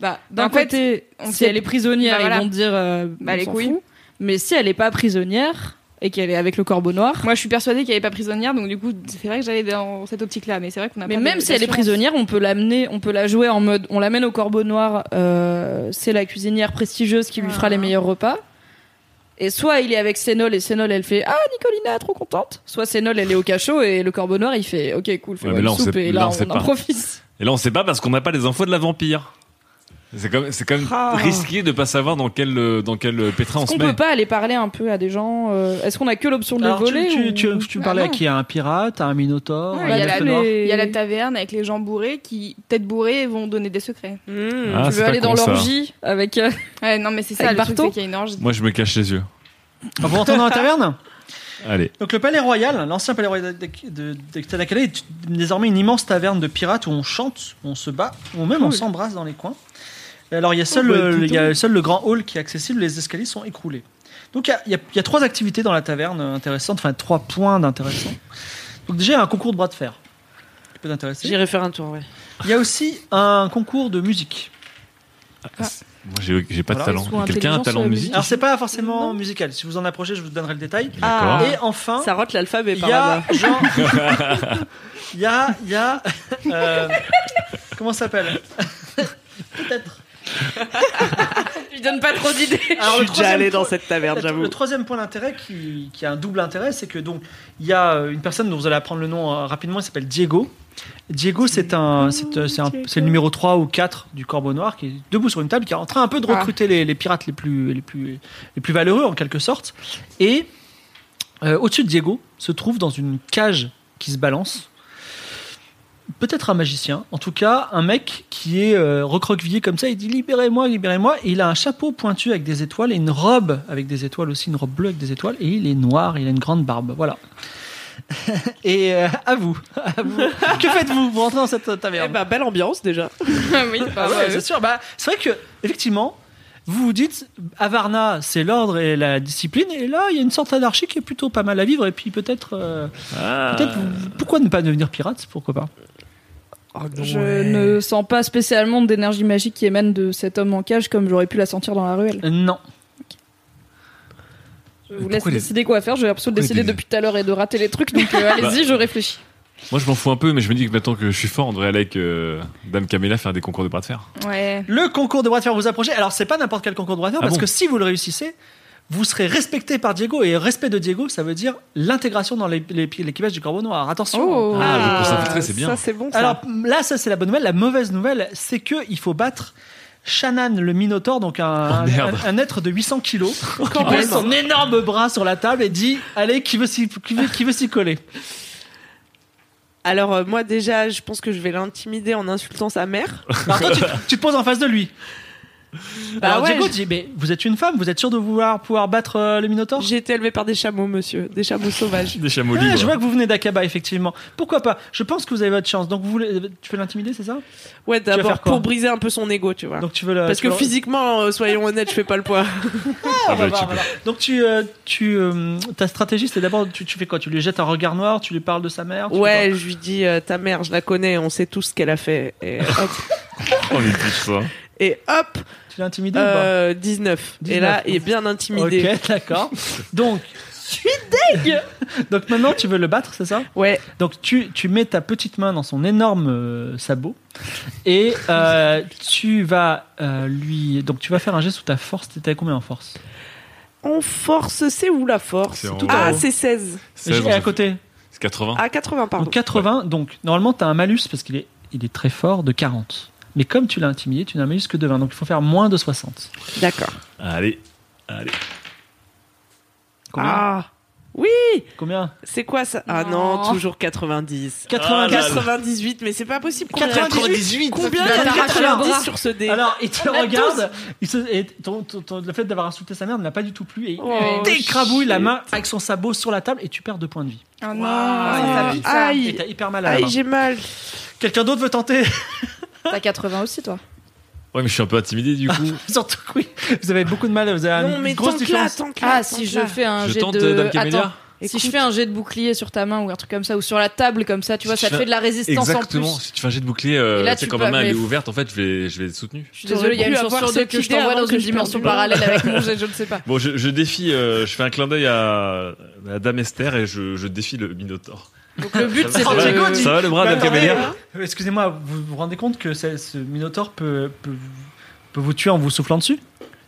[SPEAKER 16] Bah, d'un
[SPEAKER 9] En fait,
[SPEAKER 16] côté,
[SPEAKER 9] on
[SPEAKER 16] si
[SPEAKER 9] sait-
[SPEAKER 16] elle est prisonnière,
[SPEAKER 9] Bah, voilà.
[SPEAKER 16] ils vont te dire... euh,
[SPEAKER 9] Bah,
[SPEAKER 16] on
[SPEAKER 9] les
[SPEAKER 16] s'en
[SPEAKER 9] couilles.
[SPEAKER 16] fout. Mais si elle n'est pas prisonnière et qu'elle est avec le corbeau noir...
[SPEAKER 9] Moi, je suis persuadée qu'elle n'est pas prisonnière, donc du coup, c'est vrai que j'allais dans cette optique-là, mais c'est vrai qu'on a
[SPEAKER 16] Mais
[SPEAKER 9] pas
[SPEAKER 16] même
[SPEAKER 9] de-
[SPEAKER 16] si elle est
[SPEAKER 9] d'assurance.
[SPEAKER 16] prisonnière, on peut l'amener, on peut la jouer en mode on l'amène au corbeau noir, euh, c'est la cuisinière prestigieuse qui lui fera
[SPEAKER 9] Ah.
[SPEAKER 16] les meilleurs repas. Et soit il est avec Sénol et Sénol elle fait Ah Nicolina, trop contente. Soit Sénol elle est au cachot et le corbeau noir il fait Ok, cool, fais
[SPEAKER 7] Ouais, mais
[SPEAKER 16] une
[SPEAKER 7] là, on
[SPEAKER 16] soupe
[SPEAKER 7] sait-
[SPEAKER 16] et
[SPEAKER 7] là,
[SPEAKER 16] là
[SPEAKER 7] on
[SPEAKER 16] on,
[SPEAKER 7] sait
[SPEAKER 16] en
[SPEAKER 7] pas.
[SPEAKER 16] profite.
[SPEAKER 7] Et là, on sait pas parce qu'on n'a pas les infos de la vampire. C'est comme c'est quand même
[SPEAKER 16] Ah.
[SPEAKER 7] risqué de pas savoir dans quel euh, dans quel euh, pétrin on
[SPEAKER 16] Est-ce
[SPEAKER 7] se
[SPEAKER 16] qu'on
[SPEAKER 7] met.
[SPEAKER 16] peut pas aller parler un peu à des gens euh, Est-ce qu'on a que l'option de le
[SPEAKER 4] Alors, tu,
[SPEAKER 16] voler
[SPEAKER 4] tu,
[SPEAKER 16] ou-
[SPEAKER 4] tu- tu parlais à qui À un pirate, à un minotaure,
[SPEAKER 9] Ouais, Il
[SPEAKER 4] à
[SPEAKER 9] y, a
[SPEAKER 4] un elfe
[SPEAKER 9] la-
[SPEAKER 4] noir
[SPEAKER 9] il y a la taverne avec les gens bourrés qui, tête bourrés, vont donner des secrets.
[SPEAKER 7] Ah,
[SPEAKER 16] Tu
[SPEAKER 7] c'est
[SPEAKER 16] veux
[SPEAKER 7] pas
[SPEAKER 16] aller dans
[SPEAKER 7] con, ça.
[SPEAKER 16] l'orgie avec. euh,
[SPEAKER 9] Ouais, non, mais c'est ça,
[SPEAKER 16] Avec
[SPEAKER 9] le truc,
[SPEAKER 16] Barto
[SPEAKER 9] c'est qu'il y a une orgie.
[SPEAKER 7] Moi, je me cache les yeux.
[SPEAKER 4] Ah, vous retournez dans la taverne
[SPEAKER 7] Allez.
[SPEAKER 4] (laughs) Donc le palais royal, l'ancien palais royal de- de de Tadakale est désormais une immense taverne de pirates où on chante, on se bat, ou même on
[SPEAKER 16] Cool.
[SPEAKER 4] s'embrasse dans les coins. Et Alors il y a seul,
[SPEAKER 16] Oh, bah,
[SPEAKER 4] le-
[SPEAKER 16] dis
[SPEAKER 4] il y a
[SPEAKER 16] donc.
[SPEAKER 4] seul le grand hall qui est accessible, les escaliers sont écroulés. Donc il y a- il y, a- il y a trois activités dans la taverne euh, intéressantes, enfin trois points d'intéressants. Donc déjà il y a un concours de bras de fer. Qui peut t'intéresser.
[SPEAKER 6] J'irai faire un tour, ouais.
[SPEAKER 4] Il y a aussi un concours de musique.
[SPEAKER 7] Moi, j'ai j'ai pas de
[SPEAKER 4] Voilà.
[SPEAKER 7] talent. Quelqu'un a un talent musique
[SPEAKER 4] Alors c'est pas forcément musical. Si vous en approchez, je vous donnerai le détail.
[SPEAKER 7] Ah.
[SPEAKER 4] Et enfin,
[SPEAKER 6] Ça rote l'alphabet
[SPEAKER 4] il
[SPEAKER 6] par
[SPEAKER 4] y a
[SPEAKER 6] là-bas.
[SPEAKER 4] genre
[SPEAKER 6] (laughs)
[SPEAKER 4] Il y a. il Y a euh, comment ça s'appelle
[SPEAKER 16] (laughs) Je lui donne pas trop d'idées.
[SPEAKER 9] (laughs)
[SPEAKER 4] Alors,
[SPEAKER 6] Je suis déjà
[SPEAKER 4] le troisième
[SPEAKER 6] allé dans
[SPEAKER 4] point-
[SPEAKER 6] cette taverne,
[SPEAKER 4] le-
[SPEAKER 6] j'avoue.
[SPEAKER 4] Le troisième point d'intérêt qui, qui a un double intérêt, c'est que donc il y a euh, une personne dont vous allez apprendre le nom euh, rapidement, il s'appelle Diego. Diego, c'est un, c'est, euh, c'est un- c'est le numéro 3 ou 4 du Corbeau Noir qui est debout sur une table, qui est en train un peu de recruter les, les pirates les plus, les, plus, les plus valeureux en quelque sorte. Et euh, au-dessus de Diego se trouve dans une cage qui se balance. Peut-être un magicien, en tout cas un mec qui est euh, recroquevillé comme ça, il dit libérez-moi, libérez-moi, et il a un chapeau pointu avec des étoiles et une robe avec des étoiles aussi, une robe bleue avec des étoiles, et il est noir, il a une grande barbe, voilà. (laughs) et euh, à vous, à vous. (laughs) que faites-vous Vous rentrez dans cette taverne
[SPEAKER 6] Bah, belle ambiance déjà.
[SPEAKER 16] oui,
[SPEAKER 4] ah ouais, c'est sûr. Bah, c'est vrai que, effectivement, vous vous dites, Avarna, c'est l'ordre et la discipline, et là, il y a une sorte d'anarchie qui est plutôt pas mal à vivre, et puis peut-être. euh,
[SPEAKER 7] Ah.
[SPEAKER 4] peut-être vous- pourquoi ne pas devenir pirate Pourquoi pas
[SPEAKER 16] Je ne sens pas spécialement d'énergie magique qui émane de cet homme en cage comme j'aurais pu la sentir dans la ruelle.
[SPEAKER 4] Euh, Non.
[SPEAKER 16] Je vous laisse
[SPEAKER 7] pourquoi les-
[SPEAKER 16] décider quoi faire. J'ai l'impression de
[SPEAKER 7] pourquoi Bah. les
[SPEAKER 16] décider
[SPEAKER 7] dés-
[SPEAKER 16] depuis tout à l'heure et de rater les trucs, donc
[SPEAKER 7] (laughs)
[SPEAKER 16] euh, allez-y, je réfléchis.
[SPEAKER 7] Moi, je m'en fous un peu, mais je me dis que maintenant que je suis fort, on devrait aller avec euh, Dame Camilla faire des concours de bras de fer.
[SPEAKER 9] Ouais.
[SPEAKER 4] Le concours de bras de fer vous approchez. Alors, c'est pas n'importe quel concours de bras de fer,
[SPEAKER 7] Ah
[SPEAKER 4] parce
[SPEAKER 7] bon
[SPEAKER 4] que si vous le réussissez, vous serez respecté par Diego, et respect de Diego, ça veut dire l'intégration dans l'ép- l'ép- l'équipage du Corbeau Noir. Attention
[SPEAKER 6] Oh.
[SPEAKER 7] Ah, donc pour s'infiltrer, c'est bien.
[SPEAKER 6] Ça, c'est bon, ça.
[SPEAKER 4] Alors là, ça c'est la bonne nouvelle. La mauvaise nouvelle, c'est que il faut battre Shannon le Minotaure, donc un, un,
[SPEAKER 7] merde.
[SPEAKER 4] un être de 800 kilos, qui met son énorme bras sur la table et dit Allez, qui veut s'y qui veut- qui veut s'y coller
[SPEAKER 6] Alors, euh, moi, déjà, je pense que je vais l'intimider en insultant sa
[SPEAKER 4] (laughs)
[SPEAKER 6] mère.
[SPEAKER 4] Alors toi, tu, tu te poses en face de lui.
[SPEAKER 6] Bah
[SPEAKER 4] Alors
[SPEAKER 6] ouais,
[SPEAKER 4] Diego
[SPEAKER 6] je-
[SPEAKER 4] dit Mais vous êtes une femme, vous êtes sûre de vouloir pouvoir battre euh, le Minotaure
[SPEAKER 6] J'ai été élevée par des chameaux, monsieur. Des chameaux
[SPEAKER 16] Ah,
[SPEAKER 6] sauvages.
[SPEAKER 7] Des chameaux
[SPEAKER 4] Ouais,
[SPEAKER 7] libres.
[SPEAKER 4] Je vois que vous venez d'Akaba, effectivement. Pourquoi pas Je pense que vous avez votre chance. Donc vous voulez, tu veux l'intimider, c'est ça
[SPEAKER 6] Ouais,
[SPEAKER 4] vas
[SPEAKER 6] d'abord
[SPEAKER 4] faire quoi
[SPEAKER 6] pour briser un peu son ego, tu vois.
[SPEAKER 4] Donc tu veux la-
[SPEAKER 6] Parce
[SPEAKER 4] tu
[SPEAKER 6] que
[SPEAKER 4] veux-
[SPEAKER 6] physiquement, euh, soyons honnêtes, je fais pas le poids.
[SPEAKER 7] Ah, bah, tu peux.
[SPEAKER 4] Donc tu, euh, tu, euh, ta stratégie, c'est d'abord, tu, tu fais quoi Tu lui jettes un regard noir, tu lui parles de sa mère tu fais
[SPEAKER 6] Ouais, je lui dis, euh, ta mère, je la connais, on sait tous ce qu'elle a fait. Et hop,
[SPEAKER 7] On est tous ça.
[SPEAKER 6] Et hop
[SPEAKER 4] Tu l'as intimidé ou pas
[SPEAKER 6] euh, 19. Et
[SPEAKER 4] 19.
[SPEAKER 6] là, il est bien intimidé.
[SPEAKER 4] Ok,
[SPEAKER 6] (laughs)
[SPEAKER 4] d'accord. Donc. Je suis deg Donc maintenant, tu veux le battre, c'est ça
[SPEAKER 6] Ouais.
[SPEAKER 4] Donc tu, tu mets ta petite main dans son énorme euh, sabot et euh, tu vas euh, lui. Donc tu vas faire un geste sous ta force. T'es à combien en force
[SPEAKER 6] On force, c'est où la force
[SPEAKER 4] C'est en haut.
[SPEAKER 6] Ah,
[SPEAKER 4] haut.
[SPEAKER 6] c'est 16.
[SPEAKER 4] Et Euh, à côté
[SPEAKER 7] C'est 80.
[SPEAKER 6] Ah, 80, pardon.
[SPEAKER 4] Donc 80, donc normalement tu as un malus parce qu'il est, il est très fort de 40. Mais comme tu l'as intimidé, tu n'as un malus que de 20. Donc il faut faire moins de 60.
[SPEAKER 6] D'accord.
[SPEAKER 7] Allez, allez.
[SPEAKER 4] Combien
[SPEAKER 6] Ah oui
[SPEAKER 4] Combien
[SPEAKER 6] C'est quoi ça Ah non, toujours 90.
[SPEAKER 4] 90.
[SPEAKER 6] 98, mais c'est pas possible. Combien
[SPEAKER 4] 98,
[SPEAKER 6] Combien Ah,
[SPEAKER 4] putain,
[SPEAKER 6] t'as
[SPEAKER 4] t'as arraché
[SPEAKER 6] 90
[SPEAKER 4] un
[SPEAKER 6] sur ce dé
[SPEAKER 4] Alors, il te
[SPEAKER 6] On a
[SPEAKER 4] regarde,
[SPEAKER 6] 12.
[SPEAKER 4] il se- et ton- ton- ton- le fait d'avoir insulté sa mère ne l'a pas du tout plu et
[SPEAKER 6] Oh,
[SPEAKER 4] il t'écrabouille la main avec son sabot sur la table et tu perds deux points de vie.
[SPEAKER 9] Ah non,
[SPEAKER 6] ça pique, ça. Aïe.
[SPEAKER 4] Et t'as hyper mal à la
[SPEAKER 6] Aïe,
[SPEAKER 4] main.
[SPEAKER 6] j'ai mal.
[SPEAKER 4] Quelqu'un d'autre veut tenter (laughs)
[SPEAKER 16] T'as 80 aussi, toi.
[SPEAKER 7] Ouais, mais je suis un peu intimidé
[SPEAKER 16] Ah.
[SPEAKER 7] du coup.
[SPEAKER 4] Surtout que oui, vous avez beaucoup de mal, vous avez
[SPEAKER 16] Non,
[SPEAKER 4] une
[SPEAKER 16] mais
[SPEAKER 4] grosse
[SPEAKER 16] tente-la,
[SPEAKER 4] différence.
[SPEAKER 16] tente-la, Ah, si tente-la. je fais un
[SPEAKER 7] Je
[SPEAKER 16] jet
[SPEAKER 7] tente,
[SPEAKER 16] de-
[SPEAKER 7] euh, Dame Camélia.
[SPEAKER 16] Attends, Si je fais un jet de bouclier sur ta main ou un truc comme ça, ou sur la table comme ça, tu vois,
[SPEAKER 7] Si
[SPEAKER 16] ça
[SPEAKER 7] tu
[SPEAKER 16] te
[SPEAKER 7] fais-
[SPEAKER 16] fait de la résistance
[SPEAKER 7] Exactement.
[SPEAKER 16] en plus.
[SPEAKER 7] Si tu fais un jet de bouclier, euh,
[SPEAKER 16] Et là,
[SPEAKER 7] tu sais,
[SPEAKER 16] tu
[SPEAKER 7] quand
[SPEAKER 16] peux-
[SPEAKER 7] ma main elle est
[SPEAKER 16] mais-
[SPEAKER 7] ouverte, en fait, je vais, je vais être soutenu.
[SPEAKER 16] Je suis désolée, il y a une
[SPEAKER 6] T'aurais pu
[SPEAKER 16] chance
[SPEAKER 6] avoir
[SPEAKER 16] sur deux
[SPEAKER 6] ce
[SPEAKER 16] que je
[SPEAKER 6] petit dé
[SPEAKER 16] t'envoie
[SPEAKER 6] avant
[SPEAKER 16] dans
[SPEAKER 6] que
[SPEAKER 16] une
[SPEAKER 6] je
[SPEAKER 16] dimension
[SPEAKER 6] perde.
[SPEAKER 16] parallèle avec mon jet, je ne sais pas.
[SPEAKER 7] Bon, je, je défie, euh, je fais un clin d'œil à, à Dame Esther et je, je défie le Minotaur.
[SPEAKER 16] Donc le but,
[SPEAKER 7] (laughs) Ça
[SPEAKER 16] c'est
[SPEAKER 7] va,
[SPEAKER 16] de-
[SPEAKER 7] Diego, dis- Ça va, le bras,
[SPEAKER 4] Mais
[SPEAKER 7] Dame
[SPEAKER 4] attendez,
[SPEAKER 16] hein.
[SPEAKER 7] Camélia
[SPEAKER 4] euh, Excusez-moi, vous vous rendez compte que ce, ce Minotaur peut, peut, peut vous tuer en vous soufflant dessus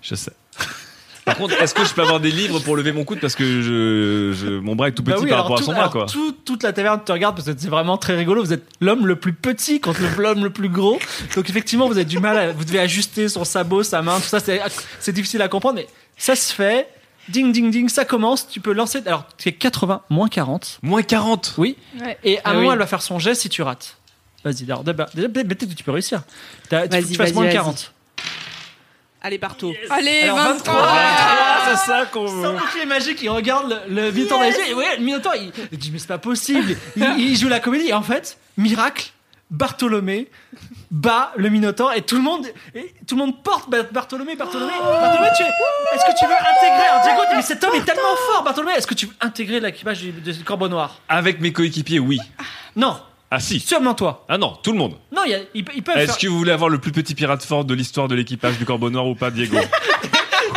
[SPEAKER 7] Je sais. (laughs) Par contre, est-ce que je peux avoir des livres pour lever mon coude parce que je, je- mon bras est tout petit
[SPEAKER 4] Bah oui,
[SPEAKER 7] par
[SPEAKER 4] alors
[SPEAKER 7] rapport
[SPEAKER 4] tout-
[SPEAKER 7] à son bras,
[SPEAKER 4] alors
[SPEAKER 7] quoi.
[SPEAKER 4] tout- toute la taverne te regarde parce que c'est vraiment très rigolo. Vous êtes l'homme le plus petit contre le- l'homme le plus gros. Donc effectivement, vous avez du mal. À, vous devez ajuster son sabot, sa main, tout ça. C'est c'est difficile à comprendre, mais ça se fait. Ding ding ding, ça commence. Tu peux lancer. Alors tu fais 80 moins 40.
[SPEAKER 7] Moins 40.
[SPEAKER 4] Oui.
[SPEAKER 16] Ouais.
[SPEAKER 4] Et
[SPEAKER 6] Eh
[SPEAKER 4] à
[SPEAKER 16] Ah
[SPEAKER 4] un moment,
[SPEAKER 16] oui.
[SPEAKER 4] elle va faire son geste si tu rates. Vas-y. Alors d'abord- déjà, peut-être peut-être que tu peux réussir. T'as- il faut que
[SPEAKER 6] Vas-y,
[SPEAKER 4] tu fasses
[SPEAKER 6] vas-y,
[SPEAKER 4] moins
[SPEAKER 6] vas-y.
[SPEAKER 4] 40.
[SPEAKER 6] Allez, partout.
[SPEAKER 5] Allez,
[SPEAKER 4] Alors,
[SPEAKER 5] 23.
[SPEAKER 4] 23, c'est ça qu'on veut. Sans bouclier magique, il regarde le, le Minotaur dans les yeux, et ouais, le Minotaur, il, il dit, mais c'est pas possible. Il, il joue la comédie. Et en fait, miracle, Bartholomé bat le Minotaur et tout le monde, et tout le monde porte Ba- Bartholomé, Bartholomé. Bartholomé, tu es- est-ce que tu veux intégrer Alors, Diego, mais cet homme est tellement fort, Bartholomé, est-ce que tu veux intégrer l'équipage du, du Corbeau Noir
[SPEAKER 7] Avec mes coéquipiers, oui.
[SPEAKER 4] Non.
[SPEAKER 7] Ah si.
[SPEAKER 4] Sûrement toi.
[SPEAKER 7] Ah non, tout le monde.
[SPEAKER 4] Non, il y a- ils, ils peuvent.
[SPEAKER 7] Est-ce
[SPEAKER 4] faire-
[SPEAKER 7] que vous voulez avoir le plus petit pirate fort de l'histoire de l'équipage du Corbeau Noir ou pas, Diego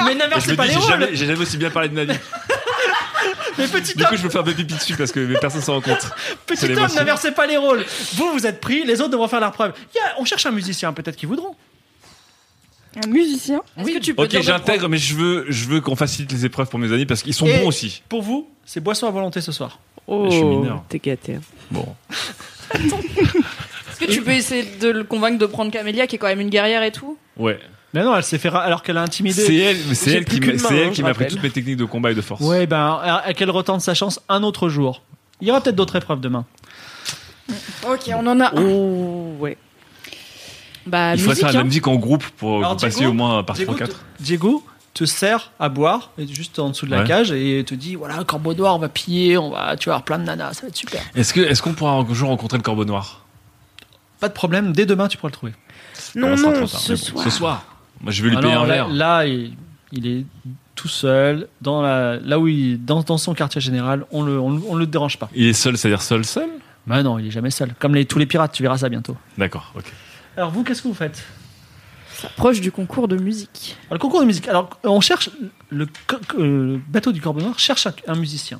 [SPEAKER 4] Mais
[SPEAKER 7] Et
[SPEAKER 4] n'inverse
[SPEAKER 7] Je me
[SPEAKER 4] pas
[SPEAKER 7] dis,
[SPEAKER 4] les
[SPEAKER 7] j'ai
[SPEAKER 4] rôles.
[SPEAKER 7] jamais, j'ai jamais aussi bien parlé de ma vie.
[SPEAKER 4] Mais petit
[SPEAKER 7] Du coup, je me fais un peu pipi dessus parce que personne s'en rend
[SPEAKER 4] (laughs)
[SPEAKER 7] compte. C'est
[SPEAKER 4] Petit homme,
[SPEAKER 7] l'émotion.
[SPEAKER 4] n'inversez pas les rôles. Vous, vous êtes pris, les autres devront faire leur preuve. Il y a- on cherche un musicien, peut-être qu'ils voudront.
[SPEAKER 9] Un musicien
[SPEAKER 16] Est-ce que tu peux
[SPEAKER 7] Ok,
[SPEAKER 16] dire de
[SPEAKER 7] j'intègre, mais je veux, je veux qu'on facilite les épreuves pour mes amis parce qu'ils sont
[SPEAKER 4] Et
[SPEAKER 7] bons aussi.
[SPEAKER 4] Pour vous, c'est boisson à volonté ce soir.
[SPEAKER 16] Oh,
[SPEAKER 7] Je suis mineur.
[SPEAKER 6] T'es gâté.
[SPEAKER 7] Bon.
[SPEAKER 16] Est-ce que tu peux essayer de le convaincre de prendre Camélia, qui est quand même une guerrière et tout
[SPEAKER 7] Ouais.
[SPEAKER 4] Mais non, elle s'est fait ra- alors qu'elle a intimidé.
[SPEAKER 7] C'est elle, mais c'est
[SPEAKER 4] J'ai
[SPEAKER 7] elle
[SPEAKER 4] plus
[SPEAKER 7] qui
[SPEAKER 4] qu'une
[SPEAKER 7] m'a,
[SPEAKER 4] main,
[SPEAKER 7] c'est
[SPEAKER 4] hein,
[SPEAKER 7] elle qui
[SPEAKER 4] je
[SPEAKER 7] m'a appris
[SPEAKER 4] rappelle.
[SPEAKER 7] toutes mes techniques de combat et de force.
[SPEAKER 4] Ouais, ben à à qu'elle retente sa chance un autre jour. Il y aura peut-être d'autres épreuves demain.
[SPEAKER 16] Ok, on en a un.
[SPEAKER 6] Oh, ouais.
[SPEAKER 16] Bah,
[SPEAKER 7] Il faudrait
[SPEAKER 16] musique,
[SPEAKER 7] faire de la
[SPEAKER 16] hein.
[SPEAKER 7] musique en groupe pour
[SPEAKER 4] Alors,
[SPEAKER 7] pour passer
[SPEAKER 4] Diego,
[SPEAKER 7] au moins par
[SPEAKER 4] Diego,
[SPEAKER 7] 3-4.
[SPEAKER 4] te- Diego te sert à boire et juste en dessous de la
[SPEAKER 7] Ouais.
[SPEAKER 4] cage et te dit voilà corbeau noir on va piller on va tu vas avoir plein de nanas ça va être super
[SPEAKER 7] Est-ce que, est-ce qu'on pourra un jour rencontrer le Corbeau Noir
[SPEAKER 4] pas de problème dès demain tu pourras le trouver
[SPEAKER 6] Non,
[SPEAKER 7] Ah, ça sera
[SPEAKER 6] non,
[SPEAKER 7] trop tard,
[SPEAKER 6] ce
[SPEAKER 7] mais bon.
[SPEAKER 6] soir.
[SPEAKER 7] Ce soir. Moi, je vais lui
[SPEAKER 4] Ah
[SPEAKER 7] payer
[SPEAKER 4] non,
[SPEAKER 7] un
[SPEAKER 4] là,
[SPEAKER 7] verre.
[SPEAKER 4] là, il, il est tout seul dans la là où il dans, dans son quartier général on le on, le- on le dérange pas
[SPEAKER 7] Il est seul, c'est-à-dire seul, seul
[SPEAKER 4] bah non il est jamais seul comme les, tous les pirates tu verras ça bientôt
[SPEAKER 7] D'accord, ok.
[SPEAKER 4] alors vous qu'est-ce que vous faites
[SPEAKER 16] Proche du concours de musique.
[SPEAKER 4] Alors, le concours de musique. Alors, on cherche. Le co- euh, le bateau du Corbeau Noir cherche un, un musicien.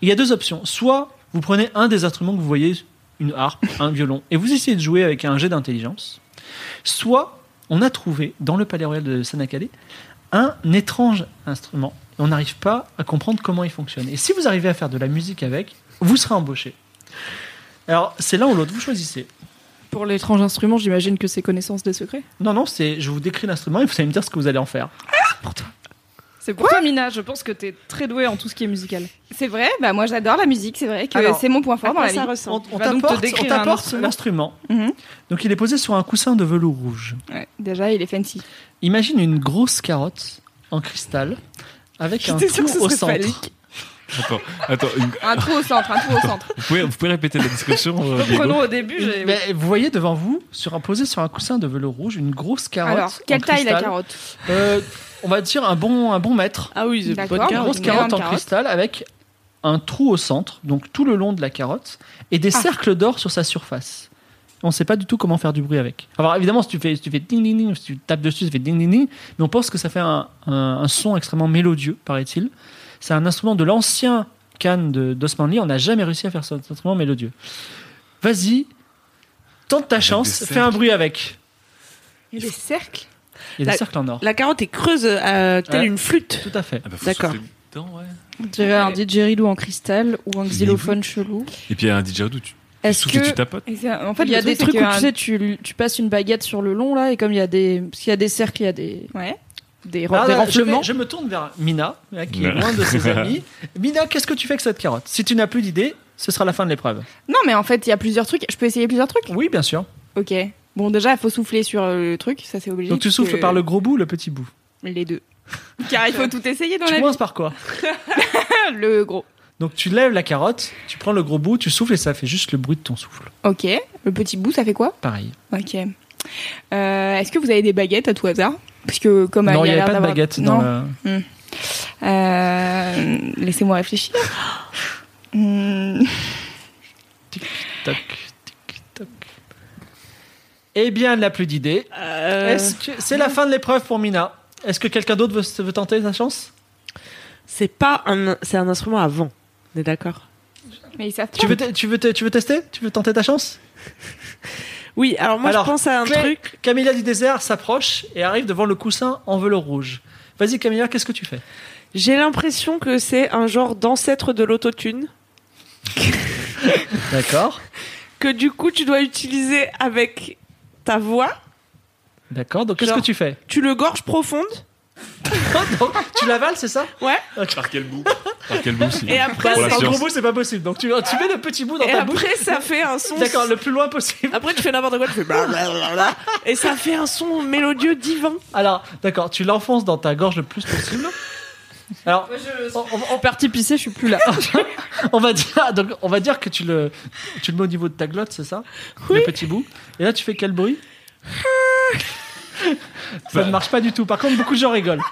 [SPEAKER 4] Il y a deux options. Soit vous prenez un des instruments que vous voyez, une harpe, un violon, et vous essayez de jouer avec un jet d'intelligence. Soit on a trouvé dans le palais royal de Sanacalé un étrange instrument. Et on n'arrive pas à comprendre comment il fonctionne. Et si vous arrivez à faire de la musique avec, vous serez embauché. Alors, c'est l'un ou l'autre, vous choisissez.
[SPEAKER 16] Pour l'étrange instrument, j'imagine que c'est connaissance des secrets.
[SPEAKER 4] Non, non, c'est je vous décris l'instrument et vous allez me dire ce que vous allez en faire.
[SPEAKER 5] C'est pour toi, Mina. Je pense que t'es très douée en tout ce qui est musical.
[SPEAKER 9] C'est vrai, bah moi j'adore la musique, c'est vrai que
[SPEAKER 4] Alors,
[SPEAKER 9] c'est mon point fort
[SPEAKER 5] à
[SPEAKER 9] dans
[SPEAKER 5] quoi
[SPEAKER 9] la vie.
[SPEAKER 5] ça
[SPEAKER 4] On,
[SPEAKER 5] ressemble
[SPEAKER 4] on
[SPEAKER 5] Va donc te
[SPEAKER 4] t'apporte on
[SPEAKER 5] décrire un
[SPEAKER 4] t'apporte
[SPEAKER 5] instrument.
[SPEAKER 4] l'instrument.
[SPEAKER 9] Mhm.
[SPEAKER 4] Donc il est posé sur un coussin de velours rouge.
[SPEAKER 9] Ouais, déjà, il est fancy.
[SPEAKER 4] Imagine une grosse carotte en cristal avec un
[SPEAKER 9] J'étais sûre
[SPEAKER 4] trou
[SPEAKER 9] que ce
[SPEAKER 4] au
[SPEAKER 9] serait
[SPEAKER 4] centre.
[SPEAKER 9] phallique.
[SPEAKER 7] Attends, attends. une-
[SPEAKER 9] Un trou au centre, un trou au centre.
[SPEAKER 4] (laughs)
[SPEAKER 7] Vous pouvez, vous pouvez répéter la description euh, Diego
[SPEAKER 5] Prenons au début.
[SPEAKER 4] Une-
[SPEAKER 5] j'ai-
[SPEAKER 4] mais vous voyez devant vous, sur un, posé sur un coussin de velours rouge, une grosse carotte.
[SPEAKER 9] Alors, quelle
[SPEAKER 4] en
[SPEAKER 9] taille la
[SPEAKER 4] cristal.
[SPEAKER 9] carotte
[SPEAKER 4] Euh, On va dire un bon, un bon mètre.
[SPEAKER 6] Ah oui, c'est
[SPEAKER 9] D'accord.
[SPEAKER 6] bonne
[SPEAKER 4] Une
[SPEAKER 6] carte.
[SPEAKER 4] grosse
[SPEAKER 9] une
[SPEAKER 4] carotte en
[SPEAKER 9] grande carotte.
[SPEAKER 4] cristal avec
[SPEAKER 1] Ah.
[SPEAKER 4] un trou au centre, donc tout le long de la carotte, et des cercles d'or sur sa surface. on sait pas du tout comment faire du bruit avec. Alors évidemment, si tu fais, si tu fais ding ding ding, si tu tapes dessus, ça fait ding ding ding, mais on pense que ça fait un, un- un son extrêmement mélodieux, paraît-il. C'est un instrument de l'ancien Khan de- d'Osmanli, on n'a jamais réussi à faire cet instrument mélodieux. Vas-y, tente ta chance, fais un bruit avec.
[SPEAKER 9] Il y a des cercles.
[SPEAKER 4] Il y a des cercles en or.
[SPEAKER 1] La carotte est creuse, euh, telle
[SPEAKER 4] Ouais.
[SPEAKER 1] une flûte.
[SPEAKER 4] Tout à fait.
[SPEAKER 7] Ah bah,
[SPEAKER 1] D'accord.
[SPEAKER 5] On dirait un didgeridoo en cristal ou un xylophone chelou.
[SPEAKER 7] Et puis il y a un DJ où tu, tu
[SPEAKER 5] Est-ce
[SPEAKER 7] souffles et
[SPEAKER 5] que-
[SPEAKER 7] tu tapotes.
[SPEAKER 9] Et ça- En fait,
[SPEAKER 5] il y a
[SPEAKER 9] le
[SPEAKER 5] des
[SPEAKER 9] truc,
[SPEAKER 5] trucs
[SPEAKER 9] c'est qu'il
[SPEAKER 5] où
[SPEAKER 9] y a
[SPEAKER 5] tu
[SPEAKER 9] un-
[SPEAKER 5] sais, tu, tu passes une baguette sur le long là, et comme il y a des, parce qu'il y a des cercles, il y a des, des,
[SPEAKER 4] Alors, Ah,
[SPEAKER 5] des
[SPEAKER 4] bah, je vais-
[SPEAKER 5] renflements.
[SPEAKER 4] Je, me tourne vers Mina, là, qui est
[SPEAKER 5] Ouais.
[SPEAKER 4] loin de ses amis. Mina, qu'est-ce que tu fais avec cette carotte Si tu n'as plus d'idée, ce sera la fin de l'épreuve.
[SPEAKER 9] Non, mais en fait, il y a plusieurs trucs. Je peux essayer plusieurs trucs
[SPEAKER 4] Oui, bien sûr.
[SPEAKER 9] Ok. Bon, déjà, il faut souffler sur euh, le truc, ça c'est obligé.
[SPEAKER 4] Donc tu
[SPEAKER 9] parce
[SPEAKER 4] souffles
[SPEAKER 9] que-
[SPEAKER 4] par le gros bout ou le petit bout
[SPEAKER 9] Les deux. (laughs) Car il faut tout essayer dans
[SPEAKER 4] Tu
[SPEAKER 9] la
[SPEAKER 4] commences
[SPEAKER 9] vie.
[SPEAKER 4] par quoi
[SPEAKER 9] le gros.
[SPEAKER 4] Donc tu lèves la carotte, tu prends le gros bout, tu souffles et ça fait juste le bruit de ton souffle.
[SPEAKER 9] Ok. Le petit bout, ça fait quoi
[SPEAKER 4] Pareil.
[SPEAKER 9] Ok. Euh, Est-ce que vous avez des baguettes à tout hasard Parce que comme
[SPEAKER 4] non, il n'y
[SPEAKER 9] Bah, a l'air
[SPEAKER 4] avait pas de
[SPEAKER 9] d'avoir-
[SPEAKER 4] baguette dans
[SPEAKER 9] Non.
[SPEAKER 4] le...
[SPEAKER 9] Hmm. Euh, Laissez-moi
[SPEAKER 4] (gasps)
[SPEAKER 9] réfléchir. Hmm.
[SPEAKER 4] Toc, tic, toc. Eh bien, elle n'a plus d'idée.
[SPEAKER 9] Euh,
[SPEAKER 4] Est-ce que- C'est la fin de l'épreuve pour Mina. Est-ce que quelqu'un d'autre veut, veut tenter sa chance
[SPEAKER 1] C'est pas un, c'est un instrument à vent. On est d'accord
[SPEAKER 9] Mais ils savent
[SPEAKER 4] tu veux, te- tu, veux te- tu veux tester Tu veux tenter ta chance
[SPEAKER 1] Oui, alors moi, je pense à un
[SPEAKER 4] truc. Camilla du désert s'approche et arrive devant le coussin en velours rouge. Vas-y Camilla, qu'est-ce que tu fais
[SPEAKER 1] J'ai l'impression que c'est un genre d'ancêtre de l'autotune
[SPEAKER 4] (laughs) D'accord,
[SPEAKER 1] que du coup tu dois utiliser avec ta voix.
[SPEAKER 4] d'accord. Donc qu'est-ce que
[SPEAKER 1] Genre-
[SPEAKER 4] tu fais
[SPEAKER 1] Tu le gorges
[SPEAKER 4] (laughs)
[SPEAKER 1] profonde.
[SPEAKER 4] Donc, tu l'avales, c'est ça
[SPEAKER 1] Ouais.
[SPEAKER 7] Par quel bout Par quel bout si
[SPEAKER 1] Et après,
[SPEAKER 7] Pour la
[SPEAKER 4] Bah, en
[SPEAKER 7] science.
[SPEAKER 4] gros bout, c'est pas possible. Donc tu, tu mets le petit bout dans
[SPEAKER 1] Et
[SPEAKER 4] ta bouche.
[SPEAKER 1] après, ça fait un son. Ah.
[SPEAKER 4] D'accord, le plus loin possible.
[SPEAKER 1] Après, tu fais n'importe quoi, tu fais blablabla. Et ça fait un son mélodieux divin.
[SPEAKER 4] Alors, d'accord, tu l'enfonces dans ta gorge le plus possible. Alors, en partie pissée, je suis plus là. on va dire, ah, donc, on va dire que tu le, tu le mets au niveau de ta glotte, c'est ça Le petit bout. Et là, tu fais quel bruit
[SPEAKER 1] Ah.
[SPEAKER 4] Ça ne marche pas du tout. Par contre, beaucoup de gens rigolent.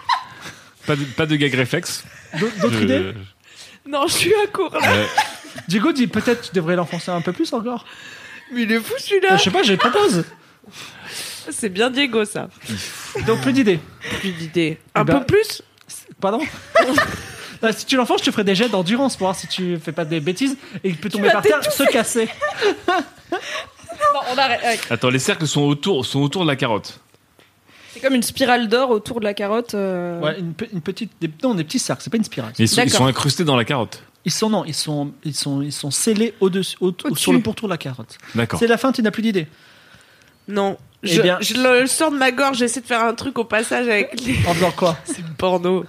[SPEAKER 7] Pas de, pas de gag réflexe.
[SPEAKER 4] D'autres d'autres
[SPEAKER 7] Je-
[SPEAKER 4] idées
[SPEAKER 1] (laughs) Non, je suis à court là.
[SPEAKER 7] Euh,
[SPEAKER 4] Diego dit peut-être tu devrais l'enfoncer un peu plus encore. Euh,
[SPEAKER 1] Mais il est fou celui-là.
[SPEAKER 4] Je sais pas, je propose.
[SPEAKER 1] C'est bien Diego ça.
[SPEAKER 4] Donc plus d'idées.
[SPEAKER 1] Plus d'idées.
[SPEAKER 4] Eh
[SPEAKER 1] Un
[SPEAKER 4] ben-
[SPEAKER 5] Bah.
[SPEAKER 1] peu plus
[SPEAKER 4] (laughs) Pardon Non, Si tu l'enfonces, je te ferai des jets d'endurance pour voir si tu fais pas des bêtises et il peut tomber
[SPEAKER 5] vas
[SPEAKER 4] par terre, se
[SPEAKER 5] t'étouffer.
[SPEAKER 4] casser.
[SPEAKER 5] Non, on arrête. Ouais.
[SPEAKER 7] Attends, les cercles sont autour, sont autour de la carotte.
[SPEAKER 5] C'est comme une spirale d'or autour de la carotte. euh.
[SPEAKER 4] Ouais, une, pe- une petite, des, non, des petits cercles, c'est pas une spirale.
[SPEAKER 7] Mais ils sont, ils sont incrustés dans la carotte.
[SPEAKER 4] Ils sont non, ils sont ils sont ils sont scellés au dessus sur le pourtour de la carotte.
[SPEAKER 7] D'accord.
[SPEAKER 4] C'est la fin, tu n'as plus d'idée.
[SPEAKER 1] Non.
[SPEAKER 4] Eh
[SPEAKER 1] Je,
[SPEAKER 4] bien-
[SPEAKER 1] je le sors de ma gorge, j'essaie de faire un truc au passage
[SPEAKER 4] (laughs)
[SPEAKER 1] avec les.
[SPEAKER 4] En
[SPEAKER 1] (laughs)
[SPEAKER 4] faisant quoi (laughs)
[SPEAKER 1] Porno.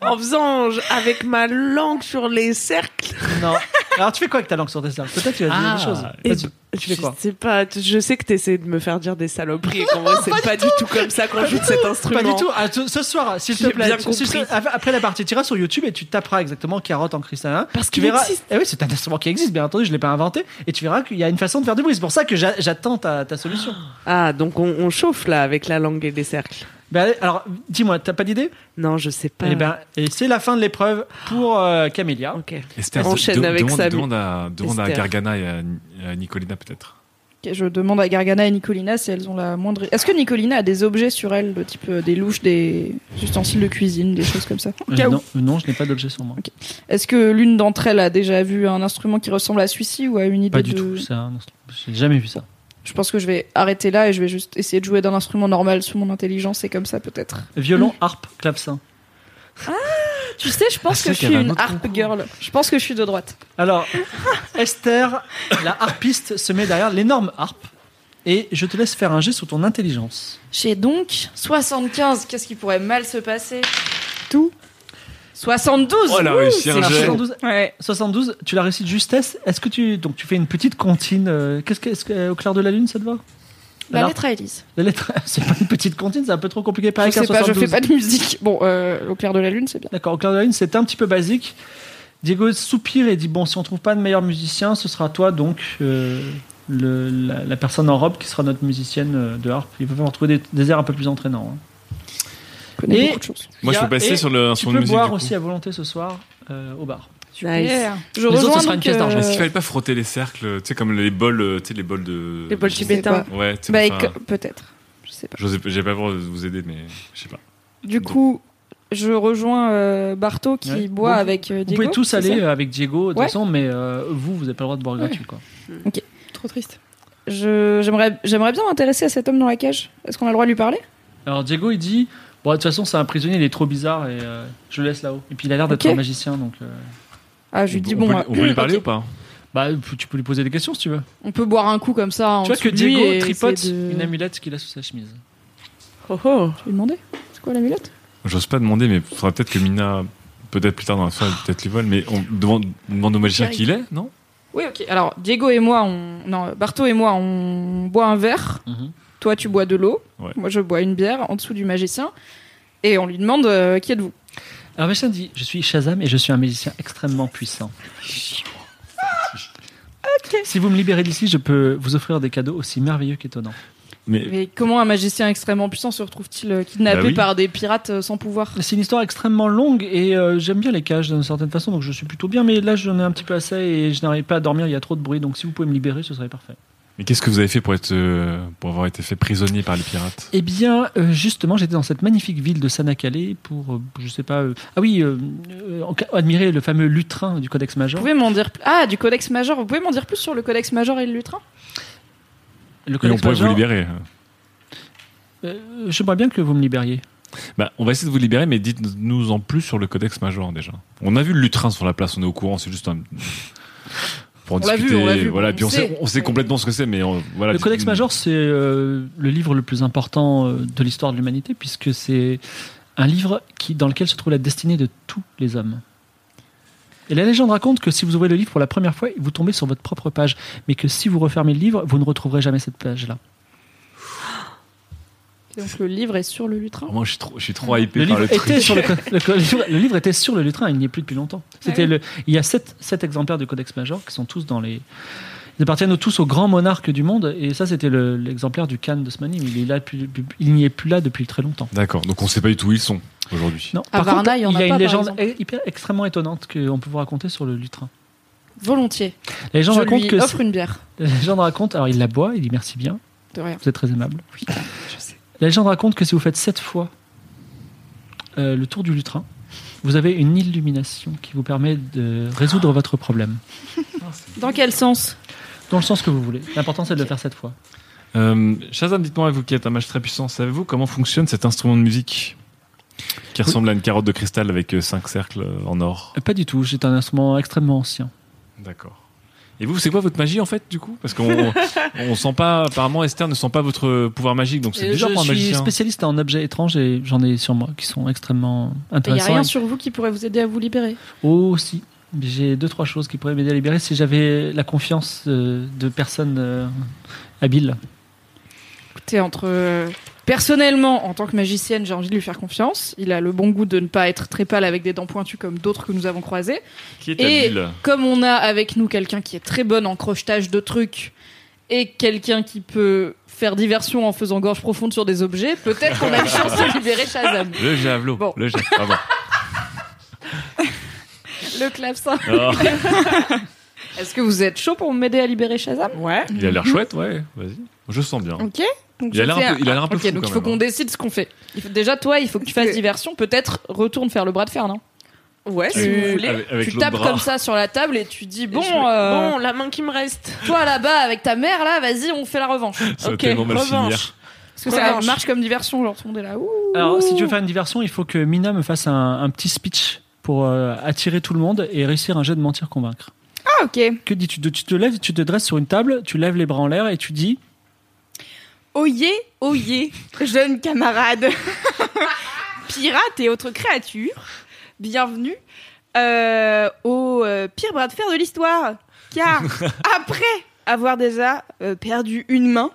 [SPEAKER 1] en faisant je- avec ma langue sur les cercles. (laughs)
[SPEAKER 4] Non. Alors tu fais quoi avec ta langue sur tes cercles Peut-être tu vas dire
[SPEAKER 1] Ah. ben,
[SPEAKER 4] des choses.
[SPEAKER 1] Et
[SPEAKER 4] Vas-y,
[SPEAKER 1] je-
[SPEAKER 4] tu fais quoi
[SPEAKER 1] Je sais pas, tu- je sais que t'essayes de me faire dire des saloperies. et qu'en vrai, c'est pas du tout comme ça qu'on
[SPEAKER 4] Pas
[SPEAKER 1] joue
[SPEAKER 4] du
[SPEAKER 1] de cet
[SPEAKER 4] tout,
[SPEAKER 1] instrument.
[SPEAKER 4] Pas du tout. Ah, ce, ce soir, s'il te
[SPEAKER 1] J'ai
[SPEAKER 4] plaît,
[SPEAKER 1] bien
[SPEAKER 4] tu- si- si-
[SPEAKER 1] compris.
[SPEAKER 4] av- après la partie, tu iras sur YouTube et tu taperas exactement carotte en cristallin. Parce tu
[SPEAKER 1] qu'il
[SPEAKER 4] verras.
[SPEAKER 1] existe.
[SPEAKER 4] Eh oui, c'est un instrument qui existe, bien entendu, je l'ai pas inventé. Et tu verras qu'il y a une façon de faire du bruit. C'est pour ça que j'a- j'attends ta, ta solution.
[SPEAKER 1] (gasps) Ah, donc on, on chauffe là avec la langue et les cercles.
[SPEAKER 4] Ben, allez, alors, dis-moi, t'as pas d'idée
[SPEAKER 1] Non, je sais pas.
[SPEAKER 4] Eh ben, et c'est la fin de l'épreuve pour euh, Camélia.
[SPEAKER 1] Ok.
[SPEAKER 7] Esther,
[SPEAKER 1] Enchaîne
[SPEAKER 7] de-
[SPEAKER 1] avec
[SPEAKER 7] demande,
[SPEAKER 1] Samy.
[SPEAKER 7] demande à, demande à
[SPEAKER 5] Esther.
[SPEAKER 7] Gargana et à, à Nicolina peut-être.
[SPEAKER 5] Ok, Je demande à Gargana et Nicolina si elles ont la moindre. Est-ce que Nicolina a des objets sur elle, de type euh, des louches, des ustensiles de cuisine, des choses comme ça Au cas où.
[SPEAKER 4] Euh, non, non, je n'ai pas d'objet sur moi.
[SPEAKER 5] Est-ce que l'une d'entre elles a déjà vu un instrument qui ressemble à celui-ci ou a une idée
[SPEAKER 4] Pas du
[SPEAKER 5] de-
[SPEAKER 4] tout, ça. non, J'ai jamais vu ça.
[SPEAKER 5] Je pense que je vais arrêter là et je vais juste essayer de jouer d'un instrument normal sous mon intelligence et comme ça peut-être.
[SPEAKER 4] Violon,
[SPEAKER 1] (laughs)
[SPEAKER 4] harpe, clavecin.
[SPEAKER 5] Tu sais, je pense
[SPEAKER 4] Ah, c'est vrai qu'il
[SPEAKER 5] que je
[SPEAKER 4] y
[SPEAKER 5] suis
[SPEAKER 4] avait un
[SPEAKER 5] une
[SPEAKER 4] autre
[SPEAKER 5] harp girl. Je pense que je suis de droite.
[SPEAKER 1] (laughs)
[SPEAKER 4] Alors, Esther, la harpiste, se met derrière l'énorme harpe. Et je te laisse faire un jet sur ton intelligence.
[SPEAKER 5] J'ai donc 75. Qu'est-ce qui pourrait mal se passer Tout. 72.
[SPEAKER 4] Oh, elle a
[SPEAKER 5] Ouh,
[SPEAKER 4] réussi un
[SPEAKER 5] c'est
[SPEAKER 4] jet.
[SPEAKER 5] chaud.
[SPEAKER 4] 72. 72, tu l'as réussi de justesse. Est-ce que tu donc tu fais une petite comptine euh, Qu'est-ce que, est-ce que, euh, au clair de la lune ça te va
[SPEAKER 5] La
[SPEAKER 4] Alors,
[SPEAKER 5] lettre à Elise.
[SPEAKER 4] La lettre, (laughs) c'est pas une petite comptine, c'est un peu trop compliqué. Pareil
[SPEAKER 5] Je sais
[SPEAKER 4] qu'un
[SPEAKER 5] pas, je
[SPEAKER 4] 72.
[SPEAKER 5] fais pas de musique. Bon, euh, au clair de la lune, c'est bien.
[SPEAKER 4] D'accord, au clair de la lune, c'est un petit peu basique. Diego soupire et dit Bon, si on trouve pas de meilleur musicien, ce sera toi, donc, euh, le- la, la personne en robe qui sera notre musicienne euh, de harpe. Il va falloir trouver des, des airs un peu plus entraînants. hein.
[SPEAKER 5] connais beaucoup de choses.
[SPEAKER 7] Moi, je peux passer
[SPEAKER 4] et
[SPEAKER 7] sur le- un
[SPEAKER 4] Tu
[SPEAKER 7] son de
[SPEAKER 4] peux
[SPEAKER 7] musique,
[SPEAKER 4] boire
[SPEAKER 7] du coup.
[SPEAKER 4] aussi à volonté ce soir euh, au bar.
[SPEAKER 5] Super. Je rejoins
[SPEAKER 7] autres,
[SPEAKER 5] donc, euh,
[SPEAKER 7] Est-ce qu'il fallait pas frotter les cercles, tu sais, comme les bols, euh, tu sais, les bols de.
[SPEAKER 5] Les bols
[SPEAKER 7] je sais
[SPEAKER 5] tibétains.
[SPEAKER 7] pas. Ouais, tu sais,
[SPEAKER 17] Bah,
[SPEAKER 7] pour faire-
[SPEAKER 17] éco- peut-être. Je sais pas.
[SPEAKER 7] J'osais- J'ai pas peur de vous aider, mais je sais pas.
[SPEAKER 17] Du coup, je rejoins euh, Barto qui
[SPEAKER 4] Ouais.
[SPEAKER 17] boit
[SPEAKER 4] Vous-
[SPEAKER 17] avec euh,
[SPEAKER 4] Vous
[SPEAKER 17] Diego.
[SPEAKER 4] pouvez tous
[SPEAKER 17] c'est
[SPEAKER 4] aller
[SPEAKER 17] ça
[SPEAKER 4] euh, avec Diego, de toute
[SPEAKER 17] Ouais.
[SPEAKER 4] façon, mais euh, vous, vous n'avez pas le droit de boire gratuit. Quoi.
[SPEAKER 17] Ok.
[SPEAKER 5] euh.
[SPEAKER 18] Trop triste.
[SPEAKER 17] Je- J'aimerais j'aimerais bien m'intéresser à cet homme dans la cage. Est-ce qu'on a le droit de lui parler
[SPEAKER 4] Alors Diego, il dit Bon, de toute façon, c'est un prisonnier, il est trop bizarre et euh, je le laisse là-haut. Et puis il a l'air d'être
[SPEAKER 17] Ok.
[SPEAKER 4] un magicien, donc. euh,
[SPEAKER 17] Ah, je lui dis bon. bah, ok.
[SPEAKER 7] pas
[SPEAKER 4] Bah, tu peux lui poser des questions si tu veux.
[SPEAKER 5] On peut boire un coup comme ça.
[SPEAKER 4] tu vois que Diego tripote une
[SPEAKER 5] amulette.
[SPEAKER 4] amulette qu'il a sous sa chemise.
[SPEAKER 5] Oh oh.
[SPEAKER 17] Je lui demander. C'est quoi l'amulette
[SPEAKER 7] J'ose pas demander, mais faudra peut-être que Mina, peut-être plus tard dans la soirée,
[SPEAKER 4] Ah.
[SPEAKER 7] peut-être lui vole, mais on demande, on demande au magicien qui il est, non
[SPEAKER 5] Oui, ok. Alors, Diego et moi, on... non, Barto et moi, on boit un verre.
[SPEAKER 17] Mhm.
[SPEAKER 5] Toi, tu bois de l'eau.
[SPEAKER 7] Ouais.
[SPEAKER 5] Moi, je bois une bière en dessous du magicien. Et on lui demande euh, qui êtes-vous
[SPEAKER 4] Alors Machin dit Je suis Shazam et je suis un magicien extrêmement puissant. Si vous me libérez d'ici, je peux vous offrir des cadeaux aussi merveilleux qu'étonnants.
[SPEAKER 5] Mais comment un magicien extrêmement puissant se retrouve-t-il euh, kidnappé
[SPEAKER 4] Bah oui.
[SPEAKER 5] par des pirates euh, sans pouvoir
[SPEAKER 4] C'est une histoire extrêmement longue et euh, j'aime bien les cages d'une certaine façon, donc je suis plutôt bien. Mais là, j'en ai un petit peu assez et je n'arrive pas à dormir, il y a trop de bruit, donc si vous pouvez me libérer, ce serait parfait.
[SPEAKER 7] Mais qu'est-ce que vous avez fait pour, être, euh, pour avoir été fait prisonnier par les pirates
[SPEAKER 4] Eh bien, euh, justement, j'étais dans cette magnifique ville de Sanakale pour, euh, je sais pas, euh, ah oui, euh, euh, enca- admirer le fameux lutrin du Codex
[SPEAKER 5] Vous
[SPEAKER 4] Major.
[SPEAKER 5] pouvez m'en dire plus Ah, du codex major. Vous pouvez m'en dire plus sur le codex major et le lutrin
[SPEAKER 4] Le
[SPEAKER 7] Et on
[SPEAKER 4] Codex
[SPEAKER 7] pourrait vous
[SPEAKER 4] Major,
[SPEAKER 7] libérer.
[SPEAKER 4] euh, J'aimerais bien que vous me libériez.
[SPEAKER 7] Bah, on va essayer de vous libérer, mais dites-nous en plus sur le codex major déjà. On a vu le lutrin sur la place, on est au courant, c'est
[SPEAKER 4] (laughs)
[SPEAKER 7] juste un. Pour en
[SPEAKER 4] On l'a vu,
[SPEAKER 7] discuter,
[SPEAKER 4] on l'a vu,
[SPEAKER 7] voilà.
[SPEAKER 4] on
[SPEAKER 7] puis on sait,
[SPEAKER 4] sait.
[SPEAKER 7] on sait complètement ce que c'est, mais on- voilà.
[SPEAKER 4] le Codex
[SPEAKER 7] dites-nous.
[SPEAKER 4] Major, c'est euh, le livre le plus important euh, de l'histoire de l'humanité, puisque c'est un livre qui, dans lequel se trouve la destinée de tous les hommes. Et la légende raconte que si vous ouvrez le livre pour la première fois, vous tombez sur votre propre page, mais que si vous refermez le livre, vous ne retrouverez jamais cette page-là.
[SPEAKER 5] Donc le livre est sur le lutrin.
[SPEAKER 7] Ah, Moi, je suis trop, je suis trop hypé
[SPEAKER 4] Le
[SPEAKER 7] par
[SPEAKER 4] livre,
[SPEAKER 7] le truc. (laughs)
[SPEAKER 4] était sur le, co- le co- le livre- le livre était sur le lutrin, il n'y est plus depuis longtemps. C'était
[SPEAKER 7] Ah oui.
[SPEAKER 4] le, il y a sept, sept exemplaires du Codex Major qui sont tous dans les. Ils appartiennent tous au grand monarque du monde, et ça, c'était le- l'exemplaire du Khan de Smani. Il, est là depuis- il n'y est plus là depuis très longtemps.
[SPEAKER 7] D'accord, donc on sait pas du tout où ils sont aujourd'hui.
[SPEAKER 4] Non,
[SPEAKER 5] À
[SPEAKER 4] par
[SPEAKER 5] Varna,
[SPEAKER 4] contre,
[SPEAKER 5] il y en
[SPEAKER 4] il
[SPEAKER 5] a
[SPEAKER 4] y a
[SPEAKER 5] pas,
[SPEAKER 4] une
[SPEAKER 5] par
[SPEAKER 4] légende
[SPEAKER 5] exemple.
[SPEAKER 4] e- hyper- extrêmement étonnante qu'on peut vous raconter sur le lutrin.
[SPEAKER 5] Volontiers.
[SPEAKER 4] Les gens
[SPEAKER 5] je
[SPEAKER 4] racontent
[SPEAKER 5] lui
[SPEAKER 4] que (laughs)
[SPEAKER 5] offre
[SPEAKER 4] c'est-
[SPEAKER 5] une bière.
[SPEAKER 4] La légende raconte, alors il la boit, il dit merci bien,
[SPEAKER 5] De rien.
[SPEAKER 4] vous êtes très aimable. La légende raconte que si vous faites sept fois euh, le tour du lutrin, vous avez une illumination qui vous permet de résoudre votre problème.
[SPEAKER 5] Dans quel sens
[SPEAKER 4] Dans le sens que vous voulez. L'important, c'est de le faire sept fois.
[SPEAKER 7] Euh, Shazam, dites-moi, vous qui êtes un mage très puissant, savez-vous comment fonctionne cet instrument de musique qui ressemble à une carotte de cristal avec euh, cinq cercles euh, en or
[SPEAKER 4] Euh, Pas du tout, c'est un instrument extrêmement ancien.
[SPEAKER 7] D'accord. Et vous, c'est quoi votre magie en fait, du coup Parce qu'on on sent pas, apparemment, Esther ne sent pas votre euh, pouvoir magique, donc
[SPEAKER 5] Euh,
[SPEAKER 7] c'est
[SPEAKER 4] Et
[SPEAKER 7] déjà
[SPEAKER 4] je
[SPEAKER 7] pour un
[SPEAKER 4] suis
[SPEAKER 7] magicien.
[SPEAKER 4] spécialiste en objets étranges et j'en ai sur moi qui sont extrêmement
[SPEAKER 5] Il n'y a
[SPEAKER 4] intéressants.
[SPEAKER 5] rien
[SPEAKER 4] et-
[SPEAKER 5] sur vous qui pourrait vous aider à vous libérer.
[SPEAKER 4] Oh si, j'ai deux trois choses qui pourraient m'aider à libérer si j'avais la confiance euh, de personnes euh, habiles.
[SPEAKER 5] Écoutez, entre. euh, Personnellement, en tant que magicienne, j'ai envie de lui faire confiance. Il a le bon goût de ne pas être très pâle avec des dents pointues comme d'autres que nous avons croisés.
[SPEAKER 7] Qui est
[SPEAKER 5] et
[SPEAKER 7] habile
[SPEAKER 5] comme on a avec nous quelqu'un qui est très bonne en crochetage de trucs et quelqu'un qui peut faire diversion en faisant gorge profonde sur des objets, peut-être qu'on a une chance
[SPEAKER 7] (laughs)
[SPEAKER 5] de libérer Shazam.
[SPEAKER 7] Le javelot.
[SPEAKER 5] Bon.
[SPEAKER 7] Le javelot. Ah bon.
[SPEAKER 5] Le clavecin.
[SPEAKER 7] Oh.
[SPEAKER 5] (laughs) Est-ce que vous êtes chaud pour m'aider à libérer Shazam
[SPEAKER 18] Ouais.
[SPEAKER 7] Il a l'air chouette, ouais, vas-y. Je sens bien.
[SPEAKER 5] Ok.
[SPEAKER 7] Il a l'air un peu- il a l'air un peu
[SPEAKER 5] Ok,
[SPEAKER 7] fou,
[SPEAKER 5] donc
[SPEAKER 7] quand
[SPEAKER 5] il faut
[SPEAKER 7] même,
[SPEAKER 5] qu'on
[SPEAKER 7] hein.
[SPEAKER 5] décide ce qu'on fait. Il faut- Déjà, toi, il faut que tu fasses diversion. Peut-être retourne faire le bras de fer, non
[SPEAKER 19] Ouais,
[SPEAKER 5] tu,
[SPEAKER 19] si vous voulez.
[SPEAKER 5] Avec- avec tu
[SPEAKER 19] l'autre
[SPEAKER 5] tapes
[SPEAKER 19] bras.
[SPEAKER 5] comme ça sur la table et tu dis bon,
[SPEAKER 19] Je-
[SPEAKER 5] euh,
[SPEAKER 19] bon, la main qui me reste.
[SPEAKER 5] toi là-bas avec ta mère là, vas-y, on fait la revanche.
[SPEAKER 4] Ça va tellement mal finir.
[SPEAKER 5] Parce que ça
[SPEAKER 4] Revanche.
[SPEAKER 5] marche comme diversion, genre tout le monde est là. ouh.
[SPEAKER 4] Alors si tu veux faire une diversion, il faut que Mina me fasse un, un petit speech pour euh, attirer tout le monde et réussir un jeu de mentir convaincre.
[SPEAKER 18] Ah, ok.
[SPEAKER 4] Que dis-tu Tu te lèves, tu te dresses sur une table, tu lèves les bras en l'air et tu dis
[SPEAKER 18] Oyez, oyez, jeunes
[SPEAKER 4] (laughs)
[SPEAKER 18] camarades, pirates et autres créatures, bienvenue euh, au euh, pire bras de fer de l'histoire. Car
[SPEAKER 4] (laughs)
[SPEAKER 18] après avoir déjà euh, perdu une main,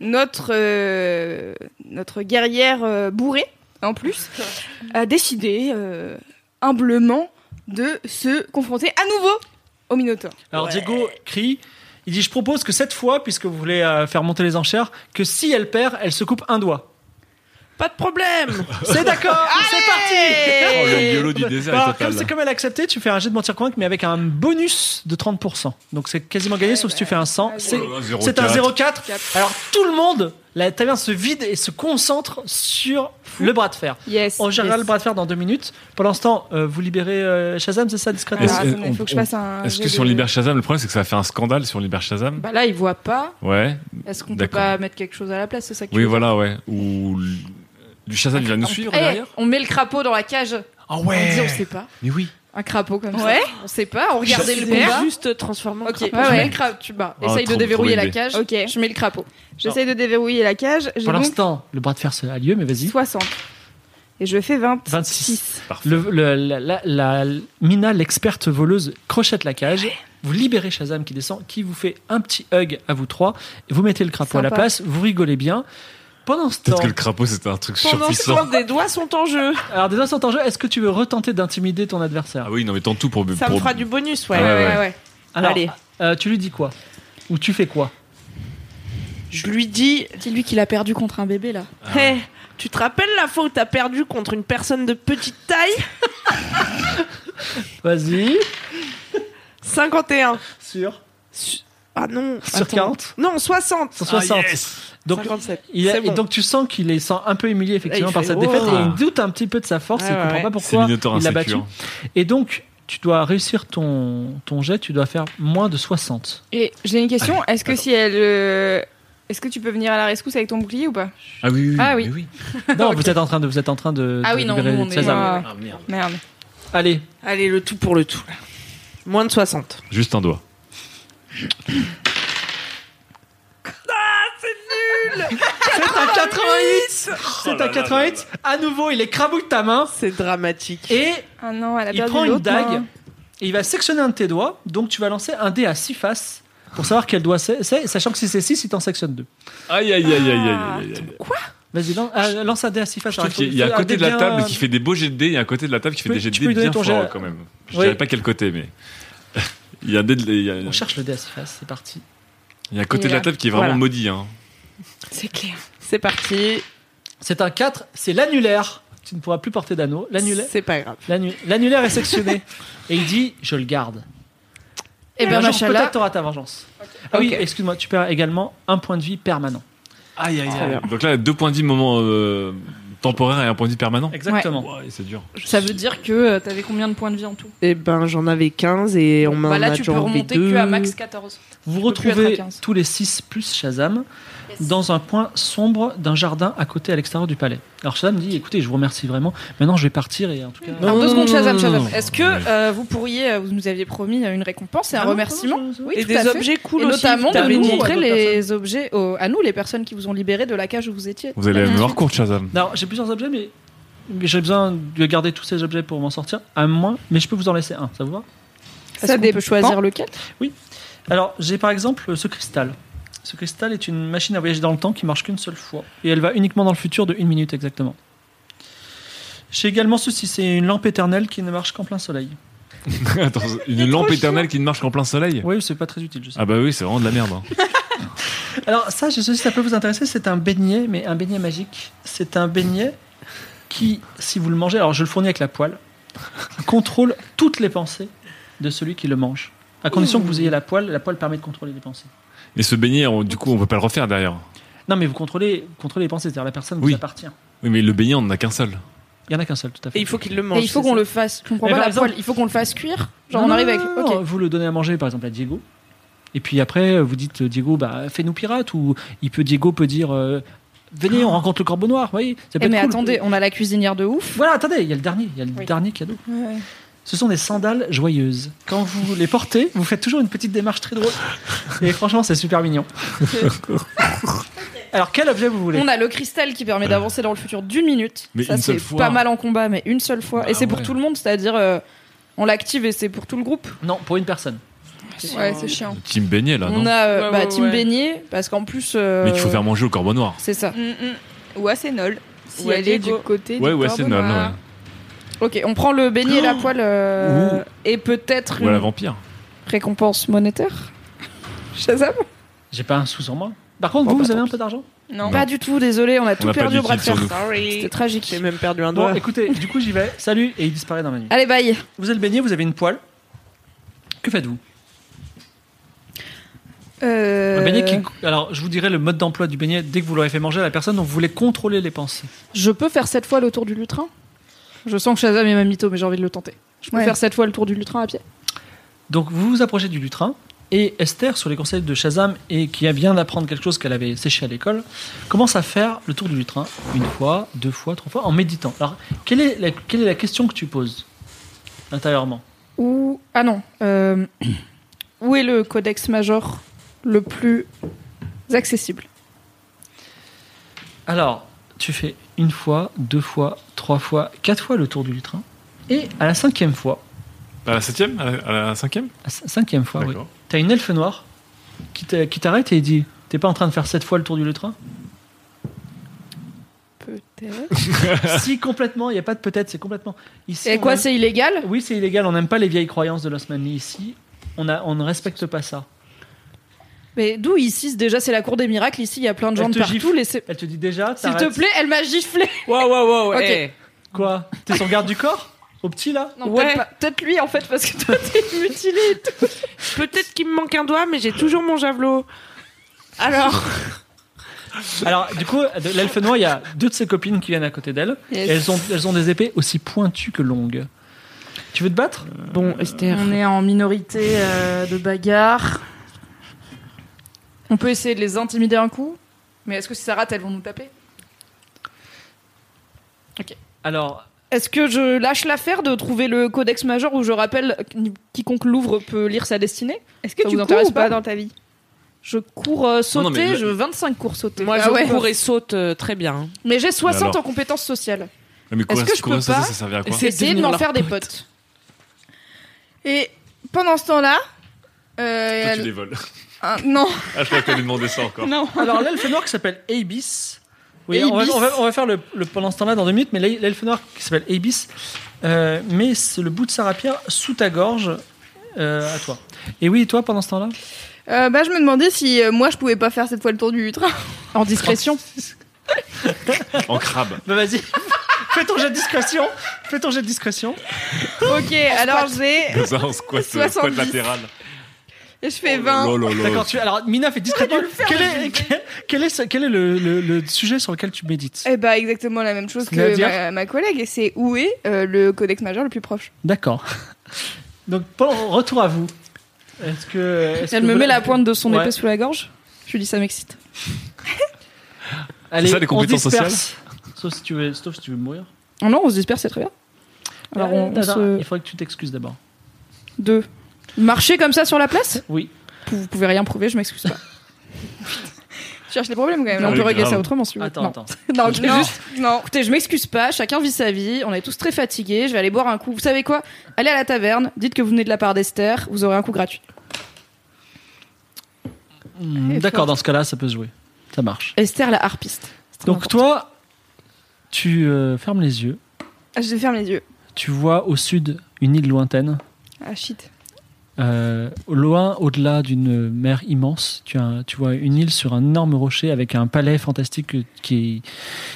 [SPEAKER 18] notre, euh, notre guerrière euh, bourrée, en
[SPEAKER 4] (laughs)
[SPEAKER 18] plus, a décidé euh, humblement de se confronter à nouveau au Minotaure.
[SPEAKER 4] Alors Diego crie, il dit je propose que cette fois, puisque vous voulez euh, faire monter les enchères, que si elle perd, elle se coupe un doigt.
[SPEAKER 20] Pas de problème
[SPEAKER 4] C'est d'accord, c'est parti
[SPEAKER 20] Oh, le YOLO
[SPEAKER 7] du désert
[SPEAKER 4] Alors,
[SPEAKER 7] est total.
[SPEAKER 4] comme, c'est- comme elle a accepté, tu fais un jet de mentir convaincre, mais avec un bonus de 30%. Donc c'est quasiment gagné, sauf si tu fais un 100. C'est
[SPEAKER 7] Oh,
[SPEAKER 4] c'est un 0,4. Alors tout le monde, la taverne se vide et se concentre sur le bras de fer. On gérera
[SPEAKER 21] yes.
[SPEAKER 4] le bras de fer dans deux minutes. Pendant ce temps, euh, vous libérez euh, Shazam, c'est ça, discrètement
[SPEAKER 7] Est-ce- euh, on- on- Est-ce
[SPEAKER 4] jet
[SPEAKER 7] que si on
[SPEAKER 4] de-
[SPEAKER 7] libère Shazam, le problème c'est que ça va faire un scandale si on libère Shazam
[SPEAKER 5] Bah là, il voit pas.
[SPEAKER 7] Ouais.
[SPEAKER 5] Est-ce qu'on peut
[SPEAKER 7] D'accord.
[SPEAKER 5] pas mettre quelque chose à la place C'est ça que tu
[SPEAKER 7] Oui,
[SPEAKER 5] veux
[SPEAKER 7] voilà, ouais. Ou l- du Shazam, il va nous suivre
[SPEAKER 5] Eh,
[SPEAKER 7] derrière
[SPEAKER 5] on met le crapaud dans la cage.
[SPEAKER 4] Ah
[SPEAKER 5] On dit on sait pas.
[SPEAKER 7] Mais oui.
[SPEAKER 5] Un crapaud comme
[SPEAKER 21] Ouais.
[SPEAKER 5] ça. On sait pas. On regardait
[SPEAKER 21] Je-
[SPEAKER 5] le
[SPEAKER 21] Super.
[SPEAKER 5] combat.
[SPEAKER 20] Juste transformer
[SPEAKER 5] Ok.
[SPEAKER 21] crapaud.
[SPEAKER 5] Ouais,
[SPEAKER 21] Je
[SPEAKER 5] ouais,
[SPEAKER 21] mets-
[SPEAKER 5] crapaud, tu bah,
[SPEAKER 4] Ah,
[SPEAKER 5] essaye
[SPEAKER 4] trop-
[SPEAKER 5] de déverrouiller
[SPEAKER 4] trop
[SPEAKER 5] la
[SPEAKER 4] idée.
[SPEAKER 5] cage.
[SPEAKER 21] Ok.
[SPEAKER 5] Je mets le crapaud.
[SPEAKER 21] J'essaye de déverrouiller la cage. J'ai
[SPEAKER 4] Pour
[SPEAKER 21] donc
[SPEAKER 4] l'instant, le bras de fer se- a lieu, mais vas-y.
[SPEAKER 21] 60. Et je fais 20.
[SPEAKER 4] 26. Le- le- la, la- la- Mina, l'experte voleuse, crochette la cage. Vous libérez Shazam qui descend, qui vous fait un petit hug à vous trois. Et vous mettez le crapaud à la
[SPEAKER 20] Sympa.
[SPEAKER 4] place, vous rigolez bien. Pendant ce temps.
[SPEAKER 7] Peut-être que le crapaud c'était un truc
[SPEAKER 20] Pendant ce
[SPEAKER 7] surpuissant.
[SPEAKER 20] temps, des doigts sont en jeu.
[SPEAKER 4] Alors, déjà, sans jeu, est-ce que tu veux retenter d'intimider ton adversaire
[SPEAKER 7] Ah oui, non, mais tant tout pour.
[SPEAKER 20] Ça me
[SPEAKER 7] pour-
[SPEAKER 20] fera du bonus,
[SPEAKER 7] Ah
[SPEAKER 20] ouais.
[SPEAKER 7] ouais, ouais, ouais.
[SPEAKER 4] Alors,
[SPEAKER 20] Allez.
[SPEAKER 4] euh, tu lui dis quoi Ou tu fais quoi
[SPEAKER 20] Je lui dis.
[SPEAKER 5] C'est lui qui l'a perdu contre un bébé là.
[SPEAKER 20] Hé, tu te rappelles la fois où t'as perdu contre une personne de petite taille
[SPEAKER 4] Vas-y.
[SPEAKER 20] 51.
[SPEAKER 4] Sur
[SPEAKER 20] Ah non.
[SPEAKER 4] Sur 40
[SPEAKER 20] Non, 60.
[SPEAKER 4] Sur 60.
[SPEAKER 7] Ah,
[SPEAKER 4] donc,
[SPEAKER 20] 57.
[SPEAKER 4] il a-
[SPEAKER 20] C'est
[SPEAKER 4] et
[SPEAKER 20] bon.
[SPEAKER 4] donc tu sens qu'il est- sent un peu humilié effectivement
[SPEAKER 20] Et il
[SPEAKER 4] par
[SPEAKER 20] fait,
[SPEAKER 4] cette défaite
[SPEAKER 20] oh.
[SPEAKER 4] et il doute un petit peu de sa force
[SPEAKER 20] Ouais,
[SPEAKER 4] il
[SPEAKER 20] ouais,
[SPEAKER 4] comprend
[SPEAKER 20] ouais.
[SPEAKER 4] pas
[SPEAKER 7] C'est
[SPEAKER 4] pourquoi
[SPEAKER 7] Minotaur
[SPEAKER 4] il l'a battu.
[SPEAKER 7] insécure.
[SPEAKER 4] Et donc tu dois réussir ton, ton jet, tu dois faire moins
[SPEAKER 7] (laughs)
[SPEAKER 4] de 60.
[SPEAKER 21] Et j'ai une question.
[SPEAKER 4] Allez,
[SPEAKER 21] Est-ce que si elle. euh, Est-ce que tu peux venir à la rescousse avec ton bouclier ou pas
[SPEAKER 7] Ah oui, oui,
[SPEAKER 21] Ah oui.
[SPEAKER 4] Non, vous êtes en train de vous êtes en train de
[SPEAKER 21] Ah
[SPEAKER 4] de
[SPEAKER 21] oui, non,
[SPEAKER 4] libérer
[SPEAKER 21] nous, on est-
[SPEAKER 4] César.
[SPEAKER 21] Ah.
[SPEAKER 7] merde.
[SPEAKER 21] Merde.
[SPEAKER 20] Ah.
[SPEAKER 4] Allez,
[SPEAKER 20] Allez, le tout pour le tout. là. Moins de 60.
[SPEAKER 7] Juste un doigt.
[SPEAKER 4] c'est à 88.
[SPEAKER 20] Oh
[SPEAKER 4] C'est
[SPEAKER 20] là
[SPEAKER 4] à
[SPEAKER 20] là
[SPEAKER 4] 88. À nouveau, il écrabouille ta main
[SPEAKER 20] C'est dramatique.
[SPEAKER 4] et
[SPEAKER 21] Ah non, elle a
[SPEAKER 4] il
[SPEAKER 21] perdu
[SPEAKER 4] prend une
[SPEAKER 21] l'autre hein.
[SPEAKER 4] dague
[SPEAKER 21] main.
[SPEAKER 4] et il va sectionner un de tes doigts. Donc tu vas lancer un dé à 6 faces pour savoir quel doigt c'est, c'est, sachant que si c'est 6, il t'en sectionne 2.
[SPEAKER 7] Aïe, aïe, aïe, aïe, aïe, aïe, aïe.
[SPEAKER 4] Vas-y, lan- ah, lance un dé à 6 faces.
[SPEAKER 7] Je trouve qu'il y a un côté de la table qui fait des beaux jets de dés, il y a un côté de la table qui fait
[SPEAKER 4] peux-
[SPEAKER 7] des jets de
[SPEAKER 4] tu peux lui
[SPEAKER 7] dés bien
[SPEAKER 4] donner ton jet à-
[SPEAKER 7] forts quand même. Je
[SPEAKER 4] Oui.
[SPEAKER 7] dirais pas quel côté, mais. (laughs) Il y a un dé de- il y a-
[SPEAKER 4] On cherche le dé à 6 faces, c'est parti.
[SPEAKER 7] il y a un côté
[SPEAKER 4] Et
[SPEAKER 7] de la
[SPEAKER 4] là.
[SPEAKER 7] table qui est vraiment
[SPEAKER 4] Voilà.
[SPEAKER 7] maudit. hein.
[SPEAKER 4] C'est clair.
[SPEAKER 20] C'est parti.
[SPEAKER 4] C'est un 4, c'est l'annulaire. Tu ne pourras plus porter d'anneau. L'annulaire.
[SPEAKER 20] C'est pas grave.
[SPEAKER 4] L'annulaire est sectionné. Et il dit Je le garde.
[SPEAKER 5] Eh ben,
[SPEAKER 4] Un jour,
[SPEAKER 5] machallah.
[SPEAKER 4] Peut-être t'auras ta vengeance. Ah oui, excuse-moi, tu perds également un point de vie permanent.
[SPEAKER 7] Aïe, aïe,
[SPEAKER 4] Très
[SPEAKER 7] aïe.
[SPEAKER 4] bien.
[SPEAKER 7] Donc là, deux points de vie moment euh, temporaire et un point de vie permanent.
[SPEAKER 4] Exactement.
[SPEAKER 7] Ouais, c'est dur.
[SPEAKER 5] Ça veut dire que euh, t'avais combien de points de vie en tout
[SPEAKER 20] Eh ben, j'en avais 15 et on m'en
[SPEAKER 5] Bah là,
[SPEAKER 20] a
[SPEAKER 5] tu
[SPEAKER 20] déjà
[SPEAKER 5] peux
[SPEAKER 20] enlevé
[SPEAKER 5] remonter
[SPEAKER 20] deux.
[SPEAKER 5] que à max 14.
[SPEAKER 4] Vous
[SPEAKER 5] Tu peux plus être à
[SPEAKER 4] retrouvez
[SPEAKER 5] 15.
[SPEAKER 4] tous les 6 plus Shazam dans un point sombre d'un jardin à côté à l'extérieur du palais. Alors Shazam dit Écoutez, je vous remercie vraiment. Maintenant, je vais partir et en tout cas.
[SPEAKER 5] Alors, deux secondes, Shazam,
[SPEAKER 4] non,
[SPEAKER 5] Shazam.
[SPEAKER 4] non.
[SPEAKER 5] Est-ce que euh, vous pourriez, euh, vous nous aviez promis euh, une récompense et un
[SPEAKER 20] Ah non,
[SPEAKER 5] remerciement Oui,
[SPEAKER 20] Et
[SPEAKER 5] tout
[SPEAKER 20] des
[SPEAKER 5] à fait.
[SPEAKER 20] objets cool
[SPEAKER 5] Et
[SPEAKER 20] aussi,
[SPEAKER 5] notamment de
[SPEAKER 20] t'avais
[SPEAKER 5] nous
[SPEAKER 20] dit.
[SPEAKER 5] montrer
[SPEAKER 20] D'autres
[SPEAKER 5] les objets aux- à nous, les personnes qui vous ont libéré de la cage où vous étiez.
[SPEAKER 7] Vous allez la mémoire courte, Shazam.
[SPEAKER 4] Alors, j'ai plusieurs objets, mais, mais j'ai besoin de garder tous ces objets pour m'en sortir. À moins, mais je peux vous en laisser un, ça vous va
[SPEAKER 5] Ça qu'on peut choisir lequel
[SPEAKER 4] Oui. Alors, j'ai par exemple euh, ce cristal. Ce cristal est une machine à voyager dans le temps qui marche qu'une seule fois. Et elle va uniquement dans le futur de une minute exactement. J'ai également ceci, c'est une lampe éternelle qui ne marche qu'en plein soleil.
[SPEAKER 7] (laughs) Attends, une lampe éternelle qui ne marche qu'en plein soleil
[SPEAKER 4] Oui, c'est pas très utile, je sais.
[SPEAKER 7] Ah bah oui, c'est vraiment de la merde. hein.
[SPEAKER 4] Alors ça, je sais si ça peut vous intéresser, c'est un beignet, mais un beignet magique. C'est un beignet qui, si vous le mangez, alors je le fournis avec la poêle, contrôle toutes les pensées de celui qui le mange. À condition que vous ayez la poêle, la poêle permet de contrôler les pensées.
[SPEAKER 7] Et ce beignet, on- du coup, on peut pas le refaire derrière.
[SPEAKER 4] Non, mais vous contrôlez, vous contrôlez les pensées, c'est-à-dire la personne
[SPEAKER 7] Oui.
[SPEAKER 4] vous appartient.
[SPEAKER 7] Oui, mais le beignet, on en a qu'un seul.
[SPEAKER 4] Il y en a qu'un seul, tout à fait.
[SPEAKER 20] Et il faut qu'il le mange.
[SPEAKER 5] Et il faut qu'on le fasse. Je comprends
[SPEAKER 4] Mais
[SPEAKER 5] pas
[SPEAKER 4] par
[SPEAKER 5] la
[SPEAKER 4] exemple-
[SPEAKER 5] poêle. Il faut qu'on le fasse cuire. Genre,
[SPEAKER 4] Non,
[SPEAKER 5] on
[SPEAKER 4] non,
[SPEAKER 5] arrive avec.
[SPEAKER 4] non,
[SPEAKER 5] Ok.
[SPEAKER 4] non, Vous le donnez à manger, par exemple, à Diego. Et puis après, euh, vous dites, euh, Diego, bah, fais-nous pirate. Ou il peut, Diego peut dire, euh, venez, on rencontre le corbeau noir. Voyez, ça peut
[SPEAKER 5] Ah. Eh,
[SPEAKER 4] être
[SPEAKER 5] mais
[SPEAKER 4] cool.
[SPEAKER 5] attendez, on a la cuisinière de ouf.
[SPEAKER 4] Voilà, attendez, il y a le dernier, il y a le
[SPEAKER 5] Oui.
[SPEAKER 4] dernier cadeau. Ce sont des sandales joyeuses. Quand
[SPEAKER 5] (laughs)
[SPEAKER 4] vous les portez, vous faites toujours une petite démarche très drôle. Et franchement, c'est super
[SPEAKER 5] (laughs)
[SPEAKER 4] mignon. Alors, quel objet vous voulez
[SPEAKER 5] On a le cristal qui permet d'avancer dans le futur d'une minute.
[SPEAKER 4] Mais
[SPEAKER 5] ça,
[SPEAKER 4] une seule
[SPEAKER 5] c'est
[SPEAKER 4] fois.
[SPEAKER 5] pas mal en combat, mais une seule fois.
[SPEAKER 4] Bah
[SPEAKER 5] et c'est pour
[SPEAKER 4] ouais.
[SPEAKER 5] tout le monde, c'est-à-dire euh, on l'active et c'est pour tout le groupe.
[SPEAKER 4] Non, pour une personne.
[SPEAKER 5] Ouais, c'est chiant.
[SPEAKER 7] Team beignet, là,
[SPEAKER 5] On
[SPEAKER 7] Ah non
[SPEAKER 5] a euh,
[SPEAKER 21] Ouais,
[SPEAKER 5] bah,
[SPEAKER 21] ouais,
[SPEAKER 5] Team
[SPEAKER 21] ouais.
[SPEAKER 5] Beignet, parce qu'en plus. euh,
[SPEAKER 7] Mais qu'il faut faire manger au corbeau noir.
[SPEAKER 5] C'est ça.
[SPEAKER 21] Mm, Ou à Sénol. Si
[SPEAKER 5] Ou à
[SPEAKER 21] elle est du
[SPEAKER 5] Diego.
[SPEAKER 21] côté Oh
[SPEAKER 7] Ouais,
[SPEAKER 21] du
[SPEAKER 7] ouais,
[SPEAKER 21] corbeau
[SPEAKER 7] c'est nul.
[SPEAKER 21] noir.
[SPEAKER 7] ouais.
[SPEAKER 5] Ok, on prend le beignet et la poêle. euh, et peut-être
[SPEAKER 7] Ou à la
[SPEAKER 5] une
[SPEAKER 7] vampire.
[SPEAKER 5] récompense monétaire (laughs) Shazam
[SPEAKER 4] J'ai pas un sou sur moi. Par contre, vous, vous avez un peu d'argent
[SPEAKER 5] Non. Pas du tout, désolé, on a tout
[SPEAKER 4] a pas
[SPEAKER 5] perdu
[SPEAKER 4] de
[SPEAKER 5] au bras de
[SPEAKER 4] liquide
[SPEAKER 5] fer. hein.
[SPEAKER 4] sur
[SPEAKER 5] C'était tragique. J'ai
[SPEAKER 22] même perdu un
[SPEAKER 4] Bon, écoutez, du coup, j'y vais. Salut, et il disparaît dans ma nuit.
[SPEAKER 5] Allez, bye.
[SPEAKER 4] Vous êtes baigné, vous avez une poêle. Que faites-vous
[SPEAKER 23] Euh,
[SPEAKER 4] Un beignet
[SPEAKER 5] Euh.
[SPEAKER 4] qui. Alors, je vous dirai le mode d'emploi du beignet dès que vous l'aurez fait manger à la personne dont vous voulez contrôler les pensées.
[SPEAKER 5] Je peux faire cette fois le tour du lutrin Je sens que Shazam est ma mytho, mais j'ai envie de le tenter. Je peux
[SPEAKER 4] Ouais.
[SPEAKER 5] faire cette fois le tour du lutrin à pied
[SPEAKER 4] Donc, vous vous approchez du lutrin. Et Esther, sur les conseils de Shazam, et qui vient d'apprendre quelque chose qu'elle avait séché à l'école, commence à faire le tour du lutrin une fois, deux fois, trois fois, en méditant. Alors, quelle est la, quelle est la question que tu poses intérieurement
[SPEAKER 5] Ou. Ah non. euh, Où est le codex major le plus accessible
[SPEAKER 4] Alors, tu fais une fois, deux fois, trois fois, quatre fois le tour du lutrin. Et à la cinquième fois,
[SPEAKER 7] À la septième À la, à la cinquième
[SPEAKER 4] à la cin- cinquième fois, oui,
[SPEAKER 7] D'accord.
[SPEAKER 4] t'as une elfe noire qui t'a- qui t'arrête et dit T'es pas en train de faire sept fois le tour du lutrin
[SPEAKER 5] Peut-être.
[SPEAKER 4] Si, complètement, il n'y a pas de peut-être, c'est complètement. Ici,
[SPEAKER 5] Et
[SPEAKER 4] on
[SPEAKER 5] quoi,
[SPEAKER 4] aime-
[SPEAKER 5] c'est illégal
[SPEAKER 4] Oui, c'est illégal, on n'aime pas les vieilles croyances de l'Osmanli ici. On, a, on ne respecte pas ça.
[SPEAKER 5] Mais d'où ici, c'est- déjà, c'est la cour des miracles. Ici, il y a plein de gens
[SPEAKER 4] Elle
[SPEAKER 5] de
[SPEAKER 4] te,
[SPEAKER 5] partout.
[SPEAKER 4] gifle, elle te dit déjà
[SPEAKER 5] S'il te
[SPEAKER 4] t'arrêtes.
[SPEAKER 5] plaît, elle m'a giflé.
[SPEAKER 22] Waouh, waouh,
[SPEAKER 5] Ok.
[SPEAKER 4] Quoi T'es sur garde du corps Au petit là
[SPEAKER 5] Non, peut-être pas- peut-être lui en fait, parce que toi t'es mutilé et tout.
[SPEAKER 22] Peut-être qu'il me manque un doigt, mais j'ai toujours mon javelot. Alors,
[SPEAKER 4] Alors, du coup, de l'elfe noir, il y a deux de ses copines qui viennent à côté d'elle.
[SPEAKER 22] Yes.
[SPEAKER 4] Et Elles, ont, elles ont des épées aussi pointues que longues. Tu veux te battre
[SPEAKER 22] Bon, Esther.
[SPEAKER 5] On est en minorité euh, de bagarre. On peut essayer de les intimider un coup, mais est-ce que si ça rate, elles vont nous taper Ok.
[SPEAKER 4] Alors,
[SPEAKER 5] Est-ce que je lâche l'affaire de trouver le codex major où je rappelle que quiconque l'ouvre peut lire sa destinée Est-ce
[SPEAKER 9] que tu cours ou pas dans ta vie
[SPEAKER 5] Je cours euh, sauter,
[SPEAKER 22] Non, non, mais le-
[SPEAKER 5] je 25 cours sauter.
[SPEAKER 22] moi,
[SPEAKER 5] Ah
[SPEAKER 22] je
[SPEAKER 5] ouais.
[SPEAKER 22] cours et saute euh, très bien.
[SPEAKER 5] Mais j'ai 60
[SPEAKER 22] Mais alors
[SPEAKER 5] en compétences sociales.
[SPEAKER 7] Mais courir-
[SPEAKER 5] Est-ce que je peux
[SPEAKER 7] courir sauter,
[SPEAKER 5] pas
[SPEAKER 7] ça servait à quoi
[SPEAKER 5] essayer de
[SPEAKER 9] Devenir
[SPEAKER 5] m'en
[SPEAKER 9] leur
[SPEAKER 5] faire des potes
[SPEAKER 9] Et pendant ce temps-là, euh,
[SPEAKER 7] Toi, tu
[SPEAKER 9] elle-
[SPEAKER 7] les voles.
[SPEAKER 9] Ah, non.
[SPEAKER 7] Ah, je crois que t'allais demander ça
[SPEAKER 5] (laughs)
[SPEAKER 7] encore.
[SPEAKER 4] Alors, l'elfe noir qui s'appelle Abis. Oui, on va,
[SPEAKER 7] Abis.
[SPEAKER 4] on va- on va faire le, le- pendant ce temps-là dans deux minutes, mais l'el- l'elfe noir qui s'appelle Abis euh, met ce- le bout de sa rapière sous ta gorge euh, à toi. Et oui, et toi, pendant ce temps-là
[SPEAKER 9] Euh, bah, je me demandais si euh, moi je pouvais pas faire cette fois le tour du train.
[SPEAKER 5] En discrétion
[SPEAKER 7] En crabe.
[SPEAKER 4] Bah, vas-y. (laughs) Fais ton jet de discrétion. Fais ton jet de discrétion.
[SPEAKER 9] (laughs) ok, alors j'ai.
[SPEAKER 7] Comme ça, en squat, euh, squat
[SPEAKER 9] 70.
[SPEAKER 7] latéral.
[SPEAKER 9] Je fais 20.
[SPEAKER 4] D'accord, tu- alors Mina fait discrètement. Quel est, quel, quel est, ce- quel est le, le- le sujet sur lequel tu médites
[SPEAKER 9] Eh bah, exactement la même chose que
[SPEAKER 4] C'est-à-dire
[SPEAKER 9] ma, ma collègue. Et c'est où est euh, le codex majeur le plus proche
[SPEAKER 4] D'accord. Donc, pendant- retour à vous. Est-ce que. est-ce
[SPEAKER 5] Elle
[SPEAKER 4] que
[SPEAKER 5] me
[SPEAKER 4] vous-
[SPEAKER 5] met la pointe de son
[SPEAKER 4] Ouais.
[SPEAKER 5] épée sous la gorge. Je lui dis ça m'excite.
[SPEAKER 4] Allez,
[SPEAKER 7] C'est ça, les
[SPEAKER 4] on
[SPEAKER 7] compétences
[SPEAKER 4] disperse.
[SPEAKER 7] sociales
[SPEAKER 4] Sauf si tu veux, sauf si tu veux mourir.
[SPEAKER 5] Oh non, on se disperse, c'est très bien. Alors on, on
[SPEAKER 4] Euh, Attends,
[SPEAKER 5] se...
[SPEAKER 4] Il faudrait que tu t'excuses d'abord.
[SPEAKER 5] Deux. Marcher comme ça sur la place
[SPEAKER 4] Oui.
[SPEAKER 5] Vous pouvez rien prouver, je
[SPEAKER 9] (laughs)
[SPEAKER 5] m'excuse pas.
[SPEAKER 9] Je cherche les problèmes quand même.
[SPEAKER 5] Mais
[SPEAKER 4] Ah
[SPEAKER 5] on
[SPEAKER 9] hein.
[SPEAKER 5] peut régler ça autrement si vous voulez.
[SPEAKER 4] Attends, (laughs)
[SPEAKER 5] non.
[SPEAKER 4] attends.
[SPEAKER 5] (laughs) non, ok,
[SPEAKER 9] Non.
[SPEAKER 5] juste- Écoutez, je m'excuse pas, chacun vit sa vie, on est tous très fatigués, je vais aller boire un coup. Vous savez quoi Allez à la taverne, dites que vous venez de la part d'Esther, vous aurez un coup gratuit.
[SPEAKER 4] Hmm,
[SPEAKER 5] Et
[SPEAKER 4] D'accord,
[SPEAKER 5] fort.
[SPEAKER 4] dans ce cas-là, ça peut se jouer. Ça marche.
[SPEAKER 5] Esther la harpiste.
[SPEAKER 4] Donc, toi, tu euh, fermes les yeux.
[SPEAKER 9] Ah, je ferme les yeux.
[SPEAKER 4] Tu vois au sud une île lointaine.
[SPEAKER 9] Ah shit.
[SPEAKER 4] Euh, au loin, au-delà d'une mer immense, tu, as- tu vois une île sur un énorme rocher avec un palais fantastique que- qui,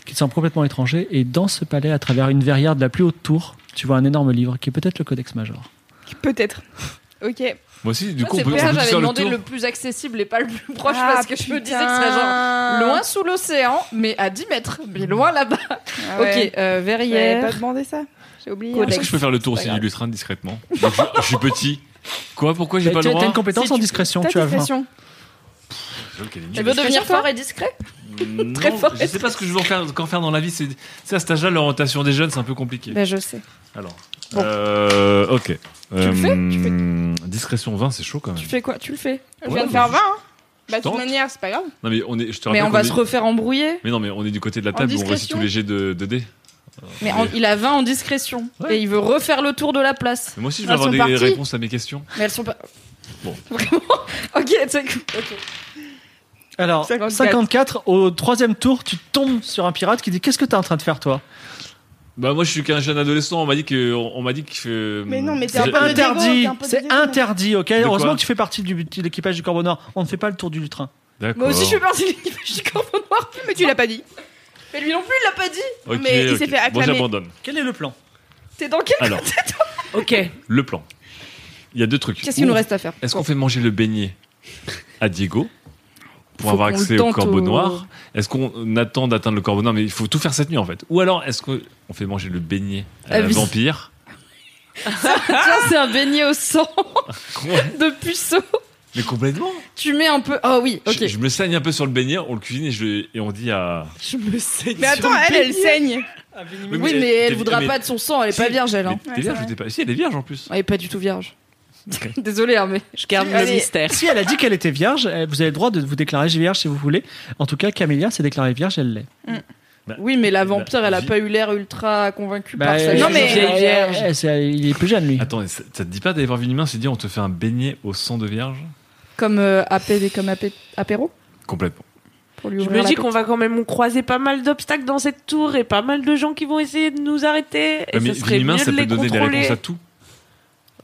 [SPEAKER 4] qui te semble complètement étranger. Et dans ce palais, à travers une verrière de la plus haute tour, tu vois un énorme livre qui est peut-être le Codex Major.
[SPEAKER 9] Peut-être. Ok.
[SPEAKER 7] Moi aussi, du
[SPEAKER 5] Ah,
[SPEAKER 7] coup, on
[SPEAKER 5] c'est
[SPEAKER 7] peut, on peut
[SPEAKER 5] pour ça que
[SPEAKER 7] tous
[SPEAKER 5] j'avais
[SPEAKER 7] faire le
[SPEAKER 5] demandé
[SPEAKER 7] tour.
[SPEAKER 5] le, plus accessible et pas le plus proche
[SPEAKER 9] Ah,
[SPEAKER 5] parce que je me disais que ce serait
[SPEAKER 9] putain.
[SPEAKER 5] genre loin sous l'océan, mais à 10 mètres, mais loin là-bas.
[SPEAKER 9] ouais.
[SPEAKER 5] Ok, euh,
[SPEAKER 9] J'avais
[SPEAKER 5] verrière.
[SPEAKER 9] pas demandé ça. J'ai oublié.
[SPEAKER 7] Est-ce que je peux faire le tour aussi du lutrin discrètement Donc, je, je suis petit. Quoi Pourquoi j'ai
[SPEAKER 4] Mais
[SPEAKER 5] Bah,
[SPEAKER 7] pas
[SPEAKER 4] t'as-
[SPEAKER 7] le droit
[SPEAKER 4] Bah, t'as une compétence en discrétion, tu as vingt.
[SPEAKER 7] Je veux qu'elle est
[SPEAKER 5] Tu
[SPEAKER 7] nulle.
[SPEAKER 5] veux devenir fort et discret
[SPEAKER 7] Non,
[SPEAKER 5] Très fort.
[SPEAKER 7] Je sais pas ce que je veux en faire, qu'en faire dans la vie. C'est, c'est à cet âge-là, l'orientation des jeunes, c'est un peu compliqué.
[SPEAKER 5] Ben, je sais.
[SPEAKER 7] Alors.
[SPEAKER 5] Bon.
[SPEAKER 7] Euh, ok. Euh,
[SPEAKER 5] le fais Tu
[SPEAKER 7] Discrétion 20, c'est chaud quand même.
[SPEAKER 5] Tu fais quoi Tu le fais
[SPEAKER 9] Je
[SPEAKER 7] Ouais,
[SPEAKER 9] viens de
[SPEAKER 7] bah,
[SPEAKER 9] faire
[SPEAKER 7] je-
[SPEAKER 9] 20. Hein.
[SPEAKER 7] je
[SPEAKER 9] Bah, de toute
[SPEAKER 7] tente.
[SPEAKER 9] manière, c'est pas grave.
[SPEAKER 7] Non, mais on est, je te
[SPEAKER 5] Mais
[SPEAKER 7] rappelle
[SPEAKER 5] on va
[SPEAKER 7] qu'on
[SPEAKER 5] se
[SPEAKER 7] est-
[SPEAKER 5] refaire embrouiller.
[SPEAKER 7] Mais non, mais on est du côté de la
[SPEAKER 5] En
[SPEAKER 7] table où on réussit
[SPEAKER 5] discrétion.
[SPEAKER 7] tous les jets de, de dés.
[SPEAKER 5] Mais en- il a 20 en discrétion. Et il veut refaire le tour de la place.
[SPEAKER 7] Mais moi aussi, je
[SPEAKER 5] Elles
[SPEAKER 7] veux avoir
[SPEAKER 5] sont
[SPEAKER 7] des
[SPEAKER 5] parties.
[SPEAKER 7] réponses à mes questions.
[SPEAKER 5] Mais elles sont pas.
[SPEAKER 7] Bon.
[SPEAKER 5] (laughs) Vraiment Ok, c'est ok.
[SPEAKER 4] Alors, 54.
[SPEAKER 5] 54.
[SPEAKER 4] au troisième tour, tu tombes sur un pirate qui dit Qu'est-ce que t'es en train de faire, toi
[SPEAKER 7] Bah, moi, je suis qu'un jeune adolescent. On m'a dit que. On m'a dit euh, que.
[SPEAKER 9] Mais non, mais t'es
[SPEAKER 4] C'est
[SPEAKER 7] J'ai-
[SPEAKER 4] interdit, c'est interdit, ok
[SPEAKER 7] De quoi
[SPEAKER 4] Heureusement que tu fais partie du- de l'équipage du Corbeau Noir. On ne fait pas le tour du lutrin.
[SPEAKER 7] D'accord.
[SPEAKER 24] Moi aussi, je
[SPEAKER 5] Oh.
[SPEAKER 24] fais partie de
[SPEAKER 5] (laughs)
[SPEAKER 24] l'équipe du Corbeau Noir, mais tu l'as pas dit. Mais lui non plus, il l'a pas dit.
[SPEAKER 7] Ok,
[SPEAKER 24] mais il
[SPEAKER 7] ok.
[SPEAKER 24] s'est fait
[SPEAKER 7] Bon,
[SPEAKER 24] acclamer.
[SPEAKER 7] j'abandonne.
[SPEAKER 4] Quel est le plan
[SPEAKER 24] T'es dans quel
[SPEAKER 7] Alors.
[SPEAKER 24] côté, toi
[SPEAKER 25] Ok.
[SPEAKER 7] Le plan. Il y a deux trucs.
[SPEAKER 24] Qu'est-ce qu'il nous reste à faire
[SPEAKER 7] Est-ce qu'on fait manger le beignet à Diego pour
[SPEAKER 26] Faut
[SPEAKER 7] avoir
[SPEAKER 26] qu'on
[SPEAKER 7] accès
[SPEAKER 26] le
[SPEAKER 7] au
[SPEAKER 26] tente
[SPEAKER 7] corbeau
[SPEAKER 26] au-
[SPEAKER 7] noir Est-ce qu'on attend d'atteindre le corbeau noir Mais il faut tout faire cette nuit en fait. Ou alors est-ce qu'on on fait manger le beignet à
[SPEAKER 5] Ah,
[SPEAKER 7] la
[SPEAKER 5] oui.
[SPEAKER 7] vampire
[SPEAKER 5] (laughs) (laughs) Tiens, c'est un beignet au sang (laughs) de puceau.
[SPEAKER 7] Mais complètement
[SPEAKER 5] Tu mets un peu. Oh oui, ok.
[SPEAKER 7] je, je me saigne un peu sur le beignet, on le cuisine et, je, le- et on dit à.
[SPEAKER 5] (laughs) Je me saigne.
[SPEAKER 9] Mais attends, elle, elle saigne.
[SPEAKER 5] Oui,
[SPEAKER 7] mais-
[SPEAKER 5] mais, elle
[SPEAKER 7] mais-
[SPEAKER 5] voudra
[SPEAKER 7] mais-
[SPEAKER 5] pas de son sang, elle est pas vierge, elle. hein.
[SPEAKER 7] T'es vierge ou t'es pas Si, elle est vierge en plus.
[SPEAKER 5] Elle est pas du
[SPEAKER 7] (laughs)
[SPEAKER 5] tout vierge. Désolée, hein, mais.
[SPEAKER 25] Je
[SPEAKER 5] garde
[SPEAKER 4] Si, allez, Si elle a dit qu'elle était vierge, euh, vous avez le droit de vous déclarer vierge si vous voulez. En tout cas, Camélia s'est déclarée vierge, elle l'est.
[SPEAKER 5] Oui, mais
[SPEAKER 7] Eh ben,
[SPEAKER 5] la vampire, elle a pas eu l'air ultra convaincue
[SPEAKER 4] Bah,
[SPEAKER 5] par ça.
[SPEAKER 4] elle-
[SPEAKER 5] Non,
[SPEAKER 4] elle- elle-
[SPEAKER 5] mais.
[SPEAKER 4] elle- elle- c'est- il est plus jeune, lui.
[SPEAKER 7] Attends, et ça, ça te dit pas d'aller voir Vinimien, c'est dit on te fait un beignet au sang de vierge
[SPEAKER 5] Comme euh, apé- comme apé- apéro
[SPEAKER 7] Complètement.
[SPEAKER 5] pour lui
[SPEAKER 25] Je
[SPEAKER 5] ouvrir
[SPEAKER 25] me
[SPEAKER 5] la
[SPEAKER 25] dis
[SPEAKER 5] porte.
[SPEAKER 25] qu'on va quand même croiser pas mal d'obstacles dans cette tour et pas mal de gens qui vont essayer de nous arrêter. Et
[SPEAKER 7] Ouais, mais
[SPEAKER 25] ça serait
[SPEAKER 7] Vinimien,
[SPEAKER 25] mieux
[SPEAKER 7] ça
[SPEAKER 25] de
[SPEAKER 7] peut
[SPEAKER 25] les
[SPEAKER 7] donner des
[SPEAKER 25] contrôler.
[SPEAKER 7] réponses à tout.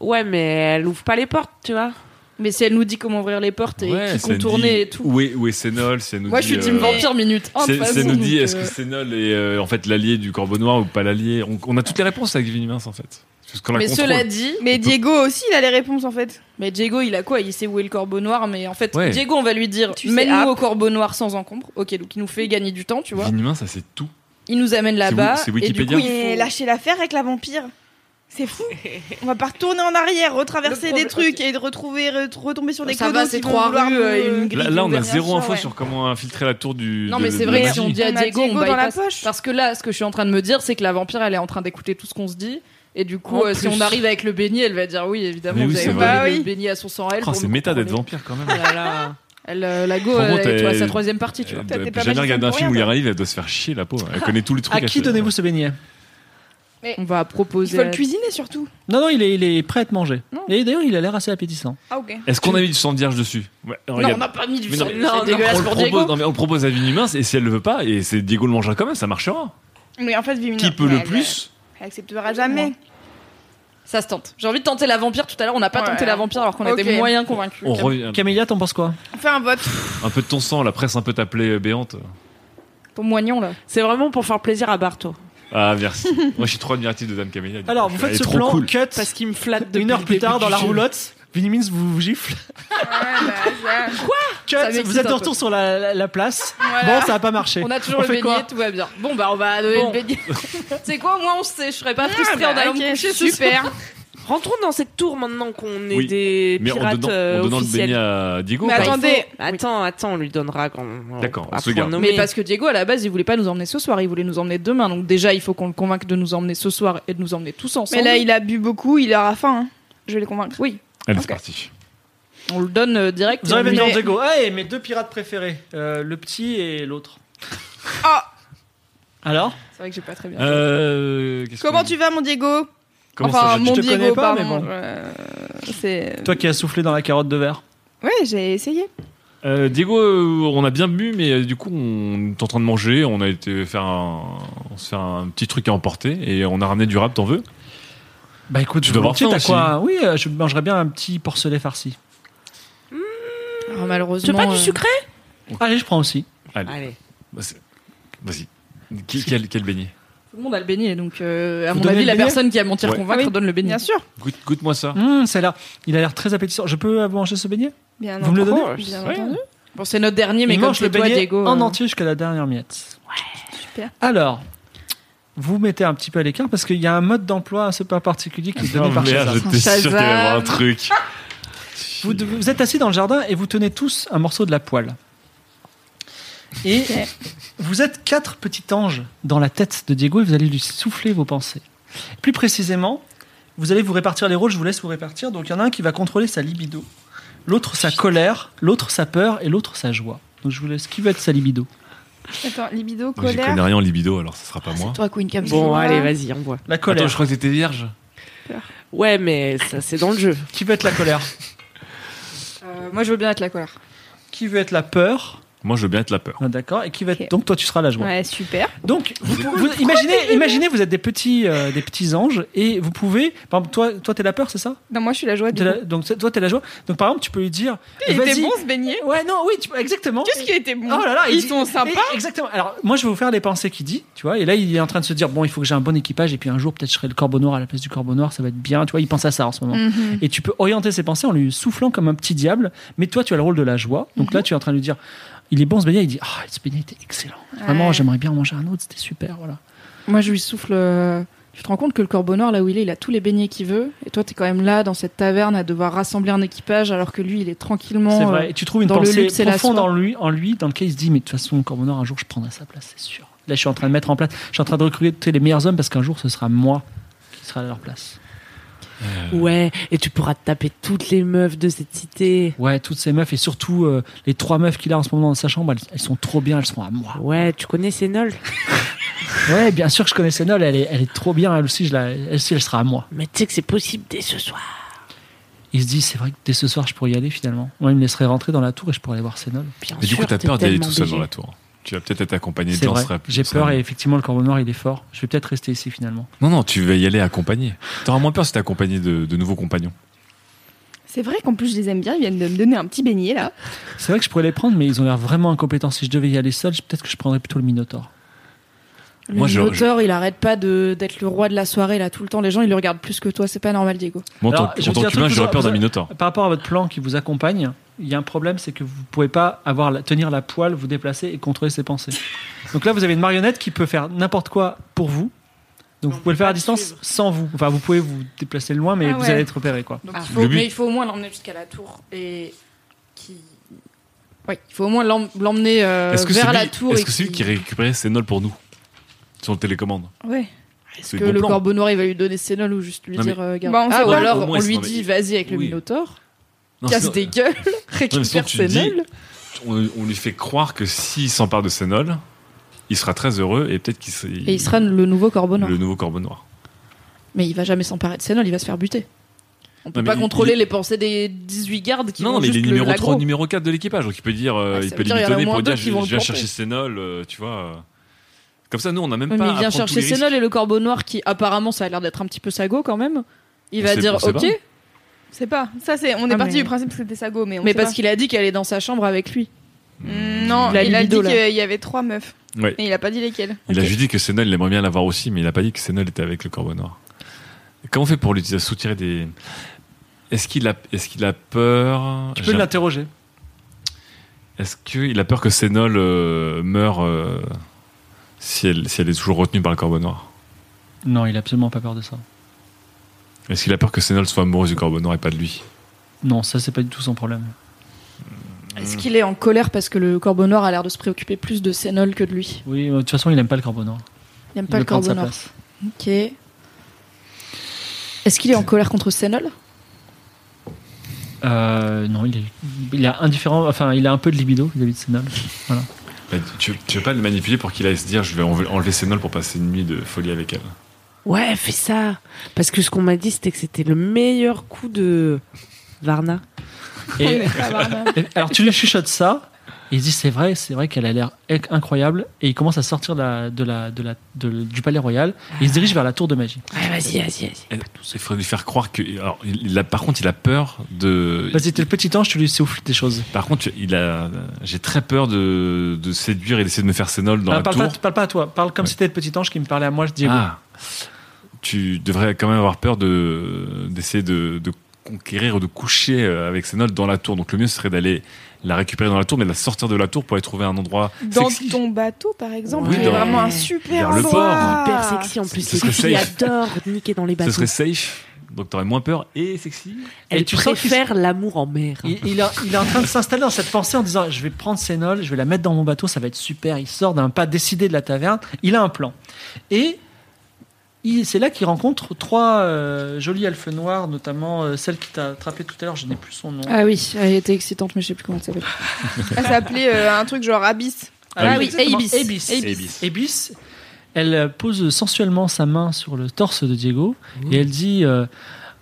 [SPEAKER 25] Ouais, mais elle ouvre pas les portes, tu vois.
[SPEAKER 5] Mais si elle nous dit comment ouvrir les portes et
[SPEAKER 7] Ouais,
[SPEAKER 5] qui
[SPEAKER 7] ça nous
[SPEAKER 5] contourner
[SPEAKER 7] dit
[SPEAKER 5] et tout.
[SPEAKER 7] Où est, où est Sénol si elle nous
[SPEAKER 5] Moi,
[SPEAKER 7] dit,
[SPEAKER 5] je suis team
[SPEAKER 7] euh,
[SPEAKER 5] vampire minute. un, de
[SPEAKER 7] C'est
[SPEAKER 5] toute
[SPEAKER 7] c'est
[SPEAKER 5] façon,
[SPEAKER 7] nous dit
[SPEAKER 5] donc,
[SPEAKER 7] est-ce
[SPEAKER 5] euh,
[SPEAKER 7] que Sénol est euh, en fait l'allié du Corbeau Noir ou pas l'allié on, on a toutes les réponses avec Vinnie Mince en fait. Parce qu'on la
[SPEAKER 5] Mais
[SPEAKER 7] contrôle.
[SPEAKER 5] cela dit.
[SPEAKER 9] Mais Diego aussi, il a les réponses hein. en fait.
[SPEAKER 5] Mais Diego, il a quoi Il sait où est le corbeau noir, mais en fait,
[SPEAKER 7] Ouais.
[SPEAKER 5] Diego, on va lui dire
[SPEAKER 9] Tu sais,
[SPEAKER 5] mène-nous
[SPEAKER 9] hop.
[SPEAKER 5] au corbeau noir sans encombre. Ok, donc il nous fait gagner du temps, tu vois.
[SPEAKER 7] Vinnie Mince, ça c'est tout.
[SPEAKER 5] Il nous amène
[SPEAKER 7] C'est
[SPEAKER 5] là-bas.
[SPEAKER 7] Wi- c'est
[SPEAKER 5] et du
[SPEAKER 7] Wikipédia.
[SPEAKER 5] coup, il
[SPEAKER 9] Mais
[SPEAKER 5] faut-
[SPEAKER 9] lâcher l'affaire avec la vampire, c'est
[SPEAKER 5] (laughs)
[SPEAKER 9] fou. On va pas retourner en arrière, retraverser
[SPEAKER 5] Le
[SPEAKER 9] des
[SPEAKER 5] problème-
[SPEAKER 9] trucs et de retrouver, re- retomber sur des
[SPEAKER 5] Ça va,
[SPEAKER 9] codos
[SPEAKER 5] c'est
[SPEAKER 9] qui vont
[SPEAKER 5] trois
[SPEAKER 9] vouloir
[SPEAKER 5] rues,
[SPEAKER 9] nous-
[SPEAKER 5] euh, une grille.
[SPEAKER 7] Là, là, on a
[SPEAKER 5] ouverte,
[SPEAKER 7] zéro
[SPEAKER 5] ouais.
[SPEAKER 7] info sur comment infiltrer la tour du.
[SPEAKER 5] Non,
[SPEAKER 7] de-
[SPEAKER 5] mais
[SPEAKER 7] de
[SPEAKER 5] c'est vrai,
[SPEAKER 7] magie.
[SPEAKER 5] si on dit à
[SPEAKER 9] On a
[SPEAKER 5] Diego, on
[SPEAKER 9] Diego dans la
[SPEAKER 5] bypass.
[SPEAKER 9] poche.
[SPEAKER 5] Parce que là, ce que je suis en train de me dire, c'est que la vampire, elle est en train d'écouter tout ce qu'on se dit. Et du coup,
[SPEAKER 7] En
[SPEAKER 5] euh, si
[SPEAKER 7] plus.
[SPEAKER 5] on arrive avec le beignet, elle va dire oui, évidemment,
[SPEAKER 7] Mais oui,
[SPEAKER 5] vous
[SPEAKER 7] c'est
[SPEAKER 5] avez
[SPEAKER 7] vrai.
[SPEAKER 5] pas
[SPEAKER 7] Bah
[SPEAKER 5] le
[SPEAKER 7] oui.
[SPEAKER 5] beignet à son sang à elle.
[SPEAKER 7] Oh,
[SPEAKER 5] pour
[SPEAKER 7] c'est
[SPEAKER 5] nous
[SPEAKER 7] méta d'être
[SPEAKER 5] contrôler.
[SPEAKER 7] vampire quand même.
[SPEAKER 25] Voilà.
[SPEAKER 5] Elle, euh, la go,
[SPEAKER 7] Franchement,
[SPEAKER 5] elle,
[SPEAKER 7] t'es-
[SPEAKER 5] est à sa troisième partie, tu vois.
[SPEAKER 7] Elle doit jamais regardé un film où il arrive, elle doit se faire chier la peau. Elle connaît tous les trucs.
[SPEAKER 4] à qui
[SPEAKER 7] elle fait-
[SPEAKER 4] donnez-vous ce beignet
[SPEAKER 5] On va
[SPEAKER 9] Il
[SPEAKER 5] proposer.
[SPEAKER 9] faut le
[SPEAKER 5] à-
[SPEAKER 9] cuisiner surtout.
[SPEAKER 4] Non, non, il est, il est prêt à être mangé. Et d'ailleurs, il a l'air assez appétissant.
[SPEAKER 9] Ah ok.
[SPEAKER 7] Est-ce qu'on a mis du sang de vierge dessus Ouais,
[SPEAKER 5] Non,
[SPEAKER 7] regarde.
[SPEAKER 5] on n'a pas mis du
[SPEAKER 7] Mais
[SPEAKER 5] sang.
[SPEAKER 7] non, mais-
[SPEAKER 5] C'est dégueulasse
[SPEAKER 7] on
[SPEAKER 5] pour
[SPEAKER 7] le propose,
[SPEAKER 5] Diego.
[SPEAKER 7] non, mais on le propose à Vinnie Mince et si elle le veut pas, et c'est Diego le mangera quand même, ça marchera.
[SPEAKER 9] Mais en fait, Vimina,
[SPEAKER 7] Qui peut le
[SPEAKER 9] elle,
[SPEAKER 7] plus
[SPEAKER 9] Elle acceptera jamais.
[SPEAKER 5] Ça se tente. J'ai envie de tenter la vampire tout à l'heure. On n'a pas
[SPEAKER 9] Ouais.
[SPEAKER 5] tenté la vampire alors qu'on
[SPEAKER 9] Ok.
[SPEAKER 5] était moyen convaincus.
[SPEAKER 7] On revient.
[SPEAKER 4] Camélia, t'en penses quoi
[SPEAKER 9] On fait un vote.
[SPEAKER 7] Un peu de ton sang, la presse un peu ta plaie euh, béante.
[SPEAKER 5] Ton moignon là.
[SPEAKER 25] C'est vraiment pour faire plaisir à Barto.
[SPEAKER 7] Ah merci. Moi je suis trop admiratif de Dame Camélia. du
[SPEAKER 4] Alors,
[SPEAKER 7] coup.
[SPEAKER 4] vous
[SPEAKER 7] Elle
[SPEAKER 4] faites
[SPEAKER 7] est
[SPEAKER 4] ce
[SPEAKER 7] trop
[SPEAKER 4] plan
[SPEAKER 7] cool.
[SPEAKER 4] cut.
[SPEAKER 25] Parce qu'il me flatte depuis
[SPEAKER 4] Une heure
[SPEAKER 25] le
[SPEAKER 4] plus tard,
[SPEAKER 25] début
[SPEAKER 4] dans
[SPEAKER 25] du
[SPEAKER 4] la
[SPEAKER 25] jeu.
[SPEAKER 4] roulotte, Vinimins vous, vous (laughs) gifle.
[SPEAKER 5] Ça
[SPEAKER 4] Cut,
[SPEAKER 5] m'excite
[SPEAKER 4] vous êtes de
[SPEAKER 5] un
[SPEAKER 4] retour
[SPEAKER 5] peu.
[SPEAKER 4] sur la, la- la place.
[SPEAKER 5] Voilà.
[SPEAKER 4] Bon, ça a pas marché.
[SPEAKER 5] On a toujours le
[SPEAKER 4] fait quoi
[SPEAKER 5] beignet, tout va bien. Bon bah on va donner
[SPEAKER 25] Bon.
[SPEAKER 5] le
[SPEAKER 7] (laughs)
[SPEAKER 5] beignet. C'est quoi au moins on sait, je serais pas frustrée
[SPEAKER 9] bah,
[SPEAKER 5] en allant me
[SPEAKER 9] ok,
[SPEAKER 5] coucher ce
[SPEAKER 9] super.
[SPEAKER 5] soir.
[SPEAKER 25] Rentrons dans cette tour maintenant qu'on est
[SPEAKER 7] Oui,
[SPEAKER 25] des
[SPEAKER 7] Mais en
[SPEAKER 25] pirates
[SPEAKER 7] donnant,
[SPEAKER 25] euh,
[SPEAKER 7] en donnant le
[SPEAKER 25] officiels.
[SPEAKER 7] beignet à Diego.
[SPEAKER 9] Mais
[SPEAKER 7] par
[SPEAKER 9] attendez,
[SPEAKER 25] Attends, attends, on lui donnera quand.
[SPEAKER 7] D'accord, on
[SPEAKER 25] à
[SPEAKER 7] se garde.
[SPEAKER 25] pronommer.
[SPEAKER 5] Mais parce que Diego à la base il voulait pas nous emmener ce soir, il voulait nous emmener demain. Donc déjà il faut qu'on le convainque de nous emmener ce soir et de nous emmener tous
[SPEAKER 9] Mais
[SPEAKER 5] ensemble.
[SPEAKER 9] là, il a bu beaucoup, il aura faim. hein. Je vais les convaincre.
[SPEAKER 5] Oui,
[SPEAKER 7] Allez,
[SPEAKER 9] Ok.
[SPEAKER 7] c'est parti.
[SPEAKER 5] on le donne euh, direct.
[SPEAKER 4] Vous avez
[SPEAKER 5] Mais-
[SPEAKER 4] dans Diego. Ah, et mes deux pirates préférés, euh, le petit et l'autre.
[SPEAKER 9] Ah
[SPEAKER 4] Alors
[SPEAKER 5] C'est vrai que j'ai pas très bien.
[SPEAKER 7] Euh, qu'est-ce
[SPEAKER 9] Comment
[SPEAKER 7] qu'on-
[SPEAKER 9] tu vas, mon Diego
[SPEAKER 7] Comment
[SPEAKER 9] Enfin,
[SPEAKER 7] ça, je-
[SPEAKER 9] mon
[SPEAKER 4] te connais
[SPEAKER 9] Diego,
[SPEAKER 4] pas, mais
[SPEAKER 9] pardon.
[SPEAKER 4] bon.
[SPEAKER 9] Euh, C'est.
[SPEAKER 4] Toi qui as soufflé dans la carotte de verre.
[SPEAKER 9] Ouais, j'ai essayé.
[SPEAKER 7] Euh, Diego, euh, on a bien bu, mais euh, du coup, on est en train de manger. On a été faire un, on se fait un petit truc à emporter et on a ramené du rap. T'en veux
[SPEAKER 4] Bah écoute,
[SPEAKER 7] Tu dois avoir
[SPEAKER 4] volontiers,
[SPEAKER 7] faim
[SPEAKER 4] t'as quoi Oui, euh, je mangerais bien un petit porcelet farci.
[SPEAKER 5] Alors,
[SPEAKER 25] Tu veux
[SPEAKER 5] Ah, malheureusement.
[SPEAKER 25] pas du
[SPEAKER 5] euh,
[SPEAKER 25] sucré
[SPEAKER 4] Allez, je prends aussi.
[SPEAKER 7] Allez.
[SPEAKER 25] Allez.
[SPEAKER 7] Bah, c'est- Vas-y. Qui- quel, quel beignet
[SPEAKER 5] Tout le monde a le beignet, donc euh, à
[SPEAKER 4] Vous
[SPEAKER 5] mon
[SPEAKER 4] donnez
[SPEAKER 5] avis
[SPEAKER 4] le
[SPEAKER 5] la
[SPEAKER 4] beignet
[SPEAKER 5] personne qui a mentir
[SPEAKER 7] Ouais.
[SPEAKER 5] convaincre
[SPEAKER 9] Ah oui.
[SPEAKER 5] donne le beignet.
[SPEAKER 9] Bien sûr.
[SPEAKER 7] Goûte, goûte-moi ça.
[SPEAKER 4] Hum, celle-là, il a l'air très appétissant. Je peux euh, manger ce beignet
[SPEAKER 9] Bien
[SPEAKER 4] Vous me le
[SPEAKER 9] entendu.
[SPEAKER 4] donnez
[SPEAKER 9] Bien
[SPEAKER 7] Ouais.
[SPEAKER 9] entendu.
[SPEAKER 5] Bon c'est notre dernier, mais
[SPEAKER 4] il
[SPEAKER 5] comme
[SPEAKER 4] mange le
[SPEAKER 5] c'est toi
[SPEAKER 4] beignet
[SPEAKER 5] Diego.
[SPEAKER 4] en
[SPEAKER 5] euh,
[SPEAKER 4] entier jusqu'à la dernière miette.
[SPEAKER 9] Super.
[SPEAKER 4] Alors, vous mettez un petit peu à l'écart parce qu'il y a un mode d'emploi assez peu particulier qui est donné
[SPEAKER 7] Oh,
[SPEAKER 4] par
[SPEAKER 7] merde,
[SPEAKER 4] Shazam.
[SPEAKER 7] j'étais sûr qu'il y avait
[SPEAKER 5] Shazam.
[SPEAKER 7] un truc.
[SPEAKER 4] Vous, de- vous êtes assis dans le jardin et vous tenez tous un morceau de la poêle. Et vous êtes quatre petits anges dans la tête de Diego et vous allez lui souffler vos pensées. Plus précisément, vous allez vous répartir les rôles, je vous laisse vous répartir. Donc il y en a un qui va contrôler sa libido, l'autre sa colère, l'autre sa peur et l'autre sa joie. Donc je vous laisse. Qui veut être sa libido
[SPEAKER 9] Attends, libido,
[SPEAKER 7] Moi, J'y connais
[SPEAKER 9] colère.
[SPEAKER 7] rien en libido, alors ça sera pas moi.
[SPEAKER 5] Toi Queen Cam.
[SPEAKER 25] Bon,
[SPEAKER 9] vois.
[SPEAKER 25] allez, vas-y, on voit.
[SPEAKER 4] La
[SPEAKER 7] Attends,
[SPEAKER 4] colère.
[SPEAKER 7] je crois que t'étais vierge.
[SPEAKER 25] Ouais, mais ça, c'est dans le jeu.
[SPEAKER 4] Qui veut être la colère
[SPEAKER 5] Euh, moi je veux bien être la colère.
[SPEAKER 4] Qui veut être la peur
[SPEAKER 7] Moi, je veux bien être la peur.
[SPEAKER 4] Ah, D'accord. Et qui va être- donc toi tu seras la joie.
[SPEAKER 27] Ouais, super.
[SPEAKER 4] Donc, Vous- imaginez, imaginez, vous êtes des petits, euh, des petits anges et vous pouvez. Par exemple, toi, toi, t'es la peur, c'est ça
[SPEAKER 27] Non, moi, je suis la joie. du
[SPEAKER 4] T'es la-
[SPEAKER 27] coup.
[SPEAKER 4] donc, c'est- toi, t'es la joie. Donc, par exemple, tu peux lui dire.
[SPEAKER 27] Il était
[SPEAKER 4] vas-y.
[SPEAKER 27] bon se baigner.
[SPEAKER 4] Ouais, non, oui, exactement.
[SPEAKER 27] Qu'est-ce qui était bon
[SPEAKER 4] Oh là là,
[SPEAKER 27] ils
[SPEAKER 4] il dit-
[SPEAKER 27] sont sympas.
[SPEAKER 4] Et- Exactement. Alors, moi, je vais vous faire les pensées qu'il dit, tu vois. Et là, il est en train de se dire bon, il faut que j'ai un bon équipage, et puis un jour, peut-être, je serai le corbeau noir à la place du corbeau noir, ça va être bien. Tu vois, il pense à ça en ce
[SPEAKER 27] Mm.
[SPEAKER 4] moment.
[SPEAKER 28] Mhm.
[SPEAKER 4] Et tu peux orienter ses pensées en lui soufflant comme un petit diable. Mais toi, tu as le rôle de la joie.
[SPEAKER 27] Mm-hmm.
[SPEAKER 4] Donc là, tu es en train de lui dire il est bon ce beignet. Il dit ah, ce beignet était excellent. Vraiment,
[SPEAKER 5] Ouais.
[SPEAKER 4] j'aimerais bien en manger un autre, c'était super. Voilà.
[SPEAKER 5] Moi, je lui souffle. euh, Tu te rends compte que le corbeau noir, là où il est, il a tous les beignets qu'il veut. Et toi, t'es quand même là, dans cette taverne, à devoir rassembler un équipage, alors que lui, il est tranquillement.
[SPEAKER 4] C'est
[SPEAKER 5] euh,
[SPEAKER 4] vrai. Et tu trouves une
[SPEAKER 5] dans le
[SPEAKER 4] pensée
[SPEAKER 5] luxe et la
[SPEAKER 4] profonde
[SPEAKER 5] soie.
[SPEAKER 4] en lui, en lui, dans lequel il se dit mais de toute façon, Corbeau Noir, un jour, je prendrai sa place, c'est sûr. Là, je suis en train de mettre en place, je suis en train de recruter les meilleurs hommes parce qu'un jour, ce sera moi qui sera à leur place.
[SPEAKER 1] Ouais, et tu pourras te taper toutes les meufs de cette cité.
[SPEAKER 4] Ouais, toutes ces meufs et surtout euh, les trois meufs qu'il a en ce moment dans sa chambre, elles, elles sont trop bien, elles sont à moi.
[SPEAKER 1] Ouais, tu connais Sénol
[SPEAKER 4] Ouais, bien sûr que je connais Sénol, elle est, elle est trop bien, elle aussi, je la, elle aussi, elle sera à moi.
[SPEAKER 1] Mais tu sais que c'est possible dès ce soir.
[SPEAKER 4] Il se dit, c'est vrai que dès ce soir, je pourrais y aller finalement. Moi, il me laisserait rentrer dans la tour et je pourrais aller voir Sénol.
[SPEAKER 7] Mais du coup, t'as peur d'y aller tout seul hein. dans la tour. Tu vas peut-être être accompagné de
[SPEAKER 4] C'est
[SPEAKER 7] gens.
[SPEAKER 4] vrai,
[SPEAKER 7] ce sera-
[SPEAKER 4] j'ai
[SPEAKER 7] ce
[SPEAKER 4] peur
[SPEAKER 7] sera-
[SPEAKER 4] et effectivement, le corbeau noir, il est fort. Je vais peut-être rester ici finalement.
[SPEAKER 7] Non, non, tu vas y aller accompagné. T'auras moins peur si t'es accompagné de, de nouveaux compagnons.
[SPEAKER 9] C'est vrai qu'en plus, je les aime bien. Ils viennent de me donner un petit beignet, là.
[SPEAKER 4] C'est vrai que je pourrais les prendre, mais ils ont l'air vraiment incompétents. Si je devais y aller seul, je- peut-être que je prendrais plutôt le Minotaur.
[SPEAKER 5] Le
[SPEAKER 4] Moi, je-
[SPEAKER 5] Minotaure, il arrête pas de- d'être le roi de la soirée, là, tout le temps. Les gens, ils le regardent plus que toi. C'est pas normal, Diego.
[SPEAKER 7] Moi, en tant-
[SPEAKER 4] Alors, je
[SPEAKER 7] en
[SPEAKER 4] veux
[SPEAKER 7] tant
[SPEAKER 4] dire un
[SPEAKER 7] qu'humain,
[SPEAKER 4] truc,
[SPEAKER 7] j'aurais
[SPEAKER 4] vous-
[SPEAKER 7] peur d'un
[SPEAKER 4] vous-
[SPEAKER 7] minotaure.
[SPEAKER 4] Par rapport à votre plan qui vous accompagne, il y a un problème, c'est que vous pouvez pas avoir la- tenir la poêle, vous déplacer et contrôler ses pensées. Donc là, vous avez une marionnette qui peut faire n'importe quoi pour vous. Donc vous pouvez le faire à distance sans vous. Enfin, vous pouvez vous déplacer loin, mais
[SPEAKER 5] Ah
[SPEAKER 4] vous
[SPEAKER 5] ouais.
[SPEAKER 4] allez être repéré, quoi.
[SPEAKER 5] Donc, il faut- mais il faut au moins l'emmener jusqu'à la tour et qui. Oui, il faut au moins l'em- l'emmener euh,
[SPEAKER 7] Est-ce que c'est
[SPEAKER 5] vers la
[SPEAKER 7] lui,
[SPEAKER 5] tour.
[SPEAKER 7] est-ce
[SPEAKER 5] et
[SPEAKER 7] que c'est lui
[SPEAKER 5] qu'il-
[SPEAKER 7] qui récupérait Sénol pour nous Sur le télécommande
[SPEAKER 5] Ouais. Est-ce
[SPEAKER 7] C'est
[SPEAKER 5] que
[SPEAKER 7] bon
[SPEAKER 5] le
[SPEAKER 7] plan.
[SPEAKER 5] corbeau noir, il va lui donner Sénol ou juste lui
[SPEAKER 7] Non, mais-
[SPEAKER 5] dire euh, garde-
[SPEAKER 27] Bah, on sait
[SPEAKER 5] Ah, ou
[SPEAKER 27] pas.
[SPEAKER 5] alors
[SPEAKER 7] Au moins,
[SPEAKER 5] on
[SPEAKER 7] c'est-
[SPEAKER 5] lui
[SPEAKER 7] non, mais-
[SPEAKER 5] dit vas-y avec le
[SPEAKER 7] Oui.
[SPEAKER 5] Minotaure,
[SPEAKER 7] Non,
[SPEAKER 5] casse
[SPEAKER 7] sinon-
[SPEAKER 5] des gueules,
[SPEAKER 7] Non, mais sinon,
[SPEAKER 5] récupère
[SPEAKER 7] tu dis,
[SPEAKER 5] Sénol.
[SPEAKER 7] on, on lui fait croire que s'il s'empare de Sénol, il sera très heureux et peut-être qu'il se-
[SPEAKER 5] Et il sera le nouveau corbeau noir.
[SPEAKER 7] le nouveau corbeau noir.
[SPEAKER 5] Mais il va jamais s'emparer de Sénol, il va se faire buter. On peut
[SPEAKER 7] mais
[SPEAKER 5] pas
[SPEAKER 7] il-
[SPEAKER 5] contrôler
[SPEAKER 7] il-
[SPEAKER 5] les pensées des 18 gardes qui
[SPEAKER 7] non,
[SPEAKER 5] vont
[SPEAKER 7] non, mais il est
[SPEAKER 5] juste le-
[SPEAKER 7] numéro
[SPEAKER 5] l'aggro.
[SPEAKER 7] 3, numéro 4 de l'équipage, donc il peut dire, euh,
[SPEAKER 5] Ah, ça
[SPEAKER 7] il
[SPEAKER 5] veut
[SPEAKER 7] peut
[SPEAKER 5] dire, il y en a
[SPEAKER 7] l'imitonner
[SPEAKER 5] au moins
[SPEAKER 7] pour
[SPEAKER 5] deux
[SPEAKER 7] dire,
[SPEAKER 5] qui
[SPEAKER 7] je,
[SPEAKER 5] vont
[SPEAKER 7] je
[SPEAKER 5] le
[SPEAKER 7] viens
[SPEAKER 5] planter.
[SPEAKER 7] chercher Sénol, euh, tu vois. euh. Comme ça, nous, on n'a même
[SPEAKER 5] Ouais,
[SPEAKER 7] pas.
[SPEAKER 5] mais
[SPEAKER 7] à
[SPEAKER 5] il vient
[SPEAKER 7] prendre tous
[SPEAKER 5] chercher
[SPEAKER 7] les risques.
[SPEAKER 5] Sénol et le corbeau noir qui apparemment ça a l'air d'être un petit peu sago quand même. Il
[SPEAKER 7] On
[SPEAKER 5] va
[SPEAKER 7] sait-
[SPEAKER 5] dire
[SPEAKER 7] on sait
[SPEAKER 5] ok,
[SPEAKER 7] pas.
[SPEAKER 9] C'est pas. Ça, c'est. On est
[SPEAKER 5] Ah,
[SPEAKER 9] parti
[SPEAKER 5] mais-
[SPEAKER 9] du principe que c'était Sago, mais on
[SPEAKER 5] mais
[SPEAKER 9] sait
[SPEAKER 5] parce
[SPEAKER 9] pas.
[SPEAKER 5] qu'il a dit qu'elle est dans sa chambre avec lui.
[SPEAKER 9] Non,
[SPEAKER 5] La
[SPEAKER 9] il a dit
[SPEAKER 5] libido, là.
[SPEAKER 9] qu'il y avait trois meufs.
[SPEAKER 7] Ouais.
[SPEAKER 9] Et il a pas dit lesquelles.
[SPEAKER 7] Il a juste dit que Sénol, il aimerait bien l'avoir aussi, mais il n'a pas dit que Sénol était avec le corbeau noir. Comment on fait pour lui dire- soutirer des. Est-ce qu'il a, est-ce qu'il a peur
[SPEAKER 4] Tu peux
[SPEAKER 7] J'ai-
[SPEAKER 4] l'interroger.
[SPEAKER 7] Est-ce qu'il a peur que Sénol euh, meure euh, si, elle, si elle est toujours retenue par le corbeau noir
[SPEAKER 4] Non, il a absolument pas peur de ça.
[SPEAKER 7] Est-ce qu'il a peur que Sénol soit amoureuse du corbeau noir et pas de lui
[SPEAKER 4] Non, ça, c'est pas du tout son problème.
[SPEAKER 7] Hmm.
[SPEAKER 5] Est-ce qu'il est en colère parce que le corbeau noir a l'air de se préoccuper plus de Sénol que de lui
[SPEAKER 4] Oui, euh, de toute façon, il aime pas le corbeau noir.
[SPEAKER 5] Il aime
[SPEAKER 4] veut
[SPEAKER 5] pas le
[SPEAKER 4] prendre
[SPEAKER 5] corbeau
[SPEAKER 4] sa
[SPEAKER 5] noir.
[SPEAKER 4] place.
[SPEAKER 5] Ok. Est-ce qu'il est en colère contre Sénol
[SPEAKER 4] Euh, non, il est, il a indifférent. Enfin, il a un peu de libido vis-à-vis de (laughs) Sénol. Voilà.
[SPEAKER 7] Bah, tu, tu veux pas le manipuler pour qu'il aille se dire je vais enle- enlever Sénol pour passer une nuit de folie avec elle
[SPEAKER 1] Ouais, fais ça. Parce que ce qu'on m'a dit, c'était que c'était le meilleur coup de Varna.
[SPEAKER 4] Et-
[SPEAKER 9] hein.
[SPEAKER 5] (laughs)
[SPEAKER 4] Et- alors tu lui chuchotes ça, et il se dit c'est vrai, c'est vrai qu'elle a l'air inc- incroyable, et il commence à sortir de la- de la- de la- de- du palais royal, et il se dirige vers la tour de magie.
[SPEAKER 1] vas-y, vas-y, vas-y.
[SPEAKER 7] Elle- Il faudrait lui faire croire que. Alors, il, il a- par contre, il a peur de.
[SPEAKER 4] Vas-y, t'es le petit ange, tu lui souffles des choses.
[SPEAKER 7] Par contre, il a, j'ai très peur de, de séduire et d'essayer de me faire Sénol dans
[SPEAKER 4] Ah,
[SPEAKER 7] la
[SPEAKER 4] parle,
[SPEAKER 7] tour.
[SPEAKER 4] Pas, parle pas à toi, parle comme si t'étais le petit ange qui me parlait à moi, je dis
[SPEAKER 7] Ah. Tu devrais quand même avoir peur de d'essayer de, de conquérir ou de coucher euh, avec Sénol dans la tour. Donc le mieux serait d'aller la récupérer dans la tour, mais de la sortir de la tour pour aller trouver un endroit
[SPEAKER 9] Dans
[SPEAKER 7] sexy.
[SPEAKER 9] ton bateau, par exemple,
[SPEAKER 7] Oui,
[SPEAKER 9] qui est
[SPEAKER 7] dans-
[SPEAKER 9] vraiment un
[SPEAKER 7] vers
[SPEAKER 9] super
[SPEAKER 7] le
[SPEAKER 9] endroit.
[SPEAKER 1] Hyper sexy en plus.
[SPEAKER 7] Ce
[SPEAKER 1] Les
[SPEAKER 7] serait
[SPEAKER 1] filles
[SPEAKER 7] safe.
[SPEAKER 1] adorent niquer dans les
[SPEAKER 7] Ce
[SPEAKER 1] bateaux.
[SPEAKER 7] serait safe, donc t'aurais moins peur et sexy.
[SPEAKER 1] Elle
[SPEAKER 4] Et tu sens qu'il-
[SPEAKER 1] préfère l'amour en mer.
[SPEAKER 4] Il, il a- il est en train de s'installer dans cette pensée en disant je vais prendre Sénol, je vais la mettre dans mon bateau, ça va être super. Il sort d'un pas décidé de la taverne, il a un plan. Et il- c'est là qu'il rencontre trois euh, jolies elfes noires, notamment euh, celle qui t'a attrapé tout à l'heure, je n'ai plus son nom.
[SPEAKER 5] Ah oui, elle était excitante, mais je sais plus comment elle s'appelle.
[SPEAKER 9] Elle s'appelait euh, un truc genre Abyss.
[SPEAKER 4] Ah oui,
[SPEAKER 9] exactement.
[SPEAKER 4] Abyss. Abyss. Abyss. Elle euh, pose sensuellement sa main sur le torse de Diego et elle dit euh,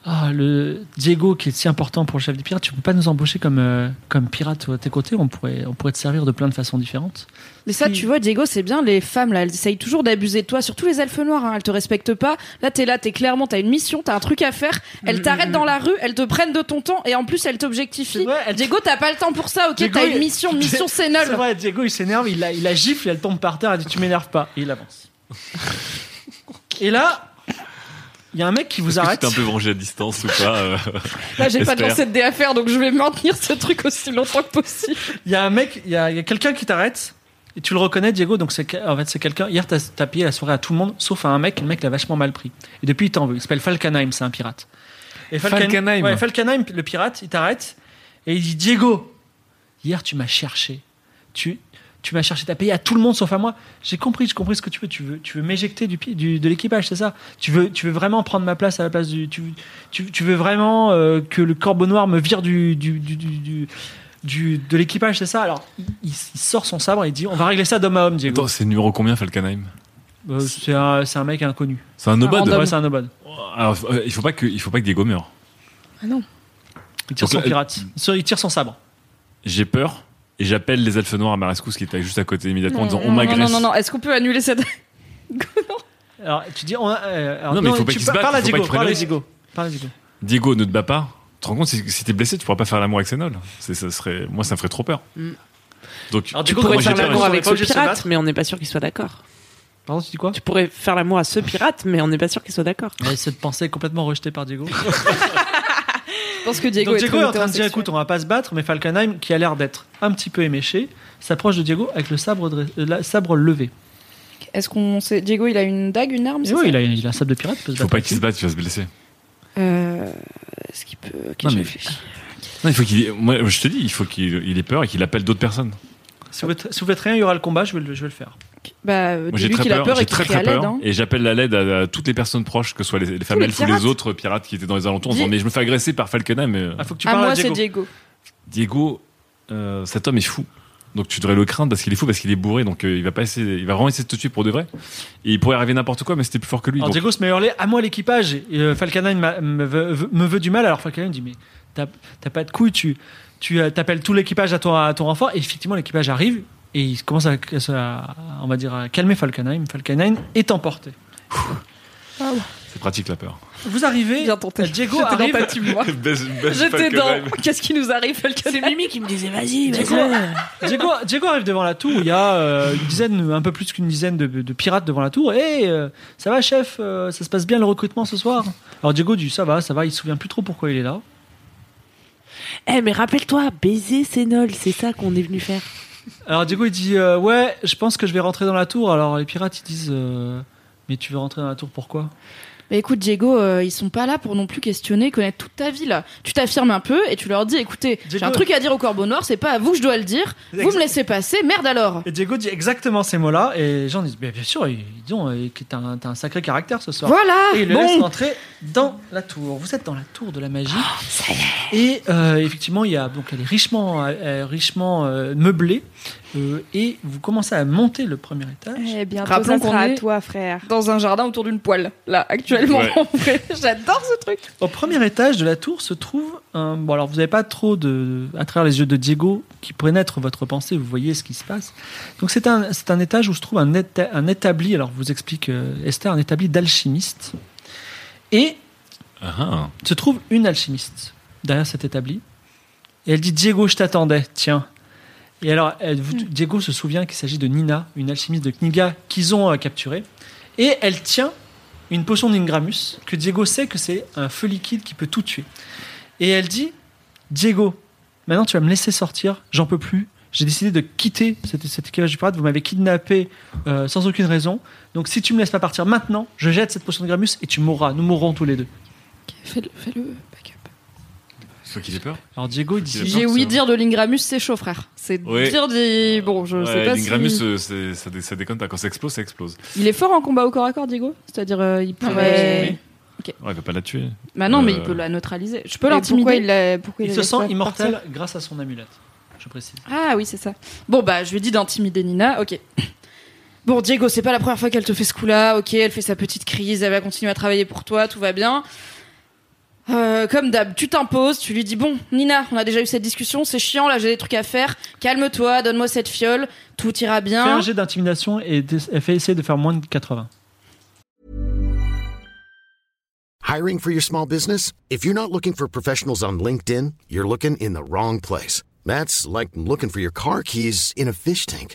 [SPEAKER 4] Ah, le Diego, qui est si important pour le chef des pirates, tu peux pas nous embaucher comme, euh, comme pirate à tes côtés, on pourrait, on pourrait te servir de plein de façons différentes.
[SPEAKER 5] Mais ça, tu vois, Diego, c'est bien, les femmes, là, elles essayent toujours d'abuser de toi, surtout les elfes noirs, hein, elles te respectent pas. Là, t'es là, t'es clairement, t'as une mission, t'as un truc à faire, elles
[SPEAKER 4] Mm.
[SPEAKER 5] t'arrêtent dans la rue, elles te prennent de ton temps, et en plus, elles t'objectifient. Diego, t'as pas le temps pour ça, ok,
[SPEAKER 4] Diego,
[SPEAKER 5] t'as une
[SPEAKER 4] il-
[SPEAKER 9] (laughs)
[SPEAKER 5] mission, mission c'est nul.
[SPEAKER 4] C'est vrai, Diego, il s'énerve, il la, il la gifle, elle tombe par terre, elle dit Tu m'énerves pas. Et il avance. Et là, il y a un mec qui vous
[SPEAKER 7] Est-ce que tu
[SPEAKER 4] arrête.
[SPEAKER 7] t'es un peu vengé à distance ou pas (laughs) euh,
[SPEAKER 5] Là, j'ai pas de
[SPEAKER 7] j'espère.
[SPEAKER 5] lancer de dé à faire, donc je vais maintenir ce truc aussi longtemps que possible.
[SPEAKER 4] Il y a un mec, il y a, il y a quelqu'un qui t'arrête. Et tu le reconnais, Diego, donc c'est que- en fait, c'est quelqu'un. Hier, t'as as payé la soirée à tout le monde, sauf à un mec, et le mec l'a vachement mal pris. Et depuis, il t'en veut. Il s'appelle Falkenheim, c'est un pirate. Et Falken-
[SPEAKER 29] Falkenheim.
[SPEAKER 4] Ouais, Falkenheim, le pirate, il t'arrête et il dit Diego, hier, tu m'as cherché. Tu, tu m'as cherché, t'as payé à tout le monde sauf à moi. J'ai compris, j'ai compris ce que tu veux. Tu veux, tu veux m'éjecter du, pi- du- de l'équipage, c'est ça tu veux, tu veux vraiment prendre ma place à la place du. Tu, tu, tu veux vraiment euh, que le corbeau noir me vire du. du, du, du- du- du- de l'équipage, c'est ça Alors, il, il sort son sabre et il dit On va régler ça d'homme à homme, Diego.
[SPEAKER 7] Attends, c'est numéro combien Falkenheim
[SPEAKER 4] Euh, c'est un, c'est un mec inconnu.
[SPEAKER 7] C'est un
[SPEAKER 1] Ah,
[SPEAKER 7] nobody.
[SPEAKER 4] Ouais, c'est un nobody.
[SPEAKER 7] Alors, euh, il faut pas que, il faut pas que Diego meure.
[SPEAKER 4] Ah non. Il tire
[SPEAKER 7] Donc
[SPEAKER 4] son
[SPEAKER 7] là,
[SPEAKER 4] pirate. Il tire son sabre.
[SPEAKER 7] J'ai peur et j'appelle les elfes noirs à ma rescousse qui étaient juste à côté immédiatement en disant on
[SPEAKER 5] non, non,
[SPEAKER 7] m'agresse.
[SPEAKER 5] non, non, non, est-ce qu'on peut annuler cette.
[SPEAKER 4] Alors, tu dis on a, euh, alors,
[SPEAKER 7] Non, mais il faut pas
[SPEAKER 4] tu
[SPEAKER 7] qu'il se
[SPEAKER 4] par-
[SPEAKER 7] batte,
[SPEAKER 4] Parle à
[SPEAKER 7] il faut pas
[SPEAKER 4] Diego.
[SPEAKER 7] qu'il prenne le
[SPEAKER 4] Parle à
[SPEAKER 7] risque.
[SPEAKER 4] Diego. Parle à Diego.
[SPEAKER 7] Diego, ne te bats pas. Tu te rends compte, si, si t'es blessé, tu pourras pas faire l'amour avec Sénol. C'est- Ça serait, moi, ça me ferait trop peur.
[SPEAKER 1] Mm.
[SPEAKER 7] Donc,
[SPEAKER 1] Alors, tu
[SPEAKER 7] moi,
[SPEAKER 1] pourrais
[SPEAKER 7] j'ai
[SPEAKER 1] faire
[SPEAKER 7] peur.
[SPEAKER 1] l'amour avec
[SPEAKER 4] pas
[SPEAKER 1] ce
[SPEAKER 4] obligé de se
[SPEAKER 1] pirate,
[SPEAKER 4] battre.
[SPEAKER 1] mais on n'est pas sûr qu'il soit d'accord.
[SPEAKER 4] Pardon, tu dis quoi
[SPEAKER 1] Tu pourrais faire l'amour à ce pirate, mais on n'est pas sûr qu'il soit d'accord.
[SPEAKER 4] Mais cette pensée est complètement rejetée par Diego.
[SPEAKER 5] Je pense que Diego
[SPEAKER 4] Donc
[SPEAKER 5] est
[SPEAKER 4] Diego
[SPEAKER 5] très
[SPEAKER 4] est en train de dire
[SPEAKER 5] hétérosexuel.
[SPEAKER 4] écoute, on va pas se battre, mais Falkenheim, qui a l'air d'être un petit peu éméché, s'approche de Diego avec le sabre, dre- euh, la- sabre levé.
[SPEAKER 5] Est-ce qu'on sait. Diego, il a une dague, une arme
[SPEAKER 4] Mais
[SPEAKER 5] c'est
[SPEAKER 4] oui,
[SPEAKER 5] ça
[SPEAKER 4] il a, il a un sabre de pirate, il peut se
[SPEAKER 7] Faut
[SPEAKER 4] battre.
[SPEAKER 7] pas qu'il se batte, tu vas se blesser.
[SPEAKER 5] Euh, Est-ce qu'il peut. ok,
[SPEAKER 7] Non,
[SPEAKER 5] je
[SPEAKER 7] mais-
[SPEAKER 5] réfléchis.
[SPEAKER 7] Non, il faut qu'il, moi, je te dis, il faut qu'il il ait peur et qu'il appelle d'autres personnes.
[SPEAKER 4] Si vous, faites, si vous faites rien, il y aura le combat, je vais le, je vais le faire.
[SPEAKER 5] Bah, euh,
[SPEAKER 7] Moi,
[SPEAKER 5] dis
[SPEAKER 7] j'ai
[SPEAKER 5] lui
[SPEAKER 7] très
[SPEAKER 5] qu'il a
[SPEAKER 7] peur,
[SPEAKER 5] peur
[SPEAKER 7] j'ai
[SPEAKER 5] et qu'il
[SPEAKER 7] très
[SPEAKER 5] crie
[SPEAKER 7] très
[SPEAKER 5] à l'aide.
[SPEAKER 7] peur,
[SPEAKER 5] hein.
[SPEAKER 7] et j'appelle la l'aide à, à toutes les personnes proches, que ce soit les, les femmes
[SPEAKER 5] les
[SPEAKER 7] elfes ou
[SPEAKER 5] pirates.
[SPEAKER 7] les autres pirates qui étaient dans les alentours, en
[SPEAKER 5] Dis-
[SPEAKER 7] disant mais je me fais agresser par Falkenheim. mais, euh,
[SPEAKER 4] Ah, faut que
[SPEAKER 5] À Ah, moi, c'est Diego.
[SPEAKER 7] Diego, euh, cet homme est fou. Donc tu devrais le craindre parce qu'il est fou, parce qu'il est bourré, donc euh, il va pas essayer, il va vraiment essayer de te tuer pour de vrai. Et il pourrait arriver n'importe quoi, mais c'était plus fort que lui.
[SPEAKER 4] Alors
[SPEAKER 7] donc-
[SPEAKER 4] Diego se met à hurler à moi l'équipage. Et euh, Falkenheim m'a- me veut, veut- me veut du mal. Alors Falkenheim dit mais t'as t'as pas de couilles, tu tu euh, t'appelles tout l'équipage à ton à ton renfort. Et effectivement l'équipage arrive et il commence à, à- on va dire à calmer Falkenheim. Falkenheim est emporté.
[SPEAKER 7] c'est pratique la peur.
[SPEAKER 4] Vous arrivez. Diego
[SPEAKER 5] J'étais
[SPEAKER 4] arrive.
[SPEAKER 5] dans
[SPEAKER 7] (laughs)
[SPEAKER 5] ta team, moi. J'étais dans. Qu'est-ce qui nous arrive,
[SPEAKER 1] C'est Mimi qui me disait vas-y,
[SPEAKER 4] Diego, (laughs) Diego, Diego arrive devant la tour, il y a euh, une dizaine, un peu plus qu'une dizaine de, de pirates devant la tour. Et ça va, chef euh, Ça se passe bien le recrutement ce soir Alors Diego dit ça va, ça va. Il se souvient plus trop pourquoi il est là.
[SPEAKER 1] Eh, mais rappelle-toi, baiser Sénol, c'est ça qu'on est venu faire.
[SPEAKER 4] Alors Diego il dit euh, ouais, je pense que je vais rentrer dans la tour. Alors les pirates ils disent euh, mais tu veux rentrer dans la tour pourquoi
[SPEAKER 5] Mais écoute, Diego, euh, ils sont pas là pour non plus questionner, connaître toute ta vie là. Tu t'affirmes un peu et tu leur dis écoutez, j'ai
[SPEAKER 4] Diego-
[SPEAKER 5] un truc à dire au corbeau noir, c'est pas à vous que je dois le dire. Vous me
[SPEAKER 4] Exact-
[SPEAKER 5] laissez passer, merde alors.
[SPEAKER 4] Et Diego dit exactement ces mots-là et les gens disent bien, bien sûr, ils ils disent euh, que t'as un, t'as un sacré caractère ce soir.
[SPEAKER 5] Voilà,
[SPEAKER 4] Et il le
[SPEAKER 5] bon.
[SPEAKER 4] laisse rentrer dans la tour. Vous êtes dans la tour de la magie. Et euh, effectivement, il y a donc elle est richement, euh, richement euh, meublée Euh, et vous commencez à monter le premier étage.
[SPEAKER 30] Eh bien,
[SPEAKER 5] Rappelons
[SPEAKER 30] rappelons
[SPEAKER 5] qu'on
[SPEAKER 30] qu'on à
[SPEAKER 5] est-
[SPEAKER 30] toi, frère.
[SPEAKER 5] Dans un jardin autour d'une poêle, là, actuellement.
[SPEAKER 4] Ouais.
[SPEAKER 5] en vrai. (laughs) J'adore ce truc.
[SPEAKER 4] Au premier étage de la tour se trouve un. Bon, alors vous n'avez pas trop de. À travers les yeux de Diego qui pénètre votre pensée, vous voyez ce qui se passe. Donc c'est un, c'est un étage où se trouve un, éta- un établi, alors vous explique euh, Esther, un établi d'alchimiste. Et
[SPEAKER 7] Ah, ah.
[SPEAKER 4] se trouve une alchimiste derrière cet établi. Et elle dit Diego, je t'attendais, tiens. Et alors, elle- vous- Diego se souvient qu'il s'agit de Nina, une alchimiste de Kniga qu'ils ont euh, capturée. Et elle tient une potion d'Ingramus que Diego sait que c'est un feu liquide qui peut tout tuer. Et elle dit Diego, maintenant tu vas me laisser sortir, j'en peux plus. J'ai décidé de quitter cette, cette équipage du pirate, vous m'avez kidnappé euh, sans aucune raison. Donc si tu me laisses pas partir maintenant, je jette cette potion d'Ingramus et tu mourras, nous mourrons tous les deux.
[SPEAKER 5] Fais-le. fais-le.
[SPEAKER 7] Faut qu'il ait peur.
[SPEAKER 4] Alors Diego il dit
[SPEAKER 5] J'ai oui dire de l'Ingramus, c'est chaud, frère. C'est
[SPEAKER 7] Ouais.
[SPEAKER 5] dire dit. Bon, je sais
[SPEAKER 7] Ouais,
[SPEAKER 5] pas
[SPEAKER 7] Lingramus,
[SPEAKER 5] si.
[SPEAKER 7] euh, c'est- ça, dé- ça déconne pas. Quand ça explose, ça explose.
[SPEAKER 5] Il est fort en combat au corps à corps, Diego C'est-à-dire, euh, il pourrait.
[SPEAKER 7] Oui. Ouais, il Oh, va pas la tuer.
[SPEAKER 5] Bah non, mais il
[SPEAKER 7] Euh,
[SPEAKER 5] peut la neutraliser. Je peux
[SPEAKER 30] Pourquoi
[SPEAKER 5] l'intimider.
[SPEAKER 30] il l'a- pourquoi il
[SPEAKER 4] Il
[SPEAKER 30] la
[SPEAKER 4] se
[SPEAKER 30] laisse
[SPEAKER 4] sent
[SPEAKER 30] pas
[SPEAKER 4] immortel
[SPEAKER 30] partir
[SPEAKER 4] grâce à son amulette. Je précise.
[SPEAKER 5] Ah oui, c'est ça. Bon, bah, je lui dis d'intimider Nina, ok. Bon, Diego, c'est pas la première fois qu'elle te fait ce coup-là, ok, elle fait sa petite crise, elle va continuer à travailler pour toi, tout va bien. Euh, comme d'hab, tu t'imposes, tu lui dis bon, Nina, on a déjà eu cette discussion, c'est chiant, là j'ai des trucs à faire, calme-toi, donne-moi cette fiole, tout ira
[SPEAKER 4] Fais un
[SPEAKER 5] bien.
[SPEAKER 4] jet d'intimidation et d'ess- et fais essayer de faire moins de 80.
[SPEAKER 8] Hiring for your small business? If you're not looking for professionals on LinkedIn, you're looking in the wrong place. That's like looking for your car keys in a fish tank.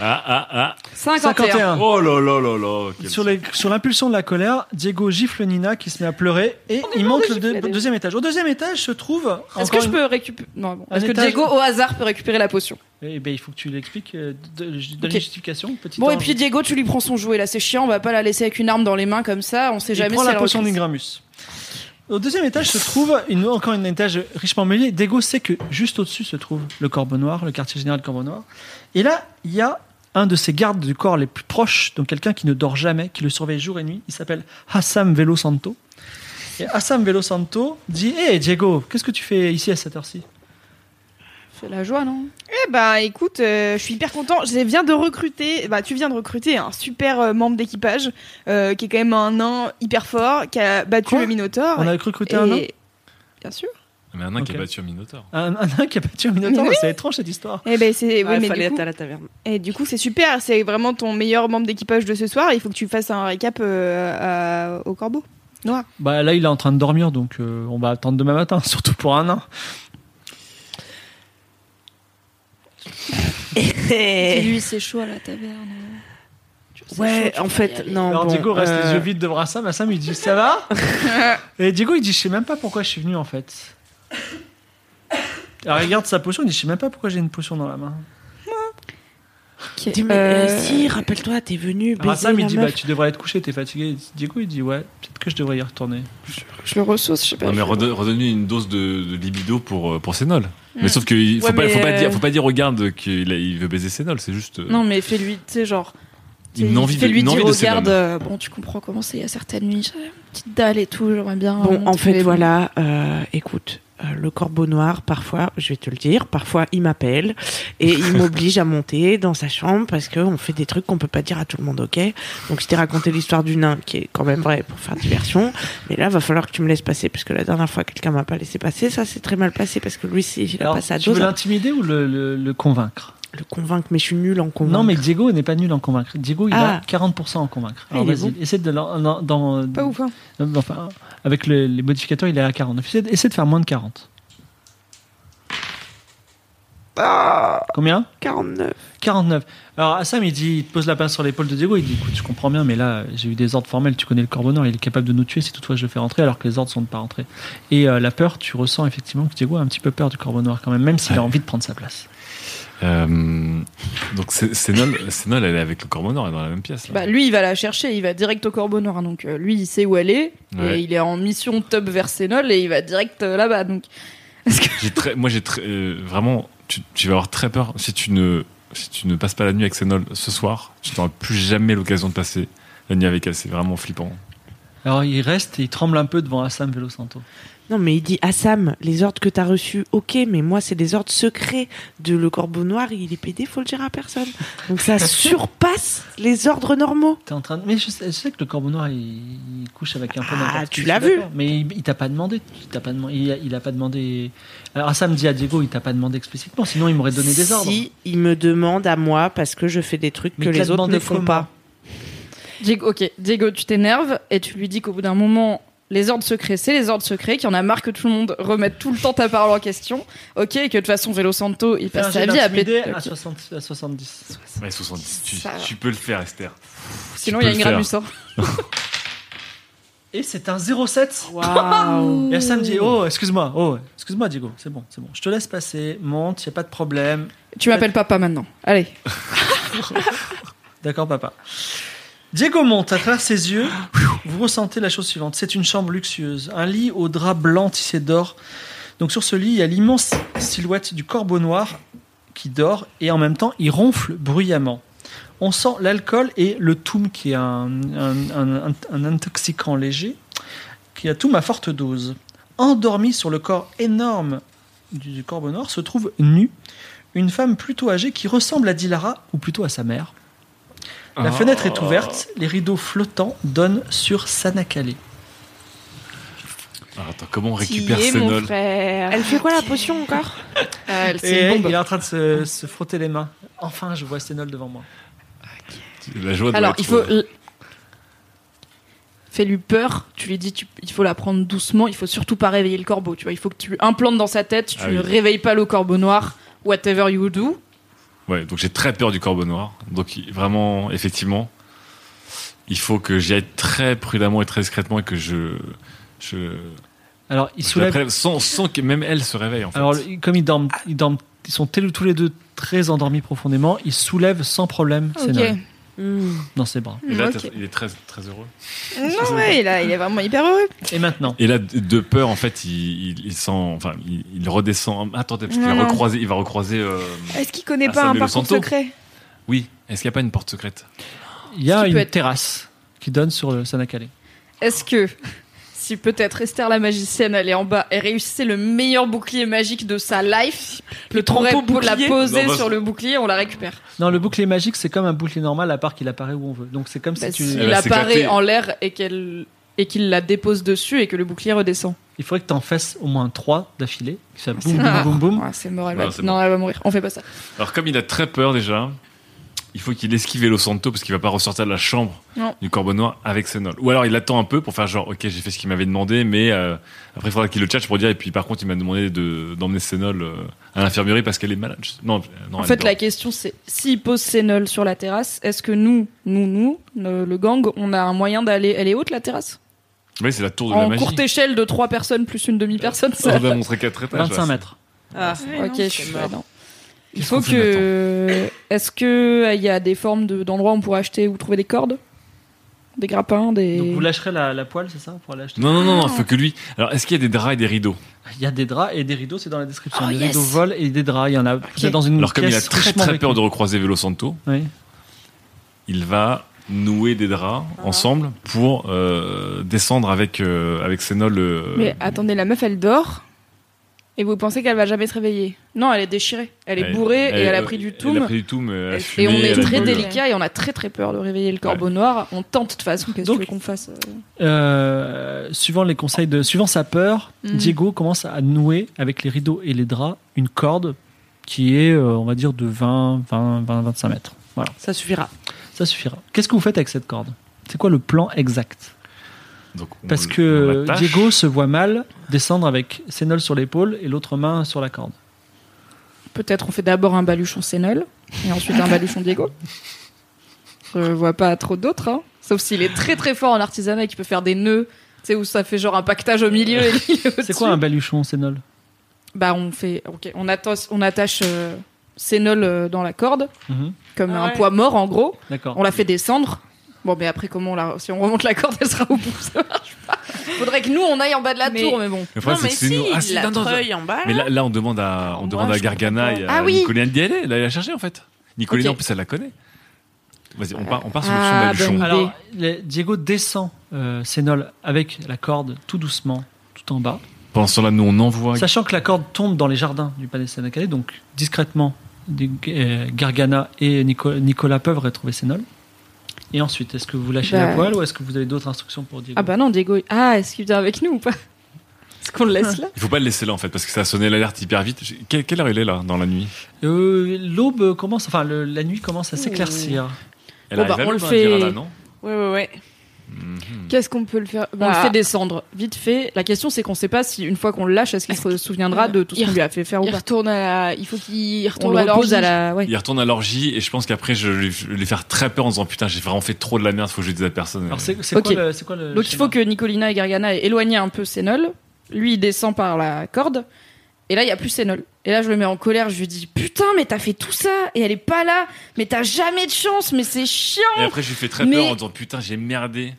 [SPEAKER 7] Ah, ah, ah.
[SPEAKER 5] 51. 51.
[SPEAKER 7] Oh là là là là. quel-
[SPEAKER 4] Sur les- sur l'impulsion de la colère, Diego gifle Nina qui se met à pleurer et il monte le deux- deuxième étage. Au deuxième étage se trouve.
[SPEAKER 5] Est-ce que je peux récupérer Non, bon.
[SPEAKER 4] Un
[SPEAKER 5] Est-ce que
[SPEAKER 4] étage-
[SPEAKER 5] Diego au hasard peut récupérer la potion
[SPEAKER 4] Eh ben, il faut que tu l'expliques. euh, de- de- je donne
[SPEAKER 5] Ok.
[SPEAKER 4] une justification. petit
[SPEAKER 5] Bon
[SPEAKER 4] ange.
[SPEAKER 5] et puis Diego, tu lui prends son jouet là, c'est chiant, on va pas la laisser avec une arme dans les mains comme ça, on sait
[SPEAKER 4] Il
[SPEAKER 5] jamais
[SPEAKER 4] prend
[SPEAKER 5] si
[SPEAKER 4] la
[SPEAKER 5] elle
[SPEAKER 4] potion
[SPEAKER 5] recrute.
[SPEAKER 4] d'Ingramus. Au deuxième étage se trouve une, encore un étage richement mêlé. Diego sait que juste au-dessus se trouve le Corbeau Noir, le quartier général Corbeau Noir. Et là, il y a un de ses gardes du corps les plus proches, donc quelqu'un qui ne dort jamais, qui le surveille jour et nuit. Il s'appelle Hassam Velo Santo. Et Hassam Velo Santo dit Hé Diego, qu'est-ce que tu fais ici à cette heure-ci
[SPEAKER 5] C'est la joie, non
[SPEAKER 31] Eh ben, écoute, euh, je suis hyper content. Je viens de recruter. Bah, tu viens de recruter un super euh, membre d'équipage euh, qui est quand même un nain hyper fort, qui a battu le Minotaur.
[SPEAKER 4] On a recruté un nain
[SPEAKER 31] Bien sûr.
[SPEAKER 7] Mais un nain qui a battu un minotaure.
[SPEAKER 4] Un, un nain qui a battu un minotaure,
[SPEAKER 31] Mais oui.
[SPEAKER 4] c'est étrange cette histoire.
[SPEAKER 31] Eh ben, c'est.
[SPEAKER 4] Ah,
[SPEAKER 31] oui,
[SPEAKER 4] il
[SPEAKER 31] mais
[SPEAKER 4] fallait
[SPEAKER 31] du coup-
[SPEAKER 4] être à la taverne.
[SPEAKER 31] Et du coup, c'est super. C'est vraiment ton meilleur membre d'équipage de ce soir. Il faut que tu fasses un récap euh, à- au corbeau noir.
[SPEAKER 4] Bah là, il est en train de dormir, donc euh, on va attendre demain matin, (laughs) surtout pour un nain.
[SPEAKER 1] Et
[SPEAKER 32] lui, c'est chaud à la taverne.
[SPEAKER 1] Ouais, en fait, non.
[SPEAKER 4] Alors
[SPEAKER 1] bon,
[SPEAKER 4] Diego reste
[SPEAKER 1] euh,
[SPEAKER 4] les yeux vides devant Assam. Assam il dit ça va
[SPEAKER 1] (laughs)
[SPEAKER 4] Et Diego il dit je sais même pas pourquoi je suis venu en fait. Alors il regarde sa potion, il dit je sais même pas pourquoi j'ai une potion dans la main.
[SPEAKER 1] dis, mais,
[SPEAKER 4] Euh,
[SPEAKER 1] euh, Si, rappelle-toi, t'es venu
[SPEAKER 4] Alors
[SPEAKER 1] baiser
[SPEAKER 4] Assam il
[SPEAKER 1] la
[SPEAKER 4] dit bah
[SPEAKER 1] meuf.
[SPEAKER 4] tu devrais être couché, t'es fatigué. Diego il dit ouais, peut-être que je devrais y retourner.
[SPEAKER 5] Je le ressource, je sais
[SPEAKER 7] Non mais redon- redonne-lui une dose de, de libido pour euh, pour Sénol.
[SPEAKER 5] Mm.
[SPEAKER 7] Mais sauf qu'il faut,
[SPEAKER 5] Ouais,
[SPEAKER 7] pas,
[SPEAKER 5] mais,
[SPEAKER 7] faut pas
[SPEAKER 5] euh,
[SPEAKER 7] dire faut pas dire regarde qu'il a- il veut baiser Sénol, c'est juste euh,
[SPEAKER 5] Non mais fais-lui, tu sais genre
[SPEAKER 7] une envie de
[SPEAKER 5] fais-lui
[SPEAKER 7] une
[SPEAKER 5] dire
[SPEAKER 7] envie de Sénol.
[SPEAKER 5] regarde, euh, bon tu comprends comment c'est, il y a certaines nuits, j'avais une petite dalle et tout, j'aimerais bien euh,
[SPEAKER 1] Bon, en
[SPEAKER 5] montrer
[SPEAKER 1] fait,
[SPEAKER 5] les-
[SPEAKER 1] voilà, euh, écoute, euh, le corbeau noir, parfois, je vais te le dire, parfois il m'appelle et il m'oblige à monter dans sa chambre parce qu'on fait des trucs qu'on peut pas dire à tout le monde, ok Donc je t'ai raconté l'histoire du nain qui est quand même vrai pour faire diversion, mais là, va falloir que tu me laisses passer parce que la dernière fois, quelqu'un m'a pas laissé passer, ça c'est très mal passé parce que lui, si, il a
[SPEAKER 4] Alors,
[SPEAKER 1] pas sa
[SPEAKER 4] tu veux
[SPEAKER 1] dose.
[SPEAKER 4] l'intimider ou le, le- le convaincre
[SPEAKER 1] Le convaincre, mais je suis nul en convaincre.
[SPEAKER 4] Non mais Diego n'est pas nul en convaincre. Diego il
[SPEAKER 1] Ah.
[SPEAKER 4] a 40% en convaincre.
[SPEAKER 1] Ah,
[SPEAKER 4] Alors
[SPEAKER 1] il est
[SPEAKER 4] vas-y,
[SPEAKER 1] bon.
[SPEAKER 4] essaie de l'en- l'en- dans,
[SPEAKER 31] Pas ouf. hein.
[SPEAKER 4] dans- enfin, avec le- les modificateurs il est à 40. Essaie, de- essaie de faire moins de 40. Combien
[SPEAKER 1] 49.
[SPEAKER 4] 49. Alors Assam, il dit, il te pose la pince sur l'épaule de Diego, il dit, écoute, je comprends bien, mais là, j'ai eu des ordres formels, tu connais le corbeau noir, il est capable de nous tuer si toutefois je le fais rentrer, alors que les ordres sont de pas rentrer. Et euh, la peur, tu ressens effectivement que Diego a un petit peu peur du corbeau noir quand même, même s'il a envie de prendre sa place.
[SPEAKER 7] Euh, donc Sé- Sénol Sénol elle est avec le corbeau noir elle est dans la même pièce là.
[SPEAKER 5] Bah, lui, il va la chercher, il va direct au Corbeau Noir. Donc, euh, lui, il sait où elle est.
[SPEAKER 7] Ouais.
[SPEAKER 5] Et il est en mission top vers Sénol et il va direct euh, là-bas. Donc,
[SPEAKER 7] J'ai très, moi j'ai très, euh, vraiment, tu, tu vas avoir très peur si tu ne, si tu ne passes pas la nuit avec Sénol ce soir, tu n'auras plus jamais l'occasion de passer la nuit avec elle. C'est vraiment flippant.
[SPEAKER 4] Alors il reste et il tremble un peu devant Assam Velo Santo.
[SPEAKER 1] Non, mais il dit à Sam, les ordres que t'as reçus, ok, mais moi, c'est des ordres secrets de le corbeau noir, il est pédé, faut le dire à personne. Donc (laughs) ça surpasse les ordres normaux.
[SPEAKER 4] T'es en train de... Mais je sais, je sais que le corbeau noir, il, il couche avec un peu n'importe
[SPEAKER 1] Ah, tu
[SPEAKER 4] qui,
[SPEAKER 1] l'as
[SPEAKER 4] je suis
[SPEAKER 1] vu.
[SPEAKER 4] d'accord. Mais il, il t'a pas demandé. Il t'a pas, deman- il, a- il a pas demandé... Alors Assam dit à Diego, il t'a pas demandé explicitement, sinon il m'aurait donné des ordres.
[SPEAKER 1] Si, il me demande à moi parce que je fais des trucs
[SPEAKER 4] Mais
[SPEAKER 1] que
[SPEAKER 4] il te
[SPEAKER 1] les
[SPEAKER 4] l'a
[SPEAKER 1] autres
[SPEAKER 4] demandé
[SPEAKER 1] ne font
[SPEAKER 4] comment
[SPEAKER 1] pas.
[SPEAKER 5] Diego, ok, Diego, tu t'énerves et tu lui dis qu'au bout d'un moment, les ordres secrets, c'est les ordres secrets, qu'il y en a marre que tout le monde remette tout le temps ta parole en question. Ok, et que de toute façon, Velo Santo, il
[SPEAKER 4] Fais un
[SPEAKER 5] passe sa
[SPEAKER 4] jet
[SPEAKER 5] vie à
[SPEAKER 4] d'intimider
[SPEAKER 5] péter.
[SPEAKER 4] à,
[SPEAKER 5] Ok.
[SPEAKER 4] 60 à 70.
[SPEAKER 7] Ouais, 70, tu,
[SPEAKER 4] Ça va.
[SPEAKER 7] tu peux le faire, Esther.
[SPEAKER 5] Sinon,
[SPEAKER 7] Tu
[SPEAKER 5] il y a
[SPEAKER 7] peux
[SPEAKER 5] une
[SPEAKER 7] le
[SPEAKER 5] gramme
[SPEAKER 7] faire.
[SPEAKER 4] Et c'est un 07.
[SPEAKER 1] Waouh.
[SPEAKER 4] Et Assam dit Oh, excuse-moi, oh, excuse-moi, Diego, c'est bon, c'est bon. Je te laisse passer, monte, y a pas de problème.
[SPEAKER 5] Tu m'appelles papa maintenant. Allez.
[SPEAKER 4] D'accord, papa. Diego monte à travers ses yeux. Vous ressentez la chose suivante c'est une chambre luxueuse, un lit au drap blanc tissé d'or. Donc sur ce lit, il y a l'immense silhouette du corbeau noir qui dort et en même temps il ronfle bruyamment. On sent l'alcool et le toum qui est un, un- un- un- un intoxicant léger, qui a toum à forte dose. Endormi sur le corps énorme du, du corbeau noir se trouve nue une femme plutôt âgée qui ressemble à Dilara ou plutôt à sa mère. La
[SPEAKER 7] Oh.
[SPEAKER 4] fenêtre est ouverte, les rideaux flottants donnent sur Sanakale.
[SPEAKER 7] Ah, attends, comment on
[SPEAKER 4] Qui
[SPEAKER 7] récupère
[SPEAKER 4] est
[SPEAKER 7] ces
[SPEAKER 4] mon
[SPEAKER 7] nolles
[SPEAKER 33] Elle fait quoi la potion encore
[SPEAKER 5] Euh,
[SPEAKER 4] Et il est en train de se, se frotter les mains. Enfin, je vois Sénol devant moi.
[SPEAKER 7] La joie doit
[SPEAKER 5] Alors,
[SPEAKER 7] être- euh,
[SPEAKER 5] il faut. l- Fais-lui peur, tu lui dis, tu- il faut la prendre doucement, il faut surtout pas réveiller le corbeau, tu vois. Il faut que tu implantes dans sa tête, tu
[SPEAKER 7] Ah
[SPEAKER 5] ne
[SPEAKER 7] oui.
[SPEAKER 5] réveilles pas le corbeau noir, whatever you do.
[SPEAKER 7] Ouais, donc j'ai très peur du corbeau noir. Donc il- vraiment, effectivement, il faut que j'y aille très prudemment et très discrètement et que je. je
[SPEAKER 4] Alors, il
[SPEAKER 7] je
[SPEAKER 4] soulève-
[SPEAKER 7] l'appelle sans, sans que même elle se réveille, en fait.
[SPEAKER 4] Alors, le- comme ils dorment, ils dorment, ils sont tel- tous les deux très endormis profondément. Ils soulèvent sans problème
[SPEAKER 9] Ok.
[SPEAKER 4] Sénol
[SPEAKER 13] Hmm.
[SPEAKER 9] Mm.
[SPEAKER 4] dans ses bras.
[SPEAKER 7] et là,
[SPEAKER 9] ok.
[SPEAKER 7] t'as- il est très, très heureux. (laughs)
[SPEAKER 9] Non, ouais, il, a- il est vraiment hyper heureux.
[SPEAKER 4] Et maintenant
[SPEAKER 7] Et là, de de peur, en fait, il, il, il sent. Enfin, il, il redescend. Attendez, parce qu'il
[SPEAKER 9] Non,
[SPEAKER 7] va
[SPEAKER 9] non.
[SPEAKER 7] recroiser. Il va recroiser euh,
[SPEAKER 9] Est-ce qu'il connaît
[SPEAKER 7] Ah,
[SPEAKER 9] pas
[SPEAKER 7] ça,
[SPEAKER 9] un
[SPEAKER 7] mais le
[SPEAKER 9] parcours
[SPEAKER 7] santo.
[SPEAKER 9] secret
[SPEAKER 7] Oui, est-ce qu'il n'y a pas une porte secrète
[SPEAKER 4] Il y a
[SPEAKER 5] qui
[SPEAKER 4] une
[SPEAKER 5] peut être-
[SPEAKER 4] terrasse qui donne sur le Sanacalé.
[SPEAKER 5] Est-ce que, si peut-être Esther la magicienne allait en bas et réussissait le meilleur bouclier magique de sa life, le
[SPEAKER 4] trompeau
[SPEAKER 5] pourrait pour la
[SPEAKER 4] bouclier.
[SPEAKER 5] poser
[SPEAKER 4] Non, bah,
[SPEAKER 5] sur le bouclier, on la récupère.
[SPEAKER 4] Non, le bouclier magique, c'est comme un bouclier normal, à part qu'il apparaît où on veut. Donc, c'est comme
[SPEAKER 5] Bah,
[SPEAKER 4] si tu.
[SPEAKER 5] S'il apparaît en l'air et qu'elle et qu'il la dépose dessus et que le bouclier redescend.
[SPEAKER 4] Il faudrait que tu en fasses au moins trois d'affilée. qui fait boum,
[SPEAKER 5] Ah,
[SPEAKER 4] boum, boum, boum.
[SPEAKER 5] ouais, c'est mort, elle va-
[SPEAKER 7] Ouais, c'est
[SPEAKER 5] non,
[SPEAKER 7] mort.
[SPEAKER 5] elle va mourir. On fait pas ça.
[SPEAKER 7] Alors, comme il a très peur déjà, il faut qu'il esquive Los Santo parce qu'il va pas ressortir de la chambre
[SPEAKER 5] Non.
[SPEAKER 7] du corbeau noir avec ses nolles. Ou alors il attend un peu pour faire genre, ok, j'ai fait ce qu'il m'avait demandé, mais euh, après il faudra qu'il le tchatche pour dire, et puis par contre il m'a demandé de- d'emmener ses nolles euh, à l'infirmerie parce qu'elle est malade. Je- Non, euh, non
[SPEAKER 5] en
[SPEAKER 7] elle
[SPEAKER 5] fait,
[SPEAKER 7] dort.
[SPEAKER 5] la question c'est s'il pose ses nulls sur la terrasse, est-ce que nous, nous, nous, le, le gang, on a un moyen d'aller. Elle est haute la terrasse
[SPEAKER 7] Oui, c'est Oh, la tour de la
[SPEAKER 5] En
[SPEAKER 7] magie.
[SPEAKER 5] courte échelle de trois personnes plus une demi-personne, ça.
[SPEAKER 7] On va montrer quatre étages.
[SPEAKER 4] 25
[SPEAKER 7] là, c'est-
[SPEAKER 4] mètres.
[SPEAKER 5] Ah,
[SPEAKER 9] Ouais,
[SPEAKER 5] ok,
[SPEAKER 9] non,
[SPEAKER 5] je
[SPEAKER 9] c'est
[SPEAKER 5] suis
[SPEAKER 9] mort.
[SPEAKER 5] non. Il
[SPEAKER 4] Qu'est-ce
[SPEAKER 5] faut
[SPEAKER 4] qu'on fait
[SPEAKER 5] que. Est-ce que euh, il y a des formes de- d'endroits où on pourrait acheter ou trouver des cordes Des grappins, des.
[SPEAKER 4] Donc, vous lâcherez la, la poêle, c'est ça pour aller acheter
[SPEAKER 7] Non, non, non, non,
[SPEAKER 5] Ah.
[SPEAKER 7] faut que lui. Alors, est-ce qu'il y a des draps et des rideaux
[SPEAKER 4] Il y a des draps et des rideaux, c'est dans la description.
[SPEAKER 7] Oh,
[SPEAKER 4] des
[SPEAKER 7] yes.
[SPEAKER 4] rideaux volent et des draps. Il y en a vous êtes dans une
[SPEAKER 7] Alors, comme il a
[SPEAKER 4] pièce
[SPEAKER 7] très
[SPEAKER 4] fraîchement
[SPEAKER 7] très peur
[SPEAKER 4] vécue.
[SPEAKER 7] de recroiser Velo Santo,
[SPEAKER 4] Oui.
[SPEAKER 7] il va nouer des draps ensemble pour euh, descendre avec, euh, avec Sénol. euh,
[SPEAKER 9] Mais attendez, la meuf, elle dort. Et vous pensez qu'elle va jamais se réveiller
[SPEAKER 5] Non, elle est déchirée. Elle est bourrée et elle a pris du
[SPEAKER 7] Elle
[SPEAKER 5] toum.
[SPEAKER 7] a pris du toum. elle a fumé,
[SPEAKER 5] Et on est
[SPEAKER 7] elle a
[SPEAKER 5] très
[SPEAKER 7] bu.
[SPEAKER 5] délicat et on a très très peur de réveiller le corbeau noir. On tente de toute façon, qu'est-ce que tu veux qu'on fasse euh
[SPEAKER 4] Euh, suivant les conseils de, suivant sa peur,
[SPEAKER 5] Mhm.
[SPEAKER 4] Diego commence à nouer avec les rideaux et les draps une corde qui est, euh, on va dire, de 20, 20, 20, 25 mètres. Voilà.
[SPEAKER 33] Ça suffira.
[SPEAKER 4] Ça suffira. Qu'est-ce que vous faites avec cette corde C'est quoi le plan exact
[SPEAKER 7] on-
[SPEAKER 4] Parce
[SPEAKER 7] on
[SPEAKER 4] que
[SPEAKER 7] l'attache.
[SPEAKER 4] Diego se voit mal descendre avec Sénol sur l'épaule et l'autre main sur la corde.
[SPEAKER 5] Peut-être on fait d'abord un baluchon Sénol et ensuite (laughs) un baluchon Diego. Je vois pas trop d'autres, hein. sauf s'il est très très fort en artisanat et qu'il peut faire des nœuds, tu sais, où ça fait genre un pactage au milieu. (laughs) et lui, il est
[SPEAKER 4] C'est
[SPEAKER 5] au-dessus.
[SPEAKER 4] quoi un baluchon, Sénol
[SPEAKER 5] Bah on fait, ok, on, attache- on attache euh, Sénol euh, dans la corde,
[SPEAKER 4] Mhm.
[SPEAKER 5] comme
[SPEAKER 4] Ah
[SPEAKER 5] un
[SPEAKER 4] ouais.
[SPEAKER 5] poids mort en gros.
[SPEAKER 4] D'accord.
[SPEAKER 5] On la fait descendre. Bon, mais après comment on la, si on remonte la corde, elle sera au bout. Ça marche pas. Faudrait que nous on aille en bas de la tour, mais bon.
[SPEAKER 7] Le problème, c'est que c'est nous- Ah, si, non, non, non. Mais là, là, on demande à, on demande à Gargana et à
[SPEAKER 5] Ah oui.
[SPEAKER 7] Nicolina d'y aller. Là, elle a cherché, en fait. Nicolina,
[SPEAKER 4] Ok.
[SPEAKER 7] en plus, elle la connaît. Vas-y, on part, on part sur
[SPEAKER 4] Ah,
[SPEAKER 7] le son
[SPEAKER 5] ben
[SPEAKER 7] baluchon.
[SPEAKER 4] bonne Alors, les- Diego descend euh, Sénol avec la corde tout doucement, tout en bas.
[SPEAKER 7] Pendant ce temps-là, nous, on envoie.
[SPEAKER 4] Sachant que la corde tombe dans les jardins du palais Sanacalé, donc discrètement, des- euh, Gargana et Nico- Nicolas peuvent retrouver Sénol. Et ensuite, est-ce que vous lâchez
[SPEAKER 5] Bah.
[SPEAKER 4] la poêle ou est-ce que vous avez d'autres instructions pour Diego
[SPEAKER 5] Ah bah non, Diego. il- Ah, est-ce qu'il vient avec nous ou pas Est-ce qu'on le (laughs) laisse là
[SPEAKER 7] Il faut pas le laisser là, en fait, parce que ça a sonné l'alerte hyper vite. J'ai- Quelle, quelle heure il est, là, dans la nuit
[SPEAKER 4] Euh, L'aube commence, enfin le- la nuit commence à s'éclaircir.
[SPEAKER 7] Elle Bon, arrive bah, à on le l'heure, fait- Gargana, non
[SPEAKER 9] Ouais, ouais, ouais. Qu'est-ce qu'on peut le faire
[SPEAKER 5] On le
[SPEAKER 9] Bah,
[SPEAKER 5] fait descendre vite fait. La question c'est qu'on sait pas si une fois qu'on le lâche, est-ce qu'il se souviendra de tout ce
[SPEAKER 9] Il
[SPEAKER 5] qu'on lui a fait faire ou
[SPEAKER 9] Il
[SPEAKER 5] pas.
[SPEAKER 9] retourne à la- Il faut qu'il
[SPEAKER 5] On
[SPEAKER 9] retourne
[SPEAKER 5] le
[SPEAKER 9] à
[SPEAKER 5] repose
[SPEAKER 9] l'orgie.
[SPEAKER 5] à la. ouais.
[SPEAKER 7] Il retourne à l'orgie et je pense qu'après, je vais lui- je vais lui faire très peur en disant Putain, j'ai vraiment fait trop de la merde, faut que je dise à personne.
[SPEAKER 4] Alors, c'est c'est
[SPEAKER 5] Ok.
[SPEAKER 4] quoi le- c'est quoi le
[SPEAKER 5] Donc il faut que Nicolina et Gargana aient éloigné un peu Sénol. Lui il descend par la corde. Et là il y a plus Sénol. Et là je le mets en colère. Je lui dis putain mais t'as fait tout ça et elle est pas là. Mais t'as jamais de chance. Mais c'est chiant.
[SPEAKER 7] Et après, je lui fais très
[SPEAKER 5] Mais-
[SPEAKER 7] peur en disant Putain, j'ai merdé.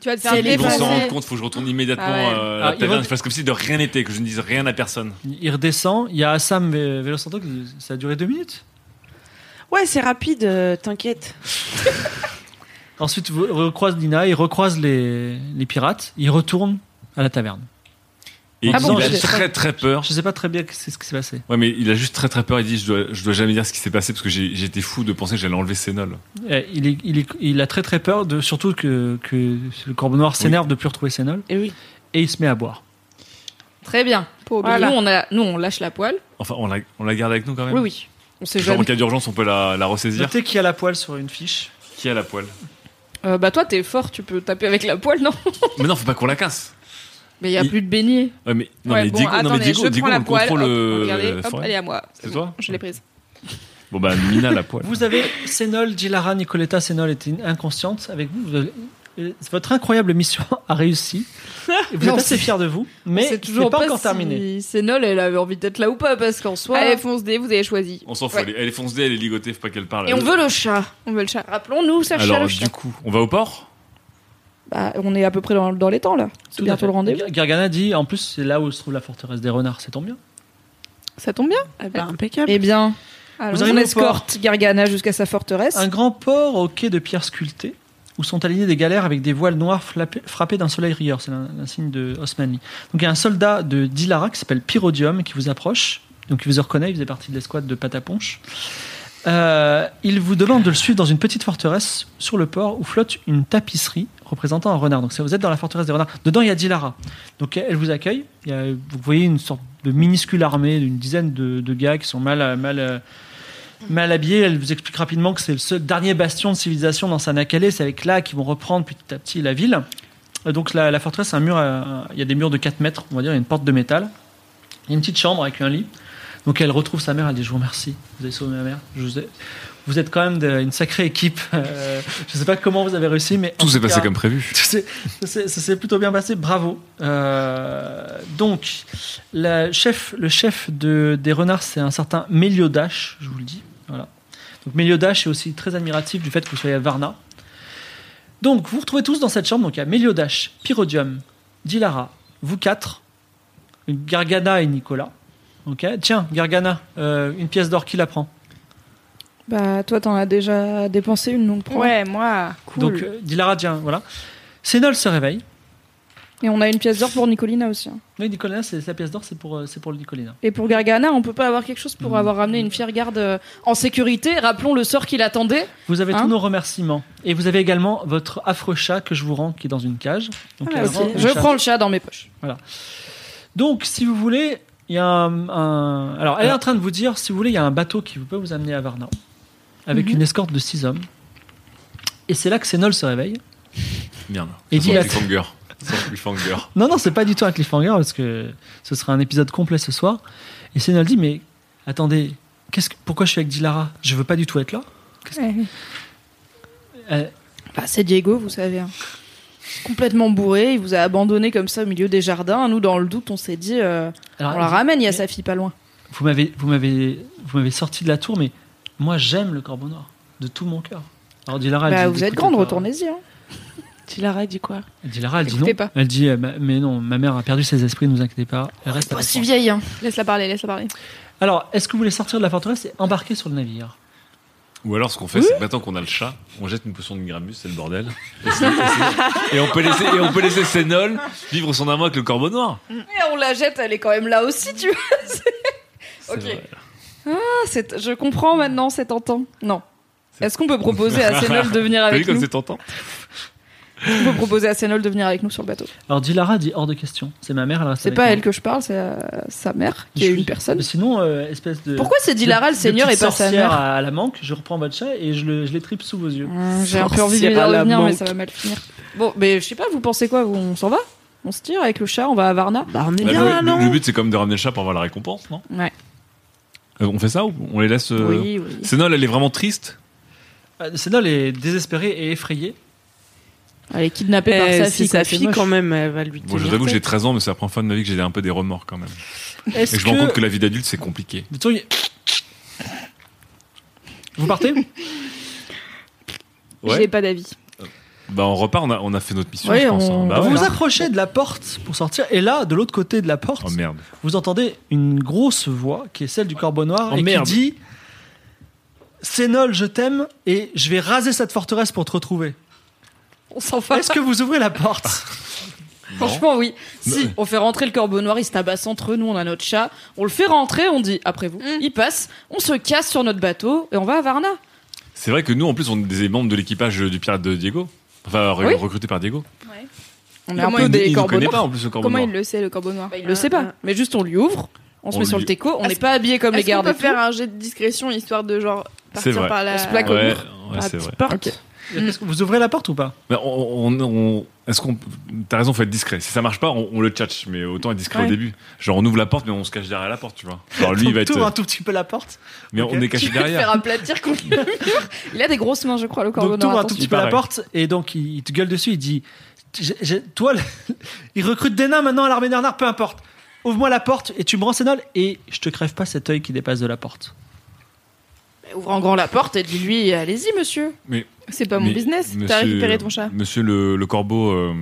[SPEAKER 5] Tu vas te faire
[SPEAKER 7] Ils vont
[SPEAKER 5] dépasser.
[SPEAKER 7] s'en rendre compte, faut que je retourne immédiatement
[SPEAKER 5] Ah ouais.
[SPEAKER 7] euh, à
[SPEAKER 4] Ah,
[SPEAKER 7] la
[SPEAKER 4] il
[SPEAKER 7] taverne.
[SPEAKER 4] re-
[SPEAKER 7] Je fasse comme si de rien n'était, que je ne dise rien à personne.
[SPEAKER 4] Il redescend, il y a Assam Vé- Vélosanto qui dit Ça a duré deux minutes
[SPEAKER 1] Ouais, c'est rapide, euh, t'inquiète.
[SPEAKER 4] (laughs) Ensuite, vous- recroise Nina, il recroise les, les pirates, il retourne à la taverne.
[SPEAKER 7] Et
[SPEAKER 4] Ah
[SPEAKER 7] il
[SPEAKER 4] bon,
[SPEAKER 7] a
[SPEAKER 4] je-
[SPEAKER 7] très très peur.
[SPEAKER 4] Je sais pas très bien c'est ce qui s'est passé.
[SPEAKER 7] Ouais, mais il a juste très très peur. Il dit Je dois, je dois jamais dire ce qui s'est passé parce que j'ai- j'étais fou de penser que j'allais enlever Sénol.
[SPEAKER 4] Eh, Il, est- il, est- il a très très peur, de, surtout que, que le corbeau noir s'énerve de plus retrouver Sénol.
[SPEAKER 1] Et, oui.
[SPEAKER 4] et il se met à boire.
[SPEAKER 5] Très bien.
[SPEAKER 4] Voilà.
[SPEAKER 5] Nous, on a, nous, on lâche la poêle.
[SPEAKER 7] Enfin, on la, on la garde avec nous quand même
[SPEAKER 5] Oui, oui. On sait
[SPEAKER 7] Genre en
[SPEAKER 5] jamais.
[SPEAKER 7] cas d'urgence, on peut la, la ressaisir.
[SPEAKER 4] Notez qu'il y a la poêle sur une fiche.
[SPEAKER 7] Qui a la poêle
[SPEAKER 5] Euh, bah toi, t'es fort, tu peux taper avec la poêle, non
[SPEAKER 7] Mais non, faut pas qu'on la casse.
[SPEAKER 5] (laughs) Mais il y a
[SPEAKER 7] Il-
[SPEAKER 5] plus de beignet.
[SPEAKER 7] Ouais, mais, non,
[SPEAKER 5] Ouais,
[SPEAKER 7] mais
[SPEAKER 5] bon,
[SPEAKER 7] Diego, non, mais
[SPEAKER 5] attendez,
[SPEAKER 7] Diego,
[SPEAKER 5] je
[SPEAKER 7] Diego,
[SPEAKER 5] prends
[SPEAKER 7] on
[SPEAKER 5] la poêle,
[SPEAKER 7] contrôle
[SPEAKER 5] hop,
[SPEAKER 7] euh,
[SPEAKER 5] regardez, hop,
[SPEAKER 7] forêt.
[SPEAKER 5] elle est à moi.
[SPEAKER 7] C'est toi
[SPEAKER 5] Je l'ai prise.
[SPEAKER 7] Bon, bah, Mina, la poêle.
[SPEAKER 4] Vous avez Sénol, Dilara, Nicoletta, Sénol était inconsciente avec vous. Vous avez- euh, Votre incroyable mission (laughs) a réussi. Et Vous
[SPEAKER 5] (laughs) Non,
[SPEAKER 4] êtes assez
[SPEAKER 5] c'est-
[SPEAKER 4] fiers de vous, mais
[SPEAKER 5] c'est
[SPEAKER 4] c'est
[SPEAKER 5] toujours
[SPEAKER 4] pas,
[SPEAKER 5] pas,
[SPEAKER 4] encore
[SPEAKER 5] si
[SPEAKER 4] terminé.
[SPEAKER 5] Sénol, elle avait envie d'être là ou pas, parce qu'en soi.
[SPEAKER 9] Allez, fonce D, vous avez choisi.
[SPEAKER 7] On s'en fout,
[SPEAKER 9] Ouais.
[SPEAKER 7] elle, est- elle est foncée, elle est ligotée, faut pas qu'elle parle.
[SPEAKER 9] Et on veut le chat. On veut le chat.
[SPEAKER 5] Rappelons-nous, Sacha
[SPEAKER 7] Alors,
[SPEAKER 5] le
[SPEAKER 7] du
[SPEAKER 5] chien.
[SPEAKER 7] coup, on va au port
[SPEAKER 5] Bah, on est à peu près dans, dans les temps, là. C'est
[SPEAKER 4] Tout à
[SPEAKER 5] bientôt
[SPEAKER 4] fait.
[SPEAKER 5] le rendez-vous.
[SPEAKER 4] Gar- Gargana dit en plus, c'est là où se trouve la forteresse des renards, c'est tant bien.
[SPEAKER 5] Ça tombe bien.
[SPEAKER 1] impeccable.
[SPEAKER 5] Eh bien,
[SPEAKER 4] Vous
[SPEAKER 5] allons,
[SPEAKER 4] arrivez
[SPEAKER 5] on
[SPEAKER 4] au
[SPEAKER 5] escorte Gargana jusqu'à sa forteresse.
[SPEAKER 4] Un grand port au quai de pierre sculptée où sont alignées des galères avec des voiles noires flappées- frappées d'un soleil rieur. C'est un, un signe de Osmanli. Donc il y a un soldat de Dilara qui s'appelle Pyrodium qui vous approche. Donc il vous reconnaît, il faisait partie de l'escouade de Pataponche. Euh, il vous demande de le suivre dans une petite forteresse sur le port où flotte une tapisserie représentant un renard. Donc ça, vous êtes dans la forteresse des renards. Dedans, il y a Dilara. Donc elle vous accueille. Il y a- vous voyez une sorte de minuscule armée d'une dizaine de, de gars qui sont mal, euh, mal, euh, mal habillés. Elle vous explique rapidement que c'est le seul dernier bastion de civilisation dans Sanakale. C'est avec là qu'ils vont reprendre petit à petit la ville. Euh, Donc la, la forteresse, c'est un mur, à- il y a des murs de 4 mètres, on va dire, il y a une porte de métal. Il y a une petite chambre avec un lit. Donc elle retrouve sa mère, elle dit Je vous remercie, vous avez sauvé ma mère. Je vous, ai- vous êtes quand même de- une sacrée équipe. (laughs) Euh, je ne sais pas comment vous avez réussi, mais. en
[SPEAKER 7] Tout s'est passé
[SPEAKER 4] cas,
[SPEAKER 7] comme prévu.
[SPEAKER 4] (laughs) ça s'est- ça s'est ça s'est plutôt bien passé, bravo. Euh, donc, la chef, le chef de, des renards, c'est un certain Meliodas, je vous le dis. Voilà. Donc, Meliodas est aussi très admiratif du fait que vous soyez à Varna. Donc, vous vous retrouvez tous dans cette chambre. Donc, il y a Meliodas, Pyrodium, Dilara, vous quatre, Gargana et Nicolas. Ok, tiens, Gargana, euh, une pièce d'or, qui la prend
[SPEAKER 5] Bah, toi, t'en as déjà dépensé une, donc prends.
[SPEAKER 9] Ouais, moi. Cool.
[SPEAKER 4] Donc, euh, Dilara, tiens, voilà. Sénol se réveille.
[SPEAKER 5] Et on a une pièce d'or pour Nicolina aussi. hein.
[SPEAKER 4] Oui, Nicolas, c'est sa pièce d'or, c'est pour, euh, c'est pour le Nicolina.
[SPEAKER 5] Et pour Gargana, on peut pas avoir quelque chose pour avoir ramené une fière garde euh, en sécurité. Rappelons le sort qu'il attendait.
[SPEAKER 4] Vous avez
[SPEAKER 5] Hein
[SPEAKER 4] tous nos remerciements. Et vous avez également votre affreux chat que je vous rends, qui est dans une cage. Donc,
[SPEAKER 5] Ah,
[SPEAKER 4] elle
[SPEAKER 5] ok.
[SPEAKER 4] rend le
[SPEAKER 5] Je
[SPEAKER 4] chat-
[SPEAKER 5] prends le chat dans mes poches.
[SPEAKER 4] Voilà. Donc, si vous voulez, il y a un, un- Alors, elle est en train de vous dire, si vous voulez, il y a un bateau qui peut vous amener à Varna, avec
[SPEAKER 5] Mhm.
[SPEAKER 4] une escorte de six hommes. Et c'est là que Sénol se réveille.
[SPEAKER 7] Merde.
[SPEAKER 4] Et
[SPEAKER 7] Ça sent
[SPEAKER 4] dis la-
[SPEAKER 7] le cliffhanger. Ça sent le cliffhanger.
[SPEAKER 4] Non, non, c'est pas du tout un cliffhanger, parce que ce sera un épisode complet ce soir. Et Sénol dit, mais attendez, qu'est-ce que... pourquoi je suis avec Dilara Je veux pas du tout être là. Euh,
[SPEAKER 5] Bah, c'est Diego, vous savez. hein. Complètement bourré, il vous a abandonné comme ça au milieu des jardins. Nous, dans le doute, on s'est dit, euh,
[SPEAKER 4] Alors,
[SPEAKER 5] on la
[SPEAKER 4] Ah, il-
[SPEAKER 5] ramène, il y a sa fille pas loin.
[SPEAKER 4] Vous m'avez, vous m'avez, vous m'avez sorti de la tour, mais moi j'aime le corbeau noir de tout mon cœur. Alors Dilara, elle
[SPEAKER 5] Bah,
[SPEAKER 4] Ah, dit,
[SPEAKER 5] vous êtes
[SPEAKER 4] écoutez
[SPEAKER 5] grande,
[SPEAKER 4] pas.
[SPEAKER 5] retournez-y. hein.
[SPEAKER 1] Dilara, dit quoi
[SPEAKER 4] Dilara, elle dit non.
[SPEAKER 9] Écoutez pas.
[SPEAKER 4] Elle dit, euh, ma- mais non, ma mère a perdu ses esprits, ne vous inquiétez pas. Elle reste
[SPEAKER 5] Pas
[SPEAKER 4] avec
[SPEAKER 5] si
[SPEAKER 4] moi.
[SPEAKER 5] vieille, hein.
[SPEAKER 9] Laisse-la parler, laisse-la parler.
[SPEAKER 4] Alors, est-ce que vous voulez sortir de la forteresse et embarquer sur le navire
[SPEAKER 7] Ou alors, ce qu'on fait, c'est que maintenant qu'on a le chat, on jette une potion de Gramus, c'est le bordel. Et, c'est- et c'est- et on peut laisser, et on peut laisser Sénol vivre son amour avec le corbeau noir.
[SPEAKER 5] Et on la jette, elle est quand même là aussi, tu vois. C'est- ok.
[SPEAKER 7] vrai.
[SPEAKER 5] Ah, c'est- je comprends maintenant, c'est tentant. Non. Est-ce qu'on peut proposer à Sénol de venir
[SPEAKER 7] T'as vu
[SPEAKER 5] avec
[SPEAKER 7] comme
[SPEAKER 5] nous
[SPEAKER 7] c'est tentant
[SPEAKER 5] On peut proposer à Sénol de venir avec nous sur le bateau.
[SPEAKER 4] Alors Dilara dit hors de question. C'est ma mère, elle reste.
[SPEAKER 5] C'est
[SPEAKER 4] avec
[SPEAKER 5] pas
[SPEAKER 4] moi.
[SPEAKER 5] elle que je parle, c'est euh, sa mère, qui est une personne.
[SPEAKER 4] Mais sinon, euh, espèce de.
[SPEAKER 5] Pourquoi c'est Dilara,
[SPEAKER 4] de-
[SPEAKER 5] le
[SPEAKER 4] de
[SPEAKER 5] seigneur,
[SPEAKER 4] petite
[SPEAKER 5] et pas sa
[SPEAKER 4] sorcière
[SPEAKER 5] mère
[SPEAKER 4] à, à la manque Je reprends votre chat et je, le, je l'étripe sous vos yeux.
[SPEAKER 5] Ah, Mmh, J'ai un peu envie de lui dire de revenir, mais ça va mal finir. Bon, mais je sais pas, vous pensez quoi vous, On s'en va On se tire avec le chat, on va à Varna
[SPEAKER 1] on
[SPEAKER 7] Ouais, Bah, le, le- le but, c'est quand même de ramener le chat pour avoir la récompense, non
[SPEAKER 5] Ouais.
[SPEAKER 7] Euh, On fait ça ou on les laisse euh,
[SPEAKER 5] Oui, oui.
[SPEAKER 7] Sénol, elle est vraiment triste.
[SPEAKER 4] Euh, Sénol est désespérée et effrayée.
[SPEAKER 5] Elle est kidnappée
[SPEAKER 1] Eh,
[SPEAKER 5] par sa
[SPEAKER 1] c'est
[SPEAKER 5] fille.
[SPEAKER 1] sa
[SPEAKER 5] quoi,
[SPEAKER 1] fille
[SPEAKER 5] c'est moche.
[SPEAKER 1] quand même, elle va lui
[SPEAKER 7] Bon, je
[SPEAKER 1] tenir
[SPEAKER 7] t'avoue que
[SPEAKER 1] tête.
[SPEAKER 7] j'ai 13 ans, mais c'est la première fois de ma vie que j'ai un peu des remords quand même. Et
[SPEAKER 4] Est-ce
[SPEAKER 7] que je me rends
[SPEAKER 4] que-
[SPEAKER 7] compte que la vie d'adulte, c'est compliqué.
[SPEAKER 4] Vous tournez- Vous partez
[SPEAKER 9] J'ai pas d'avis.
[SPEAKER 7] Bah, on repart, on a, on a fait notre mission,
[SPEAKER 4] Oui,
[SPEAKER 7] je pense.
[SPEAKER 4] on-
[SPEAKER 7] hein. Bah
[SPEAKER 4] vous
[SPEAKER 7] ouais.
[SPEAKER 4] vous approchez de la porte pour sortir, et là, de l'autre côté de la porte,
[SPEAKER 7] Oh merde.
[SPEAKER 4] vous entendez une grosse voix qui est celle du corbeau noir
[SPEAKER 7] Oh
[SPEAKER 4] et
[SPEAKER 7] merde.
[SPEAKER 4] qui dit Sénol, je t'aime et je vais raser cette forteresse pour te retrouver.
[SPEAKER 5] On s'en fout.
[SPEAKER 4] Est-ce que vous ouvrez la porte
[SPEAKER 5] (laughs) Franchement, oui. Si, on fait rentrer le corbeau noir, il se tabasse entre nous, on a notre chat. On le fait rentrer, on dit après vous, il passe, on se casse sur notre bateau et on va à Varna.
[SPEAKER 7] C'est vrai que nous, en plus, on est des membres de l'équipage du pirate de Diego. Enfin, re-
[SPEAKER 5] Oui.
[SPEAKER 7] recruté par Diego.
[SPEAKER 5] On
[SPEAKER 7] Comment il- il nous connaît pas, en plus, le corbeau
[SPEAKER 9] Comment
[SPEAKER 7] noir.
[SPEAKER 9] Bah, il le sait, le corbeau noir
[SPEAKER 5] Il le sait pas, mais juste on lui ouvre, on se
[SPEAKER 7] On
[SPEAKER 5] met sur
[SPEAKER 7] lui-
[SPEAKER 5] le teco, on
[SPEAKER 9] Est-ce-
[SPEAKER 5] n'est pas habillé comme les
[SPEAKER 9] Est-ce qu'on
[SPEAKER 5] gardes.
[SPEAKER 9] peut
[SPEAKER 5] et tout.
[SPEAKER 9] faire un jet de discrétion histoire de genre
[SPEAKER 7] C'est
[SPEAKER 9] partir
[SPEAKER 7] vrai.
[SPEAKER 9] par la.
[SPEAKER 7] Ouais,
[SPEAKER 4] Par
[SPEAKER 7] ouais,
[SPEAKER 9] Ah,
[SPEAKER 5] Ah,
[SPEAKER 4] la
[SPEAKER 7] c'est
[SPEAKER 4] petite
[SPEAKER 7] vrai.
[SPEAKER 4] porte. Est-ce que Vous ouvrez la porte ou pas
[SPEAKER 7] Mais on, on- on- est-ce qu'on, t'as raison, faut être discret. Si ça marche pas, on, on le tchatche, mais autant être discret
[SPEAKER 4] Ouais.
[SPEAKER 7] au début. Genre, on ouvre la porte, mais on se cache derrière la porte, tu vois. Genre, lui, il va être. euh,
[SPEAKER 4] T'ouvres un tout petit peu la porte.
[SPEAKER 7] Mais on est
[SPEAKER 5] Tu
[SPEAKER 7] caché
[SPEAKER 5] peux le faire
[SPEAKER 7] derrière.
[SPEAKER 5] aplatir contre
[SPEAKER 7] (laughs)
[SPEAKER 5] le mur. Il a des grosses mains, je crois, le corbeau
[SPEAKER 4] Donc
[SPEAKER 5] noir.
[SPEAKER 4] t'ouvres un tout
[SPEAKER 5] attention.
[SPEAKER 4] petit peu la porte et donc il il te gueule dessus, il dit J'ai- j'ai- Toi, le- (laughs) il recrute des nains maintenant à l'armée d'Arnard, peu importe. Ouvre-moi la porte et tu me rends Sénol et je te crève pas cet œil qui dépasse de la porte.
[SPEAKER 5] Ouvre en grand la porte et dis-lui, allez-y, monsieur.
[SPEAKER 7] Mais-
[SPEAKER 9] C'est pas
[SPEAKER 7] mais-
[SPEAKER 9] mon business.
[SPEAKER 7] monsieur-
[SPEAKER 9] T'as récupéré ton chat.
[SPEAKER 7] Monsieur le, le corbeau. euh,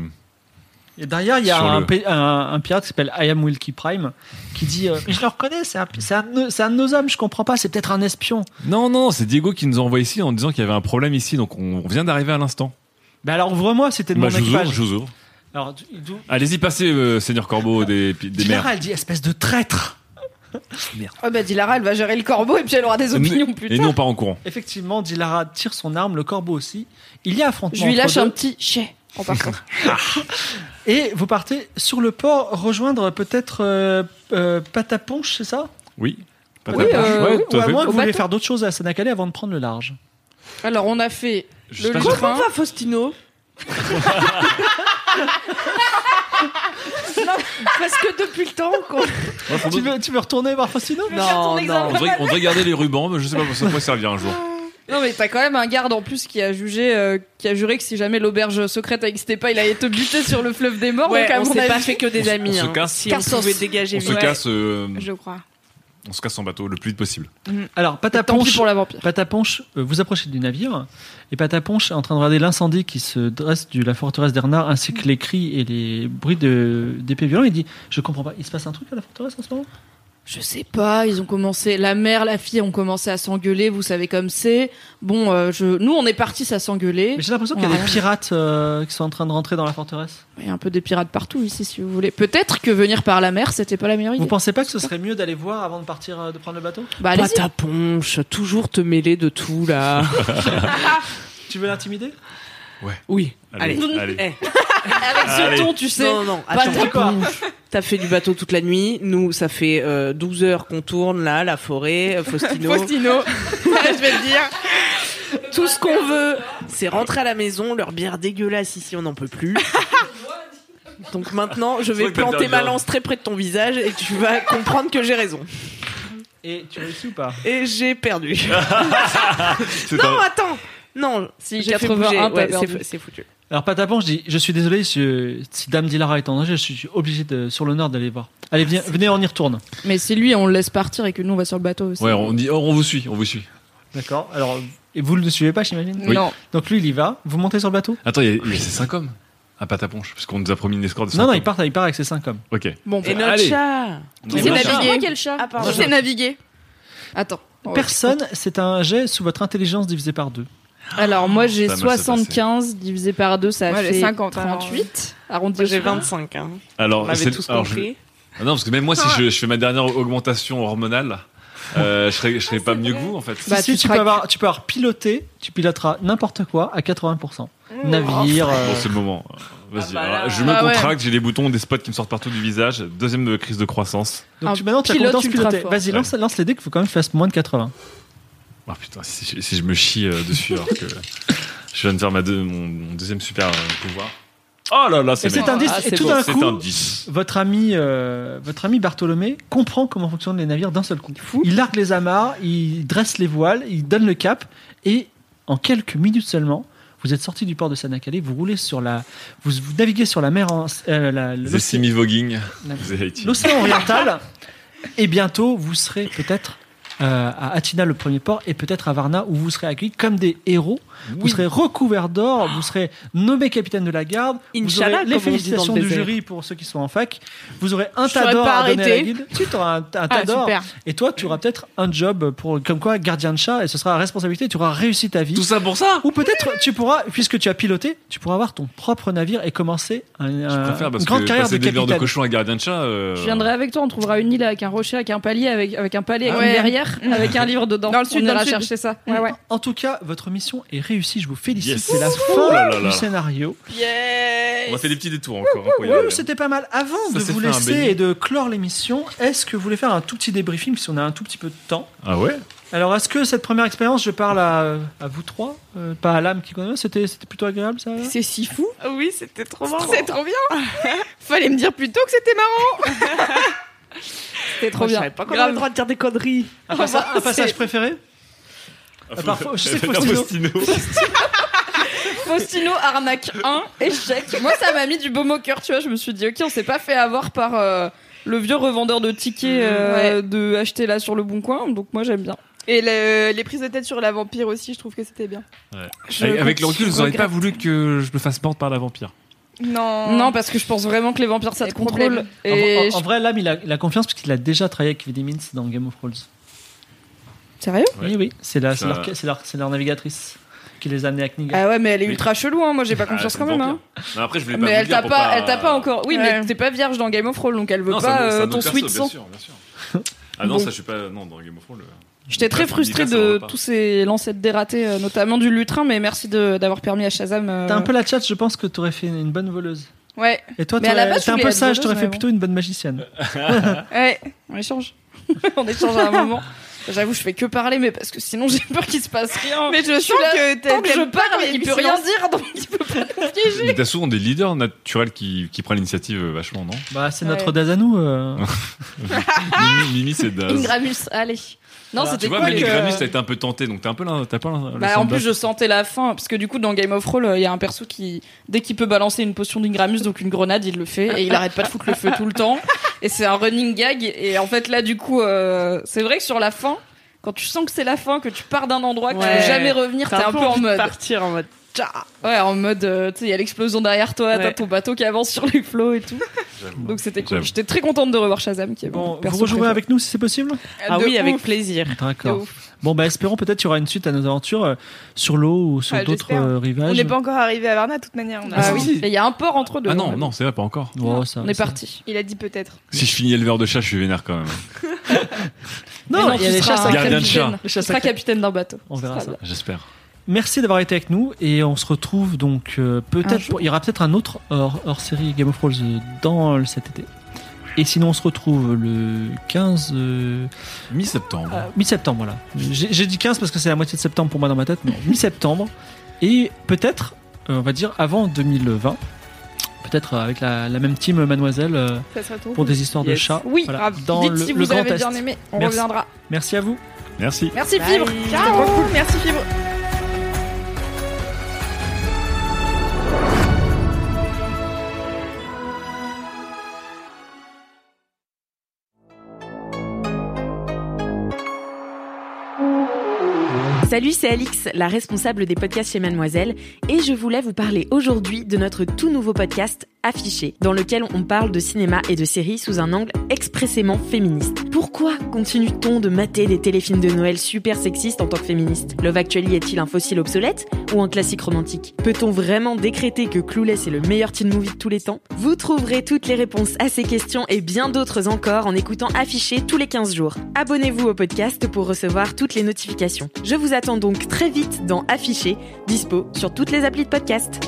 [SPEAKER 4] Et derrière, il y a
[SPEAKER 7] Sur
[SPEAKER 4] un,
[SPEAKER 7] le-
[SPEAKER 4] pi- un- un pirate qui s'appelle I am Wilkie Prime qui dit euh, Mais je le reconnais, c'est un, c'est un de nos- c'est un de nos hommes, je comprends pas, c'est peut-être un espion.
[SPEAKER 7] Non, non, non, c'est Diego qui nous a envoyé ici en disant qu'il y avait un problème ici, donc on, on vient d'arriver à l'instant.
[SPEAKER 4] Bah alors ouvre-moi, c'était de
[SPEAKER 7] Bah,
[SPEAKER 4] mon
[SPEAKER 7] je vous
[SPEAKER 4] équipage.
[SPEAKER 7] ouvre, je vous ouvre.
[SPEAKER 4] Alors, tu- il- tu-
[SPEAKER 7] Allez-y, passez, euh, Seigneur Corbeau des, des mers.
[SPEAKER 4] Dilara, elle dit espèce de traître.
[SPEAKER 5] Oh bah Dilara, elle va gérer le corbeau et puis elle aura des opinions plus
[SPEAKER 7] Et nous, on
[SPEAKER 5] tard.
[SPEAKER 7] part en courant.
[SPEAKER 4] Effectivement, Dilara tire son arme, le corbeau aussi. Il y a affrontement.
[SPEAKER 5] Je lui
[SPEAKER 4] entre
[SPEAKER 5] lâche un
[SPEAKER 4] deux.
[SPEAKER 5] petit chais
[SPEAKER 7] (laughs)
[SPEAKER 5] en partant.
[SPEAKER 4] Et vous partez sur le port rejoindre peut-être euh, euh, Pataponche, c'est ça
[SPEAKER 7] Oui. Pas
[SPEAKER 4] Oui,
[SPEAKER 7] de problème.
[SPEAKER 4] euh,
[SPEAKER 7] Ouais,
[SPEAKER 4] oui,
[SPEAKER 7] tout
[SPEAKER 4] ou
[SPEAKER 7] à
[SPEAKER 4] à
[SPEAKER 7] fait.
[SPEAKER 4] moins que
[SPEAKER 5] Au
[SPEAKER 4] vous voulez
[SPEAKER 5] bateau.
[SPEAKER 4] faire d'autres choses à Sanacalé avant de prendre le large.
[SPEAKER 5] Alors on a fait
[SPEAKER 4] Je sais
[SPEAKER 5] le
[SPEAKER 4] pas,
[SPEAKER 5] train.
[SPEAKER 4] Comment
[SPEAKER 7] (laughs)
[SPEAKER 4] va
[SPEAKER 5] Faustino Parce que depuis le temps qu'on...
[SPEAKER 8] (laughs)
[SPEAKER 4] tu, veux, tu veux retourner voir Faustino
[SPEAKER 5] veux faire ton Non, examen.
[SPEAKER 7] On devrait, on devrait garder les rubans, mais je sais pas, ça pourrait servir un jour.
[SPEAKER 5] Non mais t'as quand même un garde en plus qui a jugé, euh, qui a juré que si jamais l'auberge secrète existait pas, il allait te buter sur le fleuve des morts.
[SPEAKER 8] Ouais,
[SPEAKER 5] donc à
[SPEAKER 8] on
[SPEAKER 5] mon
[SPEAKER 8] s'est
[SPEAKER 5] avis-
[SPEAKER 8] pas fait que (laughs) des On se- amis, on se hein. casse. Si on pouvait dégager
[SPEAKER 7] On se
[SPEAKER 8] Ouais.
[SPEAKER 7] casse. euh,
[SPEAKER 9] crois.
[SPEAKER 7] on se casse en bateau le plus vite possible.
[SPEAKER 4] Alors,
[SPEAKER 5] Tant pis
[SPEAKER 4] Pataponche,
[SPEAKER 5] pour la vampire.
[SPEAKER 4] Pataponche, euh, vous approchez du navire et Pataponche est en train de regarder l'incendie qui se dresse de la forteresse d'Ernard ainsi que les cris et les bruits de- d'épées violents. Il dit Je comprends pas, il se passe un truc à la forteresse en ce moment
[SPEAKER 5] Je sais pas, ils ont commencé, la mère, la fille ont commencé à s'engueuler, vous savez comme c'est. Bon, euh, je, nous on est partis, ça s'engueuler.
[SPEAKER 4] Mais j'ai l'impression qu'il y a des pirates euh, qui sont en train de rentrer dans la forteresse.
[SPEAKER 5] Il y a un peu des pirates partout ici, si vous voulez. Peut-être que venir par la mer, c'était pas la meilleure idée.
[SPEAKER 4] Vous pensez pas que ce serait mieux d'aller voir avant de partir euh, de prendre le bateau
[SPEAKER 5] Bah allez-y.
[SPEAKER 8] Pataponche, toujours te mêler de tout là.
[SPEAKER 4] Tu veux l'intimider
[SPEAKER 8] oui.
[SPEAKER 4] Allez,
[SPEAKER 8] Allez. Eh,
[SPEAKER 4] allez.
[SPEAKER 5] Avec
[SPEAKER 4] ce ton, tu sais.
[SPEAKER 8] Non, non,
[SPEAKER 4] Pas
[SPEAKER 8] attends.
[SPEAKER 4] de quoi.
[SPEAKER 8] T'as fait du bateau toute la nuit. Nous, ça fait euh, 12 heures qu'on tourne là, la forêt, euh, Faustino. (laughs)
[SPEAKER 9] Faustino. je vais le dire.
[SPEAKER 8] Tout ce qu'on veut, c'est rentrer à la maison, leur bière dégueulasse ici, on n'en peut plus. Donc maintenant, je
[SPEAKER 4] C'est
[SPEAKER 8] vais
[SPEAKER 4] vrai que t'as
[SPEAKER 8] planter
[SPEAKER 4] bien.
[SPEAKER 8] ma lance très près de ton visage et tu vas comprendre que j'ai raison.
[SPEAKER 4] Et tu réussis ou pas
[SPEAKER 8] Et j'ai perdu.
[SPEAKER 4] C'est
[SPEAKER 8] non,
[SPEAKER 4] pas-
[SPEAKER 8] attends. Non, si
[SPEAKER 5] j'ai 81, t'as perdu.
[SPEAKER 8] C'est foutu.
[SPEAKER 4] Alors Pataponche dit Je suis désolé si, euh, si Dame Dilara est en danger, je suis obligé de, sur l'honneur d'aller voir.
[SPEAKER 7] Ah,
[SPEAKER 4] Allez, viens- venez, on y retourne.
[SPEAKER 5] Mais si lui on le laisse partir et que nous on va sur le bateau aussi.
[SPEAKER 7] Ouais, on dit, oh, on vous suit, on vous suit.
[SPEAKER 4] D'accord. Alors, et vous ne le suivez pas, j'imagine
[SPEAKER 7] Oui. Non.
[SPEAKER 4] Donc lui, il y va. Vous montez sur le bateau
[SPEAKER 7] Attends, il y a,
[SPEAKER 8] Ah,
[SPEAKER 7] il y a ces 5 hommes à Pataponche, parce qu'on nous a promis une escorte de cinq
[SPEAKER 4] Non, non,
[SPEAKER 7] hommes.
[SPEAKER 4] il part, il part avec ses cinq hommes.
[SPEAKER 7] Ok.
[SPEAKER 5] Bon,
[SPEAKER 8] Et notre
[SPEAKER 7] Allez.
[SPEAKER 6] Ah.
[SPEAKER 8] chat.
[SPEAKER 7] Qui
[SPEAKER 5] Qui
[SPEAKER 7] Non,
[SPEAKER 5] s'est
[SPEAKER 7] non,
[SPEAKER 5] navigué
[SPEAKER 7] non.
[SPEAKER 5] Quel chat
[SPEAKER 8] pardon.
[SPEAKER 5] Qui s'est navigué Attends.
[SPEAKER 4] Personne, c'est un jet sous votre intelligence divisé par deux.
[SPEAKER 5] Alors moi
[SPEAKER 7] Ah,
[SPEAKER 5] j'ai
[SPEAKER 7] bah,
[SPEAKER 4] Ça m'a fait
[SPEAKER 5] 75 divisé par 2, ça
[SPEAKER 8] Ouais, les
[SPEAKER 5] fait
[SPEAKER 8] 50,
[SPEAKER 5] 38. Arrondi
[SPEAKER 8] Moi, j'ai
[SPEAKER 5] au soir.
[SPEAKER 8] 25. Hein.
[SPEAKER 7] Alors,
[SPEAKER 8] On avait
[SPEAKER 7] c'est-
[SPEAKER 8] tous
[SPEAKER 7] alors,
[SPEAKER 8] compris.
[SPEAKER 7] je- Ah non, parce que même moi, si je, je fais ma dernière augmentation hormonale, euh, je serais, je
[SPEAKER 8] Ah,
[SPEAKER 7] serais pas mieux que vous, en fait.
[SPEAKER 8] Bah,
[SPEAKER 4] Si, si, tu, peux avoir, tu peux avoir piloté, tu piloteras n'importe quoi à 80%. Navire. euh,
[SPEAKER 7] Bon, Oh, c'est le moment. Vas-y.
[SPEAKER 4] bah
[SPEAKER 7] alors,
[SPEAKER 4] là.
[SPEAKER 7] je me
[SPEAKER 4] Ah ouais.
[SPEAKER 7] contracte, j'ai des boutons, des spots qui me sortent partout du visage. Deuxième euh, crise de croissance.
[SPEAKER 4] Donc tu, maintenant, tu as
[SPEAKER 5] pilote
[SPEAKER 4] compétence
[SPEAKER 5] ultra
[SPEAKER 4] pilotée.
[SPEAKER 5] fort.
[SPEAKER 4] Vas-y, lance, lance les dés qu'il faut quand même que tu fasses moins de 80.
[SPEAKER 7] Ah putain, si, je- si je me chie euh, dessus alors que je viens de faire ma deux- mon, mon deuxième super euh, pouvoir. Oh là là, c'est
[SPEAKER 4] Et c'est
[SPEAKER 7] magnifique.
[SPEAKER 4] un 10. et tout d'un
[SPEAKER 7] C'est
[SPEAKER 4] coup,
[SPEAKER 7] un 10.
[SPEAKER 4] votre ami, euh, votre ami Bartholomé comprend comment fonctionnent les navires d'un seul coup. Il largue les amarres, il dresse les voiles, il donne le cap, et en quelques minutes seulement, vous êtes sorti du port de Sanacalé, vous roulez sur la, vous, vous naviguez sur la mer, en, euh, la-
[SPEAKER 7] The
[SPEAKER 4] l'océan
[SPEAKER 7] Simi Voguing.
[SPEAKER 4] La-
[SPEAKER 7] The Haiti.
[SPEAKER 4] (laughs) l'océan oriental, et bientôt vous serez peut-être euh, à Atina, le premier port, et peut-être à Varna, où vous serez accueillis comme des héros. Vous serez recouverts d'or, vous serez nommé capitaine de la garde. vous
[SPEAKER 9] Inch'Allah, comme on
[SPEAKER 4] aurez les
[SPEAKER 9] dit dans le
[SPEAKER 4] félicitations du
[SPEAKER 9] désert.
[SPEAKER 4] jury pour ceux qui sont en fac. Vous aurez un
[SPEAKER 9] Je
[SPEAKER 4] tas
[SPEAKER 9] serais
[SPEAKER 4] d'or
[SPEAKER 9] pas
[SPEAKER 4] à donner à la
[SPEAKER 9] arrêtée.
[SPEAKER 4] guilde. Tu auras un, un
[SPEAKER 9] Ah,
[SPEAKER 4] tas d'or.
[SPEAKER 9] super.
[SPEAKER 4] Et toi, tu auras peut-être un job pour, comme quoi, gardien de chat, et ce sera la responsabilité, tu auras réussi ta vie. Tout
[SPEAKER 7] ça pour ça
[SPEAKER 4] Ou peut-être, tu pourras, puisque tu as piloté, tu pourras avoir ton propre navire et commencer un- un-
[SPEAKER 7] préfère
[SPEAKER 4] une
[SPEAKER 7] parce
[SPEAKER 4] Euh, grande
[SPEAKER 7] que
[SPEAKER 4] carrière de
[SPEAKER 7] passer des verres de
[SPEAKER 4] capitaine.
[SPEAKER 7] cochon à gardien de chat. euh,
[SPEAKER 5] Je viendrai avec toi, on trouvera une île avec un rocher, avec un palier, avec, avec un palier, avec
[SPEAKER 34] Ouais.
[SPEAKER 5] une verrière,
[SPEAKER 34] Mmh.
[SPEAKER 5] avec un livre dedans.
[SPEAKER 34] Dans le sud,
[SPEAKER 5] on
[SPEAKER 34] dans le
[SPEAKER 5] ira
[SPEAKER 34] sud.
[SPEAKER 5] chercher ça.
[SPEAKER 34] Ouais,
[SPEAKER 4] Mm. (laughs)
[SPEAKER 34] ouais.
[SPEAKER 4] En tout cas, votre mission est réussie. Je vous félicite.
[SPEAKER 7] Yes.
[SPEAKER 4] C'est la
[SPEAKER 7] Ouh
[SPEAKER 4] fin
[SPEAKER 7] là là là.
[SPEAKER 4] du scénario.
[SPEAKER 7] On a fait des petits détours encore. hein, pour y aller.
[SPEAKER 4] C'était pas mal. Avant
[SPEAKER 7] Ça
[SPEAKER 4] de
[SPEAKER 7] s'est
[SPEAKER 4] vous
[SPEAKER 7] fait un
[SPEAKER 4] laisser
[SPEAKER 7] béni.
[SPEAKER 4] et de clore l'émission, est-ce que vous voulez faire un tout petit débriefing si on a un tout petit peu de temps
[SPEAKER 7] Ah ouais
[SPEAKER 4] Alors, est-ce que cette première expérience, je parle à, à vous trois, euh, pas à l'âme qui connaît, c'était c'était plutôt agréable ça
[SPEAKER 35] C'est si fou.
[SPEAKER 5] Ah
[SPEAKER 35] Oui, c'était trop marrant.
[SPEAKER 4] C'est
[SPEAKER 35] trop
[SPEAKER 5] (laughs)
[SPEAKER 35] bien. Fallait me dire plus tôt que c'était marrant. c'était
[SPEAKER 9] trop Moi, je bien. savais pas qu'on Grave. avait le droit
[SPEAKER 4] de dire des conneries. Un,
[SPEAKER 9] Ah
[SPEAKER 4] passa-
[SPEAKER 9] bah,
[SPEAKER 4] un passage
[SPEAKER 9] c'est-
[SPEAKER 4] préféré
[SPEAKER 7] Ah,
[SPEAKER 4] Parfois, je sais
[SPEAKER 7] elle va
[SPEAKER 4] Faustino.
[SPEAKER 7] faire Faustino.
[SPEAKER 4] (laughs)
[SPEAKER 5] Faustino, arnaque 1, échec. Moi, ça m'a mis du baume au cœur, tu vois. Je me suis dit, ok, on s'est pas fait avoir par euh, le vieux revendeur de
[SPEAKER 35] Mmh,
[SPEAKER 5] tickets euh, de acheter là sur le bon coin. Donc, moi, j'aime bien.
[SPEAKER 35] Et le- les prises de tête sur la vampire aussi, je trouve que c'était bien. Je-
[SPEAKER 7] Avec, avec le recul, vous n'auriez pas
[SPEAKER 35] regrette.
[SPEAKER 7] voulu que je me fasse mordre par la vampire.
[SPEAKER 35] Non.
[SPEAKER 5] Non, parce que je pense vraiment que les vampires, ça te contrôle.
[SPEAKER 4] En- en,
[SPEAKER 5] Et
[SPEAKER 4] en vrai, l'âme, il a, il a confiance parce qu'il a déjà travaillé avec Vidimins dans Game of Thrones.
[SPEAKER 5] Sérieux
[SPEAKER 4] Oui, oui. C'est la- c'est
[SPEAKER 5] Ça-
[SPEAKER 4] leur, c'est leur- c'est leur navigatrice qui les a amenés à Kniga.
[SPEAKER 5] Ah ouais, mais elle est ultra chelou, hein. moi j'ai pas
[SPEAKER 4] Ah,
[SPEAKER 5] confiance
[SPEAKER 4] c'est
[SPEAKER 5] quand même.
[SPEAKER 4] vampire.
[SPEAKER 5] Hein.
[SPEAKER 7] Non, après, je voulais pas
[SPEAKER 5] Mais
[SPEAKER 7] vous le
[SPEAKER 5] elle
[SPEAKER 7] dire
[SPEAKER 5] t'a
[SPEAKER 7] pour
[SPEAKER 5] pas, elle t'a pas encore. Oui, mais t'es pas vierge dans Game of Thrones, donc elle veut
[SPEAKER 7] Non, c'est un
[SPEAKER 5] pas
[SPEAKER 7] autre- c'est un
[SPEAKER 5] euh,
[SPEAKER 7] autre
[SPEAKER 5] ton
[SPEAKER 7] perso,
[SPEAKER 5] sweet
[SPEAKER 7] bien
[SPEAKER 5] sang.
[SPEAKER 7] sûr, bien sûr. Ah non,
[SPEAKER 5] Bon.
[SPEAKER 7] ça, je suis pas. Non, dans Game of Thrones. le-
[SPEAKER 5] J'étais très
[SPEAKER 7] Bref,
[SPEAKER 5] frustrée
[SPEAKER 7] Nicolas, ça
[SPEAKER 5] de
[SPEAKER 7] va pas.
[SPEAKER 5] tous ces lancettes dératées, euh, notamment du lutrin, mais merci de- d'avoir permis à Shazam. euh,
[SPEAKER 4] T'as un peu la chat, je pense que t'aurais fait une bonne voleuse.
[SPEAKER 5] Ouais.
[SPEAKER 4] Et toi,
[SPEAKER 5] Mais à la
[SPEAKER 4] t'aurais-
[SPEAKER 5] base,
[SPEAKER 4] t'es
[SPEAKER 5] je
[SPEAKER 4] un peu
[SPEAKER 5] voulais être
[SPEAKER 4] sage, t'aurais
[SPEAKER 5] voleuse,
[SPEAKER 4] fait
[SPEAKER 5] mais
[SPEAKER 4] plutôt une bonne magicienne.
[SPEAKER 7] Ah.
[SPEAKER 5] Ouais, on échange. (laughs) on échange à un moment. J'avoue, je fais que parler, mais parce que sinon j'ai peur qu'il se passe rien.
[SPEAKER 35] Mais je
[SPEAKER 5] suis
[SPEAKER 35] sens
[SPEAKER 5] là,
[SPEAKER 35] que t'aimes
[SPEAKER 5] tant que je
[SPEAKER 35] pas quand
[SPEAKER 5] parle,
[SPEAKER 35] il y a
[SPEAKER 5] il
[SPEAKER 35] du
[SPEAKER 5] peut rien
[SPEAKER 35] silence.
[SPEAKER 5] dire, donc il peut pas nous
[SPEAKER 7] (laughs)
[SPEAKER 5] piéger.
[SPEAKER 7] Mais t'as souvent des leaders naturels qui, qui prennent l'initiative euh, vachement, non
[SPEAKER 4] Bah, c'est
[SPEAKER 5] Ouais.
[SPEAKER 4] notre Daz à nous. euh.
[SPEAKER 7] Mimi, Mimi, c'est Daz.
[SPEAKER 5] Ingramus, allez. Non,
[SPEAKER 7] Euh, bah, Tu
[SPEAKER 5] Ah c'était
[SPEAKER 7] vois,
[SPEAKER 5] quoi
[SPEAKER 7] Mimi
[SPEAKER 5] que-
[SPEAKER 7] Gramus, t'as été un peu tenté, donc t'as un peu l'un- t'as pas l'un- le
[SPEAKER 5] Bah,
[SPEAKER 7] sang
[SPEAKER 5] en
[SPEAKER 7] de
[SPEAKER 5] plus,
[SPEAKER 7] Daz.
[SPEAKER 5] je sentais la fin, parce que du coup, dans Game of Roll, il y a un perso qui, dès qu'il peut balancer une potion d'Ingramus, donc une grenade, il le fait, et il arrête pas de foutre le feu tout le temps. Et c'est un running gag, et en fait, là, du coup, euh, c'est vrai que sur la fin, quand tu sens que c'est la fin, que tu pars d'un endroit, que tu
[SPEAKER 9] Ouais.
[SPEAKER 5] veux jamais revenir, t'es
[SPEAKER 9] T'as
[SPEAKER 5] un, peu en
[SPEAKER 9] envie de
[SPEAKER 5] mode.
[SPEAKER 9] partir en mode. tcha.
[SPEAKER 5] Ouais, en mode, euh, tu sais, il y a l'explosion derrière toi,
[SPEAKER 9] Ouais.
[SPEAKER 5] t'as ton bateau qui avance sur les flots et tout. Donc c'était cool.
[SPEAKER 4] (laughs) J'avoue.
[SPEAKER 5] J'étais très contente de revoir Shazam, qui est
[SPEAKER 4] Bon, vous
[SPEAKER 5] (laughs) bon.
[SPEAKER 4] rejouez avec nous si c'est possible
[SPEAKER 5] Ah De oui, avec ouf.
[SPEAKER 4] plaisir.
[SPEAKER 5] De
[SPEAKER 4] D'accord. Bon, bah, espérons peut-être qu'il y aura une suite à nos aventures euh, sur l'eau ou sur
[SPEAKER 35] Ouais,
[SPEAKER 4] d'autres
[SPEAKER 35] j'espère.
[SPEAKER 4] euh,
[SPEAKER 35] On
[SPEAKER 4] rivages.
[SPEAKER 35] n'est pas encore arrivé à Varna, de toute manière. on a-
[SPEAKER 5] Ah oui, il y a un port entre deux.
[SPEAKER 7] Ah
[SPEAKER 5] on
[SPEAKER 7] non,
[SPEAKER 5] est-
[SPEAKER 7] non, c'est vrai, pas encore.
[SPEAKER 4] Oh, ça-
[SPEAKER 5] On est parti.
[SPEAKER 35] Il a dit peut-être.
[SPEAKER 7] Si je finis éleveur de chat, je suis vénère quand même.
[SPEAKER 4] Non,
[SPEAKER 5] Mais
[SPEAKER 4] il y a
[SPEAKER 5] tu
[SPEAKER 4] les
[SPEAKER 5] seras
[SPEAKER 4] chats
[SPEAKER 5] un
[SPEAKER 4] sacrés.
[SPEAKER 7] Gardien de
[SPEAKER 5] capitaine.
[SPEAKER 7] chat.
[SPEAKER 5] Tu seras capitaine d'un bateau.
[SPEAKER 4] On verra
[SPEAKER 5] Ce
[SPEAKER 4] ça.
[SPEAKER 5] sera
[SPEAKER 7] J'espère.
[SPEAKER 4] Merci d'avoir été avec nous et on se retrouve donc euh,
[SPEAKER 5] Un
[SPEAKER 4] peut-être
[SPEAKER 5] jour.
[SPEAKER 4] pour- il y aura peut-être un autre hors, hors série Game of Thrones euh, dans le- cet été. Et sinon on se retrouve le 15 euh,
[SPEAKER 7] Mi-septembre.
[SPEAKER 5] Ah.
[SPEAKER 4] euh, mi-septembre voilà. J'ai j'ai dit 15 parce que c'est la moitié de septembre pour moi dans ma tête, mais mi-septembre et peut-être euh, on va dire avant 2020 peut-être euh, avec la, la même team euh, mademoiselle euh,
[SPEAKER 35] Ça serait trop
[SPEAKER 4] pour
[SPEAKER 35] cool.
[SPEAKER 4] des histoires de
[SPEAKER 35] Yes.
[SPEAKER 4] chats
[SPEAKER 35] Oui,
[SPEAKER 4] voilà,
[SPEAKER 35] grave.
[SPEAKER 4] dans
[SPEAKER 35] Dites
[SPEAKER 4] le,
[SPEAKER 35] si
[SPEAKER 4] le
[SPEAKER 35] vous
[SPEAKER 4] Grand
[SPEAKER 35] avez
[SPEAKER 4] Est.
[SPEAKER 35] bien aimé, on
[SPEAKER 4] Merci.
[SPEAKER 35] reviendra.
[SPEAKER 4] Merci à vous.
[SPEAKER 7] Merci.
[SPEAKER 5] Merci
[SPEAKER 35] Fibre. Ciao. Merci Fibre.
[SPEAKER 13] Salut, c'est Alix, la responsable des podcasts chez Mademoiselle, et je voulais vous parler aujourd'hui de notre tout nouveau podcast Affiché, dans lequel on parle de cinéma et de séries sous un angle expressément féministe. Pourquoi continue-t-on de mater des téléfilms de Noël super sexistes en tant que féministe Love Actually est-il un fossile obsolète ou un classique romantique Peut-on vraiment décréter que Clouless est le meilleur teen movie de tous les temps Vous trouverez toutes les réponses à ces questions et bien d'autres encore en écoutant Affiché tous les 15 jours. Abonnez-vous au podcast pour recevoir toutes les notifications. Je vous attends donc très vite dans Affiché, dispo sur toutes les applis de podcast.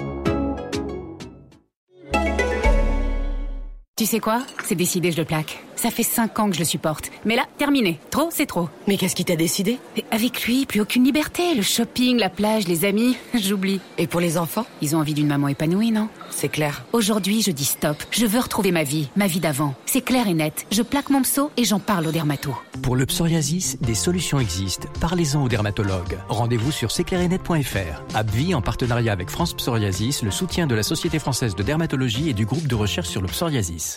[SPEAKER 1] Tu sais quoi C'est décidé, je le plaque. Ça fait 5 ans que je le supporte. Mais là, terminé. Trop, c'est trop. Mais qu'est-ce qui t'a décidé Avec lui, plus aucune liberté. Le shopping, la plage, les amis, (laughs) j'oublie. Et pour les enfants Ils ont envie d'une maman épanouie, non C'est clair. Aujourd'hui, je dis stop. Je veux retrouver ma vie, ma vie d'avant. C'est clair et net. Je plaque mon psau et j'en parle au dermato.
[SPEAKER 36] Pour le psoriasis, des solutions existent. Parlez-en au dermatologue. Rendez-vous sur cclairenet.fr. AbbVie, en partenariat avec France Psoriasis, le soutien de la Société française de dermatologie et du groupe de recherche sur le psoriasis.